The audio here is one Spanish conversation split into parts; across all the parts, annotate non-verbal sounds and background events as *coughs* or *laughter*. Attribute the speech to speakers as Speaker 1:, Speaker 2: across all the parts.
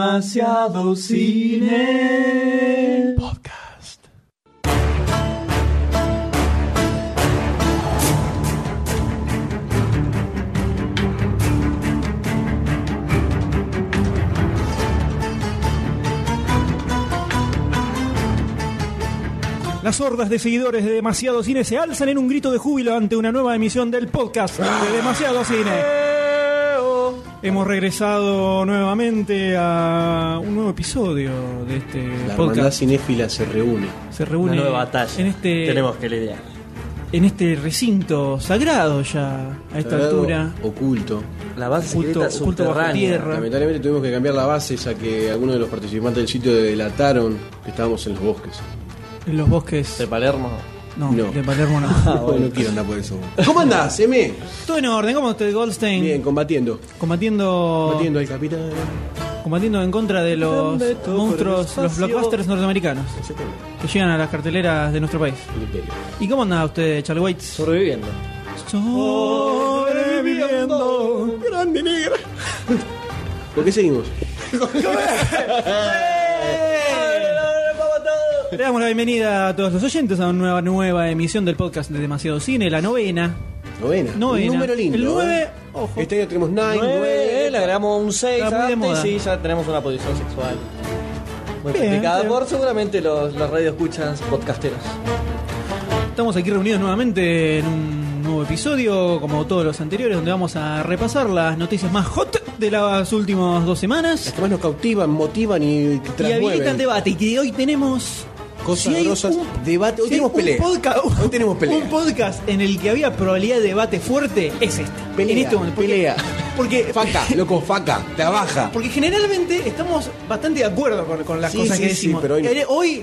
Speaker 1: Demasiado cine. Podcast.
Speaker 2: Las hordas de seguidores de Demasiado Cine se alzan en un grito de júbilo ante una nueva emisión del podcast de Demasiado Cine. Hemos regresado nuevamente a un nuevo episodio de este
Speaker 3: La hermandad
Speaker 2: podcast.
Speaker 3: cinéfila se reúne.
Speaker 2: Se reúne
Speaker 4: Una nueva batalla.
Speaker 2: en este
Speaker 4: Tenemos que lidiar.
Speaker 2: en este recinto sagrado ya a esta
Speaker 3: Sagrado,
Speaker 2: altura.
Speaker 3: Oculto.
Speaker 4: La base
Speaker 2: Oculto-
Speaker 4: secreta
Speaker 2: oculto bajo
Speaker 4: subterránea.
Speaker 2: tierra.
Speaker 3: Lamentablemente tuvimos que cambiar la base, ya que algunos de los participantes del sitio delataron que estábamos en los bosques.
Speaker 2: En los bosques.
Speaker 4: De Palermo.
Speaker 2: No,
Speaker 3: No.
Speaker 2: de Palermo
Speaker 3: *laughs*
Speaker 2: no.
Speaker 3: No, no quiero andar por eso. ¿Cómo andás, M?
Speaker 2: Todo en orden, ¿cómo te Goldstein?
Speaker 3: Bien, combatiendo.
Speaker 2: Combatiendo,
Speaker 3: Combatiendo al capitán.
Speaker 2: combatiendo en contra de los
Speaker 3: Dame todo por el
Speaker 2: monstruos,
Speaker 3: espacio.
Speaker 2: los blockbusters norteamericanos
Speaker 3: Exactamente.
Speaker 2: que llegan a las carteleras de nuestro país.
Speaker 3: El imperio.
Speaker 2: ¿Y cómo anda usted, Charlie Waits?
Speaker 4: Sobreviviendo.
Speaker 3: Sobreviviendo. Grande negra. ¿Por qué seguimos?
Speaker 2: Le damos la bienvenida a todos los oyentes a una nueva, nueva emisión del podcast de Demasiado Cine, la novena.
Speaker 3: Novena.
Speaker 2: novena.
Speaker 3: Un número lindo.
Speaker 2: El 9,
Speaker 3: ¿eh?
Speaker 2: ojo.
Speaker 3: Este año tenemos 9,
Speaker 4: 9, le agregamos un 6
Speaker 2: Está muy de moda.
Speaker 4: y sí, ya tenemos una posición sexual. Muy
Speaker 2: Bien,
Speaker 4: complicada
Speaker 2: bien.
Speaker 4: por seguramente los, los radioescuchas podcasteros.
Speaker 2: Estamos aquí reunidos nuevamente en un nuevo episodio, como todos los anteriores, donde vamos a repasar las noticias más hot de las últimas dos semanas
Speaker 3: Las que más nos cautivan, motivan y
Speaker 2: y
Speaker 3: transmueven.
Speaker 2: habilitan debate. Y que hoy tenemos.
Speaker 3: Cosas
Speaker 2: si hay
Speaker 3: grosas,
Speaker 2: un-
Speaker 3: debate. Hoy
Speaker 2: si hay
Speaker 3: tenemos
Speaker 2: un
Speaker 3: pelea.
Speaker 2: podcast-
Speaker 3: Hoy tenemos pelea.
Speaker 2: Un podcast en el que había probabilidad de debate fuerte es este.
Speaker 3: Pelea,
Speaker 2: en este momento. Porque-
Speaker 3: pelea.
Speaker 2: Porque,
Speaker 3: Faca, loco, faca, trabaja.
Speaker 2: Porque generalmente estamos bastante de acuerdo con, con las
Speaker 3: Sí,
Speaker 2: cosas
Speaker 3: sí,
Speaker 2: que
Speaker 3: sí,
Speaker 2: decimos.
Speaker 3: pero hoy no.
Speaker 2: Eh, hoy,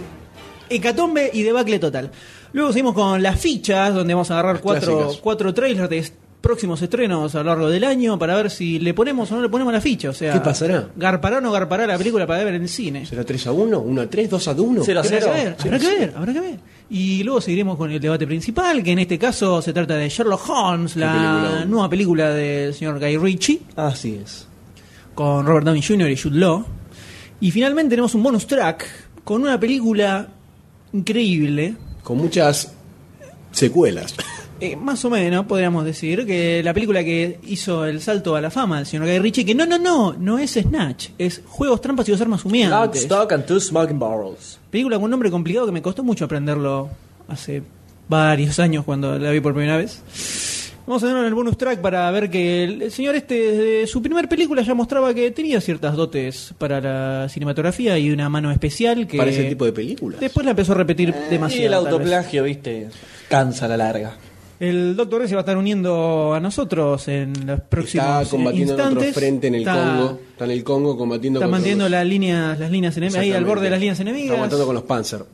Speaker 2: hecatombe y debacle total. Luego seguimos con las fichas, donde vamos a agarrar
Speaker 3: Las
Speaker 2: cuatro,
Speaker 3: clásicas.
Speaker 2: cuatro trailers de est- próximos estrenos a lo largo del año para ver si le ponemos o no le ponemos la ficha. O sea,
Speaker 3: ¿Qué pasará?
Speaker 2: ¿Garpará o no garpará la película para ver en el cine?
Speaker 3: ¿Será 3 a 1? ¿1 a 3? ¿2 a 1?
Speaker 4: Cero a
Speaker 2: Habrá que
Speaker 4: cero.
Speaker 2: ver, habrá que ver, habrá que ver. Y luego seguiremos con el debate principal, que en este caso se trata de Sherlock Holmes, la
Speaker 3: película?
Speaker 2: nueva película del señor Guy Ritchie.
Speaker 4: Así es.
Speaker 2: con Robert Downey Jr. y Jude Law. Y finalmente tenemos un bonus track con una película increíble,
Speaker 3: Con muchas secuelas.
Speaker 2: eh, más o menos podríamos decir, que la película que hizo el salto a la fama del señor Guy Ritchie, que no, no, no, no es Snatch, es Juegos, Trampas y los Armas
Speaker 4: Lock,
Speaker 2: Humeantes.
Speaker 4: Stock and Two Smoking Barrels.
Speaker 2: Película con un nombre complicado que me costó mucho aprenderlo hace varios años cuando la vi por primera vez. Vamos a darle el bonus track para ver que el el señor este desde su primer película ya mostraba que tenía ciertas dotes para la cinematografía y una mano especial que
Speaker 3: Para ese tipo de películas.
Speaker 2: después la empezó a repetir demasiado.
Speaker 4: Eh, y el
Speaker 2: tal vez.
Speaker 4: autoplagio, viste, cansa a la larga.
Speaker 2: El doctor D se va a estar uniendo a nosotros en los próximos
Speaker 3: Está combatiendo en otro
Speaker 2: instantes.
Speaker 3: frente en el
Speaker 2: Está-
Speaker 3: Congo. Está en el Congo combatiendo
Speaker 2: Está
Speaker 3: contra
Speaker 2: manteniendo
Speaker 3: los-
Speaker 2: las líneas, las líneas enemigas, ahí al
Speaker 3: Exactamente.
Speaker 2: borde de las líneas enemigas.
Speaker 3: Está aguantando con los Panzer.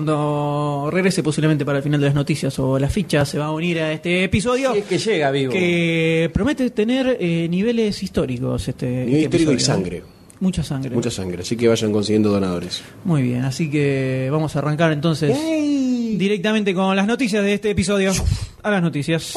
Speaker 2: Cuando regrese posiblemente para el final de las noticias o las fichas, se va a unir a este episodio
Speaker 4: Si es que llega vivo.
Speaker 2: que promete tener eh, niveles históricos. Este,
Speaker 3: Nivel
Speaker 2: este
Speaker 3: histórico y
Speaker 2: episodio.
Speaker 3: sangre.
Speaker 2: Mucha sangre.
Speaker 3: Mucha sangre. Así que vayan consiguiendo donadores.
Speaker 2: Muy bien, así que vamos a arrancar entonces directamente con las noticias de este episodio. A las noticias.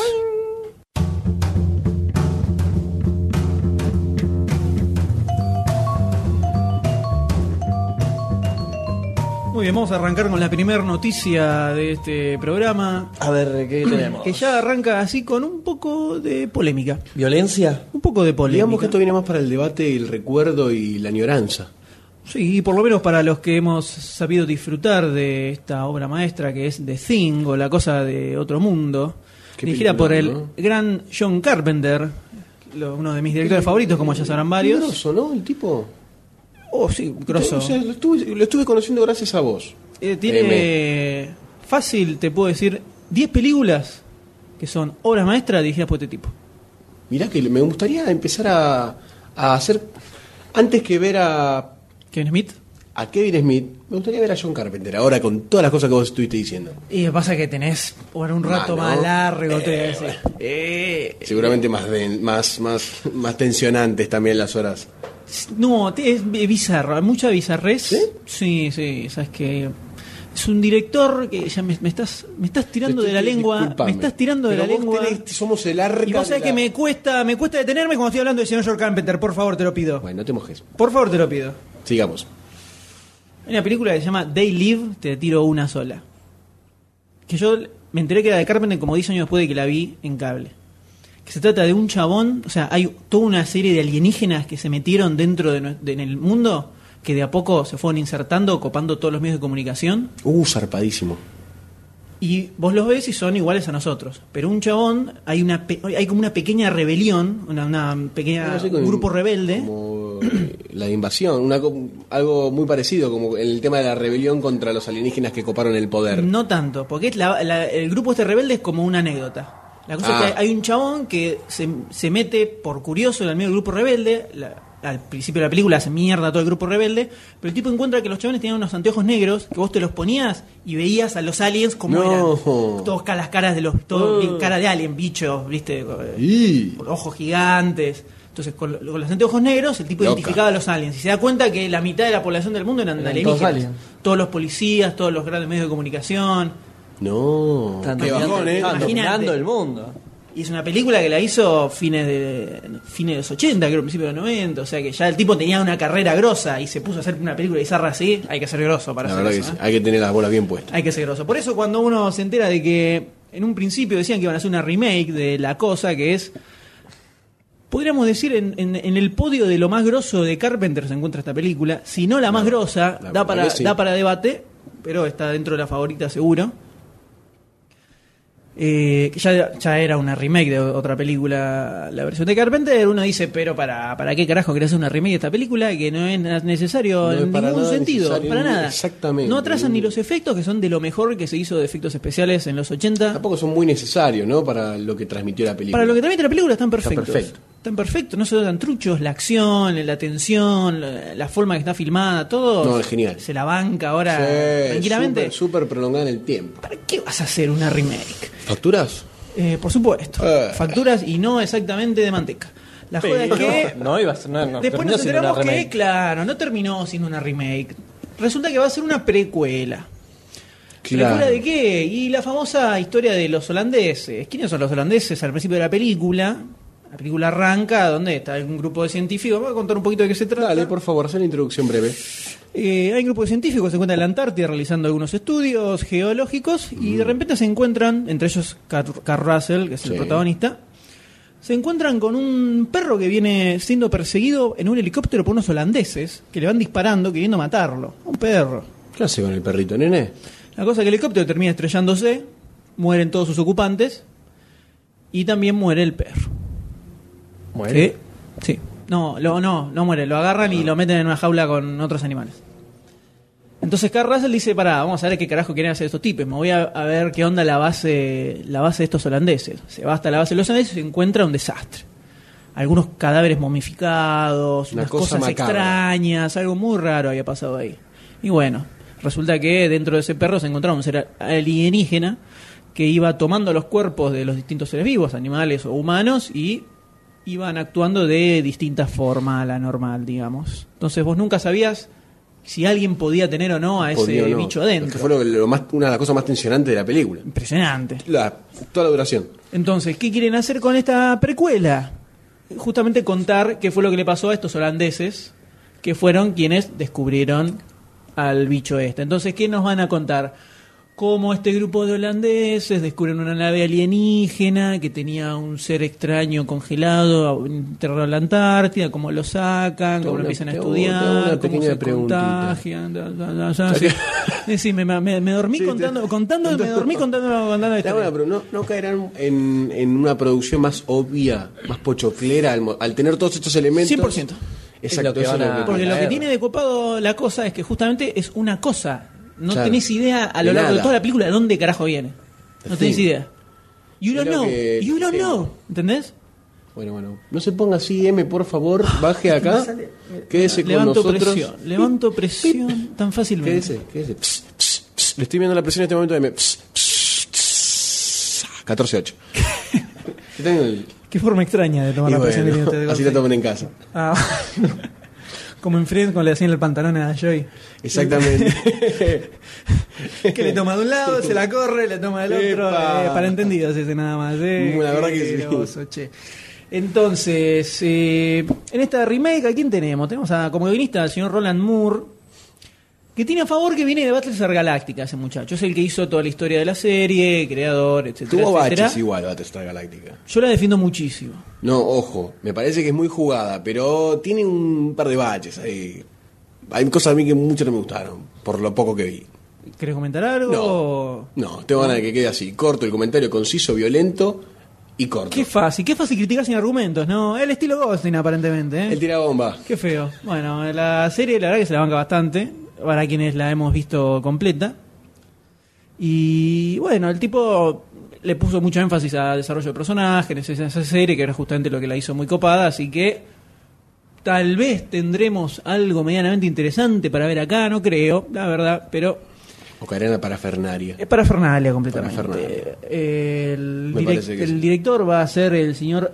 Speaker 2: Muy bien, vamos a arrancar con la primera noticia de este programa,
Speaker 4: A ver, ¿qué tenemos?
Speaker 2: que ya arranca así con un poco de polémica.
Speaker 4: ¿Violencia?
Speaker 2: Un poco de polémica.
Speaker 3: Digamos que esto viene más para el debate, el recuerdo y la añoranza.
Speaker 2: Sí, y por lo menos para los que hemos sabido disfrutar de esta obra maestra que es The Thing o La Cosa de Otro Mundo,
Speaker 3: Qué
Speaker 2: dirigida
Speaker 3: película,
Speaker 2: por el
Speaker 3: ¿no?
Speaker 2: gran John Carpenter, lo- uno de mis directores favoritos, como ya sabrán
Speaker 3: Qué
Speaker 2: varios.
Speaker 3: grosso, ¿no? El tipo.
Speaker 2: Oh, sí, grosso.
Speaker 3: O sea, lo, estuve, lo estuve conociendo gracias a vos.
Speaker 2: Eh, tiene, fácil, te puedo decir, 10 películas que son obras maestras dirigidas por este tipo.
Speaker 3: Mirá que me gustaría empezar a, a hacer. Antes que ver a,
Speaker 2: Kevin Smith.
Speaker 3: a Kevin Smith, me gustaría ver a John Carpenter ahora con todas las cosas que vos estuviste diciendo.
Speaker 2: Y pasa que tenés por un rato
Speaker 3: rato Ah, ¿no?
Speaker 2: más
Speaker 3: más
Speaker 2: largo,
Speaker 3: largo,
Speaker 2: te
Speaker 3: Seguramente más, den- más, más, más tensionantes también las horas.
Speaker 2: No, te- es bi- bizarro, mucha bizarrez.
Speaker 3: ¿Sí?
Speaker 2: Sí, sí, sabes que es un director que ya me, me estás me estás tirando de la lengua,
Speaker 3: Disculpame.
Speaker 2: me estás tirando de
Speaker 3: Pero
Speaker 2: la
Speaker 3: vos
Speaker 2: lengua.
Speaker 3: tenés- somos el arca.
Speaker 2: Y vos sabés que
Speaker 3: de la-
Speaker 2: me cuesta me cuesta detenerme cuando estoy hablando de señor George Carpenter, por favor, te lo pido.
Speaker 3: Bueno, no te mojes.
Speaker 2: Por favor, te lo pido.
Speaker 3: Sigamos.
Speaker 2: Hay una película que se llama They Live, te tiro una sola. Que yo me enteré que era de Carpenter como 10 años después de que la vi en cable. Que se trata de un chabón, o sea, hay toda una serie de alienígenas que se metieron dentro de, nue- de- en el mundo que de a poco se fueron insertando, copando todos los medios de comunicación.
Speaker 3: Uh, zarpadísimo.
Speaker 2: Y vos los ves y son iguales a nosotros. Pero un chabón, hay una pe- hay como una pequeña rebelión, una, una pequeña
Speaker 3: No sé,
Speaker 2: un
Speaker 3: con-
Speaker 2: grupo rebelde.
Speaker 3: Como eh, la invasión, una co- algo muy parecido, como el tema de la rebelión contra los alienígenas que coparon el poder.
Speaker 2: No tanto, porque es la- la- el grupo este rebelde es como una anécdota. La cosa
Speaker 3: Ah.
Speaker 2: es que hay, hay un chabón que se, se mete por curioso en el medio del grupo rebelde. la- al principio de la película hace mierda todo el grupo rebelde, pero el tipo encuentra que los chabones tenían unos anteojos negros que vos te los ponías y veías a los aliens como
Speaker 3: No.
Speaker 2: eran. Todos ca- las caras de los. Todos,
Speaker 3: Oh.
Speaker 2: bien cara de alien, bichos, viste. Eh,
Speaker 3: Y...
Speaker 2: con ojos gigantes. Entonces, con, lo- con los anteojos negros, el tipo
Speaker 3: Loca.
Speaker 2: identificaba a los aliens. Y se da cuenta que la mitad de la población del mundo eran,
Speaker 4: Eran
Speaker 2: alienígenas.
Speaker 4: todos aliens.
Speaker 2: Todos los policías, todos los grandes medios de comunicación.
Speaker 3: No.
Speaker 4: Están
Speaker 3: Qué
Speaker 4: dominando,
Speaker 3: bajón, ¿eh?
Speaker 4: están
Speaker 2: Imagínate.
Speaker 4: dominando el mundo.
Speaker 2: Y es una película que la hizo fines de fines de los 80, creo, principios de los 90. O sea que ya el tipo tenía una carrera grosa y se puso a hacer una película bizarra así. Hay que ser groso para
Speaker 3: La
Speaker 2: hacer
Speaker 3: verdad
Speaker 2: eso.
Speaker 3: que sí,
Speaker 2: ¿eh?
Speaker 3: hay que tener las bolas bien puestas.
Speaker 2: Hay que ser groso. Por eso cuando uno se entera de que en un principio decían que iban a hacer una remake de La Cosa, que es... Podríamos decir, en, en- en el podio de lo más grosso de Carpenter se encuentra esta película. Si no la más grosa,
Speaker 3: la
Speaker 2: da,
Speaker 3: verdad
Speaker 2: para,
Speaker 3: que sí.
Speaker 2: da para debate, pero está dentro de la favorita seguro. Eh, que ya, ya era una remake de otra película, la versión de Carpenter. Uno dice, pero para, ¿para qué carajo querés hacer una remake de esta película? Que no es na- necesario
Speaker 3: No es
Speaker 2: en
Speaker 3: para
Speaker 2: ningún
Speaker 3: nada
Speaker 2: sentido,
Speaker 3: necesario,
Speaker 2: para
Speaker 3: ningún-
Speaker 2: nada.
Speaker 3: exactamente,
Speaker 2: No atrasan ni
Speaker 3: ningún-
Speaker 2: los efectos, que son de lo mejor que se hizo de efectos especiales en los 80.
Speaker 3: Tampoco son muy necesarios, ¿no? Para lo que transmitió la película.
Speaker 2: Para lo que transmite la película están perfectos.
Speaker 3: perfecto.
Speaker 2: Están perfectos, no se dan truchos, la acción, la tensión, la, la forma que está filmada, todo.
Speaker 3: No, es genial.
Speaker 2: Se la banca ahora
Speaker 3: Sí,
Speaker 2: tranquilamente.
Speaker 3: súper, Súper prolongada en el tiempo.
Speaker 2: ¿Para qué vas a hacer una remake?
Speaker 3: ¿Facturas?
Speaker 2: Eh, por supuesto.
Speaker 3: Eh.
Speaker 2: Facturas y no exactamente de manteca. La joda es que.
Speaker 4: No iba a ser. No, no,
Speaker 2: después
Speaker 4: terminó
Speaker 2: nos
Speaker 4: siendo una
Speaker 2: enteramos que,
Speaker 4: remake.
Speaker 2: claro, no terminó siendo una remake. Resulta que va a ser una precuela. ¿Precuela
Speaker 3: Claro.
Speaker 2: de qué? Y la famosa historia de los holandeses. ¿Quiénes son los holandeses? Al principio de la película. La película arranca, donde está un grupo de científicos. Voy a contar un poquito de qué se trata.
Speaker 3: Dale, por favor, haz una introducción breve.
Speaker 2: Eh, hay un grupo de científicos que se encuentran en la Antártida realizando algunos estudios geológicos y de repente se encuentran, entre ellos Car- Carl Russell, que es el
Speaker 3: Mm. Sí.
Speaker 2: protagonista, se encuentran con un perro que viene siendo perseguido en un helicóptero por unos holandeses que le van disparando queriendo matarlo. Un perro.
Speaker 3: ¿Qué hace con el perrito, nene?
Speaker 2: La cosa es que el helicóptero termina estrellándose, mueren todos sus ocupantes y también muere el perro.
Speaker 3: ¿Eh?
Speaker 4: Muere.
Speaker 2: Sí. sí. No, lo- no, no muere. Lo agarran y lo meten en una jaula con otros animales. Entonces Carl Russell dice, pará, vamos a ver qué carajo quieren hacer estos tipos. Me voy a, a ver qué onda la base, la base de estos holandeses. Se va hasta la base de los holandeses y se encuentra un desastre. Algunos cadáveres momificados,
Speaker 3: Una
Speaker 2: unas
Speaker 3: cosa
Speaker 2: cosas
Speaker 3: macabra.
Speaker 2: extrañas, algo muy raro había pasado ahí. Y bueno, resulta que dentro de ese perro se encontraba un ser alienígena que iba tomando los cuerpos de los distintos seres vivos, animales o humanos, y iban actuando de distinta forma a la normal, digamos. Entonces vos nunca sabías si alguien podía tener o no a
Speaker 3: Podía
Speaker 2: ese
Speaker 3: o no.
Speaker 2: bicho
Speaker 3: Es que
Speaker 2: adentro.
Speaker 3: fue lo, lo más, una de las cosas más tensionantes de la película.
Speaker 2: Impresionante.
Speaker 3: La, toda la duración.
Speaker 2: Entonces, ¿qué quieren hacer con esta precuela? Justamente contar qué fue lo que le pasó a estos holandeses, que fueron quienes descubrieron al bicho este. Entonces, ¿qué nos van a contar? Cómo este grupo de holandeses descubren una nave alienígena que tenía un ser extraño congelado enterrado en la Antártida, cómo lo sacan,
Speaker 3: Tengo
Speaker 2: cómo lo
Speaker 3: una-
Speaker 2: empiezan a
Speaker 3: tengo- tengo
Speaker 2: estudiar,
Speaker 3: una
Speaker 2: cómo
Speaker 3: pequeña
Speaker 2: se
Speaker 3: preguntita.
Speaker 2: contagian. da, da, da, da,
Speaker 3: Ya
Speaker 2: sí.
Speaker 3: que-
Speaker 2: Decime, me, me- me dormí
Speaker 3: Sí, te-
Speaker 2: contando, contando, me
Speaker 3: *laughs*
Speaker 2: dormí contando, contando la
Speaker 3: Está bueno,
Speaker 2: historia.
Speaker 3: pero no, no caerán en, en una producción más obvia, más pochoclera, al, mo- al tener todos estos elementos.
Speaker 2: 100%.
Speaker 3: Exacto,
Speaker 4: Es lo que
Speaker 3: eso
Speaker 4: van
Speaker 3: es lo
Speaker 4: a-
Speaker 3: que-
Speaker 2: Porque lo que
Speaker 4: Claro.
Speaker 2: tiene de copado la cosa es que justamente es una cosa. No
Speaker 3: Claro.
Speaker 2: tenés idea a lo
Speaker 3: De
Speaker 2: largo de
Speaker 3: nada.
Speaker 2: toda la película de dónde carajo viene. No
Speaker 3: The
Speaker 2: tenés
Speaker 3: thing.
Speaker 2: idea. You don't
Speaker 3: Creo
Speaker 2: know.
Speaker 3: que-
Speaker 2: You don't
Speaker 3: sí.
Speaker 2: know. ¿Entendés?
Speaker 3: Bueno, bueno. No se ponga así, M, por
Speaker 2: *laughs*
Speaker 3: favor, baje acá. Quédese con
Speaker 2: Levanto
Speaker 3: nosotros.
Speaker 2: presión. Levanto
Speaker 3: *laughs*
Speaker 2: presión tan fácilmente.
Speaker 3: Quédese, quédese. Pss, pss, pss. Le estoy viendo la presión en este momento de M. Pss, pss, pss.
Speaker 2: *laughs*
Speaker 3: 14-8. Yo tengo el-
Speaker 2: Qué forma extraña de tomar
Speaker 3: y
Speaker 2: la presión que
Speaker 3: bueno,
Speaker 2: tiene usted de
Speaker 3: así la
Speaker 2: golpe.
Speaker 3: tomen en casa.
Speaker 2: Ah, *laughs* Como en Friends cuando le hacían el pantalón a Joy. *laughs*
Speaker 3: Exactamente.
Speaker 2: Que le toma de un lado, se la corre, le toma del otro.
Speaker 3: Epa.
Speaker 2: eh, para entendidos ese nada más. eh,
Speaker 3: Bueno, la verdad
Speaker 2: qué
Speaker 3: que sí.
Speaker 2: groso, che. Entonces, eh, en esta remake, ¿a quién tenemos? Tenemos a, como guionista al señor Roland Moore, que tiene a favor que viene de Battlestar Galactica ese muchacho. Es el que hizo toda la historia de la serie, creador, etcétera,
Speaker 3: *laughs* Tuvo
Speaker 2: etcétera.
Speaker 3: baches igual Battlestar Galáctica.
Speaker 2: Yo la defiendo muchísimo.
Speaker 3: No, ojo, me parece que es muy jugada, pero tiene un par de baches ahí. Hay cosas a mí que mucho no me gustaron, por lo poco que vi.
Speaker 2: ¿Querés comentar algo?
Speaker 3: No, no, te van a que quede así, corto el comentario, conciso, violento y corto.
Speaker 2: Qué fácil, qué fácil criticar sin argumentos, ¿no? El estilo Gosling, aparentemente. ¿eh?
Speaker 3: El tirabomba.
Speaker 2: Qué feo. Bueno, la serie la verdad que se la banca bastante, para quienes la hemos visto completa. Y bueno, el tipo le puso mucho énfasis a desarrollo de personajes, en esa serie, que era justamente lo que la hizo muy copada, así que tal vez tendremos algo medianamente interesante para ver acá, no creo, la verdad, pero
Speaker 3: O Carena para Fernaria.
Speaker 2: es para Fernalia completamente. Eh,
Speaker 3: Parafernalia.
Speaker 2: El,
Speaker 3: Me
Speaker 2: direc-
Speaker 3: parece que
Speaker 2: el
Speaker 3: sí.
Speaker 2: director va a ser el señor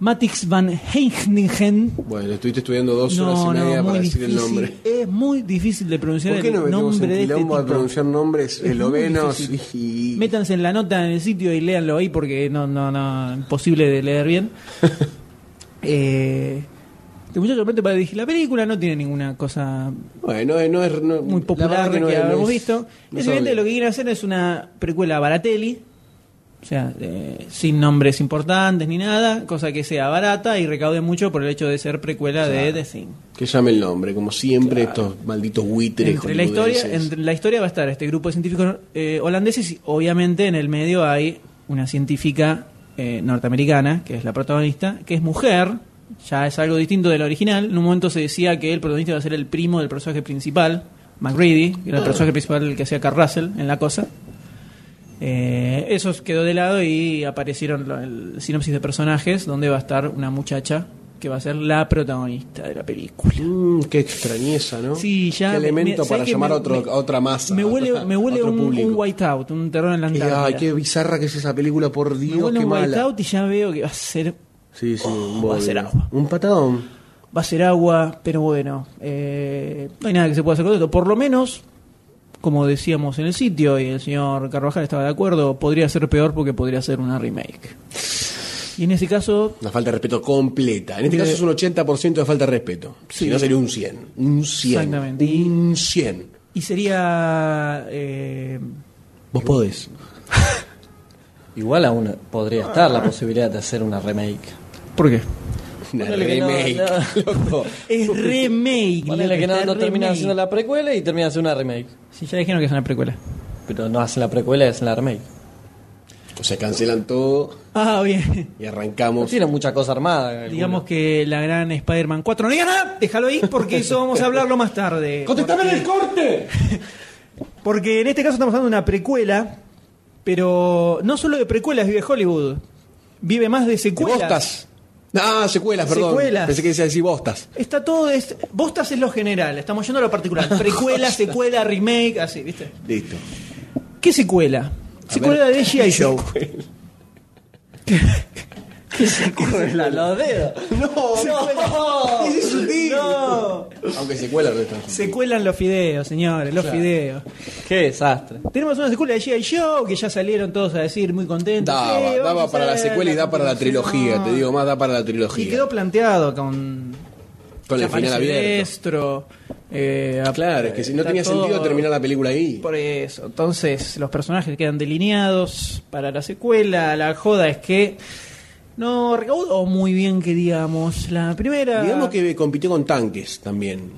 Speaker 2: Matix van Heiningen.
Speaker 3: Bueno, estuviste estudiando dos horas y media
Speaker 2: muy
Speaker 3: para decir el
Speaker 2: difícil.
Speaker 3: nombre.
Speaker 2: Es muy difícil de pronunciar
Speaker 3: ¿Por qué no
Speaker 2: el
Speaker 3: metemos
Speaker 2: nombre
Speaker 3: en
Speaker 2: de este
Speaker 3: quilombo a
Speaker 2: tipo.
Speaker 3: pronunciar nombres
Speaker 2: Es muy
Speaker 3: eslovenos
Speaker 2: difícil.
Speaker 3: y...
Speaker 2: Métanse en la nota en el sitio y léanlo ahí porque no, no, no, imposible de leer
Speaker 3: *laughs*
Speaker 2: bien. eh, este muchacho aparte para dirigir la película no tiene ninguna cosa
Speaker 3: Bueno, eh, no es... no-
Speaker 2: muy
Speaker 3: la verdad
Speaker 2: popular que,
Speaker 3: no es- no
Speaker 2: habíamos
Speaker 3: es-
Speaker 2: visto.
Speaker 3: no
Speaker 2: es
Speaker 3: es
Speaker 2: evidente
Speaker 3: obvio.
Speaker 2: lo que quieren hacer es una precuela Baratelli, o sea, eh, sin nombres importantes ni nada, cosa que sea barata y recaude mucho por el hecho de ser precuela de The Thing.
Speaker 3: Que llame el nombre, como siempre, estos malditos buitres.
Speaker 2: Entre la, historia,
Speaker 3: hollywoodenses.
Speaker 2: entre la historia va a estar este grupo de científicos eh, holandeses y obviamente en el medio hay una científica eh, norteamericana, que es la protagonista, que es mujer, ya es algo distinto del original. En un momento se decía que el protagonista iba a ser el primo del personaje principal, McReady, que era el personaje principal que hacía Carl Russell en la cosa. Eh, eso quedó de lado y aparecieron lo- el sinopsis de personajes donde va a estar una muchacha que va a ser la protagonista de la película.
Speaker 3: Mm, qué extrañeza, ¿no?
Speaker 2: Sí, ya.
Speaker 3: Qué
Speaker 2: me-
Speaker 3: elemento
Speaker 2: me-
Speaker 3: para
Speaker 2: ¿sabes qué?
Speaker 3: llamar
Speaker 2: Me-
Speaker 3: a, otro,
Speaker 2: me-
Speaker 3: a otra masa.
Speaker 2: Me
Speaker 3: a
Speaker 2: huele,
Speaker 3: otra-
Speaker 2: me huele
Speaker 3: otro
Speaker 2: un,
Speaker 3: público.
Speaker 2: un whiteout, un terror en la
Speaker 3: Qué-
Speaker 2: Antártida.
Speaker 3: ay, qué bizarra que es esa película, por
Speaker 2: me
Speaker 3: Dios,
Speaker 2: huele
Speaker 3: qué
Speaker 2: un
Speaker 3: mala.
Speaker 2: whiteout y ya veo que va a ser
Speaker 3: Sí, sí, un
Speaker 2: va a
Speaker 3: bodrio.
Speaker 2: ser agua.
Speaker 3: Un patadón.
Speaker 2: va a ser agua, pero bueno, eh, no hay nada que se pueda hacer con esto. Por lo menos, como decíamos en el sitio y el señor Carvajal estaba de acuerdo, podría ser peor porque podría ser una remake. Y en ese caso,
Speaker 3: Una falta de respeto completa. En este
Speaker 2: Eh,
Speaker 3: caso es un 80% de falta de respeto.
Speaker 2: sí.
Speaker 3: Si no sería un 100. Un 100.
Speaker 2: Exactamente. Y-
Speaker 3: Un 100.
Speaker 2: y sería... eh,
Speaker 3: Vos podés.
Speaker 4: Igual aún podría estar la posibilidad de hacer una remake.
Speaker 2: ¿Por qué?
Speaker 3: Una
Speaker 4: Ponele que no,
Speaker 3: remake,
Speaker 4: no. *laughs*
Speaker 3: loco.
Speaker 2: Es remake.
Speaker 4: Ponele que no,
Speaker 2: loco,
Speaker 4: no
Speaker 2: está
Speaker 4: termina
Speaker 2: remake.
Speaker 4: haciendo la precuela y termina haciendo una remake.
Speaker 2: Sí, ya dijeron que es una precuela.
Speaker 4: Pero no hacen la precuela y hacen la remake.
Speaker 3: *laughs* O sea, cancelan todo
Speaker 2: Ah, bien.
Speaker 3: y
Speaker 4: No
Speaker 3: arrancamos.
Speaker 4: tiene mucha cosa armada. alguna.
Speaker 2: Digamos que la gran Spider-Man 4. No digas nada, déjalo ahí porque eso vamos a hablarlo más tarde.
Speaker 3: ¡Contestame en el corte!
Speaker 2: Porque en este caso estamos hablando de una precuela, pero no solo de precuelas vive Hollywood, vive más de secuelas.
Speaker 3: Bostas. Ah, secuelas, perdón.
Speaker 2: Secuelas.
Speaker 3: Pensé que decía así bostas.
Speaker 2: Está todo. Es, Bostas es lo general, estamos yendo a lo particular. Precuela, secuela, remake, así, ¿viste?
Speaker 3: Listo.
Speaker 2: ¿Qué secuela? Secuela de G.I.
Speaker 3: *laughs*
Speaker 2: Show.
Speaker 4: Cuela, los
Speaker 2: *laughs*
Speaker 4: dedos.
Speaker 3: No,
Speaker 4: No.
Speaker 3: ese es sutil.
Speaker 2: No.
Speaker 3: Aunque secuela no está.
Speaker 2: Se cuelan los fideos, señores, los fideos.
Speaker 4: Qué desastre.
Speaker 2: Tenemos una secuela de G.I. Show que ya salieron todos a decir muy contentos. "Eh,
Speaker 3: Daba,
Speaker 2: vamos a
Speaker 3: daba para la
Speaker 2: hacer
Speaker 3: secuela y da para la trilogía, te digo más, da para la
Speaker 2: Y
Speaker 3: trilogía.
Speaker 2: quedó planteado con.
Speaker 3: Con el
Speaker 2: ya
Speaker 3: final
Speaker 2: aparece
Speaker 3: abierto.
Speaker 2: Destro, eh, ap-
Speaker 3: Claro, es que si no
Speaker 2: está
Speaker 3: tenía
Speaker 2: todo
Speaker 3: sentido terminar la película ahí.
Speaker 2: Por eso. Entonces, los personajes quedan delineados para la secuela. La joda es que. No recaudó muy bien, que digamos. La primera.
Speaker 3: Digamos que compitió con tanques también.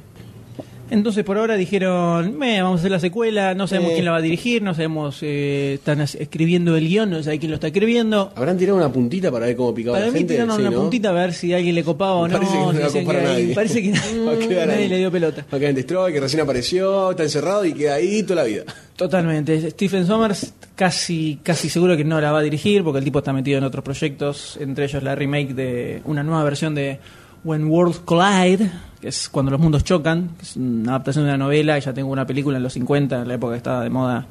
Speaker 2: Entonces, por ahora dijeron: "Meh, Vamos a hacer la secuela. No sabemos
Speaker 3: Eh.
Speaker 2: quién la va a dirigir. No sabemos. eh, están as- escribiendo el guión. No sabe quién lo está escribiendo.
Speaker 3: ¿Habrán tirado una puntita para ver cómo picaba
Speaker 2: Para
Speaker 3: Ah, la
Speaker 2: mí
Speaker 3: gente?
Speaker 2: tiraron
Speaker 3: Sí,
Speaker 2: una
Speaker 3: ¿no?
Speaker 2: puntita a ver si alguien le copaba o no.
Speaker 3: Parece que no
Speaker 2: si
Speaker 3: la
Speaker 2: decían
Speaker 3: compara
Speaker 2: ahí-
Speaker 3: nadie.
Speaker 2: Parece que
Speaker 3: *laughs* Va a quedar
Speaker 2: nadie
Speaker 3: ahí.
Speaker 2: le dio pelota.
Speaker 3: Acá en Destroy, que recién apareció, está encerrado y queda ahí toda la vida.
Speaker 2: Totalmente. Stephen Sommers casi, casi seguro que no la va a dirigir porque el tipo está metido en otros proyectos, entre ellos la remake de una nueva versión de When Worlds Collide, que es cuando los mundos chocan, que es una adaptación de una novela, y ya tengo una película en los 50, en la época que estaba de moda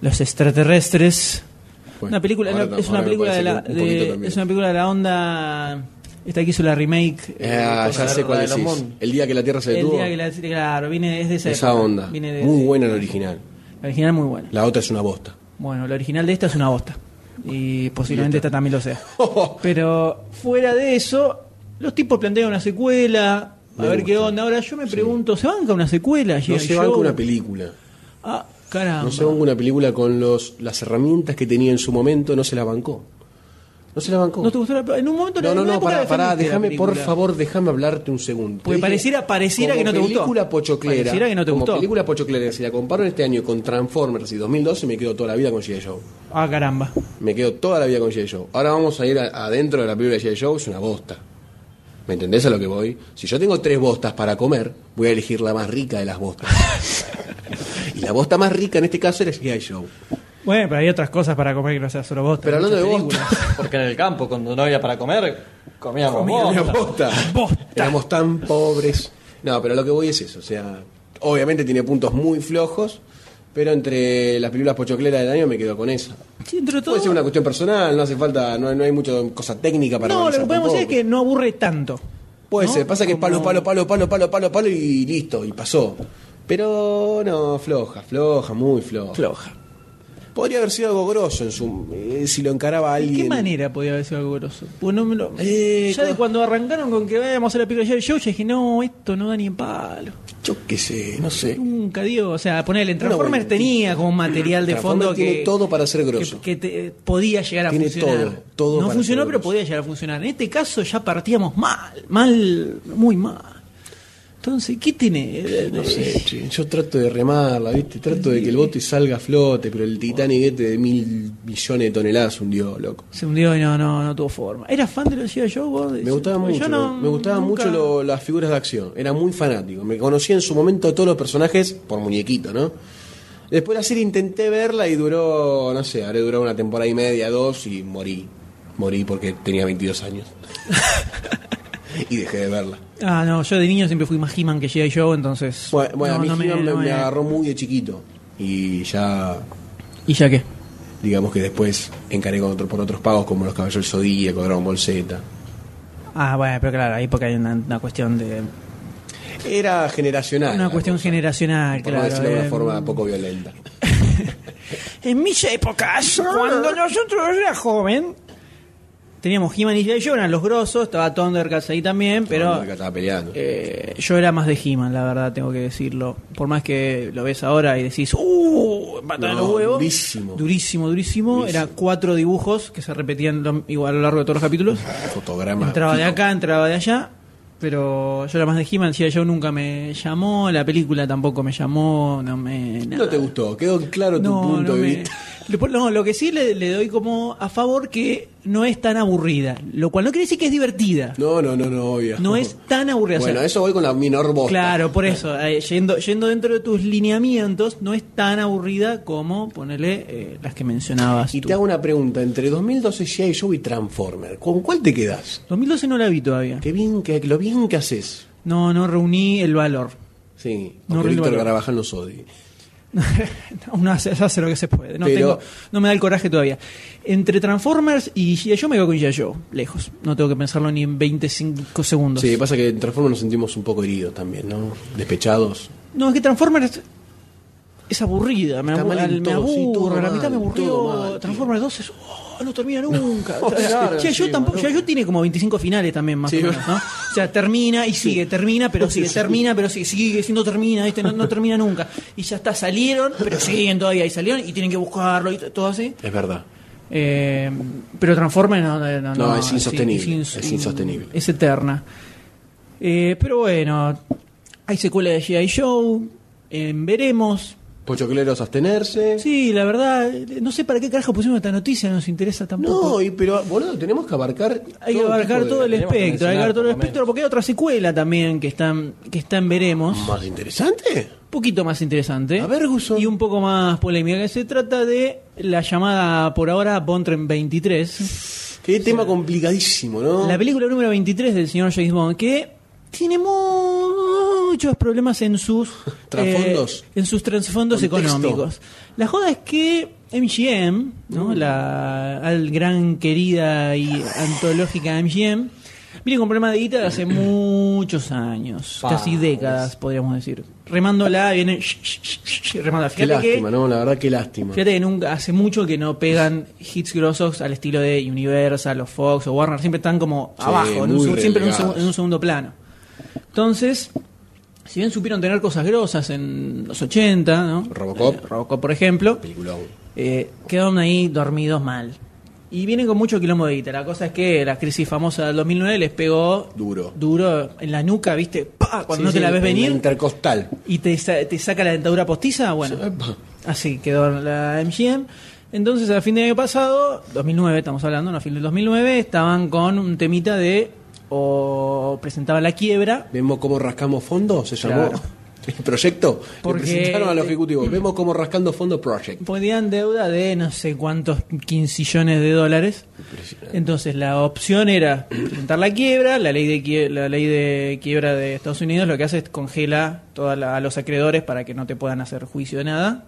Speaker 2: los extraterrestres.
Speaker 3: Bueno,
Speaker 2: una película,
Speaker 3: ahora
Speaker 2: no,
Speaker 3: tam-
Speaker 2: es una
Speaker 3: ahora me
Speaker 2: película de
Speaker 3: parece
Speaker 2: la
Speaker 3: que un poquito
Speaker 2: de-
Speaker 3: también.
Speaker 2: es una película de la onda Esta que hizo la remake. eh,
Speaker 3: Ah, ya
Speaker 4: la
Speaker 3: sé cuál
Speaker 4: de
Speaker 3: decís.
Speaker 4: Lomón.
Speaker 3: El día que la Tierra se
Speaker 2: el
Speaker 3: detuvo.
Speaker 2: día que la. Claro, viene desde esa,
Speaker 3: esa
Speaker 2: época.
Speaker 3: onda.
Speaker 2: Viene de-
Speaker 3: Muy
Speaker 2: sí.
Speaker 3: buena la original.
Speaker 2: La original muy buena.
Speaker 3: La otra es una bosta.
Speaker 2: Bueno, la original de esta es una bosta. Y posiblemente esta también lo
Speaker 3: *laughs*
Speaker 2: sea.
Speaker 3: Oh,
Speaker 2: Pero fuera de eso, los tipos plantean una secuela. A
Speaker 3: Me
Speaker 2: ver qué
Speaker 3: gusta.
Speaker 2: onda. Ahora yo me pregunto, ¿se banca una secuela?
Speaker 3: No
Speaker 2: G.I.
Speaker 3: se banca
Speaker 2: Joe?
Speaker 3: una película.
Speaker 2: Ah, caramba.
Speaker 3: No se banca una película con los, las herramientas que tenía en su momento, no se la bancó. No se la bancó.
Speaker 2: ¿No te gustó la En un momento
Speaker 3: No,
Speaker 2: en
Speaker 3: no,
Speaker 2: una
Speaker 3: no,
Speaker 2: época
Speaker 3: pará,
Speaker 2: la
Speaker 3: pará,
Speaker 2: defendiste la
Speaker 3: déjame, por
Speaker 2: película.
Speaker 3: favor, déjame hablarte un segundo. Te
Speaker 2: Porque
Speaker 3: dije,
Speaker 2: pareciera- pareciera
Speaker 3: como
Speaker 2: que no te gustó.
Speaker 3: película pochoclera.
Speaker 2: Pareciera que no te
Speaker 3: como
Speaker 2: gustó.
Speaker 3: película pochoclera, si la comparo este año con Transformers y 2012, me quedo toda la vida con G.I. Joe.
Speaker 2: Ah, caramba.
Speaker 3: Me quedo toda la vida con G.I. Joe. Ahora vamos a ir a- adentro de la película de G.I. Joe, es una bosta. ¿Me entendés a lo que voy? Si yo tengo tres bostas para comer, voy a elegir la más rica de
Speaker 2: *laughs*
Speaker 3: las bostas. y la bosta más rica en este caso era G.I. Joe.
Speaker 2: Bueno, pero hay otras cosas para comer que no sea solo vos.
Speaker 3: Pero hablando de
Speaker 2: vos
Speaker 3: bostas...
Speaker 4: Porque en el campo, cuando no había para comer, comíamos
Speaker 3: Comíamos
Speaker 4: bosta.
Speaker 3: bosta.
Speaker 2: Bosta.
Speaker 3: Éramos tan pobres. No, pero lo que voy es eso. O sea, obviamente tiene puntos muy flojos, pero entre las películas pochocleras del año me quedo con esa.
Speaker 2: Sí, entre todo.
Speaker 3: Puede ser una cuestión personal, no hace falta, no, no hay mucha cosa técnica para
Speaker 2: No, lo
Speaker 3: analizar
Speaker 2: que podemos decir es
Speaker 3: tampoco.
Speaker 2: que no aburre tanto.
Speaker 3: Puede
Speaker 2: ¿no?
Speaker 3: ser, pasa que es palo,
Speaker 2: Como-
Speaker 3: palo, palo, palo, palo, palo, palo y listo, y pasó. Pero no, floja, floja, muy floja.
Speaker 2: Floja.
Speaker 3: Podría haber sido algo grosso en su, eh, si lo encaraba
Speaker 2: ¿De
Speaker 3: alguien.
Speaker 2: qué manera podía haber sido algo grosso? Pues no me lo-
Speaker 3: Eh,
Speaker 2: ya de
Speaker 3: co-
Speaker 2: cuando arrancaron con que vayamos a hacer la película de Joe, yo dije, no, esto no da ni en palo.
Speaker 3: Yo qué sé, no sé.
Speaker 2: Nunca dio. O sea, ponerle en Transformers
Speaker 3: bueno,
Speaker 2: tenía como material de
Speaker 3: Transformers
Speaker 2: fondo que.
Speaker 3: tiene todo para ser grosso.
Speaker 2: Que, que te- eh, podía llegar a
Speaker 3: Tiene
Speaker 2: funcionar.
Speaker 3: todo, todo
Speaker 2: no
Speaker 3: para
Speaker 2: funcionó,
Speaker 3: ser
Speaker 2: pero
Speaker 3: grosso.
Speaker 2: podía llegar a funcionar. En este caso ya partíamos mal, mal, muy mal. Entonces, ¿qué tiene? Eh,
Speaker 3: No sé, che, yo trato de remarla, ¿viste? Trato de que el bote salga a flote, pero el Titanic este de mil millones de toneladas hundió, loco.
Speaker 2: Se hundió y no, no, no tuvo forma. ¿Eras fan de los G.I. Joe? vos?
Speaker 3: Me gustaba
Speaker 2: Porque Pues
Speaker 3: mucho,
Speaker 2: yo no-
Speaker 3: lo- me gustaban
Speaker 2: nunca-
Speaker 3: mucho lo- las figuras de acción, era muy fanático. Me conocía en su momento todos los personajes por muñequito, ¿no? Después la serie intenté verla y duró, no sé, habré durado una temporada y media, dos y morí. Morí porque tenía
Speaker 2: *laughs*
Speaker 3: 22 años. y dejé de verla.
Speaker 2: Ah, no, yo de niño siempre fui más He-Man que G.I. Joe, entonces.
Speaker 3: Bueno, bueno,
Speaker 2: no,
Speaker 3: a mí
Speaker 2: no
Speaker 3: He-Man me,
Speaker 2: no
Speaker 3: me agarró muy de chiquito y ya
Speaker 2: ¿Y ya qué?
Speaker 3: digamos que después encaré con otro- por otros pagos como los caballos del Zodíaco, Dragon Ball Z.
Speaker 2: Ah, bueno, pero claro, ahí porque hay una, una cuestión de.
Speaker 3: Era generacional.
Speaker 2: una
Speaker 3: la
Speaker 2: cuestión
Speaker 3: cosa,
Speaker 2: generacional,
Speaker 3: Por
Speaker 2: claro.
Speaker 3: no decirlo de una
Speaker 2: eh.
Speaker 3: forma poco violenta.
Speaker 2: En mis épocas, cuando nosotros yo era joven, teníamos He-Man y G.I. Joe, eran los grosos, estaba Thundercats ahí también,
Speaker 3: Todo el
Speaker 2: pero
Speaker 3: mundo que estaba peleando.
Speaker 2: eh, yo era más de He-Man, la verdad, tengo que decirlo. Por más que lo ves ahora y decís, ¡uh! Patada en
Speaker 3: No,
Speaker 2: los huevos.
Speaker 3: durísimo.
Speaker 2: Durísimo, durísimo.
Speaker 3: Durísimo.
Speaker 2: Era cuatro dibujos que se repetían lo- igual a lo largo de todos los capítulos.
Speaker 3: Fotograma.
Speaker 2: Entraba de
Speaker 3: fijo.
Speaker 2: acá, entraba de allá. Pero yo era más de He-Man, G.I. Joe nunca me llamó, la película tampoco me llamó, no me.
Speaker 3: No
Speaker 2: nada.
Speaker 3: te gustó, quedó claro tu punto
Speaker 2: no
Speaker 3: de
Speaker 2: me-
Speaker 3: vista.
Speaker 2: Lo, no, lo que sí le, le doy como a favor que no es tan aburrida, lo cual no quiere decir que es divertida. No,
Speaker 3: No, no, no, no, obvio.
Speaker 2: es tan aburrida. o sea,
Speaker 3: *laughs* Bueno, eso voy con la menor voz.
Speaker 2: Claro, por eso, eh, yendo, yendo dentro de tus lineamientos, no es tan aburrida como ponele eh, las que mencionabas.
Speaker 3: Y
Speaker 2: tú.
Speaker 3: te hago una pregunta, entre 2012 G.I. Joe y Transformer, ¿con cuál te quedás?
Speaker 2: 2012 no la vi todavía.
Speaker 3: Qué bien que lo bien que haces.
Speaker 2: No, no reuní el valor. *laughs*
Speaker 3: Sí,
Speaker 2: No,
Speaker 3: aunque Víctor
Speaker 2: Rilvalo.
Speaker 3: Carabajal nos odie.
Speaker 2: Uno hace, se hace lo que se puede. No,
Speaker 3: Pero-
Speaker 2: tengo- no me da el coraje todavía. Entre Transformers y G.I. Joe me quedo con G.I. Joe, lejos. No tengo que pensarlo ni en 25 segundos.
Speaker 3: Sí, pasa que en Transformers nos sentimos un poco heridos también, ¿no? Despechados.
Speaker 2: No, es que Transformers es aburrida, me,
Speaker 3: Está
Speaker 2: aburre,
Speaker 3: mal en
Speaker 2: me
Speaker 3: todo, sí,
Speaker 2: aburre,
Speaker 3: todo
Speaker 2: la
Speaker 3: mal,
Speaker 2: mitad me
Speaker 3: todo mal,
Speaker 2: aburrió.
Speaker 3: tío.
Speaker 2: Transformers 2 es, oh, no
Speaker 3: *laughs*
Speaker 2: termina nunca.
Speaker 3: No,
Speaker 2: O sea,
Speaker 3: claro,
Speaker 2: ya yo
Speaker 3: sí,
Speaker 2: tampoco,
Speaker 3: boludo.
Speaker 2: ya yo tiene como 25 finales también más
Speaker 3: Sí,
Speaker 2: o menos, ¿no? O sea, termina y sigue, termina, pero sigue, termina, pero sigue, sigue, si no termina, ¿viste? No, no termina nunca. Y ya está, salieron,
Speaker 3: *laughs*
Speaker 2: pero siguen todavía y salieron y tienen que buscarlo y t- todo así.
Speaker 3: Es verdad.
Speaker 2: Eh, pero Transformers no, no, no,
Speaker 3: No,
Speaker 2: no,
Speaker 3: es insostenible,
Speaker 2: ins-
Speaker 3: es insostenible.
Speaker 2: Es eterna. Eh, pero bueno, hay secuela de G.I. Joe. eh, veremos.
Speaker 3: Pochocleros abstenerse.
Speaker 2: Sí, la verdad, eh, no sé para qué carajo pusimos esta noticia, no nos interesa tampoco.
Speaker 3: No, y, pero boludo, tenemos que abarcar.
Speaker 2: hay que
Speaker 3: todo
Speaker 2: abarcar
Speaker 3: tipo de-
Speaker 2: todo el
Speaker 4: tenemos que
Speaker 2: espectro, hay que
Speaker 4: mencionar
Speaker 2: abarcar todo el
Speaker 4: por lo
Speaker 2: espectro, porque hay otra secuela también que está, en- que está en veremos.
Speaker 3: ¿Más interesante?
Speaker 2: Un poquito más interesante.
Speaker 3: A ver, Guso.
Speaker 2: Y un poco más polémica, que se trata de la llamada por ahora Bontren 23.
Speaker 3: Qué tema complicadísimo, ¿no?
Speaker 2: La película número 23 del señor James Bond, que tiene muchos problemas en sus
Speaker 3: *laughs* Trasfondos.
Speaker 2: eh, en sus trasfondos
Speaker 3: Contexto.
Speaker 2: económicos. La joda es que MGM,
Speaker 3: Mm.
Speaker 2: ¿no? la al gran querida y antológica MGM, Vine con problema de guita hace muchos años,
Speaker 4: Pa,
Speaker 2: casi décadas, podríamos decir. Remándola, viene sh- sh- sh- sh- remándola.
Speaker 3: Qué
Speaker 2: Fíjate
Speaker 3: lástima,
Speaker 2: que,
Speaker 3: ¿no? La verdad, qué lástima.
Speaker 2: fíjate que nunca, hace mucho que no pegan hits grosos al estilo de Universal o Fox o Warner, siempre están como
Speaker 3: Sí,
Speaker 2: abajo, en un
Speaker 3: muy
Speaker 2: seg- siempre en un,
Speaker 3: relegados.
Speaker 2: seg- en un segundo plano. Entonces, si bien supieron tener cosas grosas en los 80, ¿no?
Speaker 3: Robocop.
Speaker 2: Eh, Robocop, por ejemplo.
Speaker 3: Peliculón.
Speaker 2: Eh, quedaron ahí dormidos mal. Y vienen con mucho quilombo de guita. La cosa es que la crisis famosa del 2009 les pegó
Speaker 3: Duro.
Speaker 2: duro en la nuca, ¿viste? ¡Pah! Cuando no
Speaker 3: Sí,
Speaker 2: te la
Speaker 3: sí,
Speaker 2: ves
Speaker 3: en el
Speaker 2: venir
Speaker 3: Intercostal.
Speaker 2: y te, sa- te saca la dentadura postiza. Bueno,
Speaker 3: Epa.
Speaker 2: así quedó la MGM. Entonces, a fin de año pasado, 2009 estamos hablando, no a fin del 2009, estaban con un temita de o presentaba la quiebra
Speaker 3: Vemos cómo rascamos fondo, se llamó.
Speaker 2: Claro.
Speaker 3: *laughs* El proyecto
Speaker 2: Porque-
Speaker 3: le presentaron a
Speaker 2: *clears throat*
Speaker 3: los ejecutivos. Vemos cómo rascando fondo project.
Speaker 2: Podían deuda de no sé cuántos quincillones de dólares.
Speaker 3: Impresionante.
Speaker 2: Entonces la opción era presentar la quiebra, la ley de quie- la ley de quiebra de Estados Unidos lo que hace es congela toda la- a los acreedores para que no te puedan hacer juicio de nada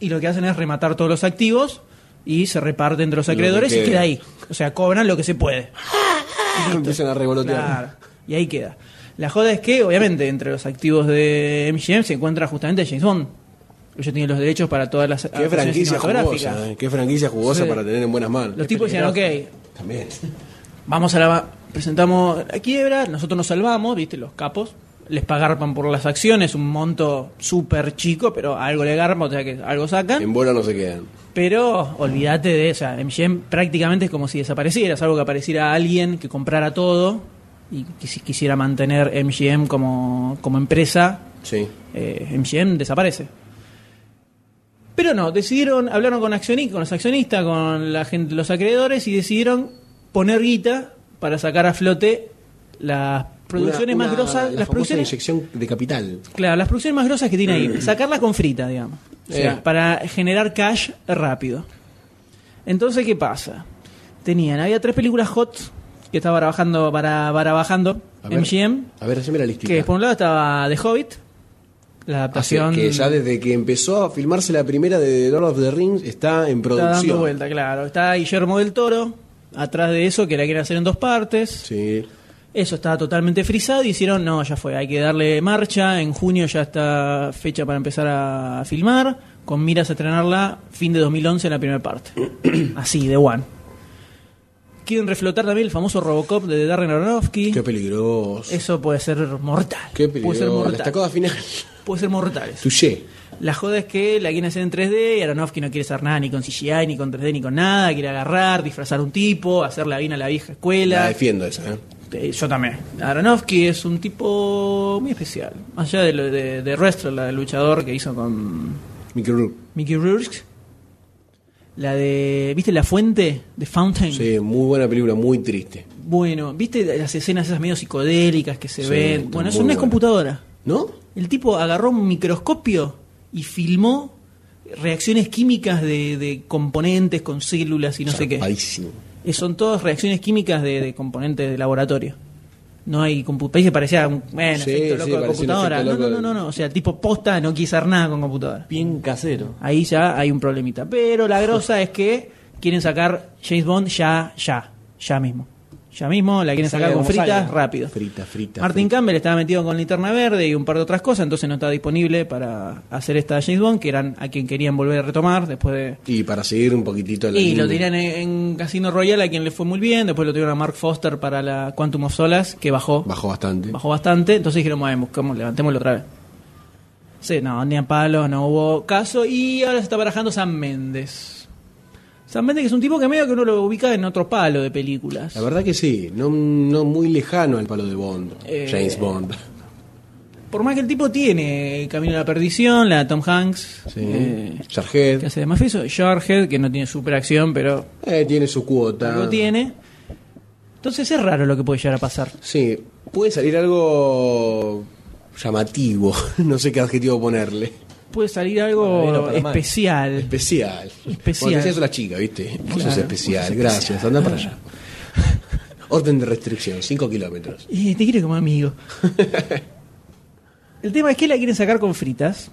Speaker 2: y lo que hacen es rematar todos los activos y se reparte entre los
Speaker 3: Lo que
Speaker 2: acreedores y
Speaker 3: quede.
Speaker 2: queda ahí, o sea, cobran lo que se puede.
Speaker 3: *laughs* Empiezan a revolotear.
Speaker 2: Claro. Y ahí queda. La joda es que, obviamente, entre los activos de MGM se encuentra justamente James Bond. Ellos tienen los derechos para todas las
Speaker 3: Qué
Speaker 2: adaptaciones
Speaker 3: franquicia
Speaker 2: cinematográficas.
Speaker 3: jugosa, ¿eh? qué franquicia jugosa
Speaker 2: pues Sí.
Speaker 3: para tener en buenas manos.
Speaker 2: Los tipos decían, ok, *laughs*
Speaker 3: También.
Speaker 2: vamos a la... Presentamos la quiebra, nosotros nos salvamos, viste, los capos. Les pagarpan por las acciones, un monto súper chico, pero algo le garpa, o sea que algo sacan.
Speaker 3: En bola no se quedan.
Speaker 2: Pero olvídate de esa. MGM prácticamente es como si desapareciera, salvo que apareciera alguien que comprara todo y que si quisiera mantener MGM como, como empresa,
Speaker 3: Sí.
Speaker 2: eh, MGM desaparece. Pero no, decidieron, hablaron con, accioni- con los accionistas, con la gente, los acreedores y decidieron poner guita para sacar a flote las producciones
Speaker 3: Una-
Speaker 2: más
Speaker 3: una-
Speaker 2: grosas,
Speaker 3: la
Speaker 2: las
Speaker 3: famosa
Speaker 2: producciones
Speaker 3: inyección de capital.
Speaker 2: Claro, las producciones más grosas que tiene ahí, sacarlas con frita, digamos. O sea,
Speaker 3: Sí.
Speaker 2: para generar cash rápido. Entonces, ¿qué pasa? Tenían, había tres películas hot que estaba barabajando, para, barabajando
Speaker 3: A ver.
Speaker 2: MGM,
Speaker 3: A ver, haceme la listita.
Speaker 2: que por un lado estaba The Hobbit, la
Speaker 3: Así
Speaker 2: adaptación
Speaker 3: Ah, que ya desde que empezó a filmarse la primera de Lord of the Rings está en
Speaker 2: está
Speaker 3: producción.
Speaker 2: dando vuelta, claro. Está Guillermo del Toro, atrás de eso, que la quieren hacer en dos partes.
Speaker 3: Sí.
Speaker 2: Eso estaba totalmente frisado y hicieron, no, ya fue, hay que darle marcha, en junio ya está fecha para empezar a filmar, con miras a estrenarla fin de 2011 en la primera
Speaker 3: *clears throat*
Speaker 2: parte. Así, de one. Quieren reflotar también el famoso Robocop de Darren Aronofsky.
Speaker 3: Qué peligroso.
Speaker 2: Eso puede ser mortal.
Speaker 3: Qué
Speaker 2: puede ser
Speaker 3: peligroso. La
Speaker 2: mortal.
Speaker 3: estacada final. *laughs*
Speaker 2: Puede ser mortal. eso.
Speaker 3: Touché.
Speaker 2: La joda es que la quieren hacer en 3D y Aronofsky no quiere hacer nada ni con CGI, ni con 3D, ni con nada. Quiere agarrar, disfrazar a un tipo, hacerla bien a la vieja escuela.
Speaker 3: La defiendo esa, ¿eh?
Speaker 2: Eh, Yo también. Aronofsky es un tipo muy especial. Más allá de, lo- de, de Wrestler, la del luchador que hizo con
Speaker 3: Micro
Speaker 2: Mickey Rourke. La de. ¿Viste La Fuente? De Fountain.
Speaker 3: Sí, muy buena película, muy triste.
Speaker 2: Bueno, ¿viste las escenas esas medio psicodélicas que se
Speaker 3: Sí,
Speaker 2: ven?
Speaker 3: están
Speaker 2: Bueno, eso
Speaker 3: muy
Speaker 2: no es
Speaker 3: buenas.
Speaker 2: computadora.
Speaker 3: ¿No?
Speaker 2: El tipo agarró un microscopio y filmó reacciones químicas de, de componentes con células y no sé qué.
Speaker 3: Zarpadísimo.
Speaker 2: Eh, Son todas reacciones químicas de, de componentes de laboratorio. No hay computadora. que parecía un bueno,
Speaker 3: Sí,
Speaker 2: efecto loco
Speaker 3: sí,
Speaker 2: de
Speaker 3: parecía un
Speaker 2: computadora.
Speaker 3: efecto
Speaker 2: No, no,
Speaker 3: loco
Speaker 2: no,
Speaker 3: de-
Speaker 2: no, no. O sea, tipo posta no quiere hacer nada con computadora.
Speaker 4: Bien casero.
Speaker 2: Ahí ya hay un problemita. Pero la grosa es que quieren sacar James Bond ya, ya, ya mismo. Ya mismo la quieren
Speaker 4: Sale
Speaker 2: sacar
Speaker 4: de
Speaker 2: con
Speaker 4: Buenos
Speaker 2: fritas
Speaker 4: Aires.
Speaker 2: rápido.
Speaker 3: Frita, frita.
Speaker 2: Martin
Speaker 3: frita.
Speaker 2: Campbell estaba metido con Linterna Verde y un par de otras cosas, entonces no estaba disponible para hacer esta James Bond, que eran a quien querían volver a retomar después de
Speaker 3: Y para seguir un poquitito la
Speaker 2: y lo
Speaker 3: línea.
Speaker 2: tenían en, en Casino Royale, a quien le fue muy bien. Después lo tuvieron a Mark Foster para la Quantum of Solace, que bajó.
Speaker 3: Bajó bastante.
Speaker 2: Bajó bastante. Entonces dijeron, bueno, buscamos, levantémoslo otra vez. Sí, no, ni a palos, no hubo caso. Y ahora se está barajando Sam Méndez. Sam Méndez, que es un tipo que medio que uno lo ubica en otro palo de películas.
Speaker 3: La verdad que sí, no, no muy lejano al palo de Bond,
Speaker 2: Eh,
Speaker 3: James Bond.
Speaker 2: Por más que el tipo tiene Camino a la Perdición, la de Tom Hanks,
Speaker 3: Sí.
Speaker 2: eh,
Speaker 3: Jarhead,
Speaker 2: que hace de mafioso, Jarhead, que no tiene superacción, pero
Speaker 3: eh, tiene su cuota.
Speaker 2: lo tiene. Entonces es raro lo que puede llegar a pasar.
Speaker 3: Sí, puede salir algo llamativo, *laughs* no sé qué adjetivo ponerle.
Speaker 2: puede salir
Speaker 4: Para bien o
Speaker 2: algo
Speaker 4: para mal.
Speaker 2: especial.
Speaker 3: Especial.
Speaker 2: Especial.
Speaker 3: Porque así es la chica, ¿viste? Vos sos
Speaker 2: Claro.
Speaker 3: especial, gracias, anda para allá. *laughs* Orden de restricción, 5 kilómetros.
Speaker 2: Y te quiere como amigo. El tema es que la quieren sacar con fritas.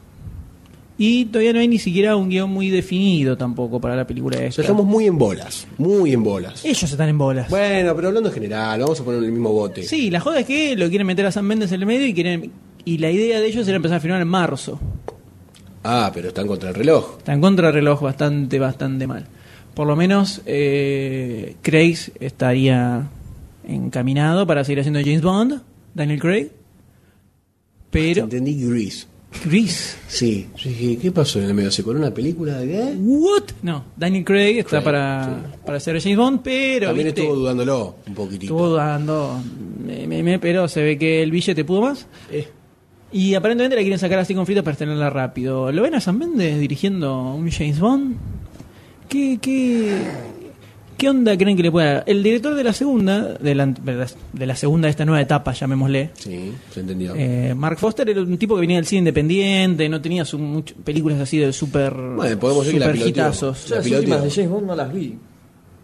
Speaker 2: Y Y todavía no hay ni siquiera un guión muy definido tampoco para la película
Speaker 3: O sea,
Speaker 2: esta.
Speaker 3: estamos muy en bolas, muy en bolas.
Speaker 2: Ellos están en bolas.
Speaker 3: Bueno, pero hablando en general, vamos a poner en el mismo bote.
Speaker 2: Sí, la joda es que lo quieren meter a San Méndez en el medio y quieren y la idea de ellos era empezar a filmar en marzo.
Speaker 3: Ah, pero están contra el reloj.
Speaker 2: Está en contrarreloj bastante, bastante mal. Por lo menos eh, Craig estaría encaminado para seguir haciendo James Bond, Daniel Craig. Pero
Speaker 3: Entendí Grease.
Speaker 2: Chris,
Speaker 3: Sí. Yo dije, ¿qué pasó en el medio? ¿Se coló una película de qué?
Speaker 2: what? No, Daniel Craig está
Speaker 3: Craig,
Speaker 2: para, para ser James Bond, pero
Speaker 3: También
Speaker 2: ¿viste?
Speaker 3: estuvo dudándolo un poquitito.
Speaker 2: estuvo dando, me- me- me, pero se ve que el billete pudo más.
Speaker 3: Eh,
Speaker 2: Y aparentemente la quieren sacar así con fritas para estrenarla rápido. ¿Lo ven a San Méndez dirigiendo un James Bond? ¿Qué, qué, qué onda creen que le pueda dar? El director de la segunda, de la, de la segunda de esta nueva etapa, llamémosle,
Speaker 3: sí, se entendió.
Speaker 2: eh, Mark Foster era un tipo que venía del cine independiente, no tenía su- mucho- películas así de súper
Speaker 3: Bueno, podemos decir que la
Speaker 2: super
Speaker 3: piloteó.
Speaker 2: hitazos.
Speaker 3: La
Speaker 4: Yo las
Speaker 3: piloteo.
Speaker 4: últimas de James Bond no las vi.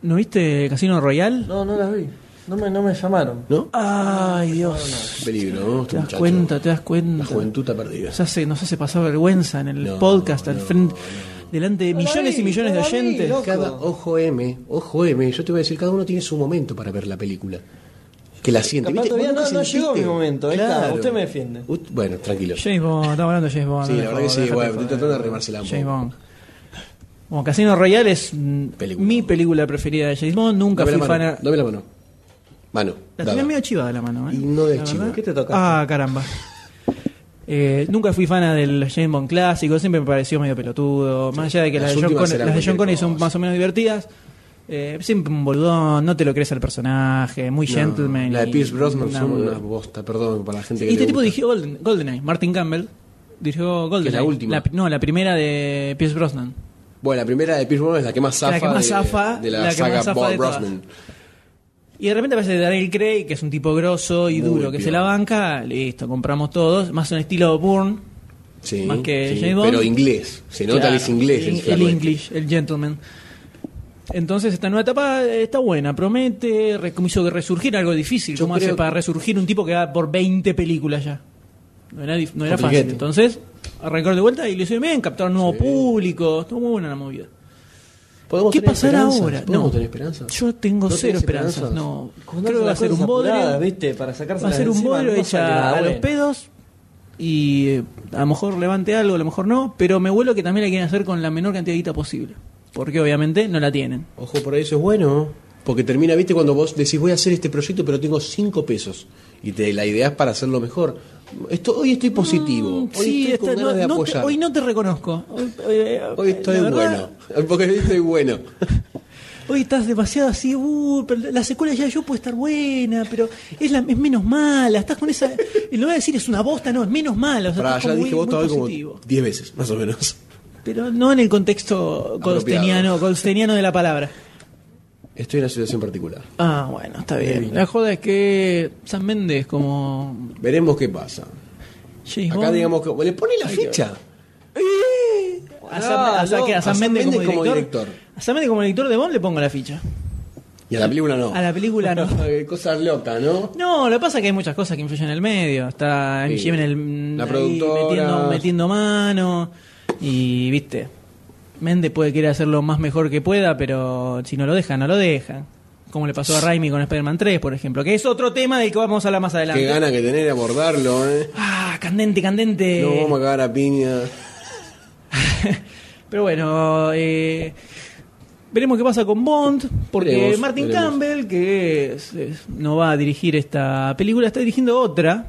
Speaker 2: ¿No viste Casino Royal?
Speaker 4: No, no las vi. No me, no me llamaron.
Speaker 3: ¿No?
Speaker 2: Ay, Dios.
Speaker 3: Peligro, ¿no? Este
Speaker 2: Te das
Speaker 3: muchacho.
Speaker 2: cuenta, te das
Speaker 3: La
Speaker 2: cuenta.
Speaker 3: juventud está perdida.
Speaker 2: Nos hace, nos hace pasar vergüenza en el
Speaker 3: No,
Speaker 2: podcast al
Speaker 3: no,
Speaker 2: frente, delante de
Speaker 4: No la
Speaker 2: millones
Speaker 4: vi,
Speaker 2: y millones
Speaker 4: no
Speaker 2: de
Speaker 4: la vi,
Speaker 2: oyentes.
Speaker 4: loco.
Speaker 3: Cada- ojo M, ojo M, yo te voy a decir, cada uno tiene su momento para ver la película. Que la siente.
Speaker 4: Capaz
Speaker 3: ¿viste?
Speaker 4: todavía
Speaker 3: ¿Vos
Speaker 4: no- no
Speaker 3: sentiste?
Speaker 4: llegó mi momento, ahí está, usted me defiende.
Speaker 3: Ut- bueno, tranquilo.
Speaker 2: James Bond, estamos hablando de James Bond.
Speaker 3: Sí,
Speaker 2: no
Speaker 3: la
Speaker 2: me
Speaker 3: verdad que
Speaker 2: jodas,
Speaker 3: sí,
Speaker 2: déjate
Speaker 3: bueno,
Speaker 2: joder.
Speaker 3: estoy tratando de remársela un
Speaker 2: James
Speaker 3: poco.
Speaker 2: Bond. Bueno, Casino Royale es mm,
Speaker 3: Película.
Speaker 2: mi película preferida de James Bond. Nunca
Speaker 3: Dame la
Speaker 2: fui fan.
Speaker 3: mano.
Speaker 2: a-
Speaker 3: Dame la mano. Mano.
Speaker 2: La
Speaker 3: dada.
Speaker 2: tenía medio chivada la mano, ¿eh?
Speaker 3: Y no
Speaker 2: La
Speaker 3: de
Speaker 2: verdad.
Speaker 3: chivo.
Speaker 4: ¿Qué te tocaste?
Speaker 2: Ah, caramba. Eh, nunca fui fan del James Bond clásico, siempre me pareció medio pelotudo. Más allá de que
Speaker 3: Las
Speaker 2: las, de John,
Speaker 3: últimas
Speaker 2: Connery-
Speaker 3: eran
Speaker 2: las de John
Speaker 3: cualquier
Speaker 2: Connery son
Speaker 3: cosa.
Speaker 2: más o menos divertidas. Eh, siempre un boludón, no te lo crees al personaje, muy
Speaker 3: No,
Speaker 2: gentleman.
Speaker 3: La de
Speaker 2: y-
Speaker 3: Pierce Brosnan
Speaker 2: una-
Speaker 3: fue una bosta, perdón, para la gente que
Speaker 2: Y este
Speaker 3: le
Speaker 2: tipo
Speaker 3: gusta.
Speaker 2: dirigió Golden, GoldenEye, Martin Campbell. Dirigió GoldenEye.
Speaker 3: la última.
Speaker 2: no, la primera de Pierce Brosnan.
Speaker 3: Bueno, la primera de Pierce Brosnan es la que más zafa,
Speaker 2: La que más
Speaker 3: de,
Speaker 2: zafa,
Speaker 3: de la,
Speaker 2: la que
Speaker 3: saga
Speaker 2: más zafa
Speaker 3: Bob
Speaker 2: de todas.
Speaker 3: Brosnan.
Speaker 2: Y de repente aparece Daniel Craig, que es un tipo grosso y
Speaker 3: Muy
Speaker 2: duro, que
Speaker 3: piola.
Speaker 2: se la banca. Listo, compramos todos. Más un estilo Bourne.
Speaker 3: Sí,
Speaker 2: Más que
Speaker 3: sí,
Speaker 2: James Bond.
Speaker 3: pero inglés. Se nota
Speaker 2: Claro,
Speaker 3: que es inglés.
Speaker 2: El, el
Speaker 3: flaco este.
Speaker 2: English, el gentleman. Entonces esta nueva etapa eh, está buena, promete, re- como hizo que resurgir algo difícil,
Speaker 3: Yo
Speaker 2: como
Speaker 3: creo
Speaker 2: hace
Speaker 3: que-
Speaker 2: para resurgir un tipo que va por 20 películas ya. No era, dif- no era fácil.
Speaker 3: Compliquete.
Speaker 2: Entonces, arrancaron de vuelta y lo hicieron bien, captaron nuevo público, estuvo muy buena la movida.
Speaker 3: ¿Podemos
Speaker 2: ¿Qué
Speaker 3: tener
Speaker 2: pasará
Speaker 3: esperanzas?
Speaker 2: ahora?
Speaker 3: ¿Podemos tener esperanza?
Speaker 2: Yo tengo
Speaker 3: ¿No
Speaker 2: cero
Speaker 3: tenés
Speaker 2: esperanzas,
Speaker 3: esperanzas?
Speaker 2: no.
Speaker 4: Cuando hacen
Speaker 2: Creo que va a
Speaker 4: las
Speaker 2: ser un
Speaker 4: cosas apuradas,
Speaker 2: bodrio.
Speaker 4: ¿viste? Para sacarse
Speaker 2: Va a ser un bodrio
Speaker 4: Ah,
Speaker 2: hecha a los pedos. Y eh, a lo mejor levante algo, a lo mejor no. Pero me vuelo que también la quieren hacer con la menor cantidad de guita posible. Porque obviamente no la tienen.
Speaker 3: Ojo, por ahí eso es bueno. Porque termina, viste, cuando vos decís voy a hacer este proyecto, pero tengo cinco pesos. Y te, la idea es para hacerlo mejor. Esto, hoy estoy positivo. hoy
Speaker 2: Mm, Sí,
Speaker 3: estoy con
Speaker 2: está-
Speaker 3: ganas
Speaker 2: no- no
Speaker 3: de
Speaker 2: te-
Speaker 3: apoyar.
Speaker 2: hoy no te reconozco. Hoy, eh,
Speaker 3: Hoy estoy
Speaker 2: la verdad,
Speaker 3: bueno. Porque hoy
Speaker 2: *laughs*
Speaker 3: estoy bueno.
Speaker 2: Hoy estás demasiado así, uh, pero la secuela ya yo puede estar buena, pero es, la, es menos mala. Estás con esa. Y no voy a decir es una bosta, no, es menos mala. O sea,
Speaker 3: Pará,
Speaker 2: estás
Speaker 3: ya
Speaker 2: como
Speaker 3: dije
Speaker 2: muy-
Speaker 3: vos
Speaker 2: muy
Speaker 3: todavía
Speaker 2: positivo.
Speaker 3: como 10 veces, más o menos. *laughs*
Speaker 2: Pero no en el contexto golsteniano, golsteniano de la palabra.
Speaker 3: Estoy en una situación particular.
Speaker 2: Ah, bueno, está bien. La joda es que San Méndez como
Speaker 3: Veremos qué pasa.
Speaker 2: James
Speaker 3: Acá
Speaker 2: Bond-
Speaker 3: digamos que. ¿Le pone la
Speaker 2: Hay que
Speaker 3: ficha?
Speaker 2: a Sam, a-
Speaker 3: Ah,
Speaker 2: o sea,
Speaker 3: no,
Speaker 2: Eh, que a Sam Méndez como, director.
Speaker 3: director.
Speaker 2: A Sam Méndez como director de Bond le pongo la ficha.
Speaker 3: Y a la película no.
Speaker 2: A la película
Speaker 3: *laughs*
Speaker 2: no.
Speaker 3: Qué Cosa loca, ¿no?
Speaker 2: No, lo que pasa es que hay muchas cosas que influyen en el medio. Está
Speaker 3: Sí.
Speaker 2: MGM en el,
Speaker 3: La
Speaker 2: ahí
Speaker 3: productora.
Speaker 2: metiendo, metiendo mano y viste. Méndez puede querer hacer lo más mejor que pueda, pero si no lo deja, no lo deja. Como le pasó a Raimi con Spider-Man 3, por ejemplo, que es otro tema del que vamos a hablar más adelante.
Speaker 3: Qué gana que tener de abordarlo, ¿eh?
Speaker 2: Ah, candente, candente.
Speaker 3: No vamos a cagar a piña.
Speaker 2: Pero bueno, eh, veremos qué pasa con Bond, porque
Speaker 3: Veremos,
Speaker 2: Martin
Speaker 3: veremos.
Speaker 2: Campbell, que es- es- no va a dirigir esta película, está dirigiendo otra,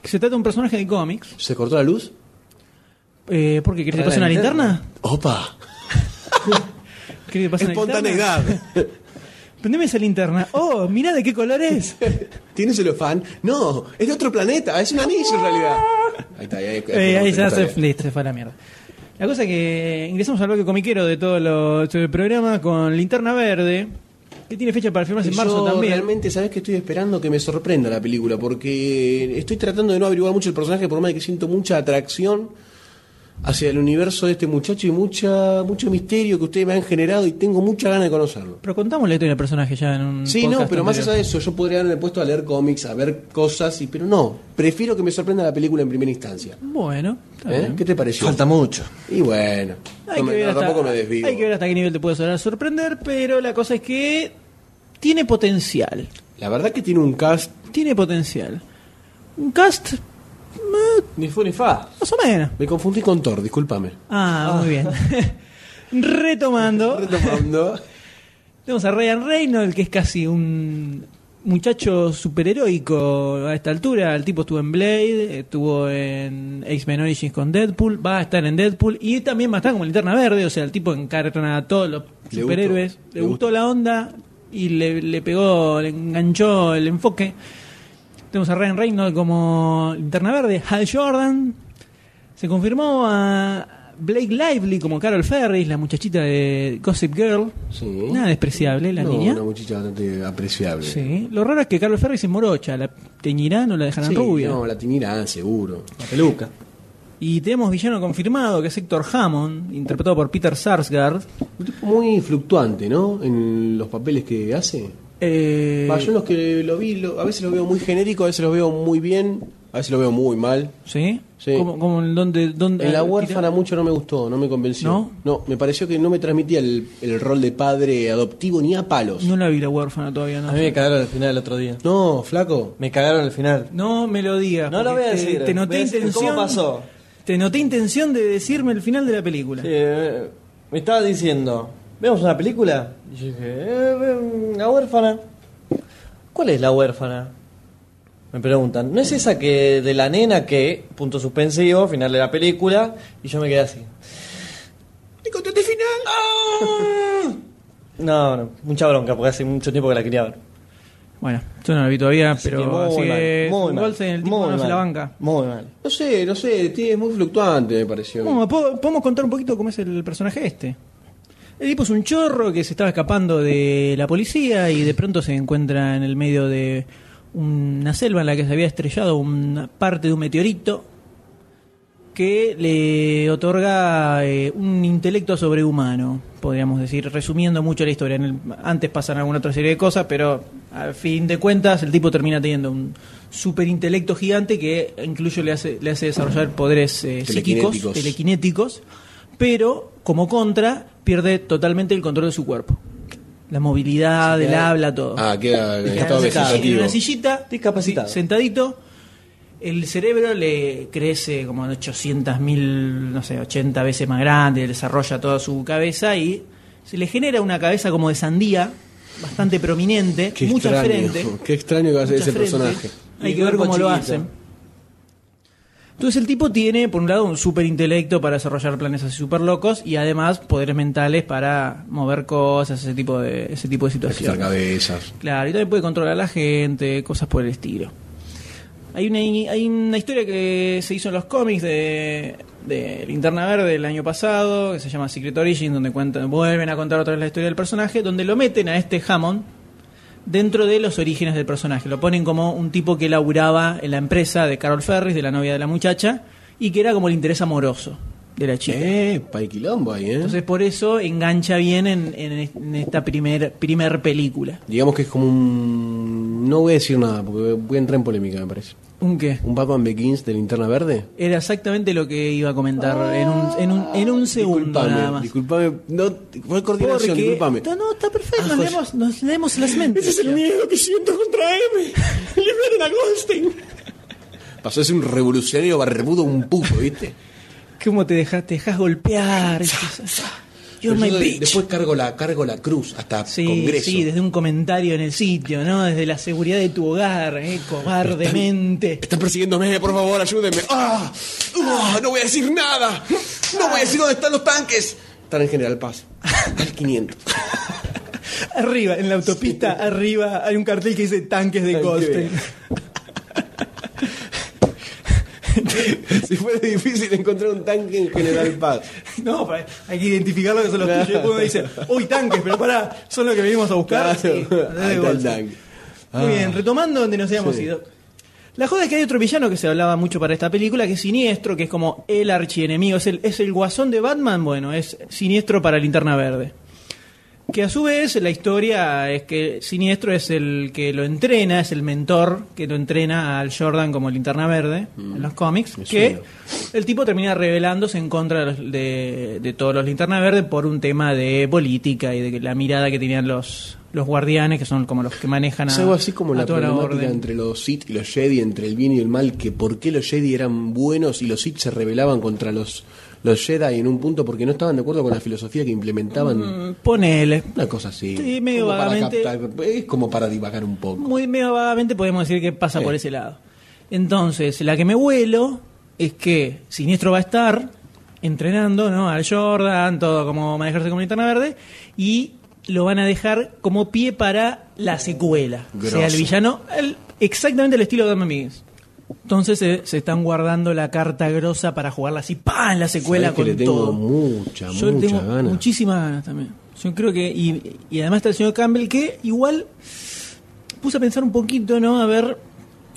Speaker 2: que se trata de un personaje de cómics.
Speaker 3: ¿Se cortó la luz?
Speaker 2: Eh, ¿Por qué? ¿Querés que te pase
Speaker 4: Para
Speaker 2: una
Speaker 4: la
Speaker 2: linterna?
Speaker 3: ¡Opa!
Speaker 2: ¿Querés que te pase una linterna?
Speaker 3: Espontaneidad.
Speaker 2: Prendeme esa linterna. Oh, mirá de qué color
Speaker 3: *laughs*
Speaker 2: es.
Speaker 3: *laughs* ¿Tiene celofán? No, es de otro planeta, es un anillo en realidad. Ahí está, ahí, ahí,
Speaker 2: Eh, ahí ya
Speaker 3: está
Speaker 2: se,
Speaker 3: bien.
Speaker 2: listo, se fue a la mierda. La cosa es que ingresamos al bloque comiquero de todo, lo, todo el programa con Linterna Verde, que tiene fecha para firmarse en marzo
Speaker 3: Yo
Speaker 2: también.
Speaker 3: realmente, ¿sabes que estoy esperando que me sorprenda la película? Porque estoy tratando de no averiguar mucho el personaje, por más de que siento mucha atracción. hacia el universo de este muchacho y mucha mucho misterio que ustedes me han generado y tengo mucha ganas de conocerlo.
Speaker 2: Pero contamos la historia del personaje ya en un.
Speaker 3: Sí,
Speaker 2: podcast
Speaker 3: no, pero más allá
Speaker 2: anterior.
Speaker 3: de eso, yo podría haberme puesto a leer cómics, a ver cosas, y, pero no, prefiero que me sorprenda la película en primera instancia.
Speaker 2: Bueno, está
Speaker 3: ¿Eh?
Speaker 2: bien.
Speaker 3: ¿Qué te pareció?
Speaker 4: Falta mucho.
Speaker 3: Y bueno,
Speaker 2: Hay
Speaker 3: no
Speaker 2: que
Speaker 3: me-
Speaker 2: ver
Speaker 3: no,
Speaker 2: hasta-
Speaker 3: tampoco me desvío.
Speaker 2: Hay que ver hasta qué nivel te puedes llegar a sorprender, pero la cosa es que tiene potencial.
Speaker 3: La verdad que tiene un cast
Speaker 2: Tiene potencial. Un cast eh,
Speaker 4: Ni fu ni fa.
Speaker 2: más o menos.
Speaker 3: Me confundí con Thor, discúlpame.
Speaker 2: Ah, muy bien. *laughs* Retomando, *laughs*
Speaker 3: *laughs* Retomando.
Speaker 2: tenemos a Ryan Reynolds, que es casi un muchacho superheroico a esta altura. El tipo estuvo en Blade, estuvo en X-Men Origins con Deadpool, va a estar en Deadpool y también va a estar como linterna verde. O sea, el tipo encarna a todos los
Speaker 3: Le
Speaker 2: superhéroes.
Speaker 3: gustó,
Speaker 2: Le
Speaker 3: le
Speaker 2: gustó
Speaker 3: gustó.
Speaker 2: la onda y le, le pegó, le enganchó el enfoque. Tenemos a Ryan Reynolds como linterna verde, Hal Jordan. Se confirmó a Blake Lively como Carol Ferris, la muchachita de Gossip Girl.
Speaker 3: Sí.
Speaker 2: Nada despreciable, la
Speaker 3: No,
Speaker 2: niña.
Speaker 3: Una muchacha bastante apreciable.
Speaker 2: Sí. Lo raro es que Carol Ferris es morocha, la teñirán o la dejarán
Speaker 3: Sí,
Speaker 2: rubia.
Speaker 3: no, la tiñirán, seguro.
Speaker 4: La peluca.
Speaker 2: Y tenemos villano confirmado, que es Héctor Hammond, interpretado por Peter Sarsgaard.
Speaker 3: Un tipo muy fluctuante, ¿no? En los papeles que hace.
Speaker 2: Eh,
Speaker 3: Va, yo en los que lo vi, lo- a veces lo veo muy genérico, a veces lo veo muy bien, a veces lo veo muy mal.
Speaker 2: ¿Sí?
Speaker 3: Sí.
Speaker 2: ¿Cómo- cómo- en dónde, dónde, Ah,
Speaker 3: En la huérfana mucho no me gustó, no me convenció.
Speaker 2: ¿No?
Speaker 3: me pareció que no me transmitía el, el rol de padre adoptivo ni a palos.
Speaker 2: No la vi la huérfana todavía, no.
Speaker 4: A mí me cagaron al final el otro día.
Speaker 3: No, flaco.
Speaker 4: Me cagaron al final.
Speaker 2: No me lo digas.
Speaker 4: No lo
Speaker 2: porque
Speaker 4: voy a
Speaker 2: te-
Speaker 4: decir.
Speaker 2: Te noté
Speaker 4: ¿Ves cómo
Speaker 2: intención.
Speaker 4: pasó?
Speaker 2: Te noté intención de decirme el final de la película.
Speaker 4: Sí, eh, me estaba diciendo, ¿vemos una película? Y yo dije, eh, ve una huérfana. ¿Cuál es la huérfana? Me preguntan, ¿no es esa que de la nena que, punto suspensivo, final de la película? Y yo me quedé así.
Speaker 3: ¡Te contaste final!
Speaker 4: No, no, mucha bronca, porque hace mucho tiempo que la quería ver.
Speaker 2: Bueno, yo no la vi todavía,
Speaker 4: Así que
Speaker 2: pero así que
Speaker 4: muy
Speaker 2: igual se- el tipo
Speaker 4: muy
Speaker 2: no se la
Speaker 4: mal,
Speaker 2: banca.
Speaker 4: Muy mal.
Speaker 3: No sé, no sé, tío, es muy fluctuante, me pareció.
Speaker 2: Bueno, ¿puedo- podemos contar un poquito cómo es el personaje este. El tipo es un chorro que se estaba escapando de la policía y de pronto se encuentra en el medio de una selva en la que se había estrellado una parte de un meteorito que le otorga eh, un intelecto sobrehumano, podríamos decir, resumiendo mucho la historia. En el- antes pasan alguna otra serie de cosas, pero al fin de cuentas el tipo termina teniendo un superintelecto gigante que incluso le hace, le hace desarrollar poderes eh, psíquicos,
Speaker 3: Telequinéticos.
Speaker 2: telequinéticos, pero como contra pierde totalmente el control de su cuerpo. La movilidad,
Speaker 4: Sí,
Speaker 2: el
Speaker 4: queda-
Speaker 2: habla, todo.
Speaker 3: Ah, queda en
Speaker 4: Queda
Speaker 3: estado
Speaker 4: secado.
Speaker 2: en
Speaker 3: vegetativo.
Speaker 2: una sillita,
Speaker 4: Discapacitado.
Speaker 2: sí, sentadito. El cerebro le crece como 800.000, no sé, 80 veces más grande, desarrolla toda su cabeza y se le genera una cabeza como de sandía, bastante prominente,
Speaker 3: Qué
Speaker 2: mucha
Speaker 3: extraño,
Speaker 2: frente.
Speaker 3: *laughs* qué extraño que va a ser
Speaker 2: mucha
Speaker 3: ese
Speaker 2: frente.
Speaker 3: personaje.
Speaker 2: Hay
Speaker 4: Y
Speaker 2: que ver
Speaker 4: cuerpo
Speaker 2: cómo lo
Speaker 4: chiquito.
Speaker 2: hacen. Entonces el tipo tiene, por un lado, un super intelecto para desarrollar planes así super locos y además poderes mentales para mover cosas, ese tipo de, ese tipo de
Speaker 3: Pesar
Speaker 2: situaciones.
Speaker 3: cabezas.
Speaker 2: Claro, y también puede controlar a la gente, cosas por el estilo. Hay una, hay una historia que se hizo en los cómics de, de Linterna Verde del año pasado, que se llama Secret Origin, donde cuentan, vuelven a contar otra vez la historia del personaje, donde lo meten a este Hammond dentro de los orígenes del personaje. Lo ponen como un tipo que laburaba en la empresa de Carol Ferris, de la novia de la muchacha, y que era como el interés amoroso de la chica.
Speaker 3: Eh, pa' el quilombo ahí, ¿eh?
Speaker 2: Entonces por eso engancha bien en, en- en esta primer, primer película.
Speaker 3: Digamos que es como un... No voy a decir nada, porque voy a entrar en polémica, me parece.
Speaker 2: ¿Un qué?
Speaker 3: ¿Un Batman Begins de Linterna Verde?
Speaker 2: Era exactamente lo que iba a comentar en, un, en, un, en un segundo
Speaker 3: Ah, disculpame,
Speaker 2: nada más.
Speaker 3: disculpame. No, fue coordinación,
Speaker 2: Porque-
Speaker 3: disculpame.
Speaker 2: No, no, está perfecto.
Speaker 3: Ah,
Speaker 2: nos,
Speaker 3: joya.
Speaker 2: leemos, nos leemos las mentes.
Speaker 3: miedo que siento contra M. *laughs* Liberen a Goldstein. Pasó a ser un revolucionario barbudo, un puto, ¿viste?
Speaker 2: ¿Cómo te dejas, te dejas golpear? Este, You're
Speaker 3: Pero
Speaker 2: my
Speaker 3: yo de-
Speaker 2: bitch.
Speaker 3: Después cargo la, cargo la cruz hasta
Speaker 2: Sí,
Speaker 3: Congreso.
Speaker 2: sí, desde un comentario en el sitio, ¿no? Desde la seguridad de tu hogar, ¿eh? cobardemente.
Speaker 3: Están persiguiéndome, por favor, ayúdenme. ¡Ah! ¡Ah! ¡No voy a decir nada! ¡No voy a decir dónde están los tanques! Están en General Paz. Al *laughs* 500.
Speaker 2: Arriba, en la autopista, arriba hay un cartel que dice tanques de
Speaker 3: Ay, qué
Speaker 2: coste.
Speaker 3: bien. Si fuera difícil encontrar un tanque en General Paz.
Speaker 2: *laughs* No, pa- hay que identificar lo que son los tuyos. Y después uno dice, uy, tanques, pero pará, son los que venimos a buscar.
Speaker 3: Claro.
Speaker 2: Sí,
Speaker 3: Ahí está el
Speaker 2: Goldstein.
Speaker 3: tanque.
Speaker 2: Muy bien, retomando donde nos habíamos
Speaker 3: Sí.
Speaker 2: ido. La joda es que hay otro villano que se hablaba mucho para esta película, que es siniestro, que es como el archienemigo, es el, es el guasón de Batman, bueno, es siniestro para linterna verde. Que a su vez la historia es que Siniestro es el que lo entrena, es el mentor que lo entrena al Jordan como linterna verde en los cómics.
Speaker 3: me
Speaker 2: Que
Speaker 3: suena.
Speaker 2: el tipo termina rebelándose en contra de, los- de- de todos los linterna verde por un tema de política y de la mirada que tenían los, los guardianes, que son como los que manejan a,
Speaker 3: Es algo así como
Speaker 2: a
Speaker 3: la
Speaker 2: toda la
Speaker 3: problemática
Speaker 2: orden.
Speaker 3: entre los Sith y los Jedi, entre el bien y el mal, que por qué los Jedi eran buenos y los Sith se rebelaban contra los, los Jedi en un punto porque no estaban de acuerdo con la filosofía que implementaban.
Speaker 2: Mm, Ponele.
Speaker 3: Una cosa así.
Speaker 2: Sí, medio
Speaker 3: Como para
Speaker 2: vagamente.
Speaker 3: captar- es como para divagar un poco.
Speaker 2: Muy medio vagamente podemos decir que pasa
Speaker 3: Sí.
Speaker 2: por ese lado. Entonces, la que me vuelo es que Siniestro va a estar entrenando ¿no? al Jordan, todo como manejarse como linterna verde, y lo van a dejar como pie para la secuela. O sea, el
Speaker 3: Grosso.
Speaker 2: villano, el- exactamente el estilo de Batman Begins. Entonces eh, se, se están guardando la carta grosa para jugarla así, ¡pam! en la secuela
Speaker 3: Sabés que
Speaker 2: con
Speaker 3: le tengo
Speaker 2: todo.
Speaker 3: mucha,
Speaker 2: Yo le
Speaker 3: mucha
Speaker 2: tengo
Speaker 3: gana.
Speaker 2: muchísimas ganas también. Yo creo que. Y, y además está el señor Campbell que igual puse a pensar un poquito, ¿no? A ver.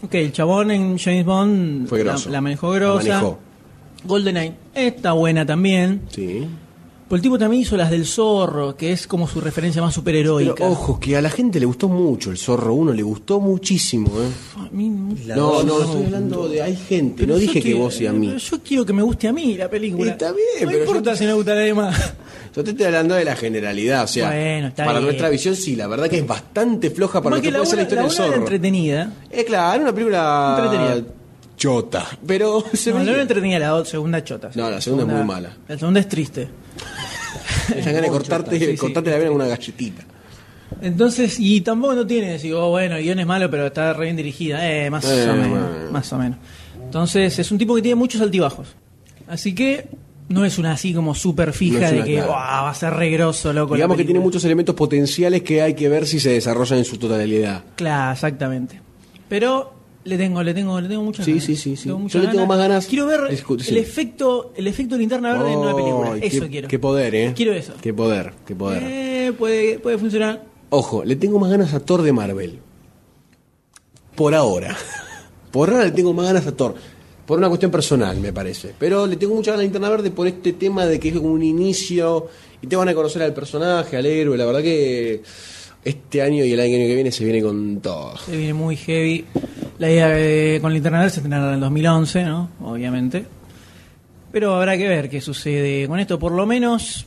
Speaker 2: Ok, el chabón en James Bond
Speaker 3: Fue
Speaker 2: la,
Speaker 3: grosso.
Speaker 2: la manejó
Speaker 3: La
Speaker 2: grosa.
Speaker 3: manejó.
Speaker 2: GoldenEye está buena también.
Speaker 3: Sí.
Speaker 2: Pero el tipo también hizo las del zorro, que es como su referencia más superheroica.
Speaker 3: Pero ojo, que a la gente le gustó mucho el Zorro 1, le gustó muchísimo. ¿eh?
Speaker 2: A mí me gusta.
Speaker 3: No,
Speaker 4: dos
Speaker 3: no,
Speaker 4: me
Speaker 3: estoy hablando de. Hay gente,
Speaker 2: Pero
Speaker 3: no
Speaker 2: yo
Speaker 3: dije que
Speaker 2: estoy-
Speaker 3: vos y a mí.
Speaker 2: pero Yo quiero que me guste a mí la película.
Speaker 3: Y está bien,
Speaker 2: no
Speaker 3: pero yo- Ah,
Speaker 2: importa si no gusta a nadie más.
Speaker 3: Yo te estoy hablando de la generalidad, o sea,
Speaker 2: Bueno, está
Speaker 3: para
Speaker 2: bien.
Speaker 3: nuestra visión sí, la verdad que es bastante floja para
Speaker 2: Más
Speaker 3: lo que
Speaker 2: que la
Speaker 3: puede ser la
Speaker 2: una,
Speaker 3: historia
Speaker 2: la una
Speaker 3: del
Speaker 2: era
Speaker 3: zorro.
Speaker 2: entretenida.
Speaker 3: Eh, claro, era una película
Speaker 2: Entretenida.
Speaker 3: chota, pero *laughs* se
Speaker 2: no,
Speaker 3: veía.
Speaker 2: la una entretenida, la do- segunda chota.
Speaker 3: No, la segunda es muy mala.
Speaker 2: La segunda es triste.
Speaker 3: Me dan ganas de cortarte,
Speaker 2: sí, sí.
Speaker 3: cortarte la vena con una galletita.
Speaker 2: Entonces, y tampoco no tiene, decir, oh, bueno, el guión es malo, pero está re bien dirigida, eh, más
Speaker 3: Eh,
Speaker 2: o menos,
Speaker 3: bueno.
Speaker 2: más o menos. Entonces, es un tipo que tiene muchos altibajos. Así que no es una así como súper fija
Speaker 3: No es
Speaker 2: de
Speaker 3: una
Speaker 2: que,
Speaker 3: clara.
Speaker 2: "Buah, va a ser re grosso, loco. la
Speaker 3: Digamos que tiene
Speaker 2: película".
Speaker 3: muchos elementos potenciales que hay que ver si se desarrollan en su totalidad.
Speaker 2: Claro, exactamente. Pero le tengo, le tengo, le tengo muchas
Speaker 3: Sí,
Speaker 2: ganas.
Speaker 3: sí, sí, sí.
Speaker 2: Tengo muchas
Speaker 3: Yo le tengo más ganas.
Speaker 2: Quiero ver
Speaker 3: Discute, sí.
Speaker 2: el efecto, el efecto linterna verde en una película.
Speaker 3: Ay,
Speaker 2: Eso
Speaker 3: qué,
Speaker 2: quiero.
Speaker 3: Qué poder, ¿eh?
Speaker 2: Quiero eso.
Speaker 3: Qué poder, qué poder.
Speaker 2: Eh, puede, puede funcionar.
Speaker 3: Ojo, le tengo más ganas a Thor de Marvel. Por ahora. *laughs* Por ahora le tengo más ganas a Thor. Por una cuestión personal, me parece. Pero le tengo mucha ganas a Linterna Verde por este tema de que es como un inicio y te van a conocer al personaje, al héroe. La verdad que este año y el año que viene se viene con todo.
Speaker 2: Se viene muy heavy. La idea de- con Linterna Verde se estrenará en el 2011, ¿no? Obviamente. Pero habrá que ver qué sucede con esto. Por lo menos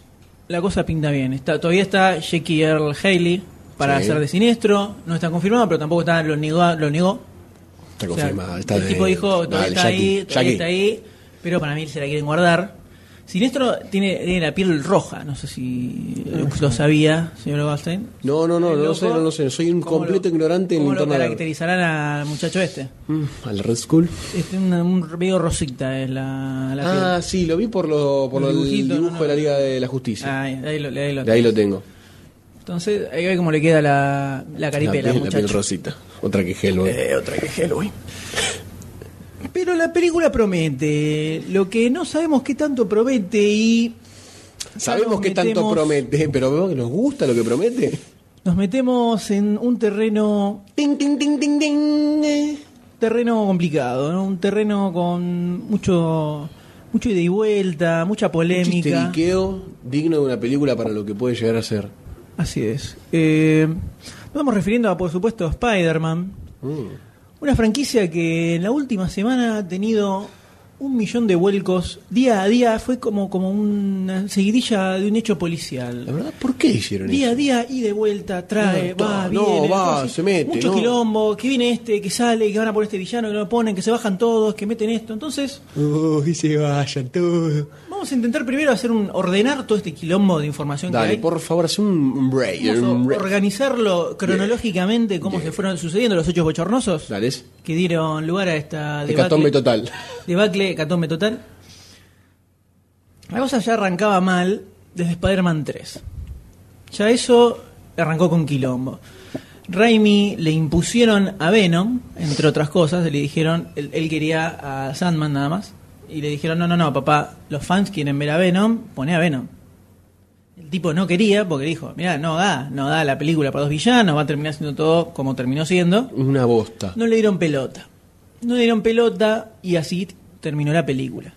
Speaker 2: la cosa pinta bien. Está, todavía está Jackie Earl Haley para
Speaker 3: Sí.
Speaker 2: hacer de siniestro. No está confirmado, pero tampoco está, lo negó. Lo negó.
Speaker 3: Está
Speaker 2: O sea,
Speaker 3: confirmado. está
Speaker 2: el
Speaker 3: de-
Speaker 2: tipo dijo, todavía
Speaker 3: dale,
Speaker 2: está
Speaker 3: Jackie,
Speaker 2: ahí, todavía
Speaker 3: Jackie.
Speaker 2: está ahí, pero para mí se la quieren guardar. Siniestro tiene, tiene la piel roja, no sé si
Speaker 3: Ah,
Speaker 2: lo, lo sabía, señor Goldstein.
Speaker 3: No, no, no,
Speaker 2: El
Speaker 3: no lo
Speaker 2: loco,
Speaker 3: sé, no lo sé. Soy un
Speaker 2: ¿cómo
Speaker 3: completo
Speaker 2: lo-
Speaker 3: ignorante en
Speaker 2: ¿Cómo lo
Speaker 3: Linterna Verde.
Speaker 2: caracterizarán al muchacho este?
Speaker 3: Mm, Al Red School.
Speaker 2: Este un, un medio rosita es la, la piel.
Speaker 3: Ah, sí, lo vi por lo, por
Speaker 2: Los
Speaker 3: lo del
Speaker 2: dibujitos,
Speaker 3: dibujo
Speaker 2: no, Ah, no.
Speaker 3: de la Liga de la Justicia.
Speaker 2: Ahí, ahí lo, ahí lo
Speaker 3: de ahí lo tengo.
Speaker 2: Entonces, hay que ver cómo le queda la, la Eh, caripela,
Speaker 3: la piel, la piel
Speaker 2: muchacho.
Speaker 3: rosita. Otra que Hellboy.
Speaker 2: otra que Pero la película promete. Lo que no sabemos qué tanto promete y.
Speaker 3: Sabemos
Speaker 2: nos
Speaker 3: que tanto
Speaker 2: metemos-
Speaker 3: promete, pero vemos que nos gusta lo que promete.
Speaker 2: Nos metemos en un terreno.
Speaker 3: Ting, ting, ting, ting, ting. eh.
Speaker 2: Terreno complicado, ¿no? Un terreno con mucho. Mucho ida y vuelta, mucha
Speaker 3: Un
Speaker 2: polémica.
Speaker 3: histeriqueo digno de una película para lo que puede llegar a ser.
Speaker 2: Así es. Eh, nos vamos refiriendo a, por supuesto, Spider-Man.
Speaker 3: Mm.
Speaker 2: Una franquicia que en la última semana ha tenido un millón de vuelcos. Día a día fue como, como una seguidilla de un hecho
Speaker 3: La
Speaker 2: policial.
Speaker 3: verdad, ¿por qué hicieron
Speaker 2: Día a
Speaker 3: eso?
Speaker 2: día, y de vuelta, trae,
Speaker 3: No,
Speaker 2: va,
Speaker 3: no,
Speaker 2: viene.
Speaker 3: va,
Speaker 2: entonces,
Speaker 3: se mete,
Speaker 2: Mucho
Speaker 3: no.
Speaker 2: quilombo, que viene este, que sale, que van a por este villano, que no lo ponen, que se bajan todos, que meten esto. Entonces,
Speaker 3: Uy, se vayan todos.
Speaker 2: vamos a intentar primero hacer un ordenar todo este quilombo de información que
Speaker 3: Dale,
Speaker 2: hay.
Speaker 3: por favor, haz un break.
Speaker 2: Vamos
Speaker 3: un
Speaker 2: a
Speaker 3: break.
Speaker 2: organizarlo cronológicamente, cómo se fueron sucediendo los hechos bochornosos
Speaker 3: Dale, es
Speaker 2: que dieron lugar a esta debacle,
Speaker 3: hecatombe total.
Speaker 2: debacle hecatombe total. La cosa ya arrancaba mal desde Spider-Man 3. Ya eso arrancó con quilombo. Raimi le impusieron a Venom, entre otras cosas, le dijeron, él, él quería a Sandman nada más, y le dijeron, no, no, no, papá, los fans quieren ver a Venom, poné a Venom. El tipo no quería porque dijo, mira, no da, no da la película para dos villanos, va a terminar siendo todo como terminó siendo.
Speaker 3: Una bosta.
Speaker 2: No le dieron pelota. no dieron pelota y así terminó la película.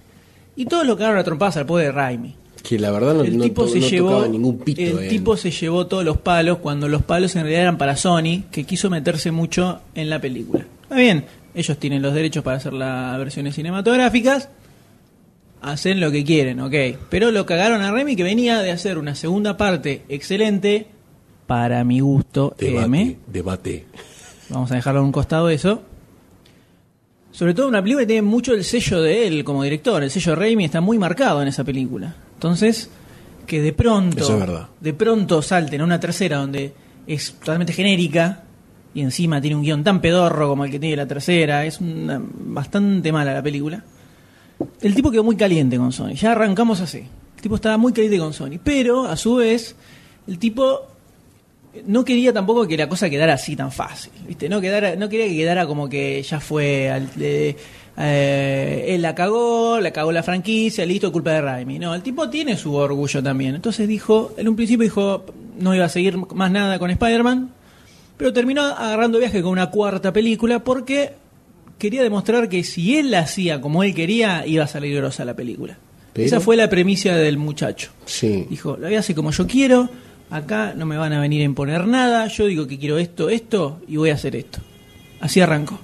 Speaker 2: Y todos lo cagaron a trompadas al poder de Raimi.
Speaker 3: Que la verdad no,
Speaker 2: El
Speaker 3: no
Speaker 2: tipo
Speaker 3: to-
Speaker 2: se
Speaker 3: no
Speaker 2: llevó
Speaker 3: tocaba ningún pito.
Speaker 2: el
Speaker 3: en-
Speaker 2: tipo se llevó todos los palos cuando los palos en realidad eran para Sony, que quiso meterse mucho en la película. Está bien, ellos tienen los derechos para hacer las versiones cinematográficas. Hacen lo que quieren, ok. Pero lo cagaron a Remy que venía de hacer una segunda parte excelente para mi gusto, M.
Speaker 3: debate.
Speaker 2: Vamos a dejarlo a un costado eso. Sobre todo una película que tiene mucho el sello de él como director. El sello Raimi está muy marcado en esa película. Entonces, que de pronto.
Speaker 3: Eso es verdad.
Speaker 2: De pronto salten a una tercera donde es totalmente genérica. Y encima tiene un guión tan pedorro como el que tiene la tercera. Es una- bastante mala la película. El tipo quedó muy caliente con Sony. Ya arrancamos así. El tipo estaba muy caliente con Sony. Pero, a su vez, el tipo no quería tampoco que la cosa quedara así tan fácil, ¿viste? No, quedara, no quería que quedara como que ya fue, al- eh, eh, él la cagó, la cagó la franquicia, listo, culpa de Raimi. No, el tipo tiene su orgullo también. Entonces dijo, en un principio dijo, no iba a seguir más nada con Spider-Man, pero terminó agarrando viaje con una cuarta película porque quería demostrar que si él la hacía como él quería, iba a salir grosa la película.
Speaker 3: Pero-
Speaker 2: Esa fue la premisa del muchacho.
Speaker 3: Sí.
Speaker 2: Dijo, la voy a hacer como yo quiero, acá no me van a venir a imponer nada, yo digo que quiero esto, esto, y voy a hacer esto. Así arrancó.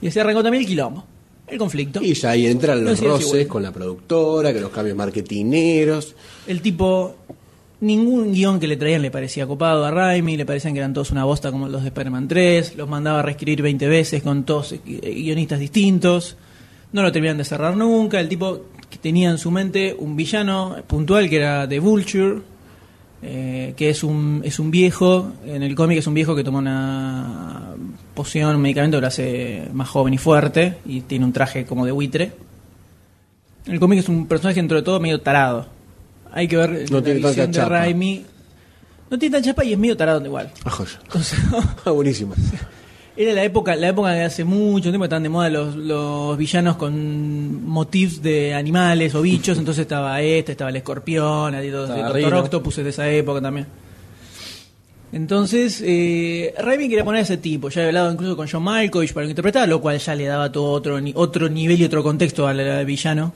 Speaker 2: Y así arrancó también el quilombo, el conflicto.
Speaker 3: Y ya ahí entran
Speaker 2: No,
Speaker 3: los
Speaker 2: sí, sí,
Speaker 3: roces
Speaker 2: bueno.
Speaker 3: con la productora, que los cambios marketineros.
Speaker 2: El tipo, ningún guión que le traían le parecía copado a Raimi, le parecían que eran todos una bosta como los de Spider-Man 3, los mandaba a reescribir 20 veces con todos eh, guionistas distintos, no lo terminan de cerrar nunca, el tipo que tenía en su mente un villano puntual que era The Vulture, eh, que es un, es un viejo, en el cómic es un viejo que toma una poción, un medicamento que lo hace más joven y fuerte, y tiene un traje como de buitre. En el cómic es un personaje dentro de todo medio tarado. Hay que ver
Speaker 3: No tiene
Speaker 2: la visión
Speaker 3: tanta
Speaker 2: de
Speaker 3: chapa.
Speaker 2: Raimi. No tiene tan chapa y es medio tarado igual.
Speaker 3: Ah, joya.
Speaker 2: Entonces, *laughs*
Speaker 3: Ah, buenísimo.
Speaker 2: era la época, la época de hace mucho tiempo que estaban de moda los, los villanos con motifs de animales o bichos,
Speaker 4: *laughs*
Speaker 2: entonces estaba este, estaba el escorpión, así todo,
Speaker 4: Estaba
Speaker 2: Doctor
Speaker 4: Rhino.
Speaker 2: Octopus es de esa época también. Entonces, eh, Raimi quería poner a ese tipo, ya he hablado incluso con John Malkovich para interpretar, lo cual ya le daba todo otro, ni- otro nivel y otro contexto al, al villano.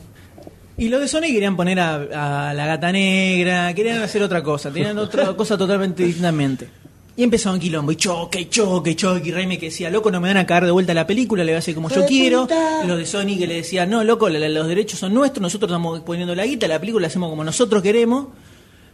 Speaker 2: Y los de Sony querían poner a, a la gata negra, querían hacer otra cosa, tenían otra cosa totalmente distintamente. Y empezó un quilombo, y choque, y choque, y choque, y Raimi que decía, loco, no me van a cagar de vuelta la película, le voy a hacer como yo quiero. Y los de Sony que le decían, no, loco, la- la- los derechos son nuestros, nosotros estamos poniendo la guita, la película la hacemos como nosotros queremos.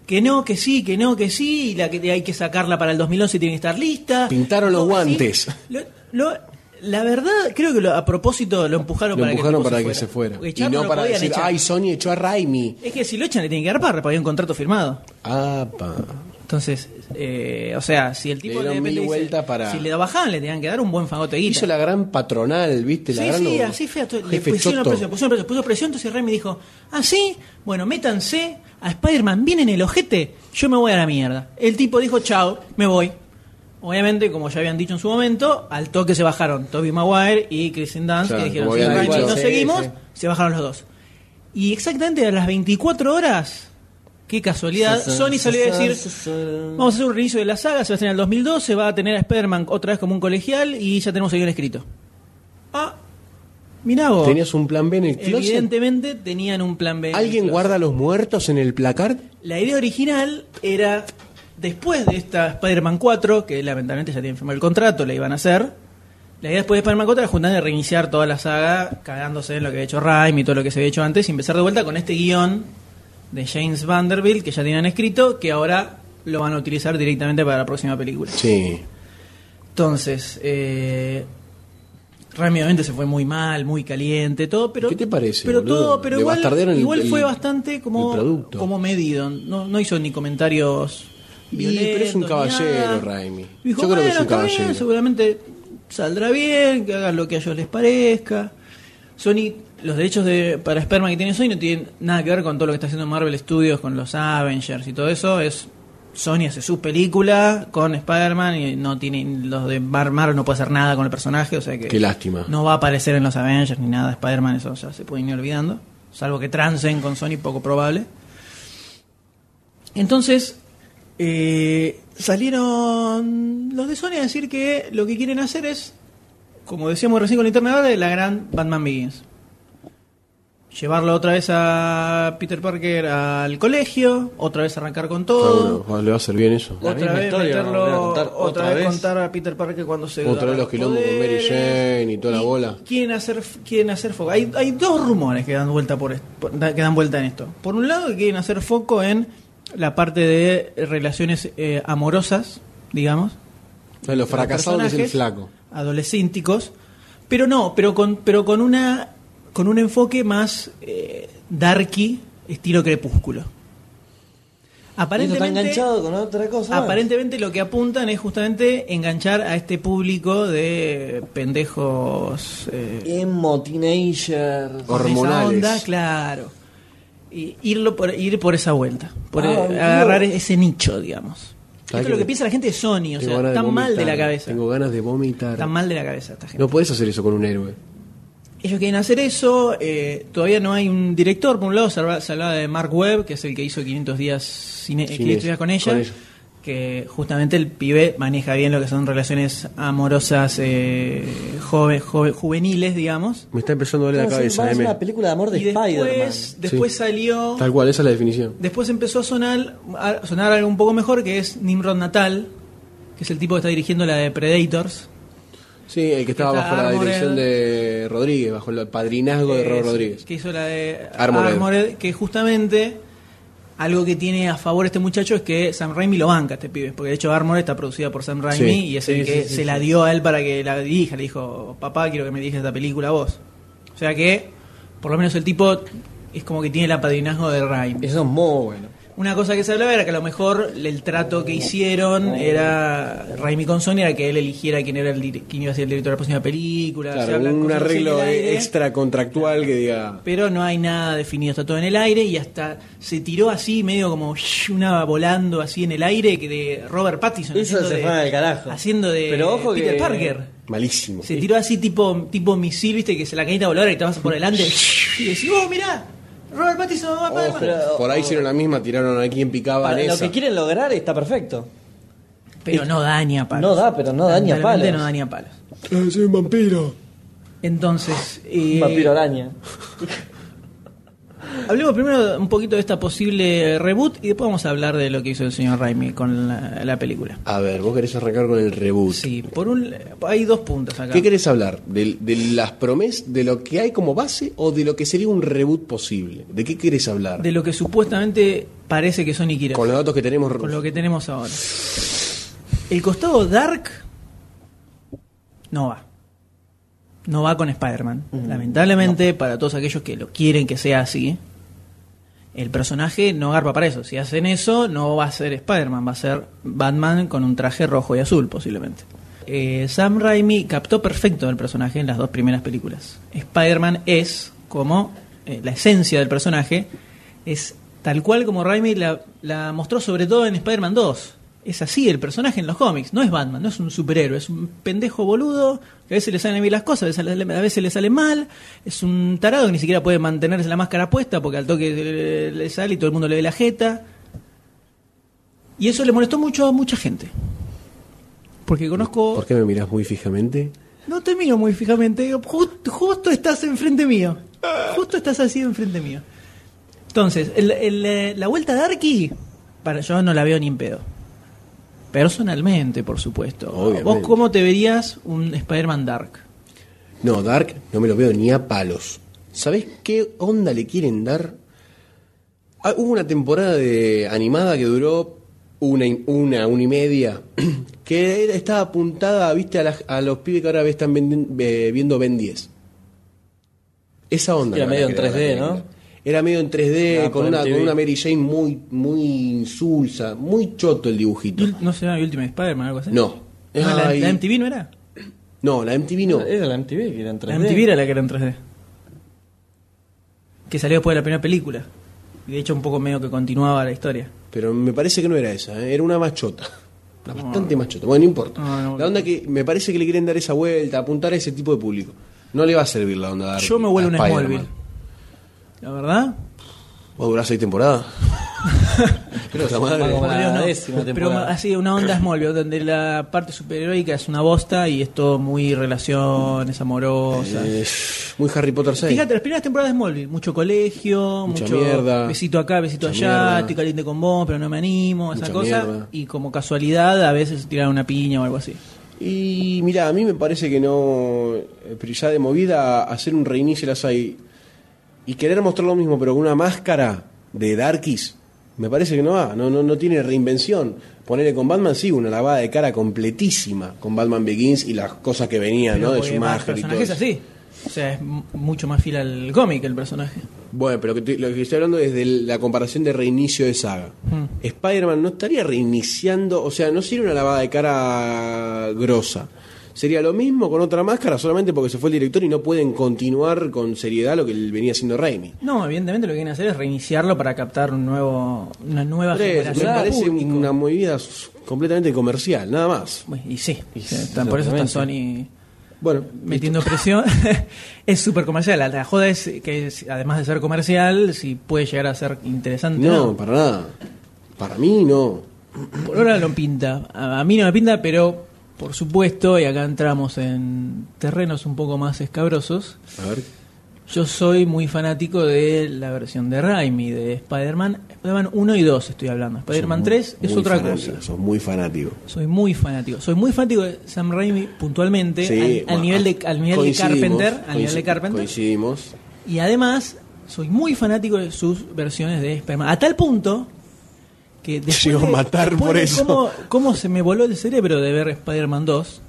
Speaker 2: Que no, que sí, que no, que sí, y la que hay que sacarla para el 2011 tiene que estar lista.
Speaker 3: Pintaron los
Speaker 2: Todo así.
Speaker 3: guantes.
Speaker 2: Lo- lo- la verdad, creo que lo- a propósito lo empujaron
Speaker 3: Lo
Speaker 2: para
Speaker 3: empujaron
Speaker 2: que, el
Speaker 3: para
Speaker 2: tipo
Speaker 3: que se fuera.
Speaker 2: Porque
Speaker 3: Y
Speaker 2: echarlo
Speaker 3: no
Speaker 2: lo
Speaker 3: para
Speaker 2: podían
Speaker 3: decir,
Speaker 2: echar.
Speaker 3: ay, Sony echó a Raimi.
Speaker 2: Es que si lo echan le tienen que dar parra, porque había un contrato firmado.
Speaker 3: Apa.
Speaker 2: Entonces, eh, o sea, si el tipo
Speaker 3: Le dieron
Speaker 2: de repente
Speaker 3: mil
Speaker 2: dice-
Speaker 3: vueltas para-
Speaker 2: si le bajaban le tenían que dar un buen fagote de guita.
Speaker 3: Hizo la gran patronal, ¿viste? La
Speaker 2: sí,
Speaker 3: gran
Speaker 2: sí, así fea. to- Le
Speaker 3: jefe
Speaker 2: pusieron
Speaker 3: choto.
Speaker 2: presión, pusieron presión, puso presión, entonces Remy dijo, ah, sí, bueno, métanse a Spider-Man, vienen el ojete, yo me voy a la mierda. El tipo dijo, chao, me voy. Obviamente, como ya habían dicho en su momento, al toque se bajaron Toby Maguire y Kristen Dunst,
Speaker 3: Claro,
Speaker 2: que dijeron,
Speaker 3: como
Speaker 2: "Sí,
Speaker 3: habían
Speaker 2: Raimi,
Speaker 3: dicho.
Speaker 2: no
Speaker 4: Sí,
Speaker 2: seguimos,
Speaker 4: sí.
Speaker 2: se bajaron los dos. Y exactamente a las 24 horas, qué casualidad, Sony salió a decir... Vamos a hacer un reinicio de la saga, se va a estrenar en el 2012, va a tener a Spider-Man otra vez como un colegial y ya tenemos el guión escrito. Ah, mirá vos.
Speaker 3: ¿Tenías un plan B en el closet?
Speaker 2: Evidentemente tenían un plan B.
Speaker 3: ¿Alguien guarda a los muertos en el placar?
Speaker 2: La idea original era, después de esta Spider-Man 4, que lamentablemente ya tienen firmado el contrato, la iban a hacer, la idea después de Spider-Man 4 era juntar y reiniciar toda la saga, cagándose en lo que había hecho Raimi y todo lo que se había hecho antes, y empezar de vuelta con este guión de James Vanderbilt que ya tenían escrito, que ahora lo van a utilizar directamente para la próxima película.
Speaker 3: Sí.
Speaker 2: Entonces, eh, Rami obviamente se fue muy mal, muy caliente, todo, pero...
Speaker 3: ¿Qué te parece,
Speaker 2: Pero
Speaker 3: boludo?
Speaker 2: todo, pero
Speaker 3: Le bastardearon
Speaker 2: igual,
Speaker 3: el-
Speaker 2: igual fue
Speaker 3: el-
Speaker 2: bastante
Speaker 3: el
Speaker 2: como,
Speaker 3: producto.
Speaker 2: como medido, no, no hizo ni comentarios...
Speaker 3: Y,
Speaker 2: violentos,
Speaker 3: pero es un
Speaker 2: ni
Speaker 3: caballero,
Speaker 2: nada.
Speaker 3: Raimi.
Speaker 2: Dijo,
Speaker 3: Yo creo
Speaker 2: "Bueno,
Speaker 3: que es un
Speaker 2: está bien,
Speaker 3: caballero".
Speaker 2: seguramente saldrá bien, que hagan lo que a ellos les parezca. Sony, los derechos de, para Sperma que tiene Sony no tienen nada que ver con todo lo que está haciendo Marvel Studios, con los Avengers y todo eso. Es Sony hace sus películas con Spider-Man y no tiene, los de Mar Marvel no puede hacer nada con el personaje, o sea que
Speaker 3: Qué lástima.
Speaker 2: Eh, no va a aparecer en los Avengers ni nada. Spider-Man, eso ya se pueden ir olvidando. Salvo que trancen con Sony, poco probable. Entonces, eh, salieron los de Sony a decir que lo que quieren hacer es como decíamos recién con Linterna Verde, la gran Batman Begins. Llevarlo otra vez a Peter Parker al colegio, otra vez arrancar con todo.
Speaker 3: Cabrón, le va a ser bien eso.
Speaker 4: La
Speaker 2: Otra
Speaker 4: misma
Speaker 2: vez
Speaker 4: historia,
Speaker 2: meterlo,
Speaker 4: vamos a
Speaker 2: otra,
Speaker 4: contar otra
Speaker 2: vez
Speaker 4: vez.
Speaker 2: contar a Peter Parker cuando se
Speaker 3: Otra
Speaker 2: agarra
Speaker 3: vez los
Speaker 2: los
Speaker 3: quilombos con Mary
Speaker 2: poderes.
Speaker 3: Jane y toda la bola.
Speaker 2: Quieren hacer, quieren hacer foco. Hay, hay dos rumores que dan vuelta por, est- por- da- que dan vuelta en esto. Por un lado que quieren hacer foco en la parte de relaciones eh, amorosas, digamos,
Speaker 3: De Lo fracasado que es el
Speaker 2: personajes
Speaker 3: flaco.
Speaker 2: Adolescénticos, pero no, pero con, pero con una con un enfoque más eh, darky, estilo crepúsculo.
Speaker 4: Esto está
Speaker 2: Aparentemente,
Speaker 4: enganchado con otra cosa. más.
Speaker 2: aparentemente lo que apuntan es justamente enganchar a este público de pendejos eh,
Speaker 4: Emo, teenagers.
Speaker 3: Oh,
Speaker 2: con esa
Speaker 3: Hormonales.
Speaker 2: onda, claro. Y irlo por, ir por esa vuelta, por
Speaker 4: Ah,
Speaker 2: eh,
Speaker 4: boludo.
Speaker 2: agarrar ese nicho, digamos. Esto
Speaker 3: ¿Sabes
Speaker 2: es
Speaker 3: qué
Speaker 2: lo
Speaker 3: te-
Speaker 2: que piensa la gente de Sony, o
Speaker 3: Tengo
Speaker 2: sea,
Speaker 3: ganas
Speaker 2: están mal de la
Speaker 3: vomitar.
Speaker 2: cabeza.
Speaker 3: Tengo ganas de vomitar.
Speaker 2: Están mal de la cabeza esta gente.
Speaker 3: No podés hacer eso con un héroe.
Speaker 2: Ellos quieren hacer eso, eh, todavía no hay un director, por un lado se habla- se hablaba de Mark Webb, que es el que hizo 500 días, cine- eh,
Speaker 3: Sin
Speaker 2: 500
Speaker 3: ella,
Speaker 2: días con, ella,
Speaker 3: con ella.
Speaker 2: que justamente el pibe maneja bien lo que son relaciones amorosas eh, jove- jove- juveniles, digamos.
Speaker 3: Me está empezando a doler la
Speaker 4: Vamos a hacer-
Speaker 3: cabeza,
Speaker 4: vamos a hacer
Speaker 3: M.
Speaker 4: una película de amor de
Speaker 2: Y
Speaker 4: Spider-Man.
Speaker 2: después, después
Speaker 3: Sí.
Speaker 2: salió,
Speaker 3: Tal cual, esa es la definición.
Speaker 2: después empezó a sonar, a sonar algo un poco mejor, que es Nimrod Natal, que es el tipo que está dirigiendo la de Predators.
Speaker 3: Sí, el que estaba
Speaker 2: Está
Speaker 3: bajo la
Speaker 2: Armored.
Speaker 3: dirección de Rodríguez, bajo el padrinazgo de
Speaker 2: Eh,
Speaker 3: Robert
Speaker 2: sí,
Speaker 3: Rodríguez.
Speaker 2: Que hizo la de
Speaker 3: Armored.
Speaker 2: Armored. que justamente algo que tiene a favor este muchacho es que Sam Raimi lo banca este pibe, porque de hecho Armored está producida por Sam Raimi
Speaker 3: Sí.
Speaker 2: y es el
Speaker 4: Sí,
Speaker 2: que
Speaker 4: sí, sí,
Speaker 2: se la
Speaker 4: sí.
Speaker 2: dio a él para que la dirija, le dijo, "Papá, quiero que me dirijas esta película vos." O sea que por lo menos el tipo es como que tiene el apadrinazgo de Raimi.
Speaker 4: Eso es muy bueno.
Speaker 2: Una cosa que se hablaba era que a lo mejor el trato que hicieron era Raimi con Sony era que él eligiera quién era el dir- quién iba a ser el director de la próxima película, se
Speaker 3: Claro,
Speaker 2: hablan
Speaker 3: un
Speaker 2: cosas así en el
Speaker 3: arreglo
Speaker 2: aire
Speaker 3: extra contractual que diga.
Speaker 2: pero no hay nada definido, está todo en el aire y hasta se tiró así, medio como shh, una volando así en el aire que de Robert Pattinson.
Speaker 4: Eso
Speaker 2: haciendo
Speaker 4: se
Speaker 2: de-
Speaker 4: fue al carajo.
Speaker 2: Haciendo de
Speaker 4: Pero ojo
Speaker 2: Peter
Speaker 4: que-
Speaker 2: Parker.
Speaker 3: Malísimo.
Speaker 2: Se tiró así tipo, tipo misil, viste, que se la caída voladora y te vas por delante shh, y decís, oh, mirá, Robert Pattinson va a
Speaker 3: Ojo,
Speaker 2: Batman".
Speaker 4: pero-
Speaker 3: por ahí hicieron la misma, tiraron a quien picaba
Speaker 4: Para
Speaker 3: en
Speaker 4: lo
Speaker 3: esa.
Speaker 4: que quieren lograr está perfecto.
Speaker 2: Pero no daña palos.
Speaker 4: No da, pero no da ni a
Speaker 2: Lamentablemente
Speaker 4: palos.
Speaker 2: no da ni a palos.
Speaker 3: Eh, soy un vampiro.
Speaker 2: Entonces,
Speaker 4: Un
Speaker 2: eh,
Speaker 4: vampiro araña.
Speaker 2: Hablemos primero un poquito de esta posible reboot y después vamos a hablar de lo que hizo el señor Raimi con la- la película.
Speaker 3: A ver, vos querés arrancar con el reboot.
Speaker 2: Sí, por un hay dos puntos acá.
Speaker 3: ¿Qué querés hablar? ¿De, de las promesas, de lo que hay como base o de lo que sería un reboot posible? ¿De qué querés hablar?
Speaker 2: De lo que supuestamente parece que Sony quiere.
Speaker 3: Con los datos que tenemos.
Speaker 2: con lo que tenemos ahora. El costado dark no va. No va con Spider-Man. Lamentablemente, para todos aquellos que lo quieren que sea así, el personaje no garpa para eso. Si hacen eso, no va a ser Spider-Man, va a ser Batman con un traje rojo y azul, posiblemente. Eh, Sam Raimi captó perfecto el personaje en las dos primeras películas. Spider-Man es como eh, la esencia del personaje, es tal cual como Raimi la, la mostró, sobre todo en Spider-Man 2. Es así el personaje en los cómics, no es Batman, no es un superhéroe, es un pendejo boludo que a veces le salen bien las cosas, a veces le- a veces le salen mal, es un tarado que ni siquiera puede mantenerse la máscara puesta porque al toque le, le sale y todo el mundo le ve la jeta. Y eso le molestó mucho a mucha gente. Porque conozco...
Speaker 3: ¿Por qué me mirás muy fijamente?
Speaker 2: No te miro muy fijamente, digo, "Ju- justo estás enfrente mío. Justo estás así enfrente mío. Entonces, el- el, eh, la vuelta de Arky, para yo no la veo ni en pedo. Personalmente, por supuesto.
Speaker 3: Obviamente.
Speaker 2: ¿Vos cómo te verías un Spider-Man Dark?
Speaker 3: No, Dark no me lo veo ni a palos. ¿Sabés qué onda le quieren dar? Ah, hubo una temporada de animada que duró una y, una, una y media, *clears throat* que era- estaba apuntada, viste, a, las- a los pibes que ahora están vendi- eh, viendo Ben 10. Esa onda.
Speaker 4: Era
Speaker 3: le van a
Speaker 4: medio en
Speaker 3: crear a la
Speaker 4: 3D,
Speaker 3: película.
Speaker 4: ¿no?
Speaker 3: Era medio en 3D,
Speaker 4: Ah,
Speaker 3: con,
Speaker 4: por
Speaker 3: una, con
Speaker 4: MTV.
Speaker 3: una Mary Jane muy, muy insulsa, muy choto el dibujito.
Speaker 2: No sé, Ultimate Spider-Man, algo así.
Speaker 3: No.
Speaker 2: Ah, la,
Speaker 3: Ay.
Speaker 2: la MTV no era.
Speaker 3: No, la MTV no.
Speaker 4: Era la MTV que era en 3D.
Speaker 2: La MTV era la que era en 3D. Que salió después de la primera película. Y de hecho, un poco medio que continuaba la historia.
Speaker 3: Pero me parece que no era esa, ¿eh? era
Speaker 2: *laughs*
Speaker 3: una machota. Una bastante machota. Bueno, no importa.
Speaker 2: No, no,
Speaker 3: la onda que me parece que le quieren dar esa vuelta, apuntar a ese tipo de público. No le va a servir la onda de
Speaker 2: Yo me vuelvo un
Speaker 3: Spider-Man.
Speaker 2: Smallville. La verdad, *laughs*
Speaker 3: ¿Va a durar seis temporadas? Creo que eh. la madre.
Speaker 4: Como la
Speaker 2: Pero no,
Speaker 4: décima
Speaker 2: Pero
Speaker 4: temporada.
Speaker 2: así, una onda Smallville, donde la parte superheroica es una bosta y es todo muy relaciones amorosas.
Speaker 3: Eh, muy Harry Potter 6.
Speaker 2: Fíjate, las primeras temporadas de Smallville, mucho colegio,
Speaker 3: Mucha
Speaker 2: mucho
Speaker 3: mierda.
Speaker 2: besito acá, besito
Speaker 3: Mucha
Speaker 2: allá,
Speaker 3: mierda.
Speaker 2: estoy caliente con vos, pero no me animo, esa
Speaker 3: Mucha
Speaker 2: cosa.
Speaker 3: mierda.
Speaker 2: Y como casualidad, a veces tirar una piña o algo así.
Speaker 3: Y mira, a mí me parece que no. eh, Pero ya de movida, hacer un reinicio de las hay. Y querer mostrar lo mismo, pero con una máscara de Darkies, me parece que no va. No, no, no tiene reinvención. Ponerle con Batman, sí, una lavada de cara completísima con Batman Begins y las cosas que venían,
Speaker 2: Pero
Speaker 3: ¿no? De
Speaker 2: porque
Speaker 3: su
Speaker 2: más
Speaker 3: máscara y todo.
Speaker 2: personaje es
Speaker 3: eso.
Speaker 2: así. O sea, es m- mucho más fiel al cómic el personaje.
Speaker 3: Bueno, pero que te- lo que estoy hablando es de la comparación de reinicio de saga.
Speaker 2: Mm.
Speaker 3: Spider-Man no estaría reiniciando, o sea, no sería una lavada de cara grosa. Sería lo mismo con otra máscara, solamente porque se fue el director y no pueden continuar con seriedad lo que venía haciendo Raimi.
Speaker 2: No, evidentemente lo que quieren hacer es reiniciarlo para captar un nuevo, una nueva
Speaker 3: Por eso, me
Speaker 2: generación. de
Speaker 3: parece
Speaker 2: público.
Speaker 3: una movida s- completamente comercial, nada más.
Speaker 2: Bueno, Y sí,
Speaker 4: Y
Speaker 2: o sea,
Speaker 4: sí,
Speaker 2: está- por eso está Sony
Speaker 4: exactamente.
Speaker 3: Bueno,
Speaker 2: metiendo presión. *laughs* es súper comercial. La, la joda es que, es- además de ser comercial, si puede llegar a ser interesante.
Speaker 3: no, para nada. Para mí no.
Speaker 2: Por ahora no pinta. A, a mí no me pinta, pero por supuesto, y acá entramos en terrenos un poco más escabrosos.
Speaker 3: A ver.
Speaker 2: Yo soy muy fanático de la versión de Raimi, de Spider-Man. Spider-Man 1 y 2 estoy hablando. Spider-Man 3 es
Speaker 3: Muy
Speaker 2: otra
Speaker 3: fanático,
Speaker 2: cosa.
Speaker 3: Sos muy fanático.
Speaker 2: Soy muy fanático. Soy muy fanático de Sam Raimi puntualmente,
Speaker 3: Sí,
Speaker 2: al, Este, al
Speaker 3: bueno,
Speaker 2: nivel de, al nivel de
Speaker 3: coincidimos,
Speaker 2: Carpenter. Al
Speaker 3: coinci-
Speaker 2: nivel de Carpenter.
Speaker 3: Coincidimos.
Speaker 2: Y además, soy muy fanático de sus versiones de Spider-Man. A tal punto
Speaker 3: *laughs*
Speaker 2: que después
Speaker 3: Llegó a
Speaker 2: de-
Speaker 3: matar
Speaker 2: después
Speaker 3: por
Speaker 2: de
Speaker 3: eso.
Speaker 2: Cómo, cómo se me voló el cerebro de ver Spider-Man 2.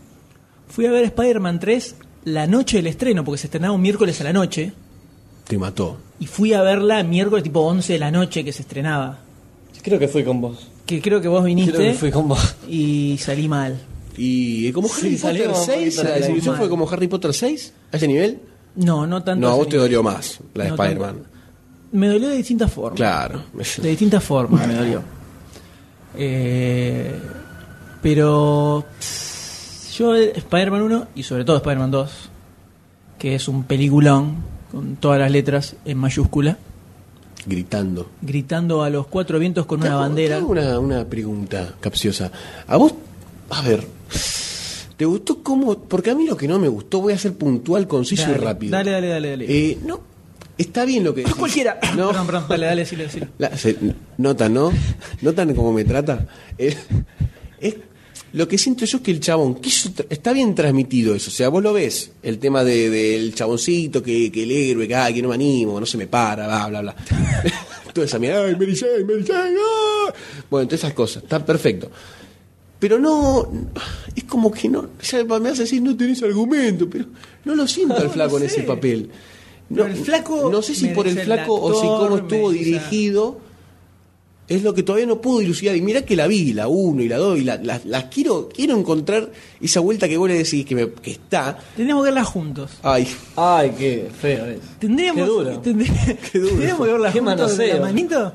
Speaker 2: Fui a ver Spider-Man 3 la noche del estreno, porque se estrenaba un miércoles a la noche.
Speaker 3: Te mató.
Speaker 2: Y fui a verla miércoles tipo 11 de la noche que se estrenaba.
Speaker 4: Creo que fui con vos.
Speaker 2: Que creo que vos viniste
Speaker 4: Creo que fui con vos.
Speaker 2: y salí mal.
Speaker 3: Y eh, como
Speaker 4: Sí,
Speaker 3: Harry
Speaker 4: salió
Speaker 3: Potter 6,
Speaker 4: un poquito
Speaker 3: la
Speaker 4: de la
Speaker 3: desilusión
Speaker 2: misma.
Speaker 3: fue como Harry Potter 6 a ese nivel.
Speaker 2: No, no tanto.
Speaker 3: no, a
Speaker 2: así.
Speaker 3: vos te dolió más la de
Speaker 2: No
Speaker 3: Spider-Man.
Speaker 2: Me dolió de distintas formas.
Speaker 3: Claro.
Speaker 2: De distintas formas me dolió. Eh, pero pss, yo el Spider-Man 1 y sobre todo Spider-Man 2, que es un peliculón con todas las letras en mayúscula,
Speaker 3: Gritando.
Speaker 2: gritando a los cuatro vientos con
Speaker 3: Te
Speaker 2: una
Speaker 3: hago- te
Speaker 2: bandera.
Speaker 3: hago Una, una pregunta capciosa. A vos, a ver, ¿te gustó cómo? Porque a mí lo que no me gustó, voy a ser puntual, conciso
Speaker 2: Dale,
Speaker 3: y rápido.
Speaker 2: dale, dale, dale, dale.
Speaker 3: Eh, no, está bien lo que. decís.
Speaker 2: Cualquiera.
Speaker 3: No.
Speaker 2: Perdón, perdón, dale, dale, decilo, decilo.
Speaker 3: La- se- notan, ¿no? Notan cómo me trata. Eh, es- lo que siento yo es que el chabón quiso tra- está bien transmitido eso. O sea, vos lo ves, el tema de- del chaboncito, que, que el héroe, que, ay, que no me animo, no se me para, bla, bla, *laughs* bla. Toda esa mirada, ay, Mary Jane, Mary Jane, ah". Bueno, todas esas cosas, está perfecto. Pero no, es como que no, ya me hace decir, no tenés argumento, pero no lo siento
Speaker 2: *laughs*
Speaker 3: al
Speaker 2: No
Speaker 3: flaco en
Speaker 2: sé.
Speaker 3: ese papel.
Speaker 2: Pero el flaco
Speaker 3: no sé si
Speaker 2: me
Speaker 3: por el
Speaker 2: dice el
Speaker 3: flaco o si
Speaker 2: actor,
Speaker 3: cómo
Speaker 2: me
Speaker 3: estuvo
Speaker 2: dice-
Speaker 3: dirigido, es lo que todavía no puedo dilucidar. Y mirá que la vi, la 1 y la 2, y la- las las quiero, quiero encontrar esa vuelta que vos le decís que, me- que está.
Speaker 2: Tendríamos que verla juntos.
Speaker 3: Ay,
Speaker 4: Ay, qué feo es.
Speaker 2: Tendríamos,
Speaker 4: Qué duro.
Speaker 2: tendr-
Speaker 3: *laughs* Qué duro.
Speaker 2: tendríamos que verla
Speaker 4: Qué
Speaker 2: juntos de la
Speaker 4: manoseo.
Speaker 2: manito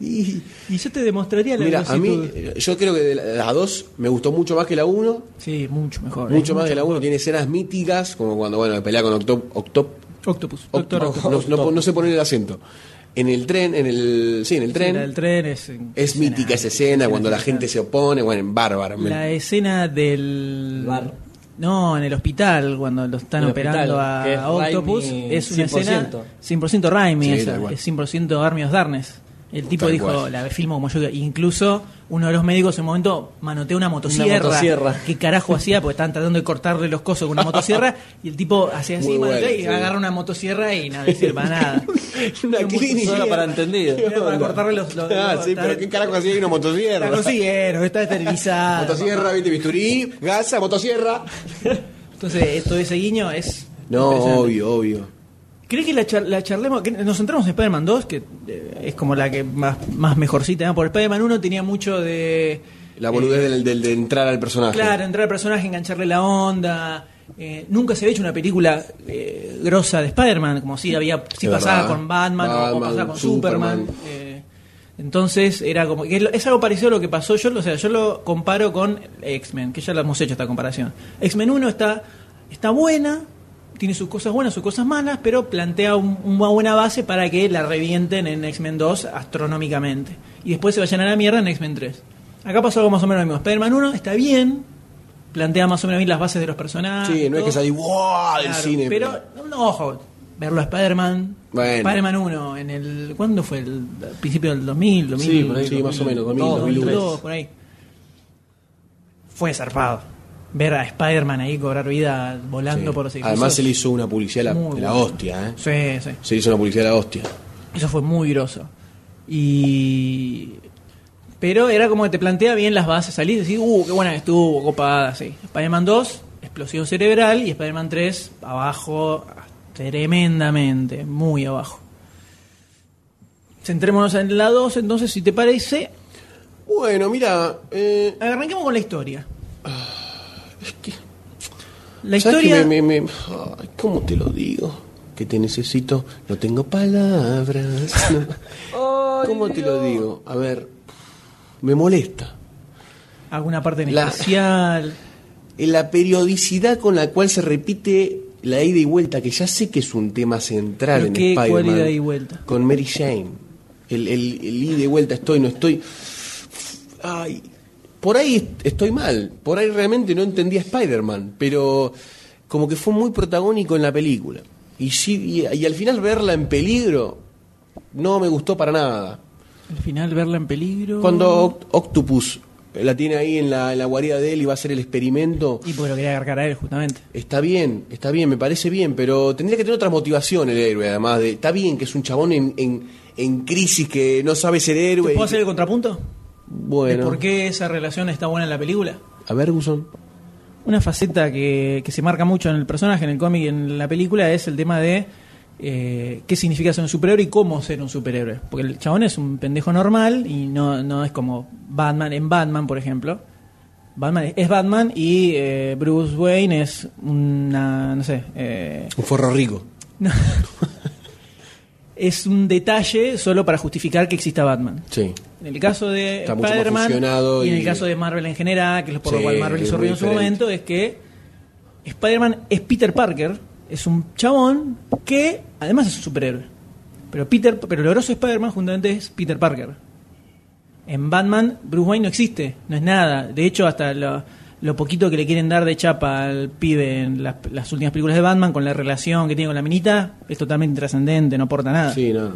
Speaker 3: y-
Speaker 2: y yo te demostraría la
Speaker 3: mira, a
Speaker 2: velocidad.
Speaker 3: mí, eh, yo creo que de la- las dos me gustó mucho más que la 1,
Speaker 2: Sí, mucho mejor.
Speaker 3: mucho
Speaker 2: ¿eh?
Speaker 3: más que la 1, tiene escenas míticas, como cuando, bueno, pelea con Octop. Octop
Speaker 2: Octopus. Doctor
Speaker 3: Octop-
Speaker 2: Octopus.
Speaker 3: no, no- no sé poner el acento. En el tren, en el. Sí, en el tren.
Speaker 2: Sí, la del tren es.
Speaker 3: Es mítica esa escena cuando la gente se opone, bueno, en bárbara. me-
Speaker 2: La escena del.
Speaker 4: Bar.
Speaker 2: No, en el hospital, cuando lo están
Speaker 4: El hospital,
Speaker 2: operando
Speaker 4: que es
Speaker 2: a Octopus,
Speaker 4: Raimi
Speaker 2: es una
Speaker 4: 100%.
Speaker 2: escena 100% Raimi,
Speaker 3: Sí,
Speaker 2: esa,
Speaker 3: tal cual.
Speaker 2: es 100% Army of Darkness. El tipo
Speaker 3: Tal
Speaker 2: dijo,
Speaker 3: cual.
Speaker 2: la filmo como yo. Incluso uno de los médicos en un momento manoteó una motosierra.
Speaker 4: motosierra.
Speaker 2: ¿Qué carajo hacía? Porque estaban tratando de cortarle los cosos con una motosierra. Y el tipo hacía así,
Speaker 3: Muy bueno,
Speaker 2: manotea, y
Speaker 3: sí.
Speaker 2: agarra una motosierra y nada, sirve para nada.
Speaker 3: *laughs* una
Speaker 2: Era muy-
Speaker 3: clínica.
Speaker 4: solo para entendido.
Speaker 3: ¿Qué
Speaker 2: Era para
Speaker 3: onda?
Speaker 2: cortarle los- los-
Speaker 3: ah,
Speaker 2: los-
Speaker 3: sí, pero ¿qué carajo hacía ahí una motosierra?
Speaker 2: La consiguieron, está esterilizada.
Speaker 3: Motosierra, viste, bisturí, gasa, motosierra.
Speaker 2: Entonces, esto de ese guiño es.
Speaker 3: No,
Speaker 2: impresionante.
Speaker 3: obvio, obvio.
Speaker 2: ¿Cree que la, char- la charlemos? que nos centramos en Spider-Man 2, que eh, es como la que más, más mejorcita, ¿no? Porque Spider-Man 1 tenía mucho de. eh,
Speaker 3: La boludez del, del- de entrar al personaje.
Speaker 2: Claro, entrar al personaje, engancharle la onda. eh, nunca se había hecho una película eh, grosa de Spider-Man, como si había si
Speaker 3: Es
Speaker 2: pasaba
Speaker 3: verdad.
Speaker 2: con Batman, o- o,
Speaker 3: Batman,
Speaker 2: pasaba con Superman.
Speaker 3: Superman.
Speaker 2: eh, entonces era como que es lo- es algo parecido a lo que pasó yo, o sea, yo lo comparo con X-Men, que ya lo hemos hecho esta comparación. X-Men 1 está está buena, tiene sus cosas buenas, sus cosas malas, pero plantea un- una buena base para que la revienten en X-Men 2 astronómicamente. Y después se vayan a la mierda en X-Men 3. Acá pasó algo más o menos lo mismo. Spider-Man 1 está bien, plantea más o menos bien las bases de los personajes.
Speaker 3: sí, no es que
Speaker 2: ah, todo.
Speaker 3: salí ¡wow! del
Speaker 2: Claro,
Speaker 3: cine.
Speaker 2: Pero, no, ojo, verlo a Spider-Man.
Speaker 3: Bueno.
Speaker 2: Spider-Man 1, en el, ¿cuándo fue? ¿El principio del 2000? 2000
Speaker 4: Sí, por ahí,
Speaker 3: sí, más o menos, 2000,
Speaker 2: 2002,
Speaker 3: 2001.
Speaker 2: por ahí. Fue zarpado. Ver a Spider-Man ahí cobrar vida volando
Speaker 3: Sí.
Speaker 2: por los edificios.
Speaker 3: Además, se le hizo una publicidad de la,
Speaker 2: Muy
Speaker 3: de la
Speaker 2: bueno.
Speaker 3: hostia, ¿eh?
Speaker 2: Sí, sí.
Speaker 3: Se le hizo una publicidad de la hostia.
Speaker 2: Eso fue muy groso. Y. Pero era como que te plantea bien las bases, salís y decís, uh, qué buena que estuvo, copada, sí. Spider-Man 2, explosión cerebral, y Spider-Man 3, abajo, tremendamente, muy abajo. Centrémonos en la 2, entonces, si te parece,
Speaker 3: Bueno, mira, eh,
Speaker 2: arranquemos con la historia.
Speaker 3: es que-
Speaker 2: La
Speaker 3: ¿sabes
Speaker 2: historia.
Speaker 3: que me- me- me- ay, ¿Cómo te lo digo? Que te necesito, no tengo
Speaker 2: *laughs*
Speaker 3: palabras. no. ¿Cómo te lo digo? A ver, me molesta.
Speaker 2: Alguna parte en
Speaker 3: La-
Speaker 2: especial.
Speaker 3: En Eh, la periodicidad con la cual se repite la ida y vuelta, que ya sé que es un tema central
Speaker 2: ¿Pero
Speaker 3: en
Speaker 2: qué? ¿Cuál
Speaker 3: Spider-Man.
Speaker 2: ida y vuelta?
Speaker 3: Con Mary Jane. El, el- el ida y vuelta, estoy, no estoy. Ay, por ahí est- estoy mal. Por ahí realmente no entendía Spider-Man. Pero como que fue muy protagónico en la película. Y, sí, y, y al final verla en peligro no me gustó para nada.
Speaker 2: Al final, verla en peligro.
Speaker 3: Cuando Oct- Octopus la tiene ahí en la, en la guarida de él y va a hacer el experimento.
Speaker 2: Y porque lo quería agarrar a él, justamente.
Speaker 3: Está bien, está bien, me parece bien, pero tendría que tener otra motivación el héroe, además de... Está bien que es un chabón en, en, en crisis que no sabe ser
Speaker 2: ¿Te
Speaker 3: héroe.
Speaker 2: puedo
Speaker 3: y-
Speaker 2: hacer el contrapunto? de
Speaker 3: Bueno,
Speaker 2: por qué esa relación está buena en la película.
Speaker 3: a ver, Guzón.
Speaker 2: Una faceta que, que se marca mucho en el personaje, en el cómic y en la película es el tema de eh, qué significa ser un superhéroe y cómo ser un superhéroe. Porque el chabón es un pendejo normal y no, no es como Batman. En Batman, por ejemplo, Batman es- es Batman y eh, Bruce Wayne es una, no sé, eh, *laughs*
Speaker 3: Un forro rico.
Speaker 2: no. es un detalle solo para justificar que exista Batman.
Speaker 3: Sí.
Speaker 2: En el caso de
Speaker 3: Está mucho más
Speaker 2: Spider-Man
Speaker 3: fusionado
Speaker 2: y en
Speaker 3: y-
Speaker 2: el caso de Marvel en general, que es por lo
Speaker 3: Sí,
Speaker 2: cual Marvel
Speaker 3: es
Speaker 2: hizo
Speaker 3: muy
Speaker 2: ruido en su
Speaker 3: diferente.
Speaker 2: momento, es que Spider-Man es Peter Parker, es un chabón que además es un superhéroe. Pero Peter, pero el grosso de Spider-Man juntamente es Peter Parker. En Batman, Bruce Wayne no existe, no es nada. De hecho, hasta lo, lo poquito que le quieren dar de chapa al pibe en las, las últimas películas de Batman, con la relación que tiene con la minita, es totalmente intrascendente, no aporta
Speaker 4: Ah.
Speaker 2: nada
Speaker 3: Sí, no, no.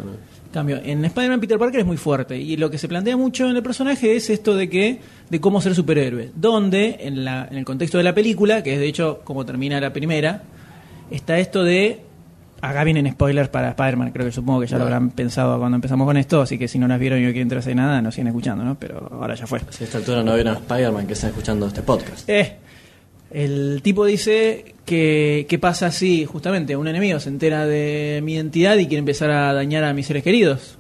Speaker 2: cambio. En Spider-Man Peter Parker es muy fuerte y lo que se plantea mucho en el personaje es esto de que de cómo ser superhéroe, donde en la en el contexto de la película, que es de hecho como termina la primera, está esto de acá vienen spoilers para Spider-Man, creo que supongo que ya lo habrán pensado cuando empezamos con esto, así que si no las vieron y no quieren entrarse en nada, no siguen escuchando, ¿no? Pero ahora ya fue.
Speaker 4: Si a esta altura no vieron a Spider-Man que están escuchando este podcast.
Speaker 2: Eh, el tipo dice que qué pasa si justamente un enemigo se entera de mi identidad y quiere empezar a dañar a mis seres queridos.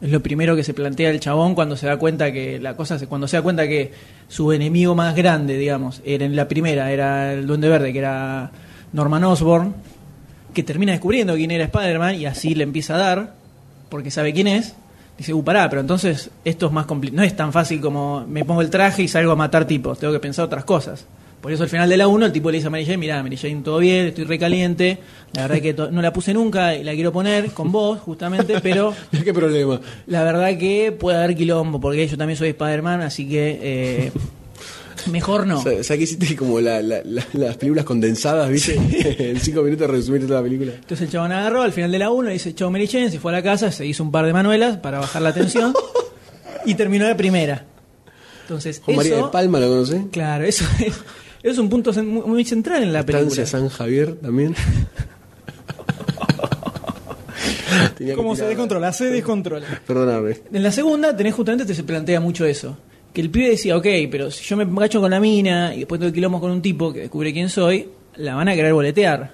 Speaker 2: Es lo primero que se plantea el chabón cuando se da cuenta que la cosa se- cuando se da cuenta que su enemigo más grande, digamos, era en la primera era el Duende Verde, que era Norman Osborn, que termina descubriendo quién era Spider-Man y así le empieza a dar porque sabe quién es. Dice, uh, pará, pero entonces esto es más complicado. No es tan fácil como me pongo el traje y salgo a matar tipos. Tengo que pensar otras cosas. Por eso al final de la 1 el tipo le dice a Mary Jane, mirá, Mary Jane, todo bien, estoy recaliente. La verdad que to- no la puse nunca y la quiero poner con vos, justamente, pero
Speaker 3: Mirá *laughs* ¿Qué problema?
Speaker 2: la verdad que puede haber quilombo, porque yo también soy Spider-Man, así que eh, mejor no.
Speaker 3: O sea, o sea, que hiciste como la- la- la- las películas condensadas, ¿viste? *laughs* en cinco minutos resumiste toda la película.
Speaker 2: Entonces el chabón agarró, al final de la 1 le dice, chau Mary Jane, se fue a la casa, se hizo un par de manuelas para bajar la
Speaker 3: *laughs*
Speaker 2: tensión y terminó la primera. Entonces,
Speaker 3: Juan María de
Speaker 2: eso,
Speaker 3: Palma, ¿lo conocés?
Speaker 2: claro, eso *laughs* es, eso es un punto cen- muy, muy central en la película.
Speaker 3: Estancia San Javier también.
Speaker 4: *laughs*
Speaker 3: Tenía que
Speaker 2: Cómo se
Speaker 3: tirar-
Speaker 2: descontrola, se descontrola.
Speaker 3: Perdóname.
Speaker 2: En la segunda tenés justamente te se plantea mucho eso. Que el pibe decía, ok, pero si yo me engacho con la mina y después tengo quilombo con un tipo que descubre quién soy, la van a querer boletear.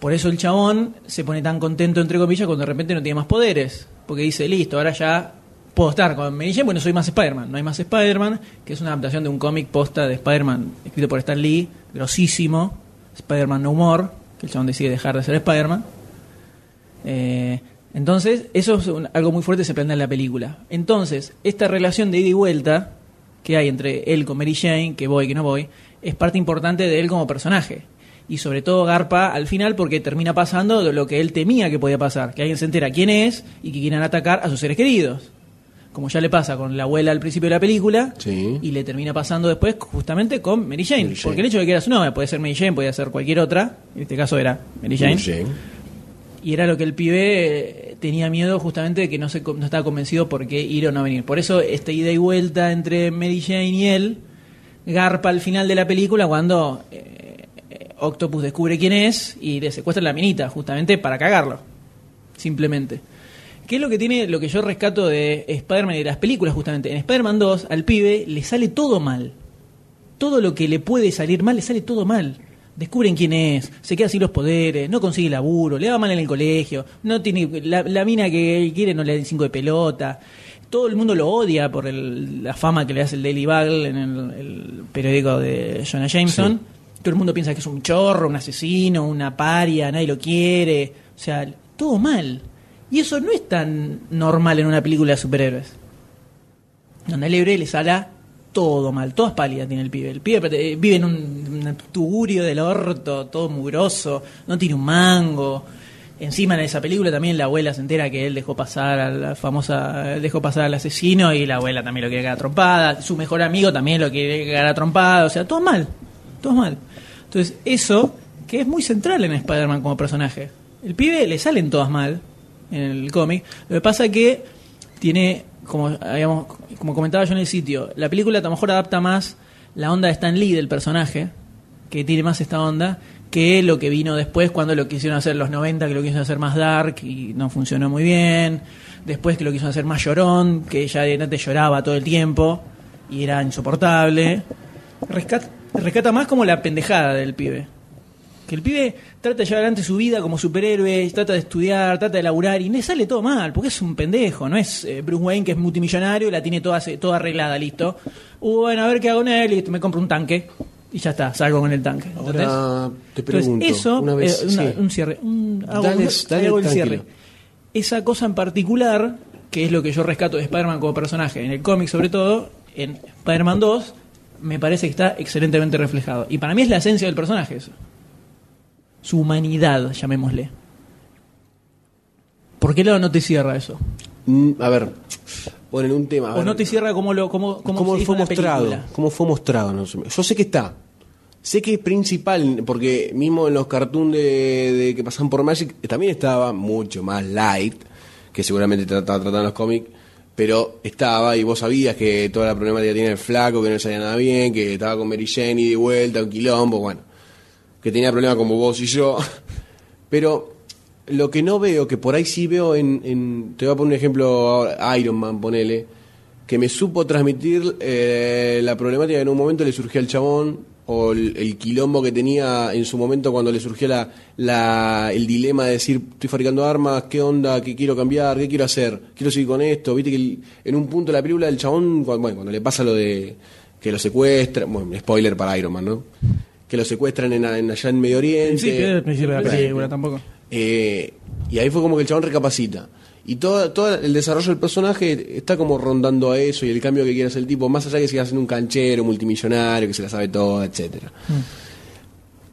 Speaker 2: Por eso el chabón se pone tan contento, entre comillas, cuando de repente no tiene más poderes. Porque dice, listo, ahora ya puedo estar con Mary Jane, porque no soy más Spider-Man. No hay más Spider-Man, que es una adaptación de un cómic posta de Spider-Man, escrito por Stan Lee, grosísimo, Spider-Man No More, que el chabón decide dejar de ser Spider-Man. Eh, entonces, eso es un- algo muy fuerte que se plantea en la película. Entonces, esta relación de ida y vuelta que hay entre él con Mary Jane, que voy, que no voy, es parte importante de él como personaje. y sobre todo garpa al final porque termina pasando lo que él temía que podía pasar, que alguien se entera quién es y que quieran atacar a sus seres queridos. Como ya le pasa con la abuela al principio de la película
Speaker 3: Sí.
Speaker 2: y le termina pasando después justamente con Mary Jane,
Speaker 3: Mary Jane.
Speaker 2: porque el hecho de que era su novia, puede ser Mary Jane, podía ser cualquier otra, en este caso era Mary Jane,
Speaker 3: Jane.
Speaker 2: y era lo que el pibe eh, tenía miedo justamente de que no, se, con- no estaba convencido por qué ir o no venir. Por eso esta ida y vuelta entre Mary Jane y él garpa al final de la película cuando eh, eh, Octopus descubre quién es y le secuestra la minita justamente para cagarlo, simplemente. ¿Qué es lo que tiene, lo que yo rescato de Spider-Man y de las películas justamente? En Spider-Man 2 al pibe le sale todo mal todo lo que le puede salir mal, le sale todo mal. Descubren quién es, se queda sin los poderes, no consigue laburo, le va mal en el colegio, no tiene la, la mina que él quiere no le da cinco de pelota. Todo el mundo lo odia por el- la fama que le hace el Daily Bugle en el, el periódico de Jonah Jameson. Todo el mundo piensa que es un chorro, un asesino, una paria, nadie lo quiere. O sea, todo mal. Y eso no es tan normal en una película de superhéroes donde al hebreo le sale todo mal, todas pálidas tiene el pibe. El pibe eh, vive en un, un tugurio del orto, todo mugroso, no tiene un mango. Encima en esa película también la abuela se entera que él dejó pasar a la famosa, dejó pasar al asesino y la abuela también lo quiere cagar a trompada, su mejor amigo también lo quiere cagar a trompada, o sea, todo mal, todo mal. Entonces, eso que es muy central en Spider-Man como personaje. El pibe le salen todas mal en el cómic. Lo que pasa que tiene, como, habíamos, como comentaba yo en el sitio, la película a lo mejor adapta más la onda de Stan Lee del personaje, que tiene más esta onda, que lo que vino después cuando lo quisieron hacer los 90, que lo quisieron hacer más dark y no funcionó muy bien, después que lo quisieron hacer más llorón, que ya de- te lloraba todo el tiempo y era insoportable. Rescata, rescata más como la pendejada del pibe. Que el pibe trata de llevar adelante su vida como superhéroe, trata de estudiar, trata de laburar y le sale todo mal, porque es un pendejo, no es eh, Bruce Wayne que es multimillonario y la tiene toda, se- toda arreglada, listo. Uh, bueno, a ver qué hago con él y me compro un tanque y ya está, salgo con el tanque. ¿entendés?
Speaker 3: Ahora Ah, te
Speaker 2: Entonces,
Speaker 3: pregunto.
Speaker 2: eso,
Speaker 3: una vez,
Speaker 2: eh, una-
Speaker 3: sí.
Speaker 2: un cierre, un- hago,
Speaker 3: Dale,
Speaker 2: un-
Speaker 3: dale,
Speaker 2: hago el
Speaker 3: tranquilo.
Speaker 2: cierre. Esa cosa en particular, que es lo que yo rescato de Spider-Man como personaje, en el cómic sobre todo, en Spider-Man 2, me parece que está excelentemente reflejado. Y para mí es la esencia del personaje eso. Su humanidad, llamémosle. ¿Por qué lado no te cierra eso?
Speaker 3: Mm, a ver, ponen un tema. a
Speaker 2: ¿O
Speaker 3: ver.
Speaker 2: no te cierra como lo como, como
Speaker 3: cómo
Speaker 2: se hizo
Speaker 3: fue
Speaker 2: en la
Speaker 3: mostrado.
Speaker 2: película?
Speaker 3: Cómo fue mostrado. no sé. Yo sé que está. Sé que es principal, porque mismo en los cartoons de, de que pasan por Magic eh, también estaba mucho más light, que seguramente trataba de tratar en los cómics, pero estaba y vos sabías que toda la problemática tiene el flaco, que no le salía nada bien, que estaba con Mary Jane y de vuelta, un quilombo, bueno, que tenía problemas como vos y yo. Pero lo que no veo, que por ahí sí veo en, en- te voy a poner un ejemplo ahora, Iron Man, ponele, que me supo transmitir eh, la problemática que en un momento le surgió al chabón, o el, el quilombo que tenía en su momento cuando le surgió la, la- el dilema de decir, estoy fabricando armas, qué onda, qué quiero cambiar, qué quiero hacer, quiero seguir con esto, viste que el- en un punto de la película del chabón, cuando, bueno, cuando le pasa lo de que lo secuestra, bueno, spoiler para Iron Man, ¿no? Que lo secuestran en, en- allá en Medio Oriente.
Speaker 2: Sí, pero al principio de la
Speaker 3: Bueno.
Speaker 2: película tampoco.
Speaker 3: Eh, y ahí fue como que el chabón recapacita. Y todo, todo el desarrollo del personaje está como rondando a eso y el cambio que quiere hacer el tipo, más allá de que siga siendo un canchero, multimillonario, que se la sabe todo, etcétera.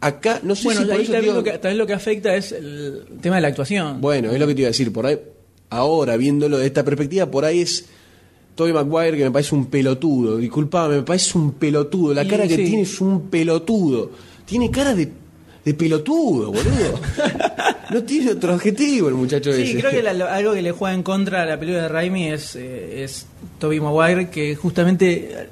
Speaker 3: Acá, no
Speaker 2: Mm.
Speaker 3: sé
Speaker 2: Bueno,
Speaker 3: si por
Speaker 2: ahí
Speaker 3: eso,
Speaker 2: tal vez
Speaker 3: tío-
Speaker 2: lo que, tal vez lo que afecta es el tema de la actuación.
Speaker 3: bueno, es lo que te iba a decir. Por ahí, ahora viéndolo de esta perspectiva, por ahí es Toby Maguire que me parece un pelotudo. Disculpame, me parece un pelotudo. La
Speaker 2: Y
Speaker 3: cara que
Speaker 2: sí.
Speaker 3: tiene es un pelotudo. Tiene cara de, de pelotudo, boludo. no tiene otro adjetivo el muchacho
Speaker 2: Sí,
Speaker 3: ese.
Speaker 2: creo que la- lo- algo que le juega en contra a la película de Raimi es, eh, es Toby Maguire, que justamente eh,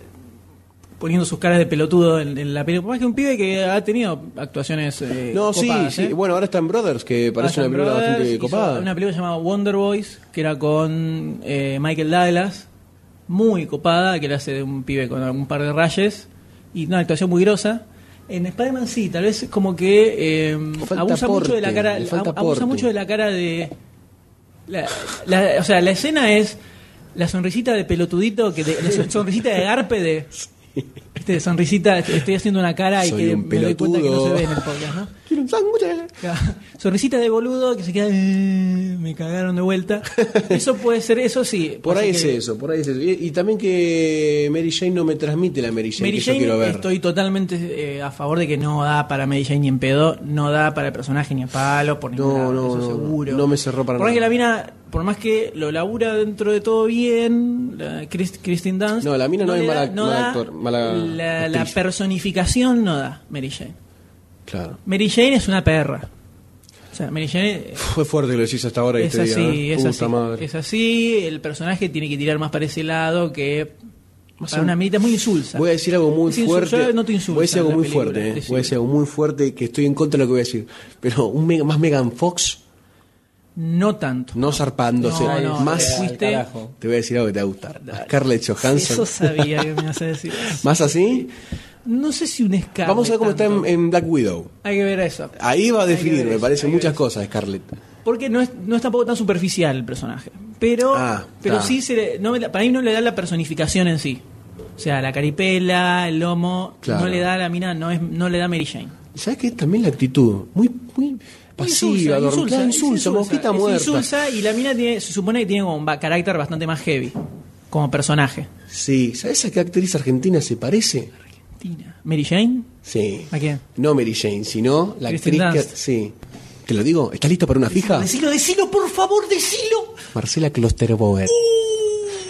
Speaker 2: poniendo sus caras de pelotudo en, en la película, más que un pibe que ha tenido actuaciones eh,
Speaker 3: No,
Speaker 2: copadas,
Speaker 3: sí,
Speaker 2: ¿eh?
Speaker 3: sí. Bueno, ahora está en Brothers, que parece
Speaker 2: Mason
Speaker 3: una película
Speaker 2: Brothers
Speaker 3: bastante
Speaker 2: hizo
Speaker 3: copada.
Speaker 2: Una película llamada Wonder Boys, que era con eh, Michael Douglas, muy copada, que la hace de un pibe con un par de rayes, y una actuación muy grosa. En Spider-Man sí, tal vez como que eh,
Speaker 3: Falta
Speaker 2: abusa mucho de la
Speaker 3: porte,
Speaker 2: cara,
Speaker 3: le falta
Speaker 2: abusa
Speaker 3: porte.
Speaker 2: mucho de la cara de la- la- o sea, la
Speaker 3: *laughs*
Speaker 2: escena es la sonrisita de pelotudito que de, la son- sonrisita de garpe de Este de sonrisita, estoy haciendo una cara y
Speaker 3: Soy
Speaker 2: que
Speaker 3: un
Speaker 2: me doy cuenta que no se
Speaker 3: pelotudo.
Speaker 2: ve en el podcast, ¿no?
Speaker 3: Quiero un sándwich.
Speaker 2: Claro. Sonrisita de boludo que se queda. "Eh, me cagaron de
Speaker 3: *laughs*
Speaker 2: vuelta. Eso puede ser, eso sí.
Speaker 3: Por ahí
Speaker 2: Así
Speaker 3: es
Speaker 2: que
Speaker 3: eso, por ahí es eso. Y, y también que Mary Jane no me transmite la Mary Jane
Speaker 2: Mary
Speaker 3: que yo quiero
Speaker 2: Jane,
Speaker 3: ver.
Speaker 2: estoy totalmente eh, a favor de que no da para Mary Jane ni en pedo, no da para el personaje ni a palo, por ningún
Speaker 3: No,
Speaker 2: lado,
Speaker 3: no,
Speaker 2: eso
Speaker 3: no, no.
Speaker 2: seguro.
Speaker 3: No me cerró para
Speaker 2: por más
Speaker 3: nada.
Speaker 2: que la mina, por más que lo labura dentro de todo bien, la Chris- Christine Dunst.
Speaker 3: No, la mina no es
Speaker 2: le da-
Speaker 3: mala- mala actor- mala
Speaker 2: la, la
Speaker 3: actriz.
Speaker 2: personificación no da Mary Jane.
Speaker 3: Claro.
Speaker 2: Mary Jane es una perra. O sea, Mary Jane eh,
Speaker 3: Fue fuerte que lo decís hasta ahora y
Speaker 2: es
Speaker 3: este día,
Speaker 2: así,
Speaker 3: ¿eh?
Speaker 2: es
Speaker 3: Puta
Speaker 2: así.
Speaker 3: madre.
Speaker 2: Es así, el personaje tiene que tirar más para ese lado que
Speaker 3: Más
Speaker 2: para
Speaker 3: o-
Speaker 2: una minita muy insulsa.
Speaker 3: Voy a decir algo muy
Speaker 2: Es insul-
Speaker 3: fuerte.
Speaker 2: yo no te insulto
Speaker 3: voy a decir algo
Speaker 2: en la
Speaker 3: muy
Speaker 2: película,
Speaker 3: fuerte, eh.
Speaker 2: decime.
Speaker 3: Voy a decir algo muy fuerte que estoy en contra de lo que voy a decir. Pero un Mega- más Megan Fox,
Speaker 2: No tanto.
Speaker 3: no zarpándose.
Speaker 2: No, no,
Speaker 3: más
Speaker 2: eh, fuiste-
Speaker 3: Te voy a decir algo que te va a gustar. A Scarlett Johansson.
Speaker 2: Eso sabía que me ibas a
Speaker 3: *laughs*
Speaker 2: decir. eso.
Speaker 3: Más así.
Speaker 2: No sé si un escape.
Speaker 3: Vamos a ver cómo está en,
Speaker 2: tanto.
Speaker 3: en Black Widow.
Speaker 2: Hay que ver eso.
Speaker 3: Ahí va a
Speaker 2: Hay que
Speaker 3: definir,
Speaker 2: ver
Speaker 3: me
Speaker 2: eso,
Speaker 3: parece,
Speaker 2: hay que
Speaker 3: muchas
Speaker 2: ver eso.
Speaker 3: cosas, Scarlett.
Speaker 2: Porque no es, no es tampoco tan superficial el personaje. Pero,
Speaker 3: Ah,
Speaker 2: pero
Speaker 3: está.
Speaker 2: sí, se le- no me la- para mí no le da la personificación en sí. O sea, la caripela, el lomo,
Speaker 3: Claro.
Speaker 2: no le da a la mina, no, es, no le da Mary Jane.
Speaker 3: ¿Sabes qué? También la actitud. Muy, muy
Speaker 2: Pues
Speaker 3: pasiva, dorm- claro, insulsa, mosquita
Speaker 2: es
Speaker 3: muerta.
Speaker 2: insulsa y la mina tiene, se supone que tiene como un ba- carácter bastante más heavy como personaje.
Speaker 3: Sí, ¿sabes a qué actriz argentina se parece?
Speaker 2: Argentina. ¿Mary Jane?
Speaker 3: Sí.
Speaker 2: ¿A quién?
Speaker 3: No Mary Jane, sino la
Speaker 2: Kristen
Speaker 3: actriz
Speaker 2: Dunst.
Speaker 3: que. Sí. ¿Te lo digo? ¿Estás listo para una fija?
Speaker 2: Ah. Decilo, decilo, por favor, decilo.
Speaker 3: Marcela Klosterboer.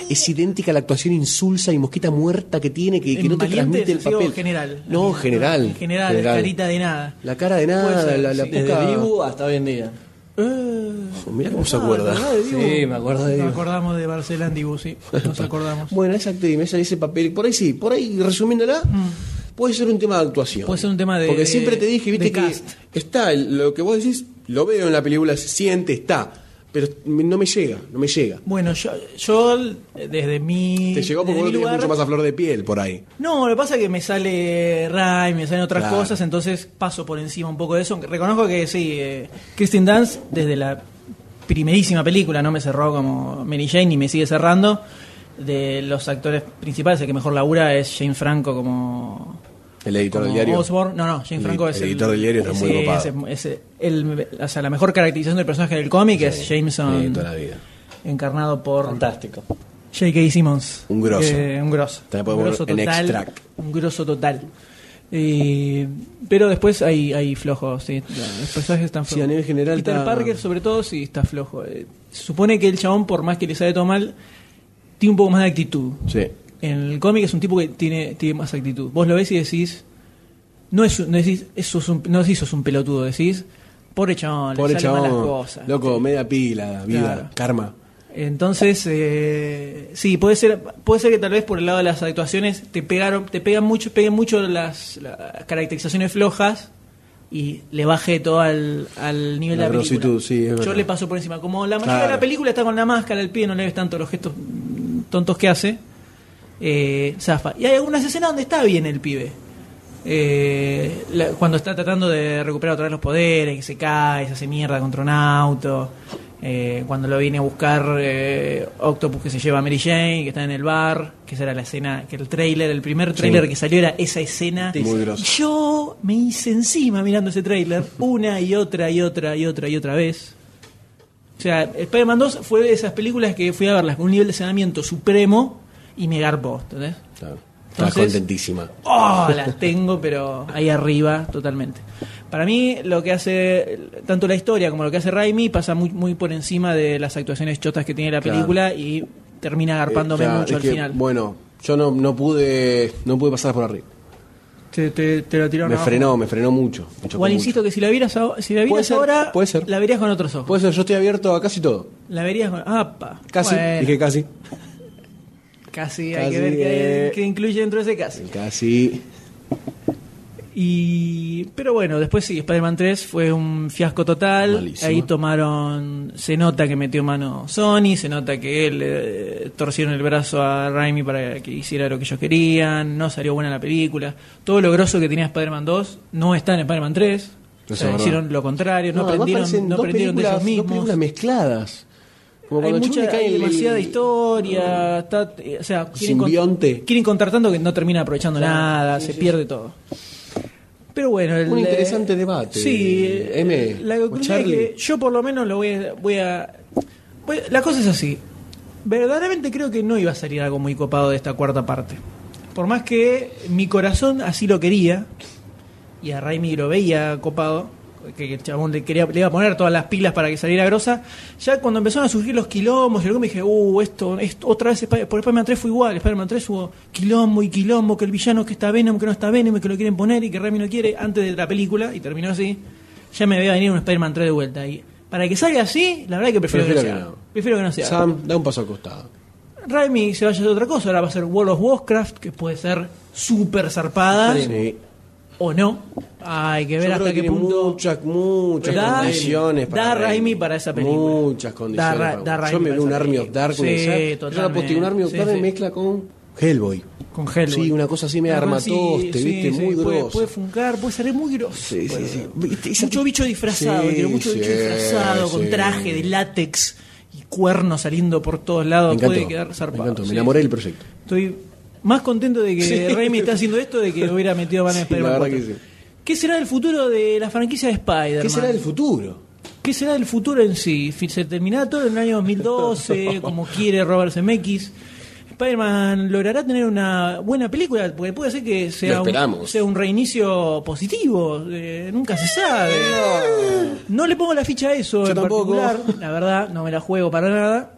Speaker 3: Es idéntica a la actuación insulsa y mosquita muerta que tiene, que, que
Speaker 2: ¿En
Speaker 3: no te
Speaker 2: Valientes
Speaker 3: transmite el
Speaker 2: o
Speaker 3: papel.
Speaker 2: general?
Speaker 3: No, general.
Speaker 2: En general, carita de nada.
Speaker 3: La cara de
Speaker 2: Puede
Speaker 3: nada,
Speaker 2: ser,
Speaker 3: la, la
Speaker 2: sí.
Speaker 3: poca.
Speaker 4: Desde Dibu hasta hoy en día.
Speaker 3: Uf, mirá cómo se
Speaker 2: Ah,
Speaker 3: acuerda.
Speaker 4: Sí, me acuerdo de
Speaker 2: Nos
Speaker 4: Dibu.
Speaker 2: acordamos de Barcelona Dibu,
Speaker 3: *laughs*
Speaker 2: sí. Nos acordamos.
Speaker 3: Bueno, esa actriz, esa, ese papel, por ahí sí, por ahí resumiéndola, puede ser un tema de actuación.
Speaker 2: Mm. Puede ser un tema de-
Speaker 3: Porque siempre te dije,
Speaker 2: de
Speaker 3: viste, que
Speaker 2: cast.
Speaker 3: está, el- lo que vos decís, lo veo en la película, se siente, está, pero me- no me llega, no me llega.
Speaker 2: Bueno, yo, yo desde mi.
Speaker 3: Te llegó porque
Speaker 2: desde mi
Speaker 3: vos lo tenías
Speaker 2: lugar-
Speaker 3: mucho más a flor de piel por ahí.
Speaker 2: No, lo que pasa es que me sale Rai, me salen otras
Speaker 3: Claro.
Speaker 2: cosas, entonces paso por encima un poco de eso. Reconozco que sí, eh, Kristen Dance, desde la primerísima película, no me cerró como Mary Jane y me sigue cerrando. De los actores principales, el que mejor labura es Jane Franco como.
Speaker 3: El editor del
Speaker 2: como
Speaker 3: diario.
Speaker 2: Osborn. No, no, Jane
Speaker 3: El-
Speaker 2: Franco
Speaker 3: el
Speaker 2: es
Speaker 3: editor del diario está
Speaker 2: ese-
Speaker 3: muy copado.
Speaker 2: ese- ese- el- o sea, la mejor caracterización del personaje del cómic es Jameson,
Speaker 3: Sí, toda la vida.
Speaker 2: encarnado por
Speaker 4: Fantástico.
Speaker 2: J.K. Simmons.
Speaker 3: Un grosso.
Speaker 2: Eh, un grosso.
Speaker 3: Te la podemos
Speaker 2: un grosso
Speaker 3: ver en Extract.
Speaker 2: Un grosso total. Eh, pero después hay, hay flojos, sí. Los personajes están
Speaker 3: Sí,
Speaker 2: flojos.
Speaker 3: a nivel general
Speaker 2: Peter
Speaker 3: está-
Speaker 2: Parker, sobre todo, sí está flojo. Eh, se supone que el chabón, por más que le sale todo mal, tiene un poco más de actitud.
Speaker 3: Sí.
Speaker 2: En el cómic es un tipo que tiene, tiene más actitud. Vos lo ves y decís. No, es, un- no decís, eso es un, no decís, sos un pelotudo, decís. Pobre chabón,
Speaker 3: Pobre
Speaker 2: le salen mal las
Speaker 3: chabón.
Speaker 2: cosas.
Speaker 3: Loco, media pila, vida,
Speaker 2: Claro.
Speaker 3: karma.
Speaker 2: Entonces, eh, sí, puede ser, puede ser que tal vez por el lado de las actuaciones te pegaron, te pegan mucho, peguen mucho las, las caracterizaciones flojas y le baje todo al, al nivel
Speaker 3: La
Speaker 2: de la película.
Speaker 3: grositud, sí, es
Speaker 2: Yo
Speaker 3: verdad.
Speaker 2: le paso por encima. Como la mayoría de la
Speaker 3: Claro.
Speaker 2: película está con la máscara, el pie no le ves tanto los gestos mm, tontos que hace. eh, zafa. Y hay algunas escenas donde está bien el pibe. Eh, la- cuando está tratando de recuperar otra vez los poderes, que se cae, se hace mierda contra un auto. eh, cuando lo viene a buscar eh, Octopus que se lleva a Mary Jane, que está en el bar, que esa era la escena, que el trailer, el primer trailer que salió era esa escena.
Speaker 3: Muy groso.
Speaker 2: Yo me hice encima mirando ese trailer una y otra y otra y otra y otra vez. O sea, Spider-Man 2 fue de esas películas que fui a verlas con un nivel de saneamiento supremo y me garpó, ¿entendés?
Speaker 3: Claro. Estaba
Speaker 2: Entonces-
Speaker 3: contentísima.
Speaker 2: ¡Oh! Las tengo, pero ahí arriba, totalmente. Para mí, lo que hace tanto la historia como lo que hace Raimi pasa muy, muy por encima de las actuaciones chotas que tiene la
Speaker 3: Claro.
Speaker 2: película y termina garpándome
Speaker 3: Eh, claro,
Speaker 2: mucho
Speaker 3: es
Speaker 2: al
Speaker 3: que,
Speaker 2: final.
Speaker 3: Bueno, yo no, no pude no pude pasar por arriba.
Speaker 2: te, te- te lo tiraron
Speaker 3: me
Speaker 2: abajo.
Speaker 3: frenó, me frenó mucho. me chocó
Speaker 2: Igual
Speaker 3: mucho.
Speaker 2: insisto que si la vieras, ahora- si la vieras
Speaker 3: Puede ser,
Speaker 2: ahora,
Speaker 3: puede ser.
Speaker 2: la verías con otros ojos.
Speaker 3: Puede ser, yo estoy abierto a casi todo.
Speaker 2: La verías con. ¡Apa!
Speaker 3: Casi,
Speaker 2: Bueno,
Speaker 3: dije casi.
Speaker 2: casi, hay que
Speaker 3: Casi,
Speaker 2: ver qué,
Speaker 3: eh.
Speaker 2: qué incluye dentro de ese casi.
Speaker 3: Casi.
Speaker 2: Y pero bueno, después sí, Spider-Man 3 fue un fiasco total.
Speaker 3: Malísimo.
Speaker 2: Ahí tomaron, se nota que metió mano Sony, se nota que le eh, torcieron el brazo a Raimi para que hiciera lo que ellos querían, no salió buena la película. Todo lo grosso que tenía Spider-Man 2 no está en Spider-man 3.
Speaker 3: Eso
Speaker 2: O
Speaker 3: es
Speaker 2: sea,
Speaker 3: verdad.
Speaker 2: hicieron lo contrario, no,
Speaker 3: además
Speaker 2: aprendieron,
Speaker 3: parecen
Speaker 2: no
Speaker 3: dos
Speaker 2: aprendieron de
Speaker 3: películas-
Speaker 2: ellos
Speaker 3: Dos
Speaker 2: mismos.
Speaker 3: películas mezcladas. Como
Speaker 2: hay
Speaker 3: cuando Chun le
Speaker 2: mucha,
Speaker 3: cae
Speaker 2: hay
Speaker 3: el-
Speaker 2: demasiada
Speaker 3: el-
Speaker 2: historia, está- eh, o sea, quieren,
Speaker 3: Simbionte.
Speaker 2: quieren contar tanto que no termina aprovechando nada, se pierde todo. Pero bueno, el,
Speaker 3: Un
Speaker 2: eh,
Speaker 3: interesante debate,
Speaker 2: Sí, eh,
Speaker 3: M,
Speaker 2: la
Speaker 3: o
Speaker 2: conclusión es que
Speaker 3: Charlie.
Speaker 2: yo por lo menos lo voy a, voy a- voy a- La cosa es así. Verdaderamente creo que no iba a salir algo muy copado de esta cuarta parte. Por más que mi corazón así lo quería, y a Raimi lo veía copado, que el chabón le, quería, le iba a poner todas las pilas para que saliera grosa, ya cuando empezaron a surgir los quilombos, y algo me dije, uh, esto, esto otra vez, Sp- por Spider-Man 3 fue igual, Spider-Man 3 hubo quilombo y quilombo, que el villano que está Venom, que no está Venom, y que lo quieren poner y que Raimi no quiere, antes de la película, y terminó así, ya me veía venir un Spider-Man 3 de vuelta. Y para que salga así, la verdad es que prefiero,
Speaker 3: Prefiero
Speaker 2: que, no
Speaker 3: que
Speaker 2: sea.
Speaker 3: no.
Speaker 2: Prefiero que no sea.
Speaker 3: Sam, da un paso al costado.
Speaker 2: Raimi se vaya a hacer otra cosa, ahora va a ser World of Warcraft, que puede ser súper zarpada,
Speaker 3: Sí.
Speaker 2: o no. Hay que
Speaker 3: Yo
Speaker 2: ver
Speaker 3: creo
Speaker 2: Ah, hasta
Speaker 3: que
Speaker 2: qué
Speaker 3: tiene
Speaker 2: punto.
Speaker 3: Muchas, muchas
Speaker 2: Da-
Speaker 3: condiciones
Speaker 2: da Raimi para esa película.
Speaker 3: Muchas
Speaker 2: Da
Speaker 3: condiciones.
Speaker 2: Ra-
Speaker 3: para-
Speaker 2: da
Speaker 3: Yo
Speaker 2: Raimi
Speaker 3: me
Speaker 2: para
Speaker 3: veo un
Speaker 2: esa
Speaker 3: Army of
Speaker 2: película.
Speaker 3: Darkness.
Speaker 2: Sí,
Speaker 3: ¿eh? Yo la
Speaker 2: totalmente.
Speaker 3: posteo, un Army of
Speaker 2: Sí,
Speaker 3: Darkness
Speaker 2: sí.
Speaker 3: mezcla con Hellboy.
Speaker 2: Con Hellboy.
Speaker 3: Sí, una cosa así media
Speaker 2: Una cosa
Speaker 3: armatoste, ¿viste? Muy
Speaker 2: puede,
Speaker 3: grosa.
Speaker 2: Puede funcar, puede salir muy groso.
Speaker 3: Sí, sí,
Speaker 2: Puede-
Speaker 3: sí.
Speaker 2: Mucho
Speaker 3: Esa-
Speaker 2: bicho disfrazado,
Speaker 3: Sí,
Speaker 2: quiero mucho
Speaker 3: sí,
Speaker 2: bicho disfrazado, con
Speaker 3: sí.
Speaker 2: traje de látex y cuernos saliendo por todos lados.
Speaker 3: Me encantó.
Speaker 2: puede quedar zarpado.
Speaker 3: me encantó, me
Speaker 2: sí.
Speaker 3: enamoré del proyecto.
Speaker 2: Estoy más contento de que
Speaker 3: Sí.
Speaker 2: Raimi está haciendo esto de que hubiera metido Van
Speaker 3: *laughs* Sí,
Speaker 2: a
Speaker 3: la
Speaker 2: Spider-Man
Speaker 3: verdad
Speaker 2: 4.
Speaker 3: que sí.
Speaker 2: ¿Qué será del futuro de la franquicia de Spider-Man?
Speaker 3: ¿Qué será del futuro?
Speaker 2: ¿Qué será del futuro en sí? Fi- ¿Se terminará todo en el año
Speaker 3: *laughs*
Speaker 2: 2012, como quiere Robert Zemeckis? ¿Spider-Man logrará tener una buena película? Porque puede ser que sea,
Speaker 3: Lo
Speaker 2: un,
Speaker 3: esperamos.
Speaker 2: sea un reinicio positivo. eh, nunca se sabe. No. le pongo la ficha a eso
Speaker 3: Yo
Speaker 2: en
Speaker 3: tampoco.
Speaker 2: particular. La verdad, no me la juego para nada.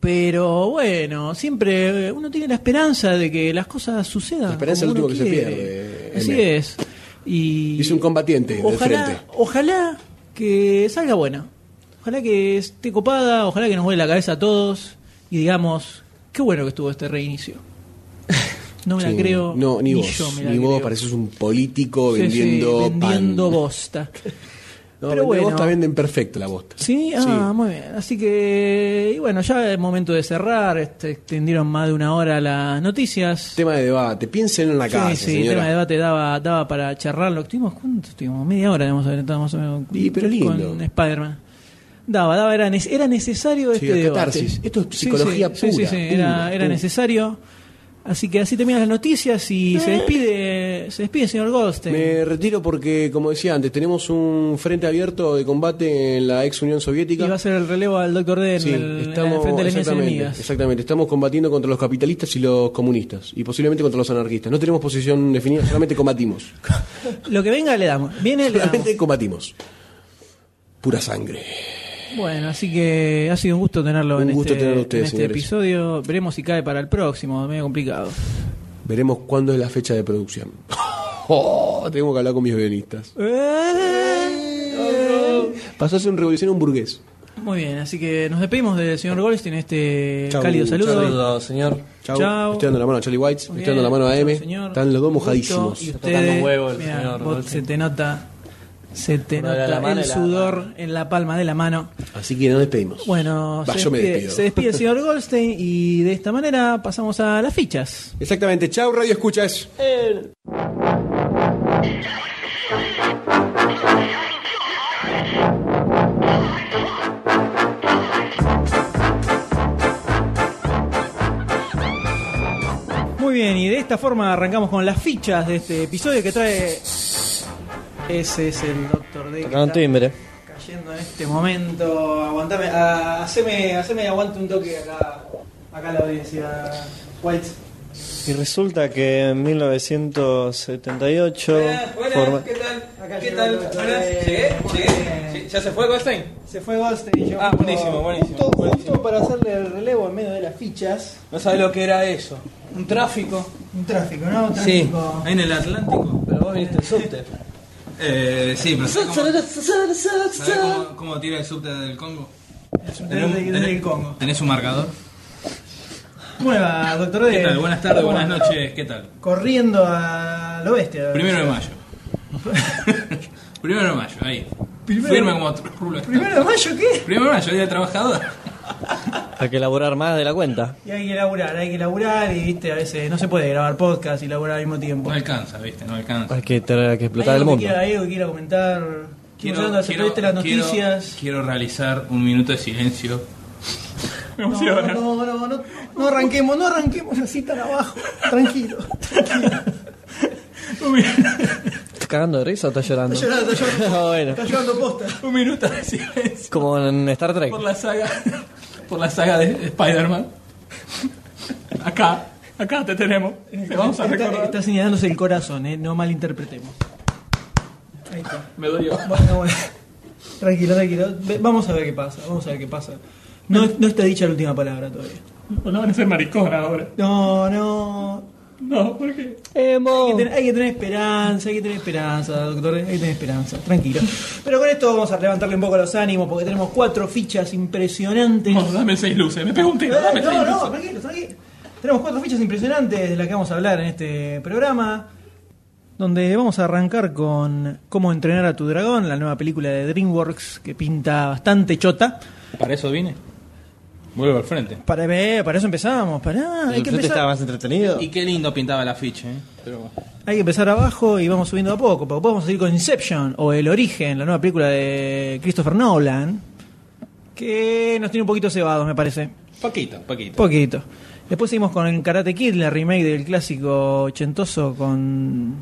Speaker 2: Pero bueno, siempre eh, uno tiene la esperanza de que las cosas sucedan.
Speaker 3: La esperanza
Speaker 2: como
Speaker 3: es lo
Speaker 2: uno
Speaker 3: último que se
Speaker 2: quiere.
Speaker 3: pierde,
Speaker 2: Así
Speaker 3: M.
Speaker 2: es. Y
Speaker 3: Es un combatiente del
Speaker 2: ojalá,
Speaker 3: frente.
Speaker 2: Ojalá que salga buena. Ojalá que esté copada, ojalá que nos vuele la cabeza a todos y digamos, qué bueno que estuvo este reinicio. No me
Speaker 3: *laughs* Sí.
Speaker 2: la creo.
Speaker 3: No, ni, vos.
Speaker 2: yo me la
Speaker 3: ni vos
Speaker 2: creo.
Speaker 3: pareces un
Speaker 2: Sí,
Speaker 3: político
Speaker 2: sí,
Speaker 3: vendiendo pan.
Speaker 2: vendiendo bosta.
Speaker 3: *laughs* No,
Speaker 2: Pero
Speaker 3: Pero
Speaker 2: bueno.
Speaker 3: bosta venden perfecto la bosta.
Speaker 2: Sí, ah, muy bien. Así que, y bueno, ya es momento de cerrar. Este, extendieron más de una hora las noticias.
Speaker 3: Tema de debate. Piensen en la
Speaker 2: Sí,
Speaker 3: casa,
Speaker 2: sí,
Speaker 3: señora.
Speaker 2: tema de debate daba, daba para charlarlo. Estuvimos, ¿cuánto estuvimos? Media hora hemos aventado más o menos con-
Speaker 3: Y, pero lindo.
Speaker 2: con Spider-man. Daba, daba, era, nece- era necesario
Speaker 3: Sí,
Speaker 2: este
Speaker 3: la
Speaker 2: debate.
Speaker 3: catarsis. Esto es
Speaker 2: Sí,
Speaker 3: psicología
Speaker 2: sí, sí,
Speaker 3: pura,
Speaker 2: sí, sí,
Speaker 3: pura,
Speaker 2: era, era
Speaker 3: pura.
Speaker 2: necesario. Así que así terminan las noticias y se despide, se despide señor Goldstein.
Speaker 3: Eh. Me retiro porque, como decía antes, tenemos un frente abierto de combate en la ex Unión Soviética.
Speaker 2: Y va a ser el relevo al doctor D en,
Speaker 3: Sí,
Speaker 2: el, en
Speaker 3: estamos,
Speaker 2: el frente de las líneas
Speaker 3: exactamente,
Speaker 2: enemigas.
Speaker 3: exactamente. estamos combatiendo contra los capitalistas y los comunistas y posiblemente contra los anarquistas. No tenemos posición definida, solamente combatimos.
Speaker 2: Lo que venga le damos. Viene le damos.
Speaker 3: solamente combatimos. Pura sangre.
Speaker 2: Bueno, así que ha sido un gusto tenerlo
Speaker 3: Un
Speaker 2: en
Speaker 3: gusto
Speaker 2: este,
Speaker 3: tenerlo a ustedes,
Speaker 2: en este
Speaker 3: señores.
Speaker 2: episodio. Veremos si cae para el próximo, medio complicado.
Speaker 3: Veremos cuándo es la fecha de producción. *laughs* Oh, tengo que hablar con mis guionistas. Pasó a ser un revolución un burgués.
Speaker 2: Eh. Muy bien, así que nos despedimos del señor Goldstein este
Speaker 3: Chau,
Speaker 2: cálido saludo.
Speaker 4: Saludos, señor.
Speaker 3: Chau.
Speaker 2: Chau.
Speaker 3: Le Estoy dando la mano a Charlie White, le
Speaker 2: Muy
Speaker 3: estoy dando la mano a
Speaker 2: bien,
Speaker 3: M.
Speaker 2: señor.
Speaker 3: Están los dos
Speaker 2: Gusto,
Speaker 3: mojadísimos.
Speaker 2: y
Speaker 4: Está
Speaker 2: ustedes,
Speaker 4: tocando huevo el
Speaker 2: mirá,
Speaker 4: señor
Speaker 2: vos
Speaker 4: Goldstein.
Speaker 2: se te nota, se te
Speaker 4: Por la
Speaker 2: nota
Speaker 4: mano
Speaker 2: el
Speaker 4: y la-
Speaker 2: sudor en la palma de la mano.
Speaker 3: Así que nos despedimos.
Speaker 2: Bueno,
Speaker 3: Va,
Speaker 2: se,
Speaker 3: yo me
Speaker 2: despide,
Speaker 3: despido.
Speaker 2: se despide el señor Goldstein y de esta manera pasamos a las fichas.
Speaker 3: Exactamente. Chau, Radio Escuchas.
Speaker 2: Muy bien, y de esta forma arrancamos con las fichas de este episodio que trae. Ese es el Doctor D. que
Speaker 4: Tocaron
Speaker 2: está
Speaker 4: timbre.
Speaker 2: Cayendo en este momento. Aguantame, ah, haceme, haceme aguante un toque acá. Acá la audiencia. White.
Speaker 4: Y resulta que en 1978
Speaker 1: Buenas, buenas,
Speaker 4: forma-
Speaker 1: ¿qué tal?
Speaker 2: Acá
Speaker 1: ¿Qué
Speaker 2: llegó
Speaker 1: tal?
Speaker 2: el doctor
Speaker 1: Buenas,
Speaker 2: D.
Speaker 1: llegué,
Speaker 2: Bien.
Speaker 1: llegué. ¿Ya se fue Goldstein?
Speaker 2: Se fue Goldstein y yo.
Speaker 1: Ah,
Speaker 2: justo-
Speaker 1: buenísimo, buenísimo,
Speaker 2: Justo,
Speaker 1: buenísimo.
Speaker 2: justo para hacerle el relevo en medio de las fichas.
Speaker 1: No sabes lo que era eso. ¿Un tráfico?
Speaker 2: Un tráfico, ¿no? Un
Speaker 1: Sí,
Speaker 2: tráfico.
Speaker 1: ahí en el Atlántico.
Speaker 4: Pero vos viniste en subte.
Speaker 1: Eh, sí, pero ¿sabes cómo, sabés cómo- cómo tira el subte del Congo?
Speaker 2: Es un
Speaker 1: Tenés un-
Speaker 2: tráfico
Speaker 1: tenés-
Speaker 2: del Congo.
Speaker 1: ¿Tenés un marcador?
Speaker 2: Bueno, Doctor D.
Speaker 1: ¿Qué tal? Buenas tardes,
Speaker 2: ¿Cómo
Speaker 1: buenas
Speaker 2: anda?
Speaker 1: noches, ¿qué tal?
Speaker 2: Corriendo al oeste. a-
Speaker 1: Primero de mayo. *laughs* Primero de mayo, ahí.
Speaker 2: Primero-
Speaker 1: Firme como otro rulo.
Speaker 2: ¿Primero de mayo qué?
Speaker 1: Primero de mayo, Día del Trabajador.
Speaker 4: Hay que elaborar más de la cuenta.
Speaker 2: Y hay que laburar, hay que laburar y viste, a veces no se puede grabar podcast y laburar al mismo tiempo.
Speaker 1: No alcanza, viste, no alcanza.
Speaker 4: Hay que, tener, que
Speaker 2: ¿Hay
Speaker 4: explotar el
Speaker 2: algo que
Speaker 4: mundo.
Speaker 2: quiera, hay algo que quiera comentar? Estamos hablando de las
Speaker 1: quiero-
Speaker 2: noticias.
Speaker 1: quiero realizar un minuto de silencio
Speaker 5: *laughs* Me emociona.
Speaker 2: No, no, no, no, no arranquemos, no arranquemos así tan abajo. Tranquilo.
Speaker 5: Un, mi-
Speaker 4: ¿Estás cagando de risa o estás llorando?
Speaker 2: Está llorando, está llorando.
Speaker 4: *laughs* Ah, bueno.
Speaker 2: Está llorando posta.
Speaker 5: un minuto de
Speaker 1: *laughs*
Speaker 5: silencio
Speaker 4: Como en Star Trek.
Speaker 5: por la saga, por la saga de Spider-Man. Acá, acá te tenemos. Te vamos a
Speaker 2: Está,
Speaker 5: recordar.
Speaker 2: está señalándose el corazón, eh, no malinterpretemos. Ahí está.
Speaker 5: Me dolió.
Speaker 2: Bueno, bueno. Tranquilo, tranquilo. Ve- Vamos a ver qué pasa, vamos a ver qué pasa. No, no está dicha la última palabra todavía.
Speaker 5: No van a ser maricón ahora.
Speaker 2: No, no.
Speaker 5: No, porque.
Speaker 2: Hay que, tener, hay que tener esperanza, hay que tener esperanza, doctor, hay que tener esperanza, tranquilo. Pero con esto vamos a levantarle un poco los ánimos porque tenemos cuatro fichas impresionantes.
Speaker 5: No, dame seis luces. Me pego un tiro.
Speaker 2: Eh,
Speaker 5: Dame seis
Speaker 2: No, no,
Speaker 5: luces.
Speaker 2: tranquilo, tranquilo. Tenemos cuatro fichas impresionantes de las que vamos a hablar en este programa. Donde vamos a arrancar con Cómo entrenar a tu dragón, la nueva película de DreamWorks que pinta bastante chota.
Speaker 1: Para eso vine. Vuelvo al frente.
Speaker 2: Para, ver, para eso empezamos, para. Hay que
Speaker 4: ¿El
Speaker 2: empezar.
Speaker 4: estaba más entretenido?
Speaker 1: Y qué lindo pintaba la ficha, ¿eh? Pero bueno.
Speaker 2: Hay que empezar abajo y vamos subiendo a poco. Porque vamos a seguir con Inception o El Origen, la nueva película de Christopher Nolan. Que nos tiene un poquito cebados, me parece.
Speaker 1: Paquito, Paquito.
Speaker 2: Poquito. Después seguimos con el Karate Kid, la remake del clásico ochentoso con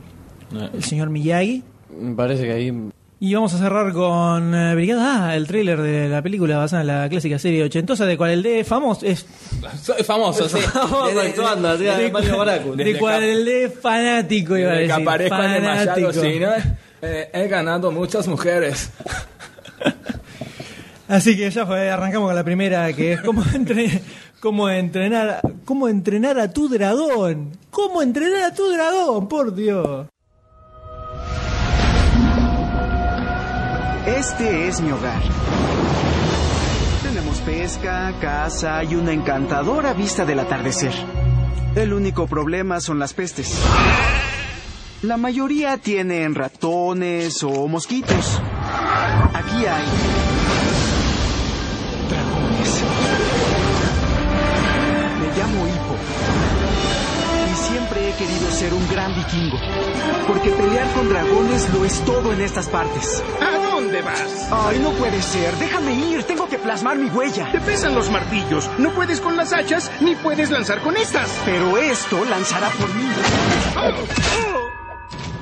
Speaker 2: el señor Miyagi.
Speaker 4: Me parece que ahí.
Speaker 2: Y vamos a cerrar con eh, Brigada A, el tráiler de la película basada en la clásica serie ochentosa, de cual el D famoso es
Speaker 1: Soy
Speaker 2: *laughs*
Speaker 1: famoso, *laughs* sí.
Speaker 4: Desde- actuando, así,
Speaker 2: de-
Speaker 4: Mario Baracu.
Speaker 2: de cual el D fanático iba a
Speaker 1: Desde que
Speaker 2: decir.
Speaker 1: aparezco en el Machado
Speaker 2: fanático.
Speaker 1: Cine, eh, he ganado muchas mujeres.
Speaker 2: Así que ya fue, arrancamos con la primera, que es cómo, *laughs* entre- cómo entrenar, cómo entrenar a tu dragón. ¿Cómo entrenar a tu dragón? Por Dios.
Speaker 6: Este es mi hogar. Tenemos pesca, caza y una encantadora vista del atardecer. El único problema son las pestes. La mayoría tienen ratones o mosquitos. Aquí hay dragones. Me llamo Hippo. Y siempre he querido ser un gran vikingo. Porque pelear con dragones lo es todo en estas partes.
Speaker 7: ¿A dónde vas?
Speaker 6: Ay, no puede ser. Déjame ir. Tengo que plasmar mi huella.
Speaker 7: Te pesan los martillos. No puedes con las hachas ni puedes lanzar con estas.
Speaker 6: Pero esto lanzará por mí.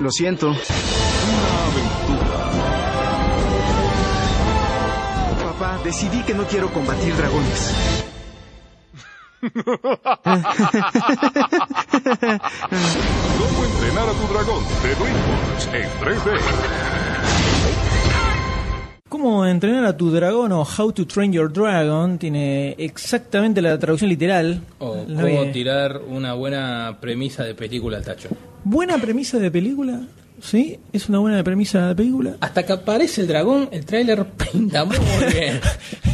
Speaker 6: Lo siento. Papá, decidí que no quiero combatir dragones.
Speaker 8: ¿Cómo entrenar a tu dragón? De DreamWorks en 3D.
Speaker 2: ¿Cómo entrenar a tu dragón o How to Train Your Dragon? Tiene exactamente la traducción literal.
Speaker 1: O
Speaker 2: La
Speaker 1: cómo
Speaker 2: que-
Speaker 1: tirar una buena premisa de película al tacho.
Speaker 2: Buena premisa de película. ¿Sí? ¿Es una buena premisa de película?
Speaker 1: Hasta que aparece el dragón, el tráiler pinta muy *laughs* bien.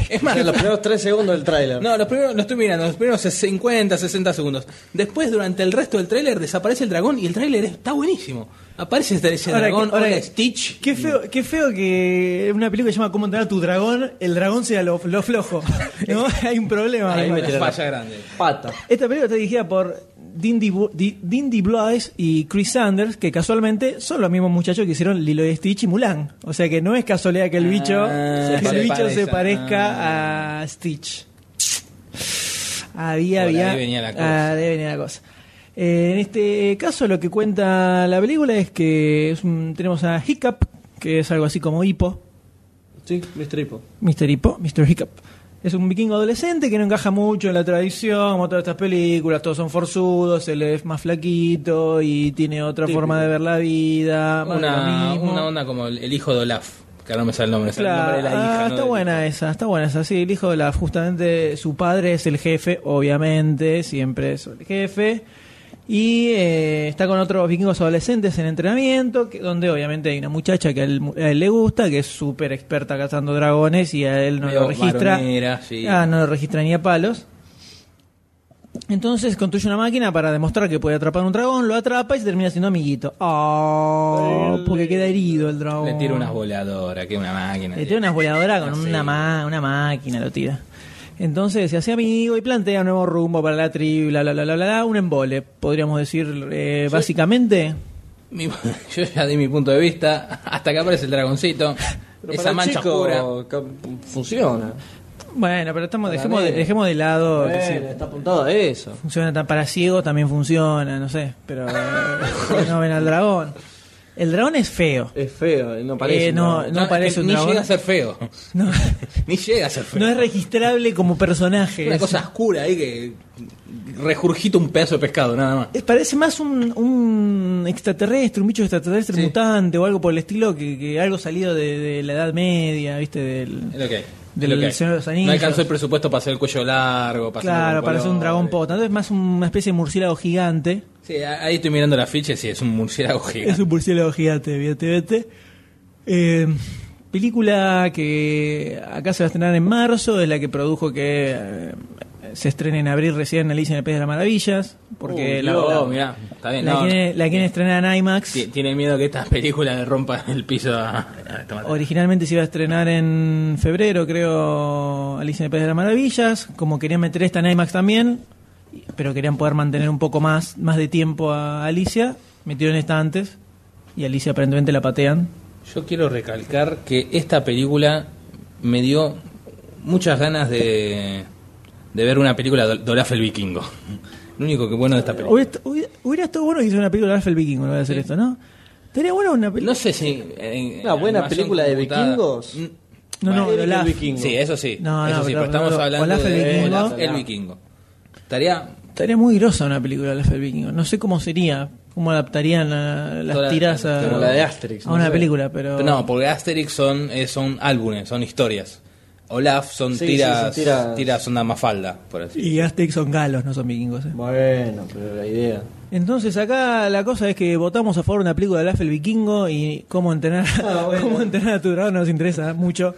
Speaker 1: Es más,
Speaker 4: Los primeros 3 segundos del tráiler.
Speaker 1: no, los primeros, lo estoy mirando, los primeros 50, 60 segundos. Después, durante el resto del tráiler, desaparece el dragón y el tráiler está buenísimo. Aparece ese ese
Speaker 2: Ahora,
Speaker 1: dragón,
Speaker 2: que- ahora
Speaker 1: hola,
Speaker 2: que-
Speaker 1: Stitch.
Speaker 2: Qué feo, qué feo que una película que se llama Cómo entrenar a tu dragón, el dragón sea lo, lo flojo.
Speaker 1: *laughs*
Speaker 2: ¿no? Hay un problema.
Speaker 1: Ahí
Speaker 2: Hay
Speaker 1: me
Speaker 2: un-
Speaker 1: la falla grande.
Speaker 4: Pata.
Speaker 2: Esta película está dirigida por Dindy, Bu- Di- Dindy Blois y Chris Sanders, que casualmente son los mismos muchachos que hicieron Lilo y Stitch y Mulan. O sea que no es casualidad que el
Speaker 1: Ah,
Speaker 2: bicho,
Speaker 1: se
Speaker 2: que el bicho se
Speaker 1: parezca.
Speaker 2: parezca a Stitch. Había,
Speaker 1: Por ahí
Speaker 2: había.
Speaker 1: venía la cosa.
Speaker 2: ah, de ahí venía la cosa. Eh, en este caso, lo que cuenta la película es que es un- tenemos a Hiccup, que es algo así como hipo,
Speaker 4: Sí, Mr. Hippo.
Speaker 2: Mr. Hippo, Mr. Hiccup. Es un vikingo adolescente que no encaja mucho en la tradición, como todas estas películas, todos son forzudos, él es más flaquito y tiene otra forma de ver la vida. más de lo
Speaker 1: Una,
Speaker 2: mismo.
Speaker 1: una onda como el, el hijo de Olaf, que ahora no me sale el nombre, es el
Speaker 2: Claro,
Speaker 1: nombre de la
Speaker 2: ah,
Speaker 1: hija. ¿no?
Speaker 2: está
Speaker 1: Del-
Speaker 2: buena esa, está buena esa. Sí, el hijo de la, justamente su padre es el jefe, obviamente, siempre es el jefe. Y eh, está con otros vikingos adolescentes en entrenamiento, que- donde obviamente hay una muchacha que a él, a él le gusta, que es súper experta cazando dragones y a él no
Speaker 1: Medio
Speaker 2: lo registra.
Speaker 1: varonera, sí.
Speaker 2: Ah, no lo registra ni a palos. Entonces construye una máquina para demostrar que puede atrapar un dragón, lo atrapa y se termina siendo amiguito. Ah, porque queda herido el dragón.
Speaker 1: Le tira unas voladoras, que es una máquina.
Speaker 2: Le tira Este, una voladora con
Speaker 1: No sé.
Speaker 2: una, ma- una máquina, lo tira. Entonces se hace amigo y plantea un nuevo rumbo para la tribu, bla, bla, bla, bla, bla, bla, un embole, podríamos decir eh, básicamente.
Speaker 1: *laughs* Mi- yo ya di mi punto de *laughs* vista, hasta que aparece el dragoncito, esa mancha oscura.
Speaker 4: funciona.
Speaker 2: Bueno, pero estamos,
Speaker 4: Para
Speaker 2: dejemos, de,
Speaker 4: mí.
Speaker 2: dejemos de lado. que sí,
Speaker 4: Bueno, está apuntado a eso.
Speaker 2: Funciona tan- para ciegos, también funciona, no sé. Pero eh, no ven al dragón. El dragón es feo.
Speaker 4: Es feo, no parece.
Speaker 2: Eh,
Speaker 4: un
Speaker 2: no,
Speaker 4: dragón.
Speaker 2: no parece
Speaker 1: que
Speaker 2: un
Speaker 1: ni
Speaker 2: dragón.
Speaker 1: llega a ser feo. *laughs*
Speaker 2: *laughs* No,
Speaker 1: Ni llega a ser feo.
Speaker 2: no es registrable como personaje.
Speaker 1: Una
Speaker 2: Es-
Speaker 1: cosa oscura ahí que regurgita un pedazo de pescado, nada más.
Speaker 2: es- Eh, parece más un, un extraterrestre, un bicho extraterrestre mutante o algo por el estilo que, que algo salido de, de la Edad Media, ¿viste? Del,
Speaker 1: Es lo que hay.
Speaker 2: Del
Speaker 1: Es lo que hay.
Speaker 2: Señor de los Anillos.
Speaker 1: No alcanzó el presupuesto para hacer el cuello largo. para hacerlo
Speaker 2: claro,
Speaker 1: con
Speaker 2: parece un
Speaker 1: colores.
Speaker 2: dragón pota. Entonces, más una especie de murciélago gigante.
Speaker 1: Sí, a- ahí estoy mirando la ficha y sí, es un murciélago gigante.
Speaker 2: Es un murciélago gigante, vete, vete. Eh, película que acá se va a estrenar en marzo, es la que produjo que eh, se estrene en abril recién Alicia en el País de las Maravillas, porque
Speaker 1: Uy,
Speaker 2: la,
Speaker 1: no,
Speaker 2: la-
Speaker 1: mirá, está bien,
Speaker 2: la
Speaker 1: no.
Speaker 2: quieren, la quieren estrenar en IMAX.
Speaker 1: Ti- Tiene miedo que estas películas le rompan el piso a, a esta madre.
Speaker 2: Originalmente se iba a estrenar en febrero, creo, Alicia en el País de las Maravillas. Como querían meter esta en IMAX también, y- pero querían poder mantener un poco más, más de tiempo a Alicia, metieron esta antes y Alicia aparentemente la patean.
Speaker 1: Yo quiero recalcar que esta película me dio muchas ganas de, de ver una película de Dolaf el Vikingo. Lo único que bueno de esta película.
Speaker 2: Hubiera, hubiera- hubiera estado bueno que hiciera una película de Alfa el Vikingo, no voy a hacer esto, ¿no? Estaría bueno una
Speaker 1: No
Speaker 2: película.
Speaker 1: sé si. en- en
Speaker 4: Una buena
Speaker 1: animación
Speaker 4: película de
Speaker 1: computada-
Speaker 4: vikingos.
Speaker 1: Mm,
Speaker 2: No, no,
Speaker 4: Eric
Speaker 2: de
Speaker 4: el
Speaker 2: Olaf.
Speaker 4: vikingo.
Speaker 1: Sí, eso sí.
Speaker 2: No,
Speaker 1: eso
Speaker 2: no,
Speaker 1: sí,
Speaker 2: pero-
Speaker 1: pero estamos
Speaker 2: pero-
Speaker 1: hablando
Speaker 2: Olaf el
Speaker 1: de
Speaker 2: Vikingo.
Speaker 1: Olaf el Vikingo. Estaría
Speaker 2: Estaría muy grosa una película de Alfa el Vikingo. No sé cómo sería, cómo adaptarían a- las
Speaker 1: Toda-
Speaker 2: tiras a,
Speaker 4: como la de Asterix,
Speaker 2: a
Speaker 4: no
Speaker 2: una
Speaker 4: sé.
Speaker 2: película, pero.
Speaker 1: Pero No, porque Asterix son, eh, son álbumes, son historias. Olaf son
Speaker 4: Sí,
Speaker 1: tiras,
Speaker 4: sí, son
Speaker 1: tiras,
Speaker 4: tiras-
Speaker 1: son mafalda, por así.
Speaker 2: Y Asterix son galos, no son vikingos. ¿eh?
Speaker 4: Bueno, pero la idea.
Speaker 2: Entonces acá la cosa es que votamos a favor de una película de Alf el Vikingo y cómo entrenar, *laughs*
Speaker 4: Ah, bueno.
Speaker 2: cómo entrenar a tu dragón no nos interesa mucho.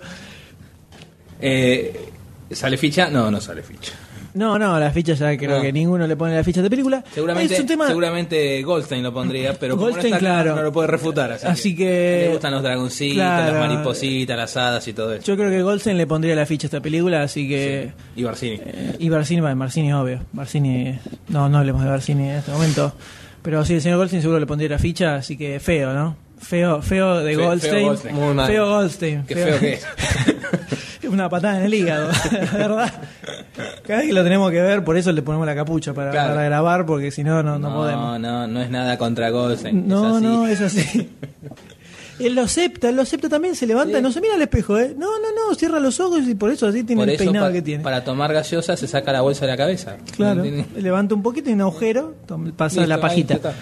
Speaker 1: Eh, ¿Sale ficha? No, no sale ficha.
Speaker 2: No, no, la ficha ya creo
Speaker 1: No.
Speaker 2: que ninguno le pone la ficha a esta película.
Speaker 1: Seguramente,
Speaker 2: es un tema
Speaker 1: seguramente Goldstein lo pondría, pero como
Speaker 2: Goldstein,
Speaker 1: no, está acá,
Speaker 2: claro.
Speaker 1: no lo puede refutar. Así,
Speaker 2: Así que-
Speaker 1: Le gustan los dragoncitos,
Speaker 2: Claro.
Speaker 1: las maripositas, las hadas y todo eso.
Speaker 2: Yo creo que Goldstein le pondría la ficha a esta película, así que.
Speaker 1: Y Barcini.
Speaker 2: eh, y Barcini, bueno, Barcini, obvio. Barcini. eh, No, no hablemos de Barcini en este momento. Pero sí, el señor Goldstein seguro le pondría la ficha, así que feo, ¿no? Feo, feo de
Speaker 1: Fe- feo
Speaker 2: Goldstein.
Speaker 1: Goldstein.
Speaker 4: Muy mal.
Speaker 2: Feo Goldstein.
Speaker 1: Qué feo que es.
Speaker 2: *laughs* Una patada en el hígado, *laughs* la verdad. Cada vez que lo tenemos que ver, por eso le ponemos la capucha para,
Speaker 1: Claro.
Speaker 2: para grabar, porque si no, no, no podemos.
Speaker 1: No, no, no es nada contra Goldstein.
Speaker 2: No,
Speaker 1: es así.
Speaker 2: no, es así. *laughs* Él lo acepta, él lo acepta también, se levanta, no se mira al espejo, ¿eh? No, no, no, cierra los ojos y por eso así tiene
Speaker 1: Por
Speaker 2: el
Speaker 1: eso,
Speaker 2: peinado
Speaker 1: pa-
Speaker 2: que tiene.
Speaker 1: para tomar gaseosa se saca la bolsa de la cabeza.
Speaker 2: Claro,
Speaker 1: No tiene-
Speaker 2: levanta un poquito y un agujero, tom- pasa
Speaker 1: Listo,
Speaker 2: la pajita.
Speaker 1: ahí está.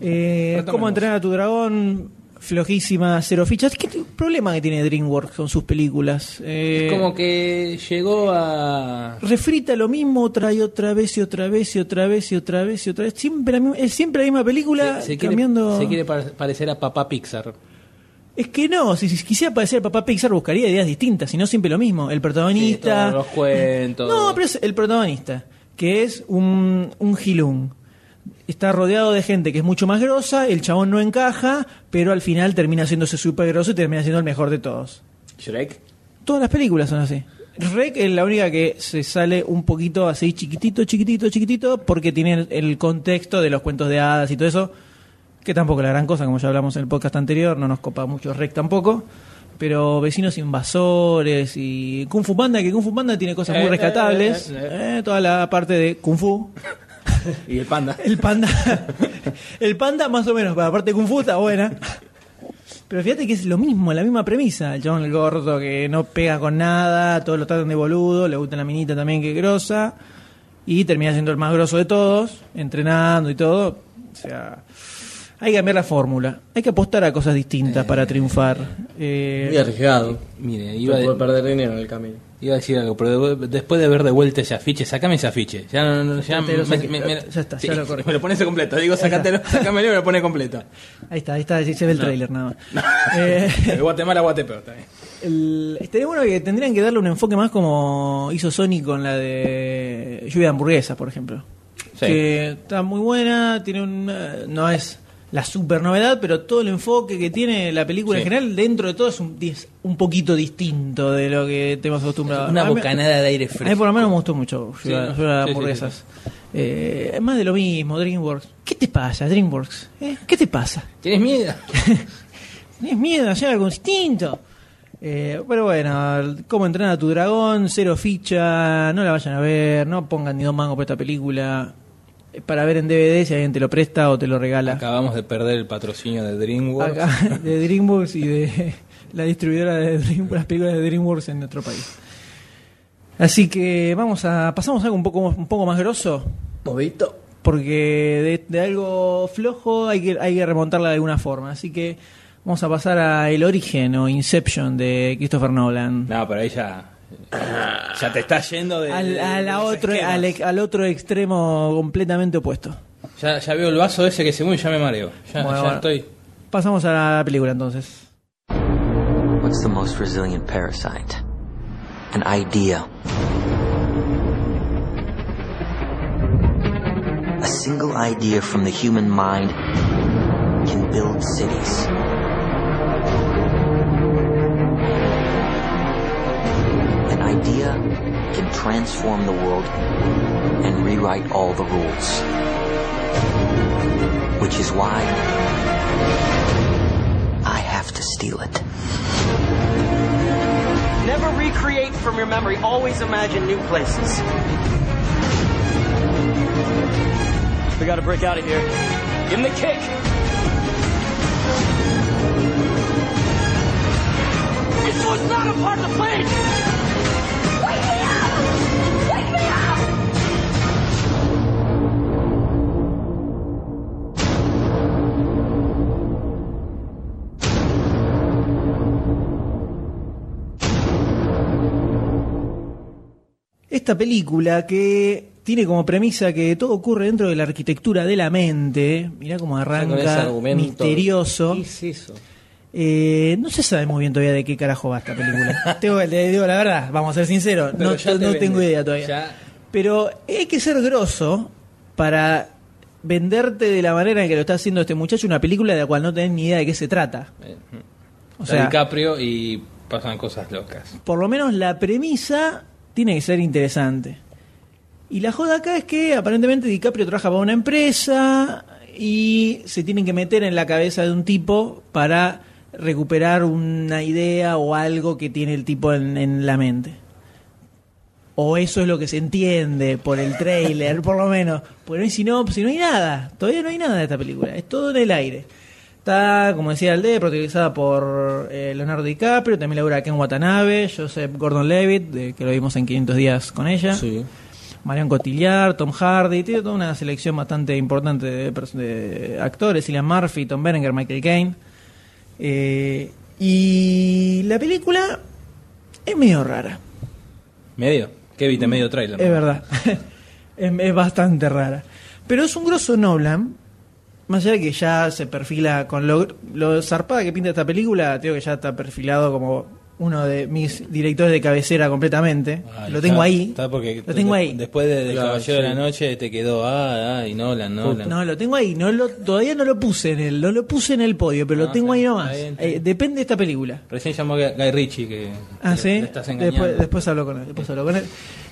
Speaker 2: Eh,
Speaker 1: Retomemos.
Speaker 2: ¿Cómo entrenar a tu dragón? Flojísima, cero fichas. ¿Qué t- problema que tiene DreamWorks con sus películas? Eh,
Speaker 1: Es como que llegó a.
Speaker 2: refrita lo mismo otra y otra vez y otra vez y otra vez y otra vez y otra vez. Siempre la misma, es siempre la misma película
Speaker 1: Se, se quiere,
Speaker 2: cambiando.
Speaker 1: se quiere par- parecer a papá Pixar.
Speaker 2: Es que no, si, si quisiera parecer papá Pixar buscaría ideas distintas, y no siempre lo mismo. El protagonista.
Speaker 1: Sí, todos los cuentos.
Speaker 2: No, pero es el protagonista, que es un, un gilún. Está rodeado de gente que es mucho más grosa, el chabón no encaja, pero al final termina haciéndose súper groso y termina siendo el mejor de todos.
Speaker 1: Shrek.
Speaker 2: Todas las películas son así. Rec es la única que se sale un poquito así chiquitito, chiquitito, chiquitito, porque tiene el, el contexto de los cuentos de hadas y todo eso, que tampoco es la gran cosa, como ya hablamos en el podcast anterior, no nos copa mucho Rec tampoco. Pero vecinos invasores y Kung Fu Panda, que Kung Fu Panda tiene cosas muy
Speaker 1: Eh,
Speaker 2: rescatables.
Speaker 1: eh, eh,
Speaker 2: Eh, toda la parte de Kung Fu,
Speaker 1: Y el
Speaker 2: *laughs*
Speaker 1: panda.
Speaker 2: el panda. El panda, más o menos, para la parte de Kung Fu está buena. Pero fíjate que es lo mismo, la misma premisa. El chabón el gordo que no pega con nada, todos lo tratan de boludo, le gusta la minita también que es grosa. Y termina siendo el más grosso de todos, entrenando y todo. O sea, hay que cambiar la fórmula. Hay que apostar a cosas distintas para triunfar. Eh,
Speaker 4: Muy arriesgado.
Speaker 1: Mire,
Speaker 4: Iba
Speaker 1: iba, de-
Speaker 4: perder dinero en el camino.
Speaker 1: iba a decir algo, pero de- después de ver de vuelta ese afiche, sacame ese afiche. Ya, no- no- ya,
Speaker 2: Ya te lo
Speaker 1: me-
Speaker 2: saqué.
Speaker 1: me- me-
Speaker 2: Ya está, ya lo corregí.
Speaker 1: *laughs* Me lo pones completo. Digo, sacátelo, sacámelo y me lo pone completo.
Speaker 2: ahí está, ahí está, se ve el trailer nada más. Eh,
Speaker 1: De Guatemala a Guatepeo también.
Speaker 2: El, estaría bueno que tendrían que darle un enfoque más como hizo Sony con la de Lluvia de Hamburguesas, por ejemplo.
Speaker 1: Sí.
Speaker 2: Que está muy buena, tiene un, eh, no es la super novedad, pero todo el enfoque que tiene la película
Speaker 1: Sí.
Speaker 2: en general, dentro de todo, es un, es un poquito distinto de lo que te hemos acostumbrado.
Speaker 1: Una
Speaker 2: A mí-
Speaker 1: bocanada de aire
Speaker 2: A mí por
Speaker 1: fresco.
Speaker 2: lo menos me gustó mucho Lluvia,
Speaker 1: Sí,
Speaker 2: Lluvia de
Speaker 1: sí, sí,
Speaker 2: Hamburguesas. Eh, es más de lo mismo, DreamWorks. ¿Qué te pasa, DreamWorks? ¿Eh? ¿Qué te pasa?
Speaker 1: ¿Tienes miedo?
Speaker 2: *laughs* Tenés miedo a hacer algo distinto. Eh, pero bueno, cómo entrenar a tu dragón, cero ficha, no la vayan a ver, no pongan ni dos mangos por esta película. Eh, Para ver en DVD si alguien te lo presta o te lo regala.
Speaker 1: Acabamos de perder el patrocinio de DreamWorks.
Speaker 2: Acá, *laughs* de DreamWorks y de *laughs* la distribuidora de Dream- las películas de DreamWorks en nuestro país. Así que vamos a pasamos a algo un poco un poco más grosso,
Speaker 4: Bobito.
Speaker 2: porque de, de algo flojo hay que hay que remontarla de alguna forma. Así que vamos a pasar a El origen o Inception de Christopher Nolan.
Speaker 1: No, pero ahí ya, ya te estás yendo de,
Speaker 2: Al,
Speaker 1: de-
Speaker 2: a la
Speaker 1: de los
Speaker 2: otro,
Speaker 1: esquemas.
Speaker 2: al, ex- al otro extremo completamente opuesto.
Speaker 1: Ya, ya veo el vaso ese que se mueve y ya me mareo. Ya,
Speaker 2: Bueno,
Speaker 1: ya
Speaker 2: bueno.
Speaker 1: estoy.
Speaker 2: Pasamos a la película entonces.
Speaker 9: What's the most resilient parasite? An idea. A single idea from the human mind can build cities. An idea can transform the world and rewrite all the rules. Which is why I have to steal it.
Speaker 10: Never recreate from your memory. Always imagine new places. We gotta break out of here. Give him the kick! This was not a part of the plan!
Speaker 2: Esta película que tiene como premisa que todo ocurre dentro de la arquitectura de la mente. Mirá cómo
Speaker 4: Con ese
Speaker 2: arranca,
Speaker 4: argumento.
Speaker 2: misterioso.
Speaker 4: ¿Qué es eso?
Speaker 2: Eh, no se sabe muy bien todavía de qué carajo va esta *laughs* película. Tengo- le digo la verdad, vamos a ser sinceros,
Speaker 1: Pero
Speaker 2: no,
Speaker 1: ya
Speaker 2: no
Speaker 1: te vende.
Speaker 2: tengo idea todavía.
Speaker 1: Ya-
Speaker 2: Pero hay que ser grosso para venderte de la manera en que lo está haciendo este muchacho una película de la cual no tenés ni idea de qué se trata. O
Speaker 1: O
Speaker 2: sea,
Speaker 1: DiCaprio y pasan cosas locas.
Speaker 2: por lo menos la premisa tiene que ser interesante. Y la joda acá es que aparentemente DiCaprio trabaja para una empresa y se tienen que meter en la cabeza de un tipo para recuperar una idea o algo que tiene el tipo en, en la mente. O eso es lo que se entiende por el trailer, por lo menos. Porque no hay sinopsis, no hay nada. Todavía no hay nada de esta película. Es todo en el aire. Está, como decía Alde, protagonizada por eh, Leonardo DiCaprio, también labura Ken Watanabe, Joseph Gordon-Levitt, de- que lo vimos en 500 días con ella. Marion Cotillard, Tom Hardy, tiene toda una selección bastante importante de, pers- de actores, Cillian Murphy, Tom Berenger, Michael Caine. Eh, y la película es medio rara,
Speaker 1: ¿Medio? ¿Qué viste? Medio trailer.
Speaker 2: es verdad. *laughs* es, es bastante rara. Pero es un grosso Nolan, más allá de que ya se perfila con lo, lo zarpada que pinta esta película, tengo que ya está perfilado como uno de mis directores de cabecera completamente.
Speaker 1: Ah,
Speaker 2: lo
Speaker 1: está-
Speaker 2: tengo ahí.
Speaker 1: está porque
Speaker 2: Lo tengo
Speaker 1: de-
Speaker 2: ahí.
Speaker 1: Después de, de
Speaker 3: Claro,
Speaker 1: Caballero de
Speaker 3: sí.
Speaker 1: la Noche te quedó, ah, ah, y Nolan, Nolan.
Speaker 2: No, lo tengo ahí, no lo, todavía no lo puse en el, no lo puse en el podio, pero lo
Speaker 1: Ah,
Speaker 2: tengo
Speaker 1: está
Speaker 2: ahí
Speaker 1: bien,
Speaker 2: nomás.
Speaker 1: está bien, está bien.
Speaker 2: Eh, depende de esta película.
Speaker 1: Recién llamó a Guy Ritchie que
Speaker 2: Ah,
Speaker 1: que
Speaker 2: sí.
Speaker 1: le estás engañando.
Speaker 2: después, después hablo con él, después hablo con él.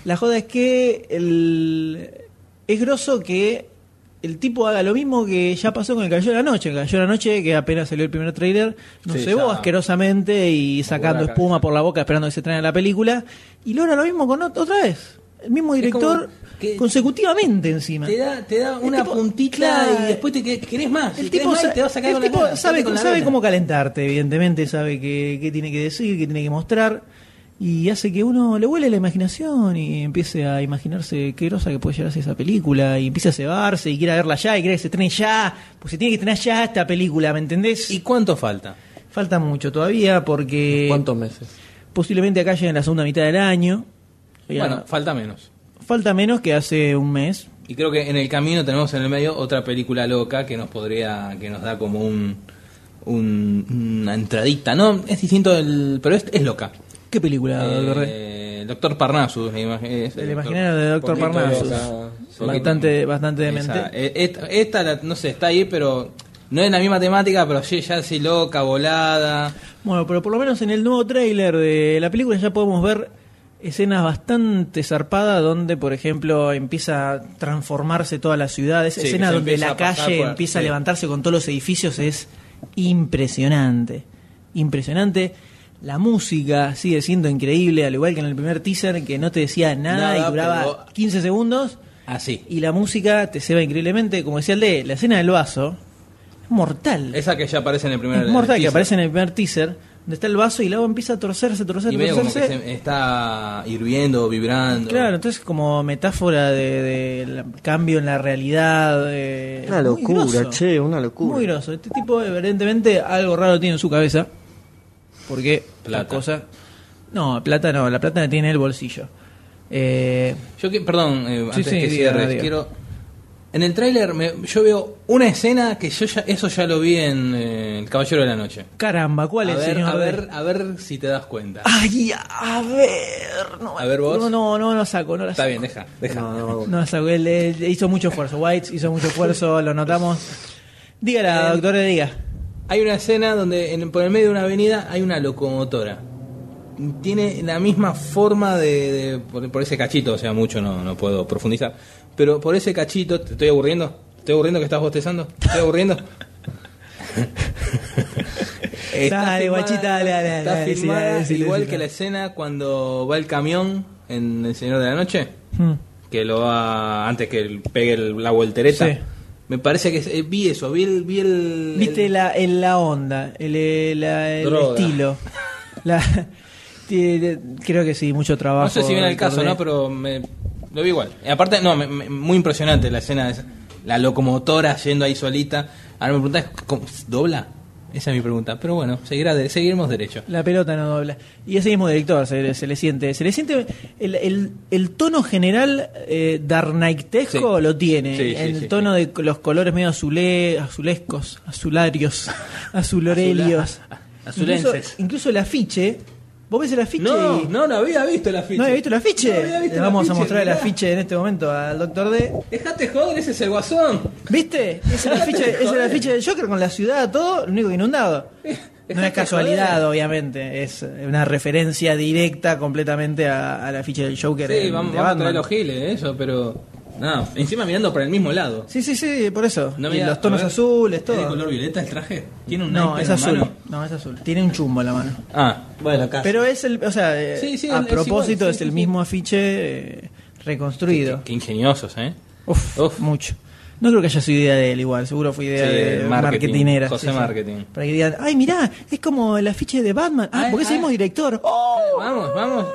Speaker 2: La joda es que el, es grosso que el tipo haga lo mismo que ya pasó con el Cayó la Noche. El Cayó la Noche, que apenas salió el primer trailer, nos
Speaker 1: Sí,
Speaker 2: cebó
Speaker 1: ya.
Speaker 2: asquerosamente y sacando
Speaker 1: la cabeza.
Speaker 2: espuma por la boca esperando que se traiga la película. Y logra lo mismo con ot- otra vez. El mismo director
Speaker 1: como que-
Speaker 2: consecutivamente encima.
Speaker 5: Te da, te da
Speaker 2: El
Speaker 5: una
Speaker 2: tipo-
Speaker 5: puntita
Speaker 2: claro.
Speaker 5: y después te que- querés más.
Speaker 2: El
Speaker 5: Si querés
Speaker 2: tipo,
Speaker 5: más,
Speaker 2: sa-
Speaker 5: te vas a sacar
Speaker 2: el
Speaker 5: con la
Speaker 2: tipo
Speaker 5: gana,
Speaker 2: sabe,
Speaker 5: sacate con la
Speaker 2: sabe
Speaker 5: gana.
Speaker 2: cómo calentarte, evidentemente, sabe qué, qué tiene que decir, qué tiene que mostrar, y hace que uno le vuele la imaginación y empiece a imaginarse qué grosa que puede llegar a ser esa película, y empiece a cebarse y quiera verla ya, y quiera que se estrene ya, pues se tiene que estrenar ya esta película, ¿me entendés?
Speaker 1: ¿Y cuánto falta?
Speaker 2: falta mucho todavía porque
Speaker 4: ¿Cuántos meses?
Speaker 2: posiblemente acá llegue en la segunda mitad del año. Ya,
Speaker 1: Bueno, falta menos.
Speaker 2: falta menos que hace un mes,
Speaker 1: Y creo que en el camino tenemos en el medio otra película loca que nos podría, que nos da como un, un- una entradita, ¿no? Es distinto del, pero es, es loca.
Speaker 2: ¿Qué película, doctor D?
Speaker 1: Eh, Doctor Parnassus, el imaginario,
Speaker 2: El imaginario de Doctor
Speaker 4: Poquito
Speaker 2: Parnassus.
Speaker 4: de esa-
Speaker 2: Bastante, bastante demente.
Speaker 1: Esa, eh, esta, esta la- no sé, está ahí, pero no es la misma temática, pero sí, ya sí loca, volada.
Speaker 2: Bueno, pero por lo menos en el nuevo tráiler de la película ya podemos ver escenas bastante zarpadas donde, por ejemplo, empieza a transformarse toda la ciudad. Esa
Speaker 1: Sí,
Speaker 2: escena
Speaker 1: que se
Speaker 2: donde
Speaker 1: empieza
Speaker 2: la
Speaker 1: a pasar
Speaker 2: calle
Speaker 1: por-
Speaker 2: empieza a
Speaker 1: sí.
Speaker 2: levantarse con todos los edificios es impresionante. Impresionante. La música sigue siendo increíble, al igual que en el primer teaser, que no te decía nada,
Speaker 3: Nada,
Speaker 2: y duraba
Speaker 3: pero-
Speaker 2: 15 segundos.
Speaker 1: Así.
Speaker 2: Y la música te ceba increíblemente, como decía el de la escena del vaso, es mortal.
Speaker 1: Esa que ya aparece en el primer
Speaker 2: Es mortal que
Speaker 1: teaser.
Speaker 2: aparece en el primer teaser, donde está el vaso y el agua empieza a torcerse, torcerse,
Speaker 1: Y medio como que
Speaker 2: torcerse.
Speaker 1: se está hirviendo, vibrando.
Speaker 2: Claro, entonces como metáfora de- del cambio en la realidad. eh,
Speaker 4: Una
Speaker 2: muy
Speaker 4: locura,
Speaker 2: groso.
Speaker 4: che, una locura.
Speaker 2: Muy groso. Este tipo, evidentemente, algo raro tiene en su cabeza. Porque la
Speaker 1: Plata.
Speaker 2: cosa. No, plata no, la plata la tiene en el bolsillo. Eh,
Speaker 1: Yo que, perdón, eh, antes
Speaker 2: sí,
Speaker 1: que
Speaker 2: diga,
Speaker 1: cierres,
Speaker 2: diga.
Speaker 1: quiero. En el tráiler me- yo veo una escena que yo ya, eso ya lo vi en eh, El Caballero de la Noche.
Speaker 2: caramba, ¿cuál
Speaker 1: a
Speaker 2: es,
Speaker 1: ver,
Speaker 2: señor?
Speaker 1: a ver, a ver si te das cuenta.
Speaker 2: Ay, a ver. No,
Speaker 1: A ver, vos.
Speaker 2: No, no, no, no saco, no la
Speaker 1: Está
Speaker 2: saco.
Speaker 1: bien, deja, deja.
Speaker 2: No la saco, él, él hizo mucho esfuerzo. Whites hizo mucho esfuerzo, lo notamos.
Speaker 1: Eh,
Speaker 2: Dígala, doctora, diga.
Speaker 1: Hay una escena donde en- por el medio de una avenida hay una locomotora. Tiene la misma forma de. de- por, por ese cachito, o sea, mucho no, no puedo profundizar. Pero por ese cachito, ¿te estoy aburriendo? ¿Te estoy aburriendo que estás bostezando? ¿Te estoy aburriendo? *laughs* Está
Speaker 2: Dale,
Speaker 1: filmada-
Speaker 2: guachita, dale, dale, dale,
Speaker 1: Está
Speaker 2: dale,
Speaker 1: filmada
Speaker 2: decila, decila,
Speaker 1: igual
Speaker 2: decila.
Speaker 1: que la escena cuando va el camión en El Señor de la Noche,
Speaker 2: Hmm.
Speaker 1: que lo va antes que el- pegue el- la voltereta.
Speaker 2: Sí.
Speaker 1: Me parece que es- eh, vi eso, vi el. Vi el
Speaker 2: Viste
Speaker 1: el-
Speaker 2: la, el- la onda, el, eh, la- el
Speaker 1: Droga.
Speaker 2: estilo. La- tiene- creo que sí, mucho trabajo.
Speaker 1: No sé si viene el caso,
Speaker 2: Cordé.
Speaker 1: ¿no? Pero me, lo vi igual. Y aparte, no, me- me- muy impresionante la escena de esa- la locomotora yendo ahí solita. Ahora me preguntás, ¿cómo- ¿dobla? Esa es mi pregunta. Pero bueno, seguirá de, seguiremos derecho.
Speaker 2: La pelota no dobla. Y ese mismo director se, le- se le siente. Se le siente. El, el- el tono general eh, darnaictesco
Speaker 1: Sí.
Speaker 2: lo tiene.
Speaker 1: Sí, sí,
Speaker 2: el
Speaker 1: sí.
Speaker 2: tono de los colores medio azulé, azulescos, azularios, *laughs* azulorelios.
Speaker 1: Azula- azulenses.
Speaker 2: Incluso, incluso el afiche. ¿Vos ves el afiche?
Speaker 1: No,
Speaker 2: y-
Speaker 1: no, no había visto la ficha.
Speaker 2: ¿No había visto el afiche?
Speaker 1: No había visto
Speaker 2: Le
Speaker 1: el
Speaker 2: vamos a
Speaker 1: afiche,
Speaker 2: mostrar el
Speaker 1: mirá.
Speaker 2: afiche en este momento al doctor D.
Speaker 1: Dejate joder, ese es el guasón.
Speaker 2: ¿Viste? Es el afiche, es el afiche del Joker con la ciudad, todo, lo único que inundado. No es casualidad, obviamente, es una referencia directa completamente a, a la ficha del Joker.
Speaker 1: Sí,
Speaker 2: en-
Speaker 1: vamos,
Speaker 2: de
Speaker 1: vamos a
Speaker 2: Batman.
Speaker 1: traer los giles, eso, pero. No, encima mirando para el mismo lado.
Speaker 2: Sí, sí, sí, por eso.
Speaker 1: No
Speaker 2: Y
Speaker 1: mirá,
Speaker 2: los tonos
Speaker 1: a ver,
Speaker 2: azules,
Speaker 1: ¿Es de
Speaker 2: todo.
Speaker 1: color violeta el traje? ¿Tiene un
Speaker 2: No,
Speaker 1: naipe
Speaker 2: es
Speaker 1: en la
Speaker 2: azul.
Speaker 1: mano?
Speaker 2: No, es azul. Tiene un chumbo en la mano.
Speaker 1: Ah,
Speaker 4: Bueno, casi.
Speaker 2: Pero es el, o sea, eh,
Speaker 1: Sí, sí,
Speaker 2: a
Speaker 1: es- es
Speaker 2: propósito
Speaker 1: igual,
Speaker 2: es
Speaker 1: sí,
Speaker 2: el
Speaker 1: sí,
Speaker 2: mismo afiche eh, reconstruido.
Speaker 1: qué ingeniosos, ¿eh?
Speaker 2: Uf,
Speaker 1: Uf.
Speaker 2: mucho. No creo que haya sido idea de él igual, seguro fue idea
Speaker 1: Sí,
Speaker 2: de
Speaker 1: marketing,
Speaker 2: marketinera.
Speaker 1: José
Speaker 2: sí, sí.
Speaker 1: Marketing.
Speaker 2: Para que digan, ay, mirá, es como el afiche de Batman. Ah,
Speaker 1: Ah,
Speaker 2: porque es el
Speaker 1: ah.
Speaker 2: mismo director. ¡Oh!
Speaker 1: Vamos, vamos.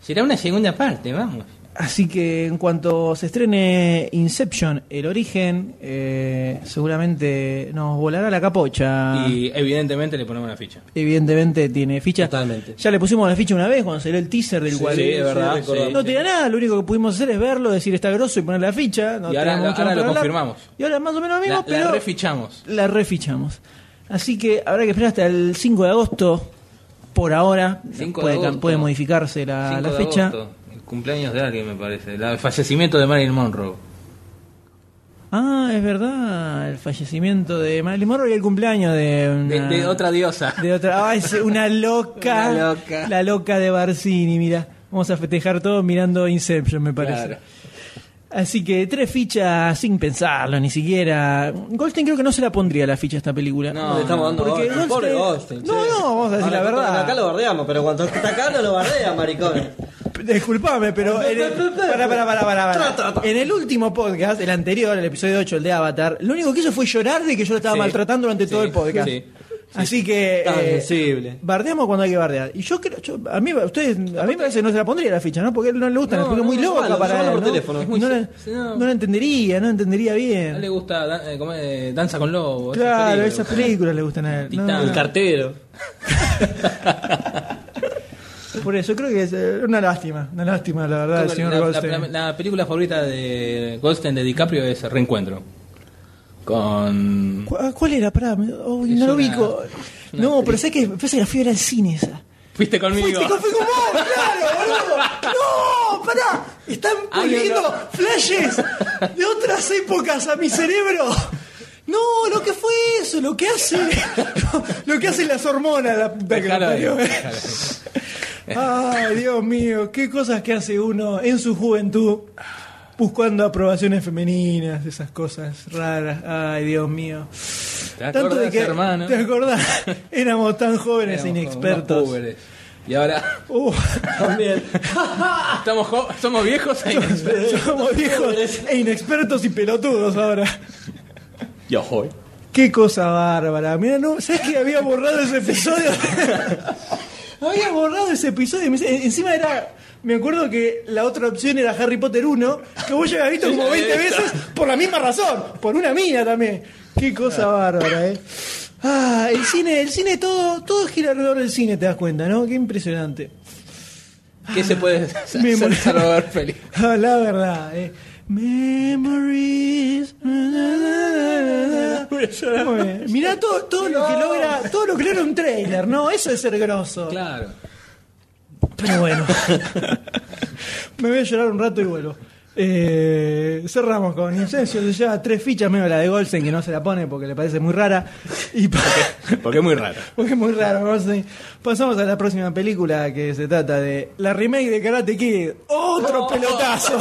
Speaker 1: Será una segunda parte, vamos.
Speaker 2: Así que en cuanto se estrene Inception, el origen, eh, seguramente nos volará la capocha.
Speaker 1: Y evidentemente le ponemos una ficha.
Speaker 2: Evidentemente tiene ficha.
Speaker 4: Totalmente.
Speaker 2: Ya le pusimos la ficha una vez cuando salió el teaser del
Speaker 1: Sí,
Speaker 2: cual.
Speaker 1: sí, es verdad, sí,
Speaker 2: no
Speaker 1: sí.
Speaker 2: tenía nada, lo único que pudimos hacer es verlo, decir está grosso y poner la ficha. No
Speaker 1: Y ahora-
Speaker 2: tenemos mucho
Speaker 1: ahora
Speaker 2: más
Speaker 1: lo
Speaker 2: para hablar.
Speaker 1: confirmamos.
Speaker 2: Y ahora más o menos lo mismo,
Speaker 1: La, la
Speaker 2: pero.
Speaker 1: refichamos.
Speaker 2: la refichamos. Así que habrá que esperar hasta el 5 de agosto. Por ahora,
Speaker 1: 5 de
Speaker 2: puede,
Speaker 1: agosto.
Speaker 2: puede modificarse la,
Speaker 1: 5
Speaker 2: Ah, la
Speaker 1: de
Speaker 2: fecha.
Speaker 1: agosto, el cumpleaños de alguien, me parece. La- el fallecimiento de Marilyn Monroe.
Speaker 2: Ah, es verdad, el fallecimiento de Marilyn Monroe y el cumpleaños de
Speaker 1: De,
Speaker 2: una-
Speaker 1: de otra diosa.
Speaker 2: de otra- ah, es
Speaker 1: *laughs*
Speaker 2: una loca,
Speaker 1: Una loca.
Speaker 2: la loca de Barcini, mira. Vamos a festejar todo mirando Inception, me parece.
Speaker 1: Claro.
Speaker 2: Así que tres fichas sin pensarlo, ni siquiera. Goldstein creo que no se la pondría la ficha a esta película.
Speaker 1: No,
Speaker 4: Le estamos dando
Speaker 2: porque
Speaker 4: Goldstein. Pobre
Speaker 2: Goldstein-
Speaker 4: Goldstein,
Speaker 2: No,
Speaker 4: che.
Speaker 2: no, vamos a decir
Speaker 4: Ahora
Speaker 2: la
Speaker 4: nosotros
Speaker 2: verdad.
Speaker 4: Acá lo bardeamos, pero cuando está acá no lo bardea, maricón.
Speaker 2: Disculpame, pero en el, pará, pará, pará, pará, pará. En el último podcast, el anterior, el episodio 8, el de Avatar, lo único que hizo fue llorar de que yo lo estaba
Speaker 1: Sí.
Speaker 2: maltratando durante
Speaker 1: Sí,
Speaker 2: todo el podcast.
Speaker 1: sí,
Speaker 2: Así que
Speaker 4: Tan
Speaker 2: eh,
Speaker 4: sensible.
Speaker 2: bardeamos cuando hay que bardear. Y yo creo, yo- a mí ustedes, a mí me parece que no se la pondría la ficha, ¿no? Porque a él no le gusta,
Speaker 1: No,
Speaker 2: porque es
Speaker 1: no,
Speaker 2: muy
Speaker 1: no,
Speaker 2: loca
Speaker 4: llamalo,
Speaker 2: para
Speaker 4: llamalo
Speaker 2: él,
Speaker 4: por
Speaker 2: ¿no?
Speaker 4: teléfono.
Speaker 1: Es muy
Speaker 2: No la-
Speaker 1: se- no.
Speaker 2: no la entendería, no la entendería
Speaker 1: No
Speaker 2: bien.
Speaker 1: le gusta dan- eh, como, eh, Danza con Lobo.
Speaker 2: claro, esas
Speaker 1: le gustan.
Speaker 2: películas le gustan a él. No,
Speaker 1: Titán.
Speaker 2: no.
Speaker 4: El cartero.
Speaker 2: Por eso creo que es eh, una lástima, una lástima la verdad, Ah, el señor
Speaker 1: La- la,
Speaker 2: Goldstein.
Speaker 1: la- la película favorita de Goldstein de DiCaprio es Reencuentro. Con.
Speaker 2: ¿Cu- ah, ¿Cuál era? Pará, me- uy,
Speaker 1: Es
Speaker 2: no lo
Speaker 1: una-
Speaker 2: ubico.
Speaker 1: una
Speaker 2: No, pero
Speaker 1: película.
Speaker 2: sé que pensé que la fui a ver al cine esa.
Speaker 1: Fuiste conmigo.
Speaker 2: Fuiste
Speaker 1: *laughs*
Speaker 2: con- fui con vos, claro, boludo. No, pará. Están
Speaker 1: Ay, Ah, no,
Speaker 2: poniendo
Speaker 1: no.
Speaker 2: flashes de otras épocas a mi cerebro. No, lo que fue eso, lo que hace, *laughs* lo que hacen las hormonas, la puta que lo
Speaker 1: Dejalo ahí,
Speaker 2: parió.
Speaker 1: dejalo ahí.
Speaker 2: Ay, Dios mío, qué cosas que hace uno en su juventud buscando aprobaciones femeninas, esas cosas raras. Ay, Dios mío.
Speaker 1: ¿Te acordás, hermano? *laughs*
Speaker 2: ¿Te acordás? Éramos tan jóvenes e
Speaker 1: Éramos como unos
Speaker 2: inexpertos.
Speaker 1: púberes. Y ahora *laughs*
Speaker 2: Uh, *laughs*
Speaker 4: También.
Speaker 1: estamos jo- somos viejos. ¿eh?
Speaker 2: somos viejos e inexpertos y pelotudos ahora.
Speaker 1: Yo hoy.
Speaker 2: Qué cosa bárbara. Mira, no, ¿sabes que había borrado ese episodio? *laughs* había borrado ese episodio. Me dice- Encima era. Me acuerdo que la otra opción era Harry Potter 1, que vos ya habías visto como 20 veces por la misma razón, por una mina también. Qué cosa bárbara, eh. Ah, el cine, el cine todo, todo gira alrededor del cine, te das cuenta, ¿no? Qué impresionante.
Speaker 1: ¿Qué
Speaker 2: *laughs*
Speaker 1: se puede
Speaker 2: Me
Speaker 1: hacer
Speaker 2: molesta.
Speaker 1: para ver feliz?
Speaker 2: Ah, la verdad, eh. Memories. Muy bien. Mirá todo, todo lo que logra, todo lo que logra un trailer, ¿no? Eso es ser grosso.
Speaker 1: Claro.
Speaker 2: Pero bueno. *laughs* Me voy a llorar un rato y vuelvo. Eh, cerramos con Incencio, se lleva tres fichas menos la de Golsen que no se la pone porque le parece muy rara. Y pa- *laughs*
Speaker 1: Porque es muy raro.
Speaker 2: porque es muy raro, Golsen. Pasamos a la próxima película que se trata de la remake de Karate Kid.
Speaker 1: *laughs*
Speaker 2: Otro pelotazo.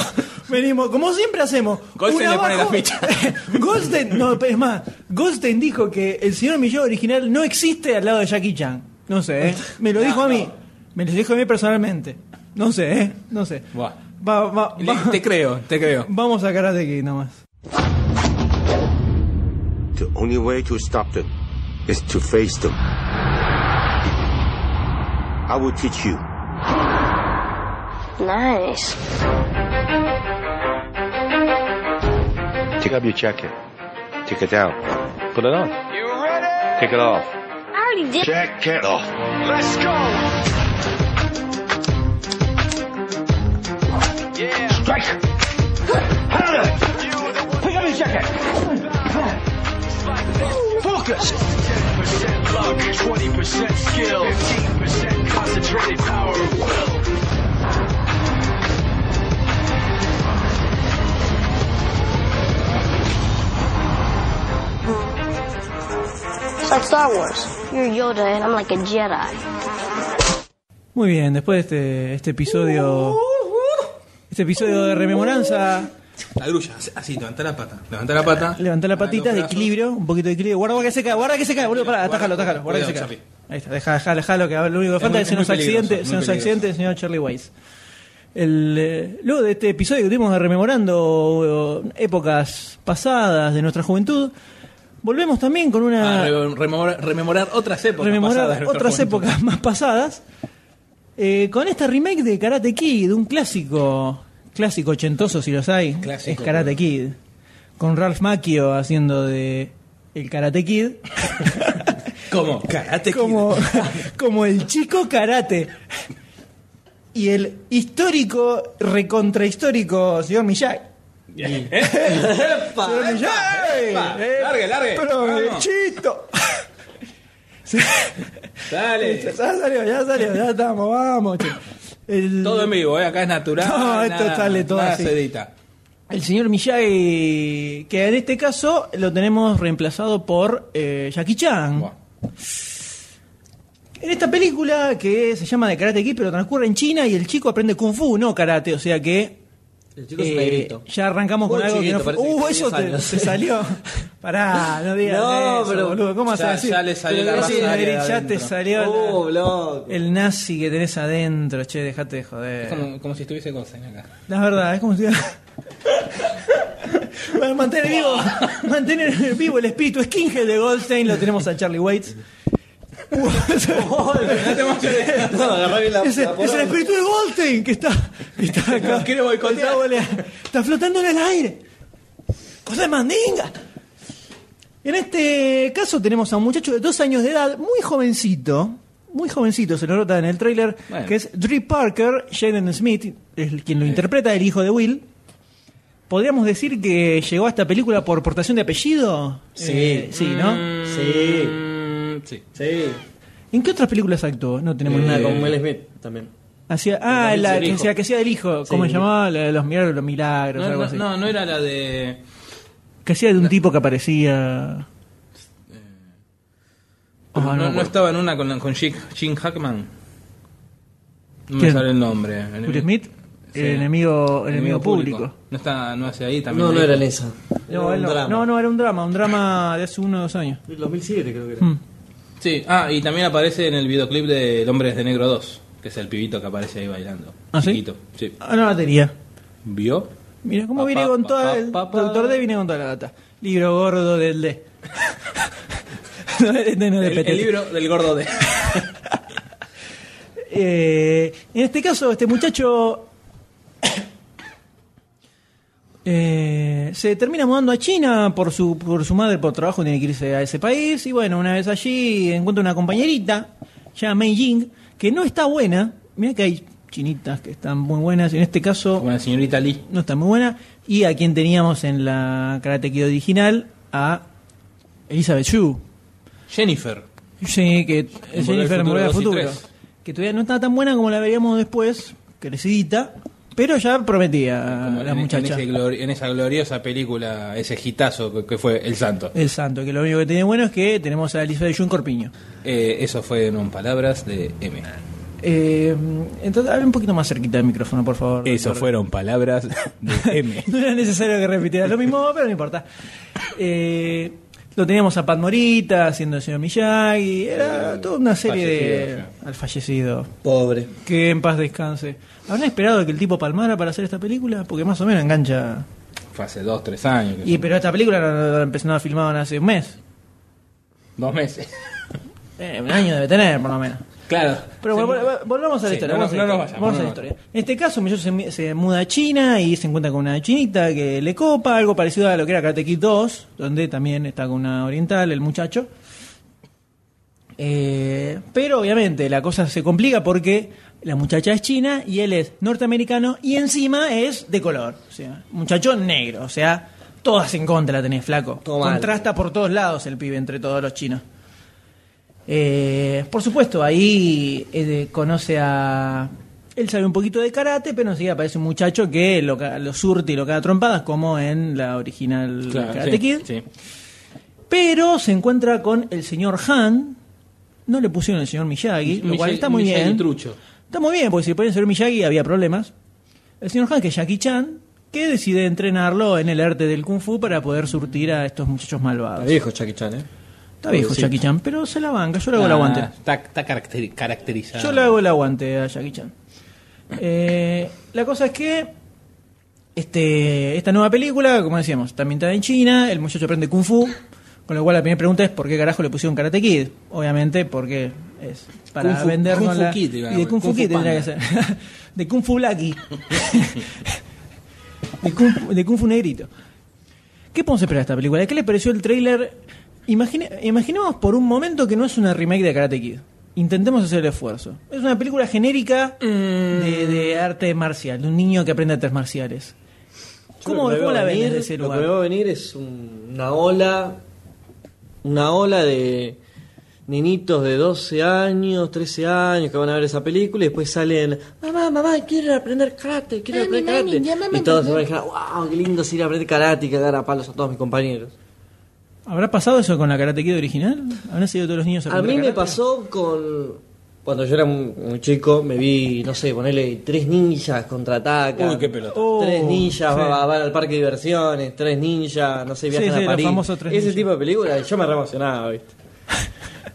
Speaker 2: Venimos, como siempre hacemos.
Speaker 1: Goldstein
Speaker 2: una
Speaker 1: le pone
Speaker 2: abajo. *laughs*
Speaker 1: la ficha.
Speaker 2: Goldstein, no, es más, Goldstein dijo que el señor Millón original no existe al lado de Jackie Chan. No sé,
Speaker 1: *laughs*
Speaker 2: ¿eh? Me lo dijo a mí. Me lo dijo a mí personalmente. No sé, ¿eh? No sé.
Speaker 1: Buah.
Speaker 2: Va- va-
Speaker 1: Le-
Speaker 2: va-
Speaker 1: Te creo, te creo.
Speaker 2: Vamos a Karate Kid nomás.
Speaker 11: The only way to stop them is to face them. I will teach you.
Speaker 12: Nice.
Speaker 11: Take up your jacket. Take it down. Put it on. You ready? Take it off.
Speaker 12: I already did.
Speaker 11: Jack it off.
Speaker 12: Let's go.
Speaker 7: Strike. Harder. Pick up your jacket. Focus. 10% luck, 20% skill, 15% concentrated power of will.
Speaker 12: It's like Star Wars. You're Yoda and I'm like a Jedi.
Speaker 2: Muy bien, después de este, este
Speaker 1: Uh,
Speaker 2: episodio. Este episodio de rememoranza.
Speaker 1: La grulla, así, así, levantá la pata. Levantá la pata.
Speaker 2: Levantá la patita,
Speaker 1: Los
Speaker 2: de
Speaker 1: brazos.
Speaker 2: equilibrio, un poquito de equilibrio. Guarda guarda que se cae, guarda que se cae, boludo. Pará, atájalo, atájalo. Guarda que se
Speaker 1: Cuidado,
Speaker 2: cae. Ahí está, deja, dejalo, dejalo, que lo único que
Speaker 1: Es
Speaker 2: falta
Speaker 1: muy-
Speaker 2: es que se
Speaker 1: es muy
Speaker 2: nos accidente, se
Speaker 1: peligroso, muy
Speaker 2: nos
Speaker 1: peligroso.
Speaker 2: accidente el señor Charlie Weiss. El, eh, luego de este episodio que tuvimos de rememorando eh, épocas pasadas de nuestra juventud, volvemos también con una
Speaker 1: Ah, re- rememorar, rememorar otras épocas.
Speaker 2: rememorar
Speaker 1: pasadas de nuestra
Speaker 2: otras
Speaker 1: juventud.
Speaker 2: épocas más pasadas eh, con esta remake de Karate Kid, un clásico, clásico ochentoso si los hay,
Speaker 1: Clásico,
Speaker 2: es Karate Kid, con Ralph Macchio haciendo de el Karate Kid
Speaker 1: ¿Cómo? *laughs* Karate Kid. *laughs*
Speaker 2: como, *laughs* como el chico karate. Y el histórico, recontrahistórico señor Miyagi.
Speaker 1: Bien.
Speaker 2: Señor Miyagi.
Speaker 1: epa,
Speaker 2: Eh,
Speaker 1: largue,
Speaker 2: *laughs*
Speaker 1: largue.
Speaker 2: provechito.
Speaker 1: Dale.
Speaker 2: Ya salió, ya salió, ya estamos, vamos. che. El,
Speaker 1: Todo en vivo, ¿eh? acá es natural.
Speaker 2: No, esto
Speaker 1: nada-
Speaker 2: sale todo
Speaker 1: nada
Speaker 2: así.
Speaker 1: se edita.
Speaker 2: el señor Miyagi, que en este caso lo tenemos reemplazado por eh, Jackie Chan.
Speaker 1: Buah.
Speaker 2: En esta película que se llama de Karate Kid, pero transcurre en China y el chico aprende Kung Fu, no karate, o sea que.
Speaker 4: El chico es
Speaker 2: eh,
Speaker 4: negrito.
Speaker 2: Ya arrancamos con
Speaker 4: Muy
Speaker 2: algo
Speaker 4: chiquito,
Speaker 2: que no
Speaker 4: parece
Speaker 2: fue.
Speaker 4: que
Speaker 2: Uh,
Speaker 4: tiene 10
Speaker 2: eso
Speaker 4: años.
Speaker 2: te, te
Speaker 1: *laughs*
Speaker 2: salió. Pará, no digas.
Speaker 4: No,
Speaker 2: eso,
Speaker 4: pero
Speaker 2: boludo, ¿cómo vas
Speaker 1: ya-
Speaker 2: a decir?
Speaker 1: ya le salió
Speaker 2: Pero
Speaker 1: la
Speaker 2: sí,
Speaker 1: raza de
Speaker 2: Adrián, ya
Speaker 1: adentro. Uh,
Speaker 2: te salió la-
Speaker 4: Oh,
Speaker 2: *laughs*
Speaker 4: loco.
Speaker 2: el nazi que tenés adentro, che, dejate de joder.
Speaker 1: Es como, como si estuviese Goldstein acá.
Speaker 2: La verdad, es como si. Para mantener vivo, mantener vivo el espíritu skinhead de Goldstein, lo tenemos a Charlie Waits.
Speaker 4: No, agarrá bien la,
Speaker 2: es, el,
Speaker 4: la
Speaker 2: es el
Speaker 4: poronga.
Speaker 2: espíritu de Goldstein que está, que
Speaker 1: *laughs*
Speaker 2: está acá.
Speaker 1: No quiere boicotear.
Speaker 2: Está, volea- está flotando en el aire. Cosa de mandinga. En este caso tenemos a un muchacho de dos años de edad, muy jovencito, muy jovencito, se lo nota en el tráiler,
Speaker 1: Bueno.
Speaker 2: que es Dre Parker, Jaden Smith, es el- quien lo interpreta, el hijo de Will. ¿Podríamos decir que llegó a esta película por portación de apellido?
Speaker 4: Sí.
Speaker 2: Eh, sí, ¿no?
Speaker 4: Sí,
Speaker 1: Mm, sí.
Speaker 4: sí. Eh,
Speaker 2: ¿En qué otras películas actuó? No tenemos
Speaker 4: Tenemos
Speaker 1: Eh,
Speaker 2: nada
Speaker 4: una con Will Smith también.
Speaker 2: Hacía, ah,
Speaker 4: El
Speaker 2: la que
Speaker 4: hijo.
Speaker 2: hacía, que hacía del hijo, ¿cómo
Speaker 4: Sí.
Speaker 2: se llamaba? La de los milagros, los milagros,
Speaker 1: No,
Speaker 2: algo
Speaker 1: no,
Speaker 2: así.
Speaker 1: no, no era la de.
Speaker 2: Que hacía de un tipo que aparecía. Ah,
Speaker 1: Eh, no,
Speaker 2: me
Speaker 1: no
Speaker 2: acuerdo.
Speaker 1: estaba en una con, la- con Jim, Jim Hackman. No me
Speaker 2: ¿Quién?
Speaker 1: sale el nombre.
Speaker 2: Will Smith,
Speaker 1: Sí.
Speaker 2: el enemigo, el enemigo público.
Speaker 1: No está, no hace ahí también.
Speaker 4: No, no
Speaker 1: ahí.
Speaker 4: era en esa. Era
Speaker 2: No,
Speaker 4: un
Speaker 2: él no,
Speaker 4: drama.
Speaker 2: no, no, era un drama, un drama de hace uno o dos años.
Speaker 4: Del 2007 creo que era.
Speaker 2: Mm.
Speaker 1: Sí, ah, y también aparece en el videoclip de El Hombre de Negro 2. que es el pibito que aparece ahí bailando.
Speaker 2: ¿Ah, sí?
Speaker 1: Chiquito, sí.
Speaker 2: Ah, no la tenía.
Speaker 1: ¿Vio?
Speaker 2: Mira cómo
Speaker 1: Pa,
Speaker 2: viene
Speaker 1: pa,
Speaker 2: con
Speaker 1: pa,
Speaker 2: toda
Speaker 1: pa,
Speaker 2: el
Speaker 1: pa, pa.
Speaker 2: doctor D viene con toda la data. Libro gordo del D. *laughs* no, este no es de
Speaker 1: El,
Speaker 2: Petete.
Speaker 1: el libro del
Speaker 2: *laughs*
Speaker 1: gordo de.
Speaker 2: Eh, en este caso, este muchacho *coughs* eh, se termina mudando a China por su, por su madre, por trabajo, tiene que irse a ese país. Y bueno, una vez allí encuentra una compañerita, llamada Mei Jing, que no está buena. Mira que hay chinitas que están muy buenas. En este caso,
Speaker 1: Como la señorita Lee.
Speaker 2: no está muy buena. Y a quien teníamos en la Karate Kid original, a Elizabeth Shue.
Speaker 1: Jennifer.
Speaker 2: Sí, que
Speaker 1: al
Speaker 2: es Jennifer
Speaker 1: Futuro
Speaker 2: Morel del
Speaker 1: 2 y
Speaker 2: futuro.
Speaker 1: 3.
Speaker 2: Que todavía no está tan buena como la veríamos después, crecidita, pero ya prometía a
Speaker 1: Como
Speaker 2: la
Speaker 1: Ah, en- en
Speaker 2: muchacha.
Speaker 1: ese glori- En, esa gloriosa película, ese hitazo que, que fue El Santo.
Speaker 2: El santo, que lo único que tiene bueno es que tenemos a Elizabeth Jun Corpiño.
Speaker 1: Eh, eso fue en un palabras de M.
Speaker 2: Eh, entonces, hable un poquito más cerquita del micrófono, por favor.
Speaker 1: Eso
Speaker 2: doctor.
Speaker 1: fueron palabras *laughs* de M.
Speaker 2: No era necesario que repitiera lo mismo, pero no importa. Eh, lo teníamos a Pat Morita haciendo el señor Miyagi, era toda una serie de...
Speaker 4: fallecido,
Speaker 2: Al fallecido.
Speaker 4: Pobre.
Speaker 2: Que en paz descanse. ¿Habrán esperado que el tipo palmara para hacer esta película? Porque más o menos engancha.
Speaker 1: Fue hace dos, tres años. que
Speaker 2: Y
Speaker 1: son
Speaker 2: pero esta película la, la- la empezaron a filmar hace un mes.
Speaker 1: Dos meses.
Speaker 2: Eh, un año debe tener, por lo menos.
Speaker 1: Claro.
Speaker 2: Pero vol- vol- volvamos a la
Speaker 1: Sí,
Speaker 2: historia.
Speaker 1: no
Speaker 2: volvamos a la
Speaker 1: nos- no
Speaker 2: historia,
Speaker 1: nos vayamos,
Speaker 2: volvamos a
Speaker 1: no
Speaker 2: la
Speaker 1: nos
Speaker 2: historia. En este caso, Miyoshi se, mi- se muda a China y se encuentra con una chinita que le copa, algo parecido a lo que era Karate Kid 2, donde también está con una oriental, el muchacho. Eh, pero obviamente la cosa se complica porque la muchacha es china y él es norteamericano y encima es de color. O sea, muchacho negro. O sea, todas en contra la tenés, flaco.
Speaker 4: Todo mal.
Speaker 2: Contrasta por todos lados el pibe entre todos los chinos. Eh, por supuesto, ahí eh, conoce a. Él sabe un poquito de karate, pero enseguida aparece un muchacho que lo, ca- lo surte y lo caga a trompadas, como en la original
Speaker 1: Claro,
Speaker 2: Karate
Speaker 1: sí,
Speaker 2: Kid.
Speaker 1: sí.
Speaker 2: Pero se encuentra con el señor Han. No le pusieron el señor Miyagi, lo cual
Speaker 1: Miyagi-
Speaker 2: está muy
Speaker 1: Miyagi
Speaker 2: bien.
Speaker 1: Trucho.
Speaker 2: Está muy bien, porque si le ponían el señor Miyagi había problemas. El señor Han, que es Jackie Chan, que decide entrenarlo en el arte del Kung Fu para poder surtir a estos muchachos malvados.
Speaker 4: Está viejo Jackie Chan, ¿eh?
Speaker 2: Está viejo
Speaker 4: Sí.
Speaker 2: Jackie Chan, pero se la banca, yo le hago el
Speaker 1: Ah,
Speaker 2: aguante.
Speaker 1: Está, está caracteri- caracterizado.
Speaker 2: Yo le hago el aguante a Jackie Chan. Eh, la cosa es que este, esta nueva película, como decíamos, está ambientada en China, el muchacho aprende Kung Fu, con lo cual la primera pregunta es ¿por qué carajo le pusieron Karate Kid? Obviamente porque es para
Speaker 1: Kung Fu-
Speaker 2: vendernos
Speaker 1: Kung Fu
Speaker 2: la-
Speaker 1: Kid, iba
Speaker 2: y de
Speaker 1: a poner,
Speaker 2: Kung Fu
Speaker 1: Kung Fu
Speaker 2: Kid tendría que ser. *laughs*
Speaker 1: Panda.
Speaker 2: de Kung Fu
Speaker 1: *laughs*
Speaker 2: Lucky. de, Kung, Fu- de Kung Fu Negrito. ¿Qué podemos esperar de esta película? ¿Qué le pareció el tráiler? Imagine- imaginemos por un momento que no es una remake de Karate Kid. Intentemos hacer el esfuerzo. Es una película genérica de, de arte marcial, de un niño que aprende artes marciales. ¿Cómo,
Speaker 4: Yo lo que
Speaker 2: cómo
Speaker 4: veo
Speaker 2: la ves
Speaker 4: venir-
Speaker 2: desde ese
Speaker 4: Lo que
Speaker 2: lugar?
Speaker 4: veo venir es un- una ola, una ola de nenitos de 12 años, 13 años que van a ver esa película y después salen, mamá, mamá, quiero aprender karate, quiero aprender karate. y todos se van a dejar, wow, qué lindo es ir a aprender karate y cagar a palos a todos mis compañeros.
Speaker 2: ¿Habrá pasado eso con la Karate Kid original? ¿Habrán sido todos los niños
Speaker 4: A mí
Speaker 2: aprender
Speaker 4: me
Speaker 2: karate?
Speaker 4: pasó con... Cuando yo era muy, muy chico, me vi, no sé, ponerle tres ninjas contraataca.
Speaker 1: Uy, qué pelota.
Speaker 2: Oh,
Speaker 4: tres ninjas
Speaker 2: sí.
Speaker 4: va- va- van al parque de diversiones, tres ninjas, no sé, viajan
Speaker 2: Sí, sí,
Speaker 4: a
Speaker 2: los
Speaker 4: París.
Speaker 2: famosos tres
Speaker 4: Ese
Speaker 2: ninjas.
Speaker 4: tipo de películas, yo me re emocionaba,
Speaker 2: *laughs*
Speaker 4: ¿viste?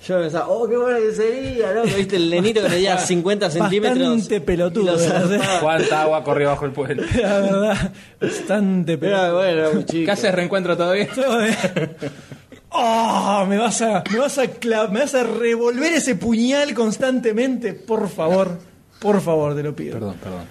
Speaker 4: Yo pensaba, oh, qué bueno que sería, ¿no? ¿Viste? El nenito que
Speaker 2: *laughs*
Speaker 4: medía 50 centímetros.
Speaker 2: Bastante pelotudo.
Speaker 4: Los-
Speaker 2: la verdad.
Speaker 1: ¿Cuánta agua corrió bajo el puente?
Speaker 2: *laughs* La verdad, bastante
Speaker 4: Era
Speaker 2: pelotudo.
Speaker 4: bueno, era muy chico.
Speaker 1: Casi
Speaker 2: *laughs*
Speaker 1: reencuentro todavía.
Speaker 4: *laughs*
Speaker 2: ¡Ah! me vas a, me vas a, cla- me vas a revolver ese puñal constantemente, por favor, por favor, te lo pido.
Speaker 1: Perdón, perdón.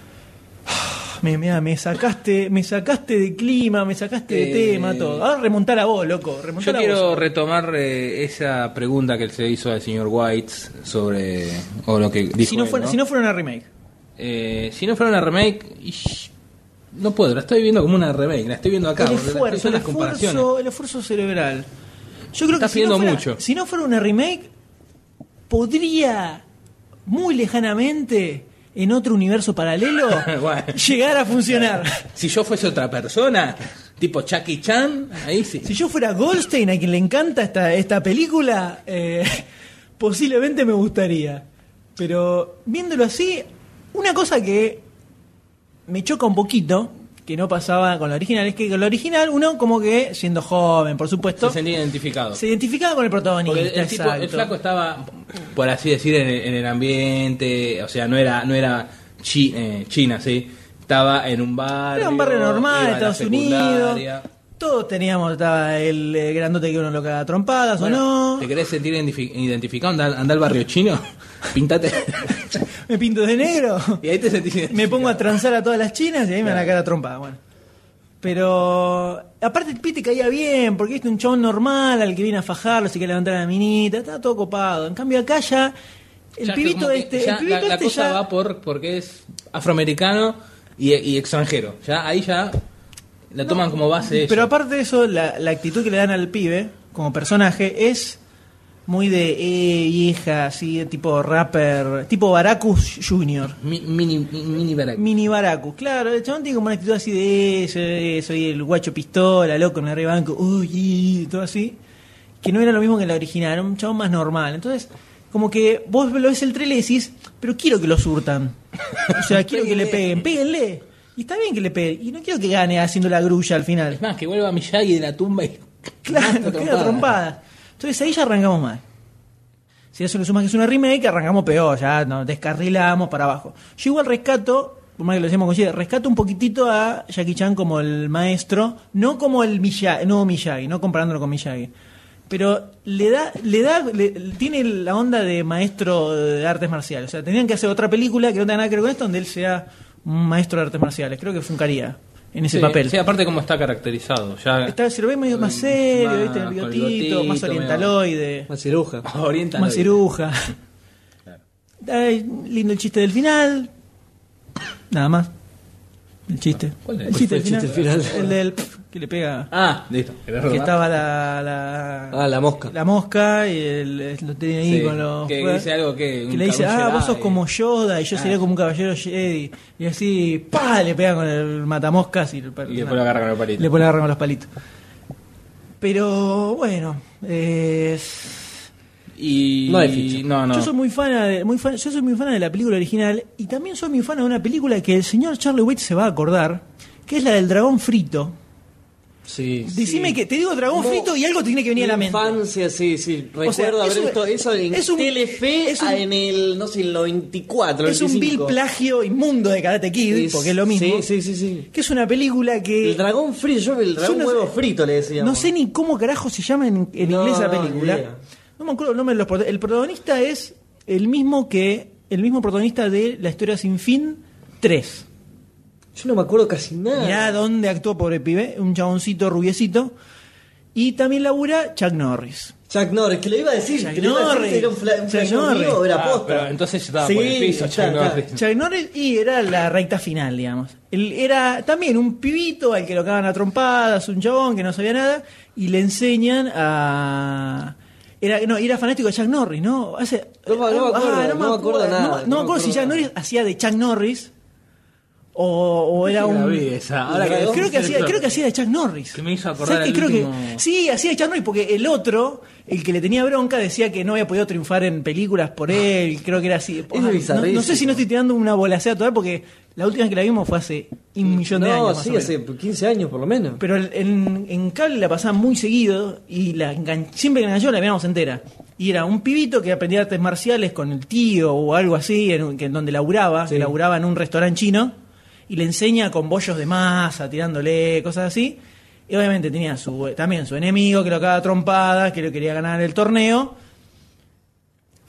Speaker 2: Me, me, me sacaste, me sacaste de clima, me sacaste de
Speaker 1: Eh,
Speaker 2: tema, todo. Ahora remontar a vos, loco.
Speaker 1: Yo
Speaker 2: Remontar a
Speaker 1: quiero
Speaker 2: vos.
Speaker 1: retomar eh, esa pregunta que se hizo al señor Whites sobre. o lo que dijo
Speaker 2: Si no,
Speaker 1: él,
Speaker 2: fuera,
Speaker 1: ¿no?
Speaker 2: si no fuera una remake.
Speaker 1: Eh, si no fuera una remake. ish, no puedo, la estoy viendo como una remake, la estoy viendo acá.
Speaker 2: el
Speaker 1: porque la-
Speaker 2: esfuerzo,
Speaker 1: son
Speaker 2: el
Speaker 1: las comparaciones.
Speaker 2: esfuerzo, el esfuerzo cerebral. Yo creo
Speaker 1: Está
Speaker 2: que si no,
Speaker 1: pidiendo
Speaker 2: fuera,
Speaker 1: mucho.
Speaker 2: si no fuera una remake, podría muy lejanamente en otro universo paralelo
Speaker 1: *laughs* Bueno.
Speaker 2: llegar a funcionar.
Speaker 1: *laughs* Si yo fuese otra persona, tipo Chucky Chan, ahí sí.
Speaker 2: Si yo fuera Goldstein, a quien le encanta esta, esta película, eh, *laughs* posiblemente me gustaría. Pero viéndolo así, una cosa que me choca un poquito que no pasaba con la original. Es que con la original uno como que, siendo joven, por supuesto,
Speaker 1: Se sentía identificado.
Speaker 2: se identificaba con el protagonista.
Speaker 1: Porque el, tipo- el
Speaker 2: exacto.
Speaker 1: flaco estaba, por así decir, en el, en el ambiente, o sea, no era, no era chi- eh, China, ¿sí? Estaba en un barrio.
Speaker 2: Era un barrio normal,
Speaker 1: iba a la
Speaker 2: Estados Unidos.
Speaker 1: secundaria.
Speaker 2: Todos teníamos, estaba el eh, grandote que uno lo cagaba a trompadas
Speaker 1: Bueno,
Speaker 2: o no.
Speaker 1: ¿Te querés sentir identifi- identificado? Anda, anda al barrio chino, *laughs* pintate.
Speaker 2: Me pinto de negro.
Speaker 1: *laughs* y ahí te sentís identificado.
Speaker 2: me pongo a transar a todas las chinas y ahí me van a
Speaker 1: Claro.
Speaker 2: caer a trompada, bueno. Pero aparte el pite caía bien, porque viste un chabón normal al que viene a fajarlo, se quiere levantar a la minita, estaba todo copado. En cambio acá ya el
Speaker 1: Ya
Speaker 2: pibito
Speaker 1: como que
Speaker 2: este,
Speaker 1: ya
Speaker 2: el pibito
Speaker 1: la, la
Speaker 2: este
Speaker 1: cosa
Speaker 2: ya
Speaker 1: va por porque es afroamericano y, y extranjero. Ya ahí ya la toman como base.
Speaker 2: Pero
Speaker 1: ellos.
Speaker 2: aparte de eso, la, la actitud que le dan al pibe como personaje es muy de eh, vieja, así, tipo rapper, tipo Baracus Junior.
Speaker 1: Mi- mini mi- mini Baracus.
Speaker 2: Mini Baracus, claro, el chabón tiene como una actitud así de eh, soy, soy el guacho pistola, loco, en el rebanco, uy, todo así. Que no era lo mismo que la original, era un chabón más normal. Entonces, como que vos lo ves el trailer y decís, pero quiero que lo surtan. O sea, quiero que le peguen, péguenle. Y está bien que le peguen. Y no quiero que gane haciendo la grulla al final.
Speaker 1: Es más, que vuelva Miyagi de la tumba y.
Speaker 2: Claro, queda trompada. Entonces ahí ya arrancamos mal. Si a eso le sumas que es una remake, arrancamos peor, ya nos descarrilamos para abajo. Yo igual rescato, por más que lo decíamos con Shida, rescato un poquitito a Jackie Chan como el maestro, no como el Miyagi, no Miyagi, no comparándolo con Miyagi. Pero le da, le da, le- tiene la onda de maestro de artes marciales. O sea, tendrían que hacer otra película que no tenga nada que ver con esto, donde él sea un maestro de artes marciales. Creo que funcaría en *laughs* ese
Speaker 1: Sí,
Speaker 2: papel.
Speaker 1: Sí, aparte como está caracterizado. Ya *laughs*
Speaker 2: Está, se lo ve medio más serio,
Speaker 1: más
Speaker 2: ¿viste? El
Speaker 1: con
Speaker 2: bigotito,
Speaker 1: el bigotito,
Speaker 2: más orientaloide,
Speaker 4: Más ciruja.
Speaker 1: oriental.
Speaker 2: más
Speaker 1: *laughs*
Speaker 2: ciruja. Ay, lindo el chiste del final. Nada más. El chiste.
Speaker 1: Ah, ¿Cuál es?
Speaker 2: El chiste,
Speaker 1: ¿Cuál
Speaker 4: fue el
Speaker 2: del
Speaker 4: chiste
Speaker 2: final.
Speaker 4: del final?
Speaker 2: El del pf, que le pega.
Speaker 1: Ah, listo.
Speaker 2: que estaba la, la,
Speaker 4: Ah, la mosca.
Speaker 2: la mosca y el- lo tenía ahí
Speaker 1: Sí,
Speaker 2: con los.
Speaker 1: que
Speaker 2: fuegos.
Speaker 1: dice algo
Speaker 2: Que
Speaker 1: que. un
Speaker 2: le dice,
Speaker 1: Kabul
Speaker 2: ah,
Speaker 1: Jedi".
Speaker 2: vos sos como Yoda y yo
Speaker 1: Ah.
Speaker 2: sería como un caballero Jedi. Y así, pa, le pega con el matamoscas y, el
Speaker 1: Y después lo agarra con el palito.
Speaker 2: le pone la garra con los palitos. Pero bueno, eh,
Speaker 1: Y.
Speaker 4: No hay ficha.
Speaker 1: No, no.
Speaker 2: yo soy muy fan, de, muy fan- yo soy muy fan de la película original y también soy muy fan de una película que el señor Charlie White se va a acordar, que es la del dragón frito.
Speaker 4: Sí.
Speaker 2: Decime que te digo dragón
Speaker 4: No.
Speaker 2: frito y algo tiene que venir a la mente.
Speaker 4: Infancia, sí, sí. Recuerdo
Speaker 2: sea, es
Speaker 4: haber
Speaker 2: un-
Speaker 4: visto eso en
Speaker 2: es un-
Speaker 4: Telefe
Speaker 2: es un-
Speaker 4: ah, en el, no sé, el 94,
Speaker 2: Es un vil
Speaker 4: 95.
Speaker 2: plagio inmundo de Karate Kid,
Speaker 4: Es-
Speaker 2: porque es lo
Speaker 4: Sí,
Speaker 2: mismo.
Speaker 4: sí, sí, sí.
Speaker 2: Que es una película que
Speaker 4: El dragón frito, yo el dragón
Speaker 2: no sé-
Speaker 4: huevo frito le decíamos.
Speaker 2: No sé ni cómo carajo se llama en, en
Speaker 4: No,
Speaker 2: inglés la
Speaker 4: no,
Speaker 2: película.
Speaker 4: ni idea.
Speaker 2: No me acuerdo el nombre de los prota- El protagonista es el mismo que el mismo protagonista de La historia sin fin 3.
Speaker 4: Yo no me acuerdo casi nada.
Speaker 2: Mirá dónde actuó pobre pibe, un chaboncito rubiecito. Y también labura Chuck Norris.
Speaker 4: Chuck Norris, que le iba a decir,
Speaker 2: Chuck
Speaker 4: que le iba a decir
Speaker 2: Norris.
Speaker 4: si era un fla- un
Speaker 2: Chuck
Speaker 4: flash mío
Speaker 2: Norris.
Speaker 4: o era
Speaker 1: Ah,
Speaker 4: posta.
Speaker 1: pero entonces estaba por el piso,
Speaker 4: está,
Speaker 1: Chuck
Speaker 4: está.
Speaker 2: *laughs*
Speaker 1: Norris.
Speaker 2: Chuck Norris y era la recta final, digamos. Él era también un pibito al que lo cagan a trompadas, un chabón que no sabía nada, y le enseñan a. Era, no, era fanático de Chuck Norris, ¿no? Hace- ah,
Speaker 4: No me- no me acuerdo, no me acuerdo nada,
Speaker 2: No, me- no me acuerdo si Chuck
Speaker 4: nada.
Speaker 2: Norris hacía de Chuck Norris o, o era
Speaker 1: La
Speaker 2: un.
Speaker 1: vi esa, ahora que
Speaker 2: creo,
Speaker 1: decís
Speaker 2: que hacía,
Speaker 1: eso.
Speaker 2: creo que hacía de Chuck Norris.
Speaker 1: Que me hizo acordar
Speaker 2: ¿Sabes qué?
Speaker 1: al
Speaker 2: Creo que-
Speaker 1: último-
Speaker 2: Sí, hacía de Chuck Norris porque el otro, el que le tenía bronca, decía que no había podido triunfar en películas por él. Creo que era así. Ah, no- no,
Speaker 4: bizarrísimo.
Speaker 2: sé si no estoy tirando una bolacea total porque la última vez que la vimos fue hace un millón de
Speaker 4: Mm, No,
Speaker 2: años. más o
Speaker 4: sí,
Speaker 2: menos.
Speaker 4: hace 15 años por lo menos.
Speaker 2: Pero el- en, en cable la pasaban muy seguido y la engan- siempre que la enganchó la veíamos entera. Y era un pibito que aprendía artes marciales con el tío o algo así, en, un- que, en donde laburaba, que laburaba en un restaurante chino, y le enseña con bollos de masa, tirándole, cosas así. Y obviamente tenía su, también su enemigo que lo acaba trompadas, que le quería ganar el torneo.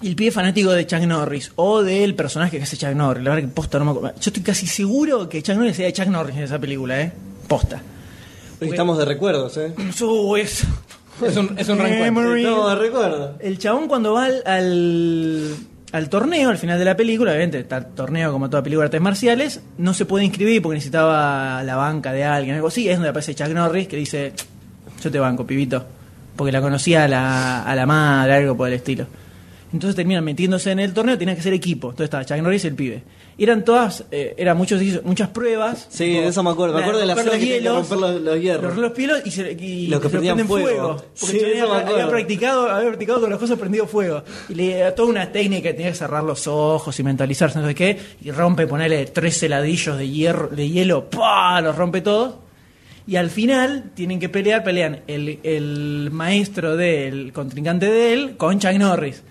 Speaker 2: Y el pibe fanático de Chuck Norris o del personaje que hace Chuck Norris. La verdad que posta no me acuerdo. Yo estoy casi seguro que Chuck Norris era de Chuck Norris en esa película, ¿eh? Posta.
Speaker 4: Estamos de recuerdos, ¿eh?
Speaker 2: Su- es-
Speaker 1: *laughs* Es un,
Speaker 2: *laughs*
Speaker 1: es un reencuentro.
Speaker 2: Memory.
Speaker 4: Estamos de recuerdos.
Speaker 2: El chabón cuando va al, al, al torneo, al final de la película, obviamente está el torneo como toda película de artes marciales, no se puede inscribir porque necesitaba la banca de alguien, algo así, es donde aparece Chuck Norris que dice, yo te banco, pibito, porque la conocía a la, a la madre, algo por el estilo. Entonces terminan metiéndose en el torneo, tenían que ser equipo. Entonces estaba Chuck Norris y el pibe. Y eran todas, eh, eran muchos, ejercicios, muchas pruebas.
Speaker 4: Sí, de eso me acuerdo. Me
Speaker 2: la-
Speaker 4: acuerdo de la
Speaker 2: romper
Speaker 4: zona
Speaker 2: los
Speaker 4: que tenía que
Speaker 2: hielos,
Speaker 4: romper los, los hierros.
Speaker 2: Los, los pielos y, se, y
Speaker 4: Los que
Speaker 2: se
Speaker 4: prendían
Speaker 2: prenden
Speaker 4: fuego.
Speaker 2: Porque
Speaker 4: Sí, eso
Speaker 2: yo
Speaker 4: me
Speaker 2: había, había
Speaker 4: acuerdo.
Speaker 2: practicado, había practicado con las cosas prendido fuego. Y le toda una técnica, tenía que cerrar los ojos y mentalizarse, no sé qué. Y rompe, ponerle tres heladillos de, hierro, de hielo, ¡pah! Los rompe todos. Y al final tienen que pelear, pelean el, el maestro del contrincante de él con Chuck Norris.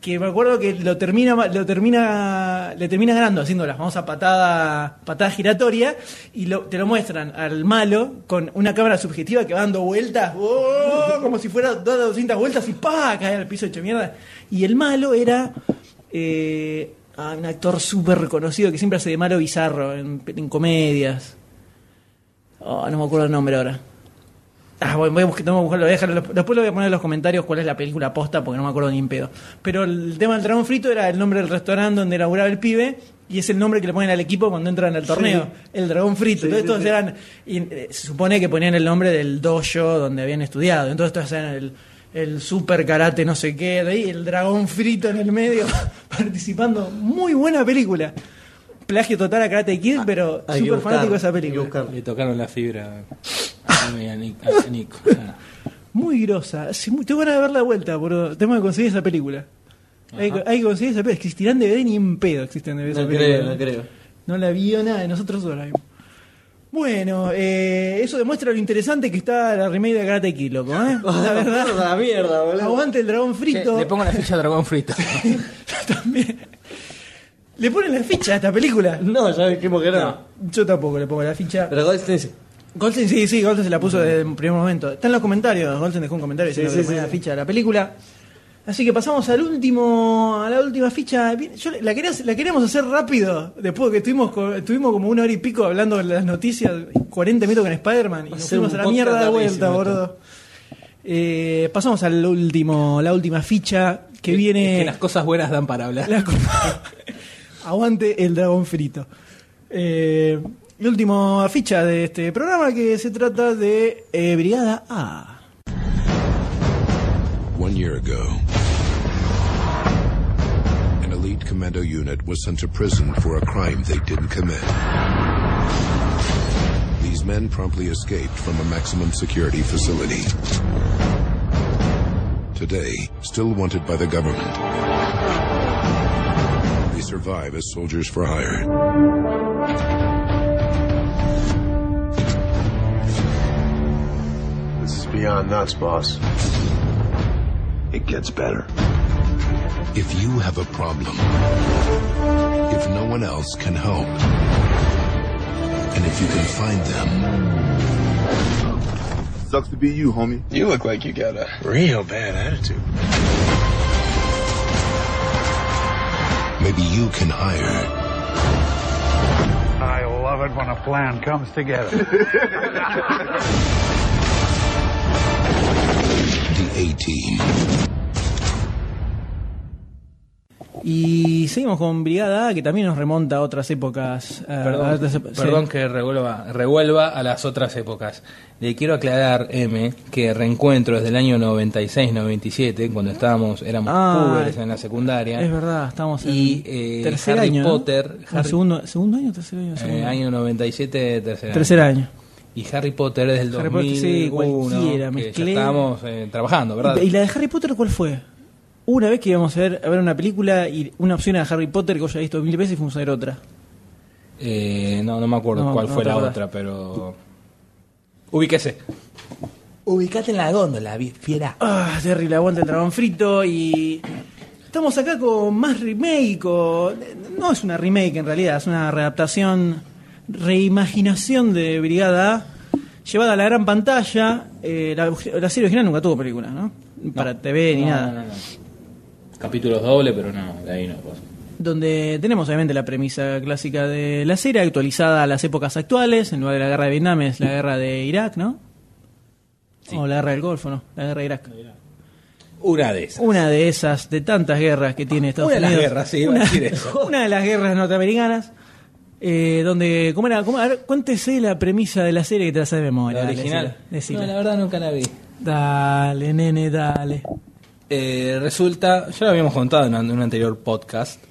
Speaker 2: Que me acuerdo que lo termina, lo termina, le termina ganando haciendo la famosa patada, patada giratoria y lo- te lo muestran al malo con una cámara subjetiva que va dando vueltas, ¡oh! como si fuera dos 200 vueltas y pa cae al piso hecho mierda. Y el malo era eh, ah, un actor súper reconocido que siempre hace de malo bizarro en, en comedias. Oh, no me acuerdo el nombre ahora. Ah, bueno, voy a buscar, no voy a buscarlo, voy a dejarlo- después lo voy a poner en los comentarios cuál es la película posta porque no me acuerdo ni en pedo. Pero el tema del dragón frito era el nombre del restaurante donde inauguraba el pibe y es el nombre que le ponen al equipo cuando entran al torneo. El dragón frito. Entonces todos eran. y, eh, se supone que ponían el nombre del dojo donde habían estudiado. Entonces todos eran el, el super karate, no sé qué, de ahí el dragón frito en el medio *laughs* participando. Muy buena película. Plagio total a Karate Kid, pero
Speaker 4: Ah, hay que
Speaker 2: súper fanático de esa película.
Speaker 1: Le tocaron la fibra a mí, a Nick- a Nico. Ah,
Speaker 2: Muy grosa. Sí, muy- tengo ganas de ver la vuelta, bro. Tengo que conseguir esa película. Hay, que- hay que conseguir esa película. Existirán DVD ni en pedo existirán DVD esa
Speaker 4: No
Speaker 2: película.
Speaker 4: creo, no creo.
Speaker 2: No la vio nada de nosotros solos. Bueno, eh, eso demuestra lo interesante que está la remake de Karate Kid,
Speaker 4: *laughs*
Speaker 2: loco, ¿eh? La verdad.
Speaker 4: la mierda, boludo.
Speaker 2: Aguante el dragón frito. *laughs*
Speaker 1: Le pongo la ficha de dragón frito.
Speaker 2: ¿Le ponen la ficha a esta película?
Speaker 4: No, ya dijimos que no.
Speaker 2: Yo tampoco le pongo la ficha.
Speaker 4: Pero Goldstein sí.
Speaker 2: Golsen, sí, sí, Golsen se la puso desde el primer momento. Está en los comentarios, Golsen dejó un comentario
Speaker 4: Sí,
Speaker 2: diciendo
Speaker 4: sí,
Speaker 2: que le ponía
Speaker 4: sí.
Speaker 2: la ficha de la película. Así que pasamos al último, a la última ficha. Bien, Yo la, quería- la queríamos hacer rápido, después que estuvimos, co- estuvimos como una hora y pico hablando de las noticias, 40 minutos con Spider-Man, y nos
Speaker 4: ser
Speaker 2: fuimos
Speaker 4: un
Speaker 2: a la
Speaker 4: podcast
Speaker 2: mierda de vuelta,
Speaker 4: larguísimo esto.
Speaker 2: gordo. Eh, pasamos al último, la última ficha que viene.
Speaker 1: Que las cosas buenas dan para hablar.
Speaker 2: La copa- *laughs* Aguante el dragón frito. Eh, la última ficha de este programa que se trata de eh, Brigada A.
Speaker 13: One year ago, an elite commando unit was sent to prison for a crime they didn't commit. These men promptly escaped from a maximum security facility. Today, still wanted by the government, they survive as soldiers for hire.
Speaker 14: This is beyond nuts, boss. It gets better.
Speaker 13: If you have a problem, if no one else can help, and if you can find them,
Speaker 15: Sucks to be you, homie. You look like you got a real bad attitude.
Speaker 13: maybe you can hire.
Speaker 16: *laughs* I love it when a plan comes together.
Speaker 13: The A Team.
Speaker 2: Y seguimos con Brigada A, que también nos remonta a otras épocas. eh, a
Speaker 1: Perdón,
Speaker 2: otras ép-
Speaker 1: perdón
Speaker 2: sí.
Speaker 1: que revuelva, revuelva a las otras épocas. Le quiero aclarar, M, que reencuentro desde el año 96-97, cuando estábamos, éramos
Speaker 2: Ah,
Speaker 1: púberes en la secundaria.
Speaker 2: Es verdad, estamos en
Speaker 1: Y, eh,
Speaker 2: tercer
Speaker 1: Harry
Speaker 2: año. ¿no?
Speaker 1: Potter,
Speaker 2: No,
Speaker 1: Harry-
Speaker 2: segundo, ¿Segundo año o tercer año?
Speaker 1: Eh,
Speaker 2: Segundo.
Speaker 1: año 97, tercer año.
Speaker 2: Tercer año.
Speaker 1: Y Harry Potter desde el
Speaker 2: Harry Potter, sí,
Speaker 1: 2001,
Speaker 2: cualquiera,
Speaker 1: que ya
Speaker 2: mezclé.
Speaker 1: estábamos eh, trabajando, ¿verdad?
Speaker 2: ¿Y la de Harry Potter cuál fue? Una vez que íbamos a ver, a ver una película y una opción era Harry Potter que yo he visto mil veces y fuimos a ver otra.
Speaker 1: Eh, no, no me acuerdo
Speaker 2: No,
Speaker 1: cuál
Speaker 2: no
Speaker 1: fue
Speaker 2: te
Speaker 1: la
Speaker 2: acordás.
Speaker 1: otra, pero... Ubíquese. Ubicate en la góndola, fiera.
Speaker 2: Ah, terrible, aguanta el dragón frito y. Estamos acá con más remake, o- no es una remake en realidad, es una readaptación, reimaginación de Brigada A, llevada a la gran pantalla. Eh, la, la serie original nunca tuvo película, ¿no? Para TV ni
Speaker 1: No,
Speaker 2: nada.
Speaker 1: no, no, no. Capítulos doble, pero no, de ahí no pasa.
Speaker 2: donde tenemos obviamente la premisa clásica de la serie, actualizada a las épocas actuales, en lugar de la guerra de Vietnam es la guerra de Irak, ¿no? O la guerra del Golfo, ¿no? La guerra de Irak.
Speaker 1: Una de esas.
Speaker 2: Una de esas, de tantas guerras que tiene Estados
Speaker 1: Una de las
Speaker 2: Unidos.
Speaker 1: guerras, sí, iba a
Speaker 2: Una- *laughs*
Speaker 1: decir eso.
Speaker 2: Una de las guerras norteamericanas. eh, donde, ¿cómo era? ¿Cómo? A ver, cuéntese la premisa de la serie que te hace de memoria.
Speaker 1: La
Speaker 2: dale,
Speaker 1: original.
Speaker 2: decila, decila.
Speaker 1: No, la verdad nunca la vi.
Speaker 2: Dale, nene, dale.
Speaker 1: eh, resulta, ya lo habíamos contado en un en un anterior podcast.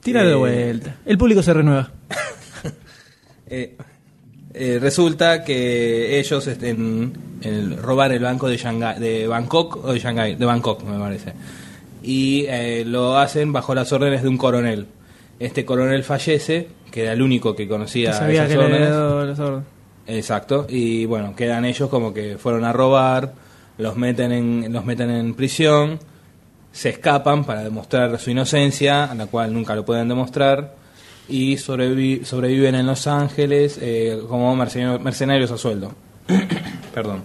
Speaker 2: Tíralo de vuelta. El público se renueva.
Speaker 1: Eh, eh, resulta que ellos este, en, en robar el banco de, Shanghái- de Bangkok o de Shanghái, de Bangkok me parece. Y eh, lo hacen bajo las órdenes de un coronel. Este coronel fallece, que era el único que conocía
Speaker 2: Que sabía
Speaker 1: esas
Speaker 2: que le había
Speaker 1: órdenes.
Speaker 2: dado los órdenes.
Speaker 1: Exacto, y bueno, quedan ellos como que fueron a robar, los meten en, los meten en prisión, se escapan para demostrar su inocencia, a la cual nunca lo pueden demostrar, y sobrevi- sobreviven en Los Ángeles eh, como mercenario- mercenarios a sueldo. *coughs* Perdón.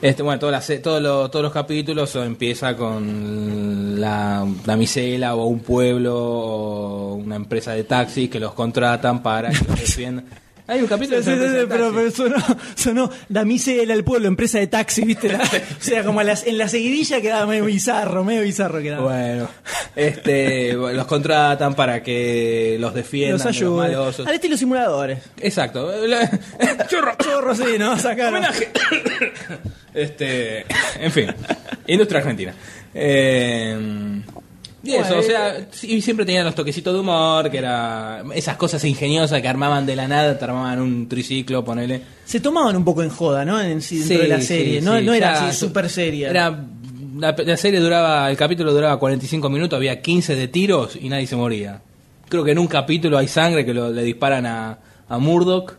Speaker 1: Este, bueno, todas las- todos los- todos los capítulos son- empieza con la, la misela o un pueblo o una empresa de taxis que los contratan para que los defiendan. Hay un capítulo
Speaker 2: Sí, sí, sí, pero, pero sonó, sonó Damisela el pueblo, empresa de taxi, ¿viste?
Speaker 1: *laughs*
Speaker 2: La- o sea, como a las- en la seguidilla quedaba medio bizarro, medio bizarro quedaba.
Speaker 1: Bueno, este, bueno, los contratan para que los defiendan
Speaker 2: los
Speaker 1: de los
Speaker 2: ayuda.
Speaker 1: malosos.
Speaker 2: Al estilo simuladores.
Speaker 1: Exacto. *laughs*
Speaker 2: Chorro. Chorro, sí, ¿no? Sacaron.
Speaker 1: Este, en fin, industria argentina. Eh, y eso,
Speaker 2: Bueno,
Speaker 1: o sea, y siempre tenían los toquecitos de humor, que era esas cosas ingeniosas que armaban de la nada, te armaban un triciclo, ponele.
Speaker 2: Se tomaban un poco en joda, ¿no? En, sí, dentro
Speaker 1: Sí,
Speaker 2: de la
Speaker 1: sí,
Speaker 2: serie.
Speaker 1: sí,
Speaker 2: no no era
Speaker 1: ya-
Speaker 2: así súper seria.
Speaker 1: Era la, la serie duraba, el capítulo duraba 45 minutos, había 15 de tiros y nadie se moría. Creo que en un capítulo hay sangre que lo- le disparan a, a Murdoch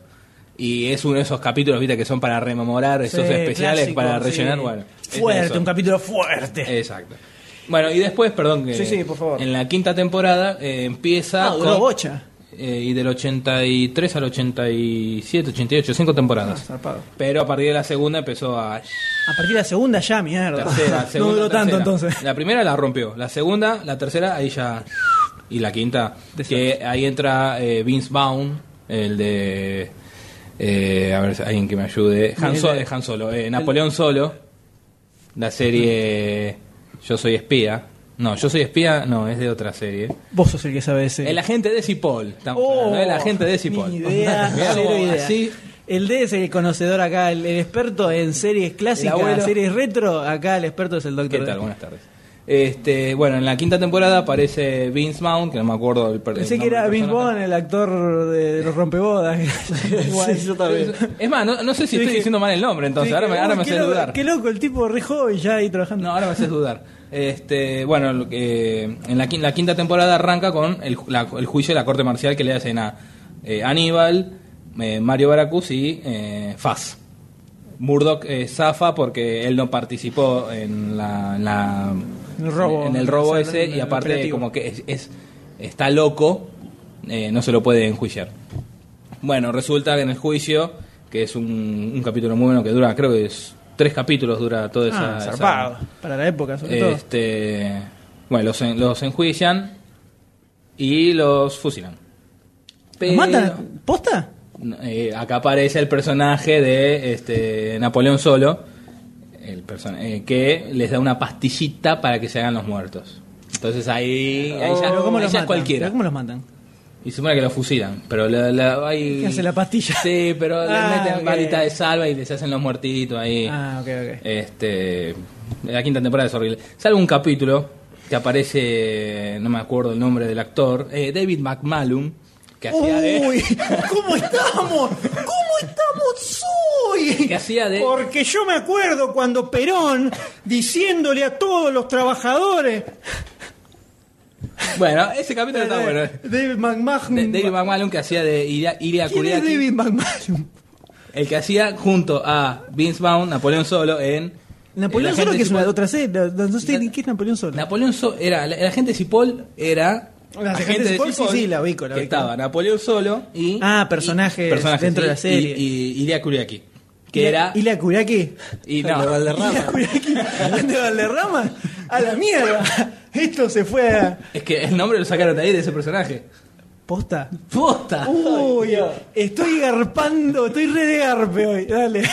Speaker 1: y es uno de esos capítulos, viste, que son para rememorar, esos
Speaker 2: Sí,
Speaker 1: especiales
Speaker 2: clásico,
Speaker 1: para
Speaker 2: sí.
Speaker 1: rellenar, bueno. es de
Speaker 2: Fuerte,
Speaker 1: eso. Eh,
Speaker 2: un capítulo fuerte.
Speaker 1: Exacto. Bueno, y después, perdón, que
Speaker 2: Sí, sí, por favor.
Speaker 1: en la quinta temporada eh, empieza
Speaker 2: Ah, duró
Speaker 1: con-
Speaker 2: bocha.
Speaker 1: eh, y del 83 al 87, 88, cinco temporadas.
Speaker 2: Zarpado.
Speaker 1: Pero a partir de la segunda empezó a
Speaker 2: A partir de la segunda ya, mierda.
Speaker 1: tercera, segunda,
Speaker 2: *laughs* no duró tanto
Speaker 1: tercera.
Speaker 2: entonces.
Speaker 1: La primera la rompió, la segunda, la tercera, ahí ya. Y la quinta, que ahí entra eh, Vince Vaughn, el de. eh, a ver, si alguien que me ayude. Han,
Speaker 2: El
Speaker 1: Solo,
Speaker 2: de-
Speaker 1: Han Solo, eh, Napoleón Solo, la serie Yo Soy Espía. No, Yo Soy Espía, no, es de otra serie.
Speaker 2: Vos sos el que sabe ese.
Speaker 1: El agente de Cipoll, estamos
Speaker 2: Oh,
Speaker 1: hablando, el agente de Cipoll. *laughs*
Speaker 2: Ni idea,
Speaker 1: Mirá
Speaker 2: cero
Speaker 1: cómo
Speaker 2: idea.
Speaker 1: así,
Speaker 2: El D es el conocedor acá, el, el experto en series clásicas,
Speaker 1: El abuelo.
Speaker 2: series retro. Acá el experto es el doctor.
Speaker 1: ¿Qué tal? Buenas tardes. Este, bueno, en la quinta temporada aparece Vince Mount, que no me acuerdo el per- el
Speaker 2: Pensé que
Speaker 1: nombre
Speaker 2: era
Speaker 1: del
Speaker 2: Bill
Speaker 1: personaje.
Speaker 2: Bond, el actor de, de los
Speaker 1: *laughs*
Speaker 2: rompebodas. Igual.
Speaker 1: Es más, no, no sé si estoy diciendo mal el nombre, entonces
Speaker 2: Sí,
Speaker 1: ahora me,
Speaker 2: uy,
Speaker 1: ahora me
Speaker 2: qué
Speaker 1: haces
Speaker 2: loco-
Speaker 1: dudar.
Speaker 2: Qué loco, el tipo re joven ya ahí trabajando.
Speaker 1: No, ahora me haces dudar. Este, bueno, lo que- en la, quin- la quinta temporada arranca con el, ju- la- el juicio de la corte marcial que le hacen a eh, Aníbal, eh, Mario Baracus y eh, Faz. Murdoch eh, zafa porque él no participó en, la- en la-
Speaker 2: El robo.
Speaker 1: en el robo
Speaker 2: O sea,
Speaker 1: ese
Speaker 2: en el
Speaker 1: y aparte
Speaker 2: operativo.
Speaker 1: como que es, es- está loco, eh, no se lo puede enjuiciar. Bueno, resulta que en el juicio, que es un, un capítulo muy bueno que dura, creo que es tres capítulos dura toda esa...
Speaker 2: Ah,
Speaker 1: esa-
Speaker 2: zarpado. Para la época,
Speaker 1: Eh,
Speaker 2: sobre todo.
Speaker 1: este, bueno, los, en- los enjuician y los fusilan.
Speaker 2: ¿Lo matan? ¿Posta?
Speaker 1: Eh, acá aparece el personaje de este, Napoleón Solo, el persona- eh, que les da una pastillita para que se hagan los muertos. Entonces ahí, ahí ya,
Speaker 2: Oh. Pero
Speaker 1: ahí
Speaker 2: ¿cómo los
Speaker 1: ya
Speaker 2: matan?
Speaker 1: es cualquiera.
Speaker 2: Pero ¿Cómo los matan?
Speaker 1: Y supone que los fusilan, pero la, la- ahí-
Speaker 2: ¿Qué hace la pastilla?
Speaker 1: Sí, pero
Speaker 2: Ah,
Speaker 1: les meten
Speaker 2: ok.
Speaker 1: balita de salva y les hacen los muertitos ahí.
Speaker 2: Ah, ok, ok.
Speaker 1: Este, la quinta temporada es horrible. Salvo un capítulo que aparece, no me acuerdo el nombre del actor, eh, David McMallum, que hacía de...
Speaker 2: Uy, ¿cómo estamos? ¿Cómo estamos hoy?
Speaker 1: Que hacía de-
Speaker 2: Porque yo me acuerdo cuando Perón diciéndole a todos los trabajadores.
Speaker 1: Bueno, ese capítulo está bueno. De-
Speaker 2: eh, David McMahon.
Speaker 1: David McMallum que hacía de Iria, Iria
Speaker 2: Mm. ¿Quién es
Speaker 1: Kuriaki,
Speaker 2: David McMahon?
Speaker 1: el que hacía junto a Vince Vaughn, Napoleón Solo en...
Speaker 2: Napoleón
Speaker 1: La
Speaker 2: Solo,
Speaker 1: gente
Speaker 2: que es
Speaker 1: se
Speaker 2: una
Speaker 1: puede-
Speaker 2: otra serie. No, no no sé ni qué es Napoleón Solo.
Speaker 1: Napoleón Solo era, la, la gente Cipoll era...
Speaker 2: La gente
Speaker 1: agente de
Speaker 2: Cipoll, sí,
Speaker 1: Cipoll,
Speaker 2: sí, la ubico, la
Speaker 1: que
Speaker 2: ubico.
Speaker 1: estaba Napoleón Solo y...
Speaker 2: Ah, personajes,
Speaker 1: personajes,
Speaker 2: dentro
Speaker 1: y-
Speaker 2: de la serie.
Speaker 1: Y, y Iria Kuriaki, que era...
Speaker 2: ¿Y la Kuriaki?
Speaker 1: Y *laughs*
Speaker 2: *laughs*
Speaker 1: no,
Speaker 2: ¿De Valderrama? ¡A la mierda! Esto se fue a.
Speaker 1: es que el nombre lo sacaron de ahí, de ese personaje.
Speaker 2: ¿Posta? Uh,
Speaker 1: ¡Posta!
Speaker 2: Uy, estoy garpando, estoy re de garpe hoy, dale.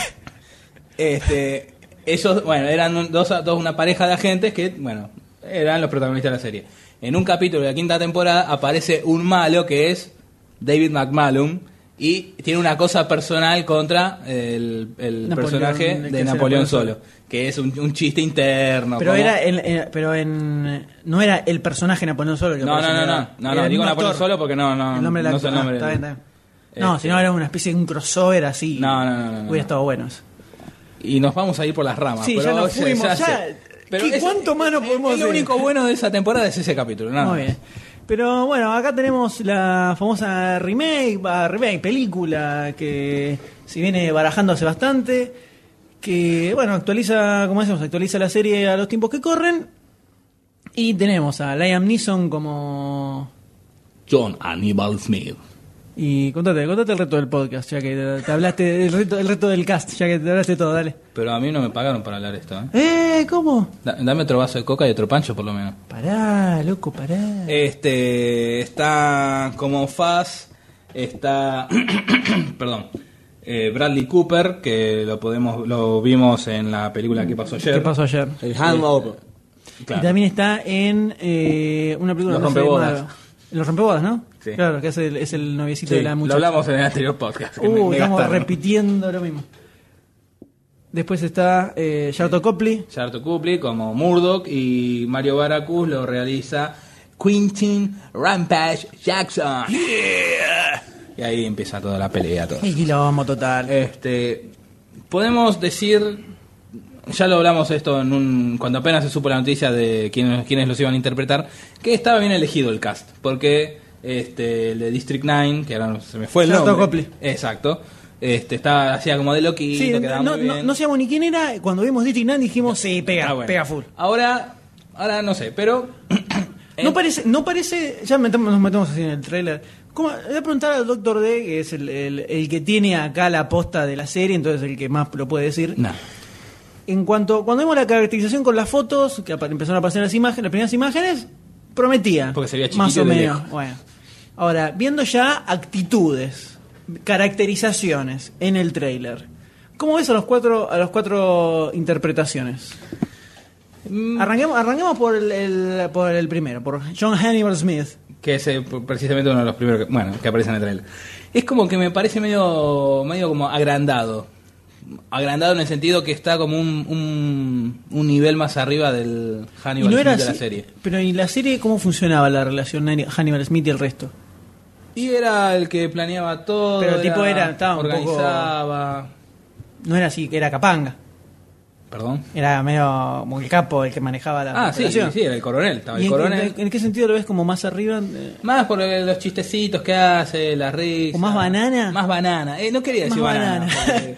Speaker 1: Este, ellos, bueno, eran un- dos, dos, una pareja de agentes que, bueno, eran los protagonistas de la serie. En un capítulo de la quinta temporada aparece un malo que es David McMallum, Y tiene una cosa personal contra el, el
Speaker 2: Napoleón,
Speaker 1: personaje
Speaker 2: el que
Speaker 1: de
Speaker 2: hace
Speaker 1: Napoleón
Speaker 2: Napoleón
Speaker 1: solo, que es un, un chiste interno.
Speaker 2: pero
Speaker 1: como-
Speaker 2: era en, en- pero en no era el personaje Napoleón solo el que
Speaker 1: No, no,
Speaker 2: aparece
Speaker 1: no,
Speaker 2: en la-
Speaker 1: no, no,
Speaker 2: era
Speaker 1: no,
Speaker 2: el
Speaker 1: digo
Speaker 2: mismo
Speaker 1: Napoleón
Speaker 2: actor.
Speaker 1: solo porque no, no,
Speaker 2: el nombre del
Speaker 1: no sé
Speaker 2: actor.
Speaker 1: el nombre.
Speaker 2: Ah, está
Speaker 1: del-
Speaker 2: bien, está bien. No,
Speaker 1: Este.
Speaker 2: si no era una especie de un crossover así.
Speaker 1: No, no, no, no, no.
Speaker 2: Hubiera estado bueno. eso.
Speaker 1: Y nos vamos a ir por las ramas.
Speaker 2: Sí,
Speaker 1: pero
Speaker 2: ya nos
Speaker 1: oye,
Speaker 2: fuimos, ya.
Speaker 1: sé. Pero
Speaker 2: ¿Qué-
Speaker 1: es-
Speaker 2: ¿Cuánto más nos podemos
Speaker 1: lo
Speaker 2: hacer?
Speaker 1: único bueno de esa temporada es ese capítulo. nada
Speaker 2: Muy
Speaker 1: más.
Speaker 2: bien. Pero bueno, acá tenemos la famosa remake, va, remake, película que se viene barajando hace bastante, que bueno, actualiza, como decimos, actualiza la serie a los tiempos que corren. Y tenemos a Liam Neeson como...
Speaker 1: John Aníbal Smith.
Speaker 2: Y contate, contate el reto del podcast, ya que te- te hablaste, el reto, el reto del cast, ya que te hablaste todo, dale.
Speaker 1: Pero a mí no me pagaron para hablar esto. ¿eh?
Speaker 2: Eh, ¿cómo?
Speaker 1: Da- dame otro vaso de coca y otro pancho por lo menos.
Speaker 2: Pará, loco, pará.
Speaker 1: Este está como Faz, está *clears throat* perdón, eh, Bradley Cooper que lo podemos lo vimos en la película que pasó ayer.
Speaker 2: ¿Qué pasó ayer?
Speaker 1: El
Speaker 3: Hangover.
Speaker 1: Claro.
Speaker 2: Y también está en eh, una película
Speaker 1: Los
Speaker 2: no sé,
Speaker 1: rompebodas.
Speaker 2: Marvel. Los rompebodas, ¿no?
Speaker 1: Sí.
Speaker 2: Claro, que es el, es el noviecito
Speaker 1: Sí,
Speaker 2: de la
Speaker 1: lo
Speaker 2: muchacha.
Speaker 1: hablamos en el anterior podcast. que me-
Speaker 2: Uh,
Speaker 1: me
Speaker 2: estamos
Speaker 1: gastaron.
Speaker 2: repitiendo lo mismo. Después está eh, Yarto Copley.
Speaker 1: Charto Copley como Murdoch y Mario Baracus lo realiza Quentin Rampage Jackson. Y ahí empieza toda la pelea. Todo.
Speaker 2: Y lo vamos total.
Speaker 1: Este, podemos decir, ya lo hablamos esto en un, cuando apenas se supo la noticia de quiénes, quiénes los iban a interpretar, que estaba bien elegido el cast, porque este, el de District 9, que ahora no- se me fue el
Speaker 2: Charlton
Speaker 1: nombre.
Speaker 2: Copley.
Speaker 1: Exacto. Este, estaba, hacía como de Loki,
Speaker 2: Sí,
Speaker 1: quedaba
Speaker 2: no, no,
Speaker 1: muy bien.
Speaker 2: no sabíamos ni quién era. Cuando vimos District 9 dijimos, sí, pega,
Speaker 1: Ah, bueno.
Speaker 2: pega full.
Speaker 1: Ahora, ahora no sé, pero
Speaker 2: No parece, no parece, ya metemos- nos metemos así en el trailer. ¿Cómo? Le voy a preguntar al Doctor D, que es el, el- el que tiene acá la posta de la serie, entonces el que más lo puede decir.
Speaker 1: No.
Speaker 2: En cuanto, cuando vimos la caracterización con las fotos, que apa- empezaron a aparecer las imágenes, las primeras imágenes, prometía.
Speaker 1: Porque se veía chiquito
Speaker 2: Más o
Speaker 1: y de
Speaker 2: menos.
Speaker 1: lejos.
Speaker 2: Bueno. Ahora, viendo ya actitudes, caracterizaciones en el trailer. ¿Cómo ves a los cuatro, a los cuatro interpretaciones?
Speaker 1: Mm.
Speaker 2: Arranquemos, arranquemos por el, el- por el primero, por John Hannibal Smith.
Speaker 1: que es eh, precisamente uno de los primeros que, bueno, que aparece en el trailer. Es como que me parece medio, medio como agrandado. Agrandado en el sentido que está como un, un, un nivel más arriba del Hannibal
Speaker 2: no
Speaker 1: Smith
Speaker 2: era
Speaker 1: de la
Speaker 2: así-
Speaker 1: serie.
Speaker 2: Pero ¿y la serie cómo funcionaba la relación Nani- Hannibal Smith y el resto?
Speaker 1: Y era el que planeaba todo.
Speaker 2: Pero el tipo era- estaba un poco-
Speaker 1: organizaba.
Speaker 2: No era así, que era capanga.
Speaker 1: Perdón.
Speaker 2: Era medio como el capo el que manejaba la
Speaker 1: Ah, sí, sí,
Speaker 2: relación.
Speaker 1: sí, era el coronel. Estaba
Speaker 2: ¿Y
Speaker 1: el
Speaker 2: en,
Speaker 1: coronel.
Speaker 2: en- en qué sentido lo ves como más arriba? Eh,
Speaker 1: Más por eh, los chistecitos que hace, las risas.
Speaker 2: ¿O más banana?
Speaker 1: Más banana. Eh, no quería
Speaker 2: Más
Speaker 1: decir banana.
Speaker 2: banana. *laughs*
Speaker 1: porque-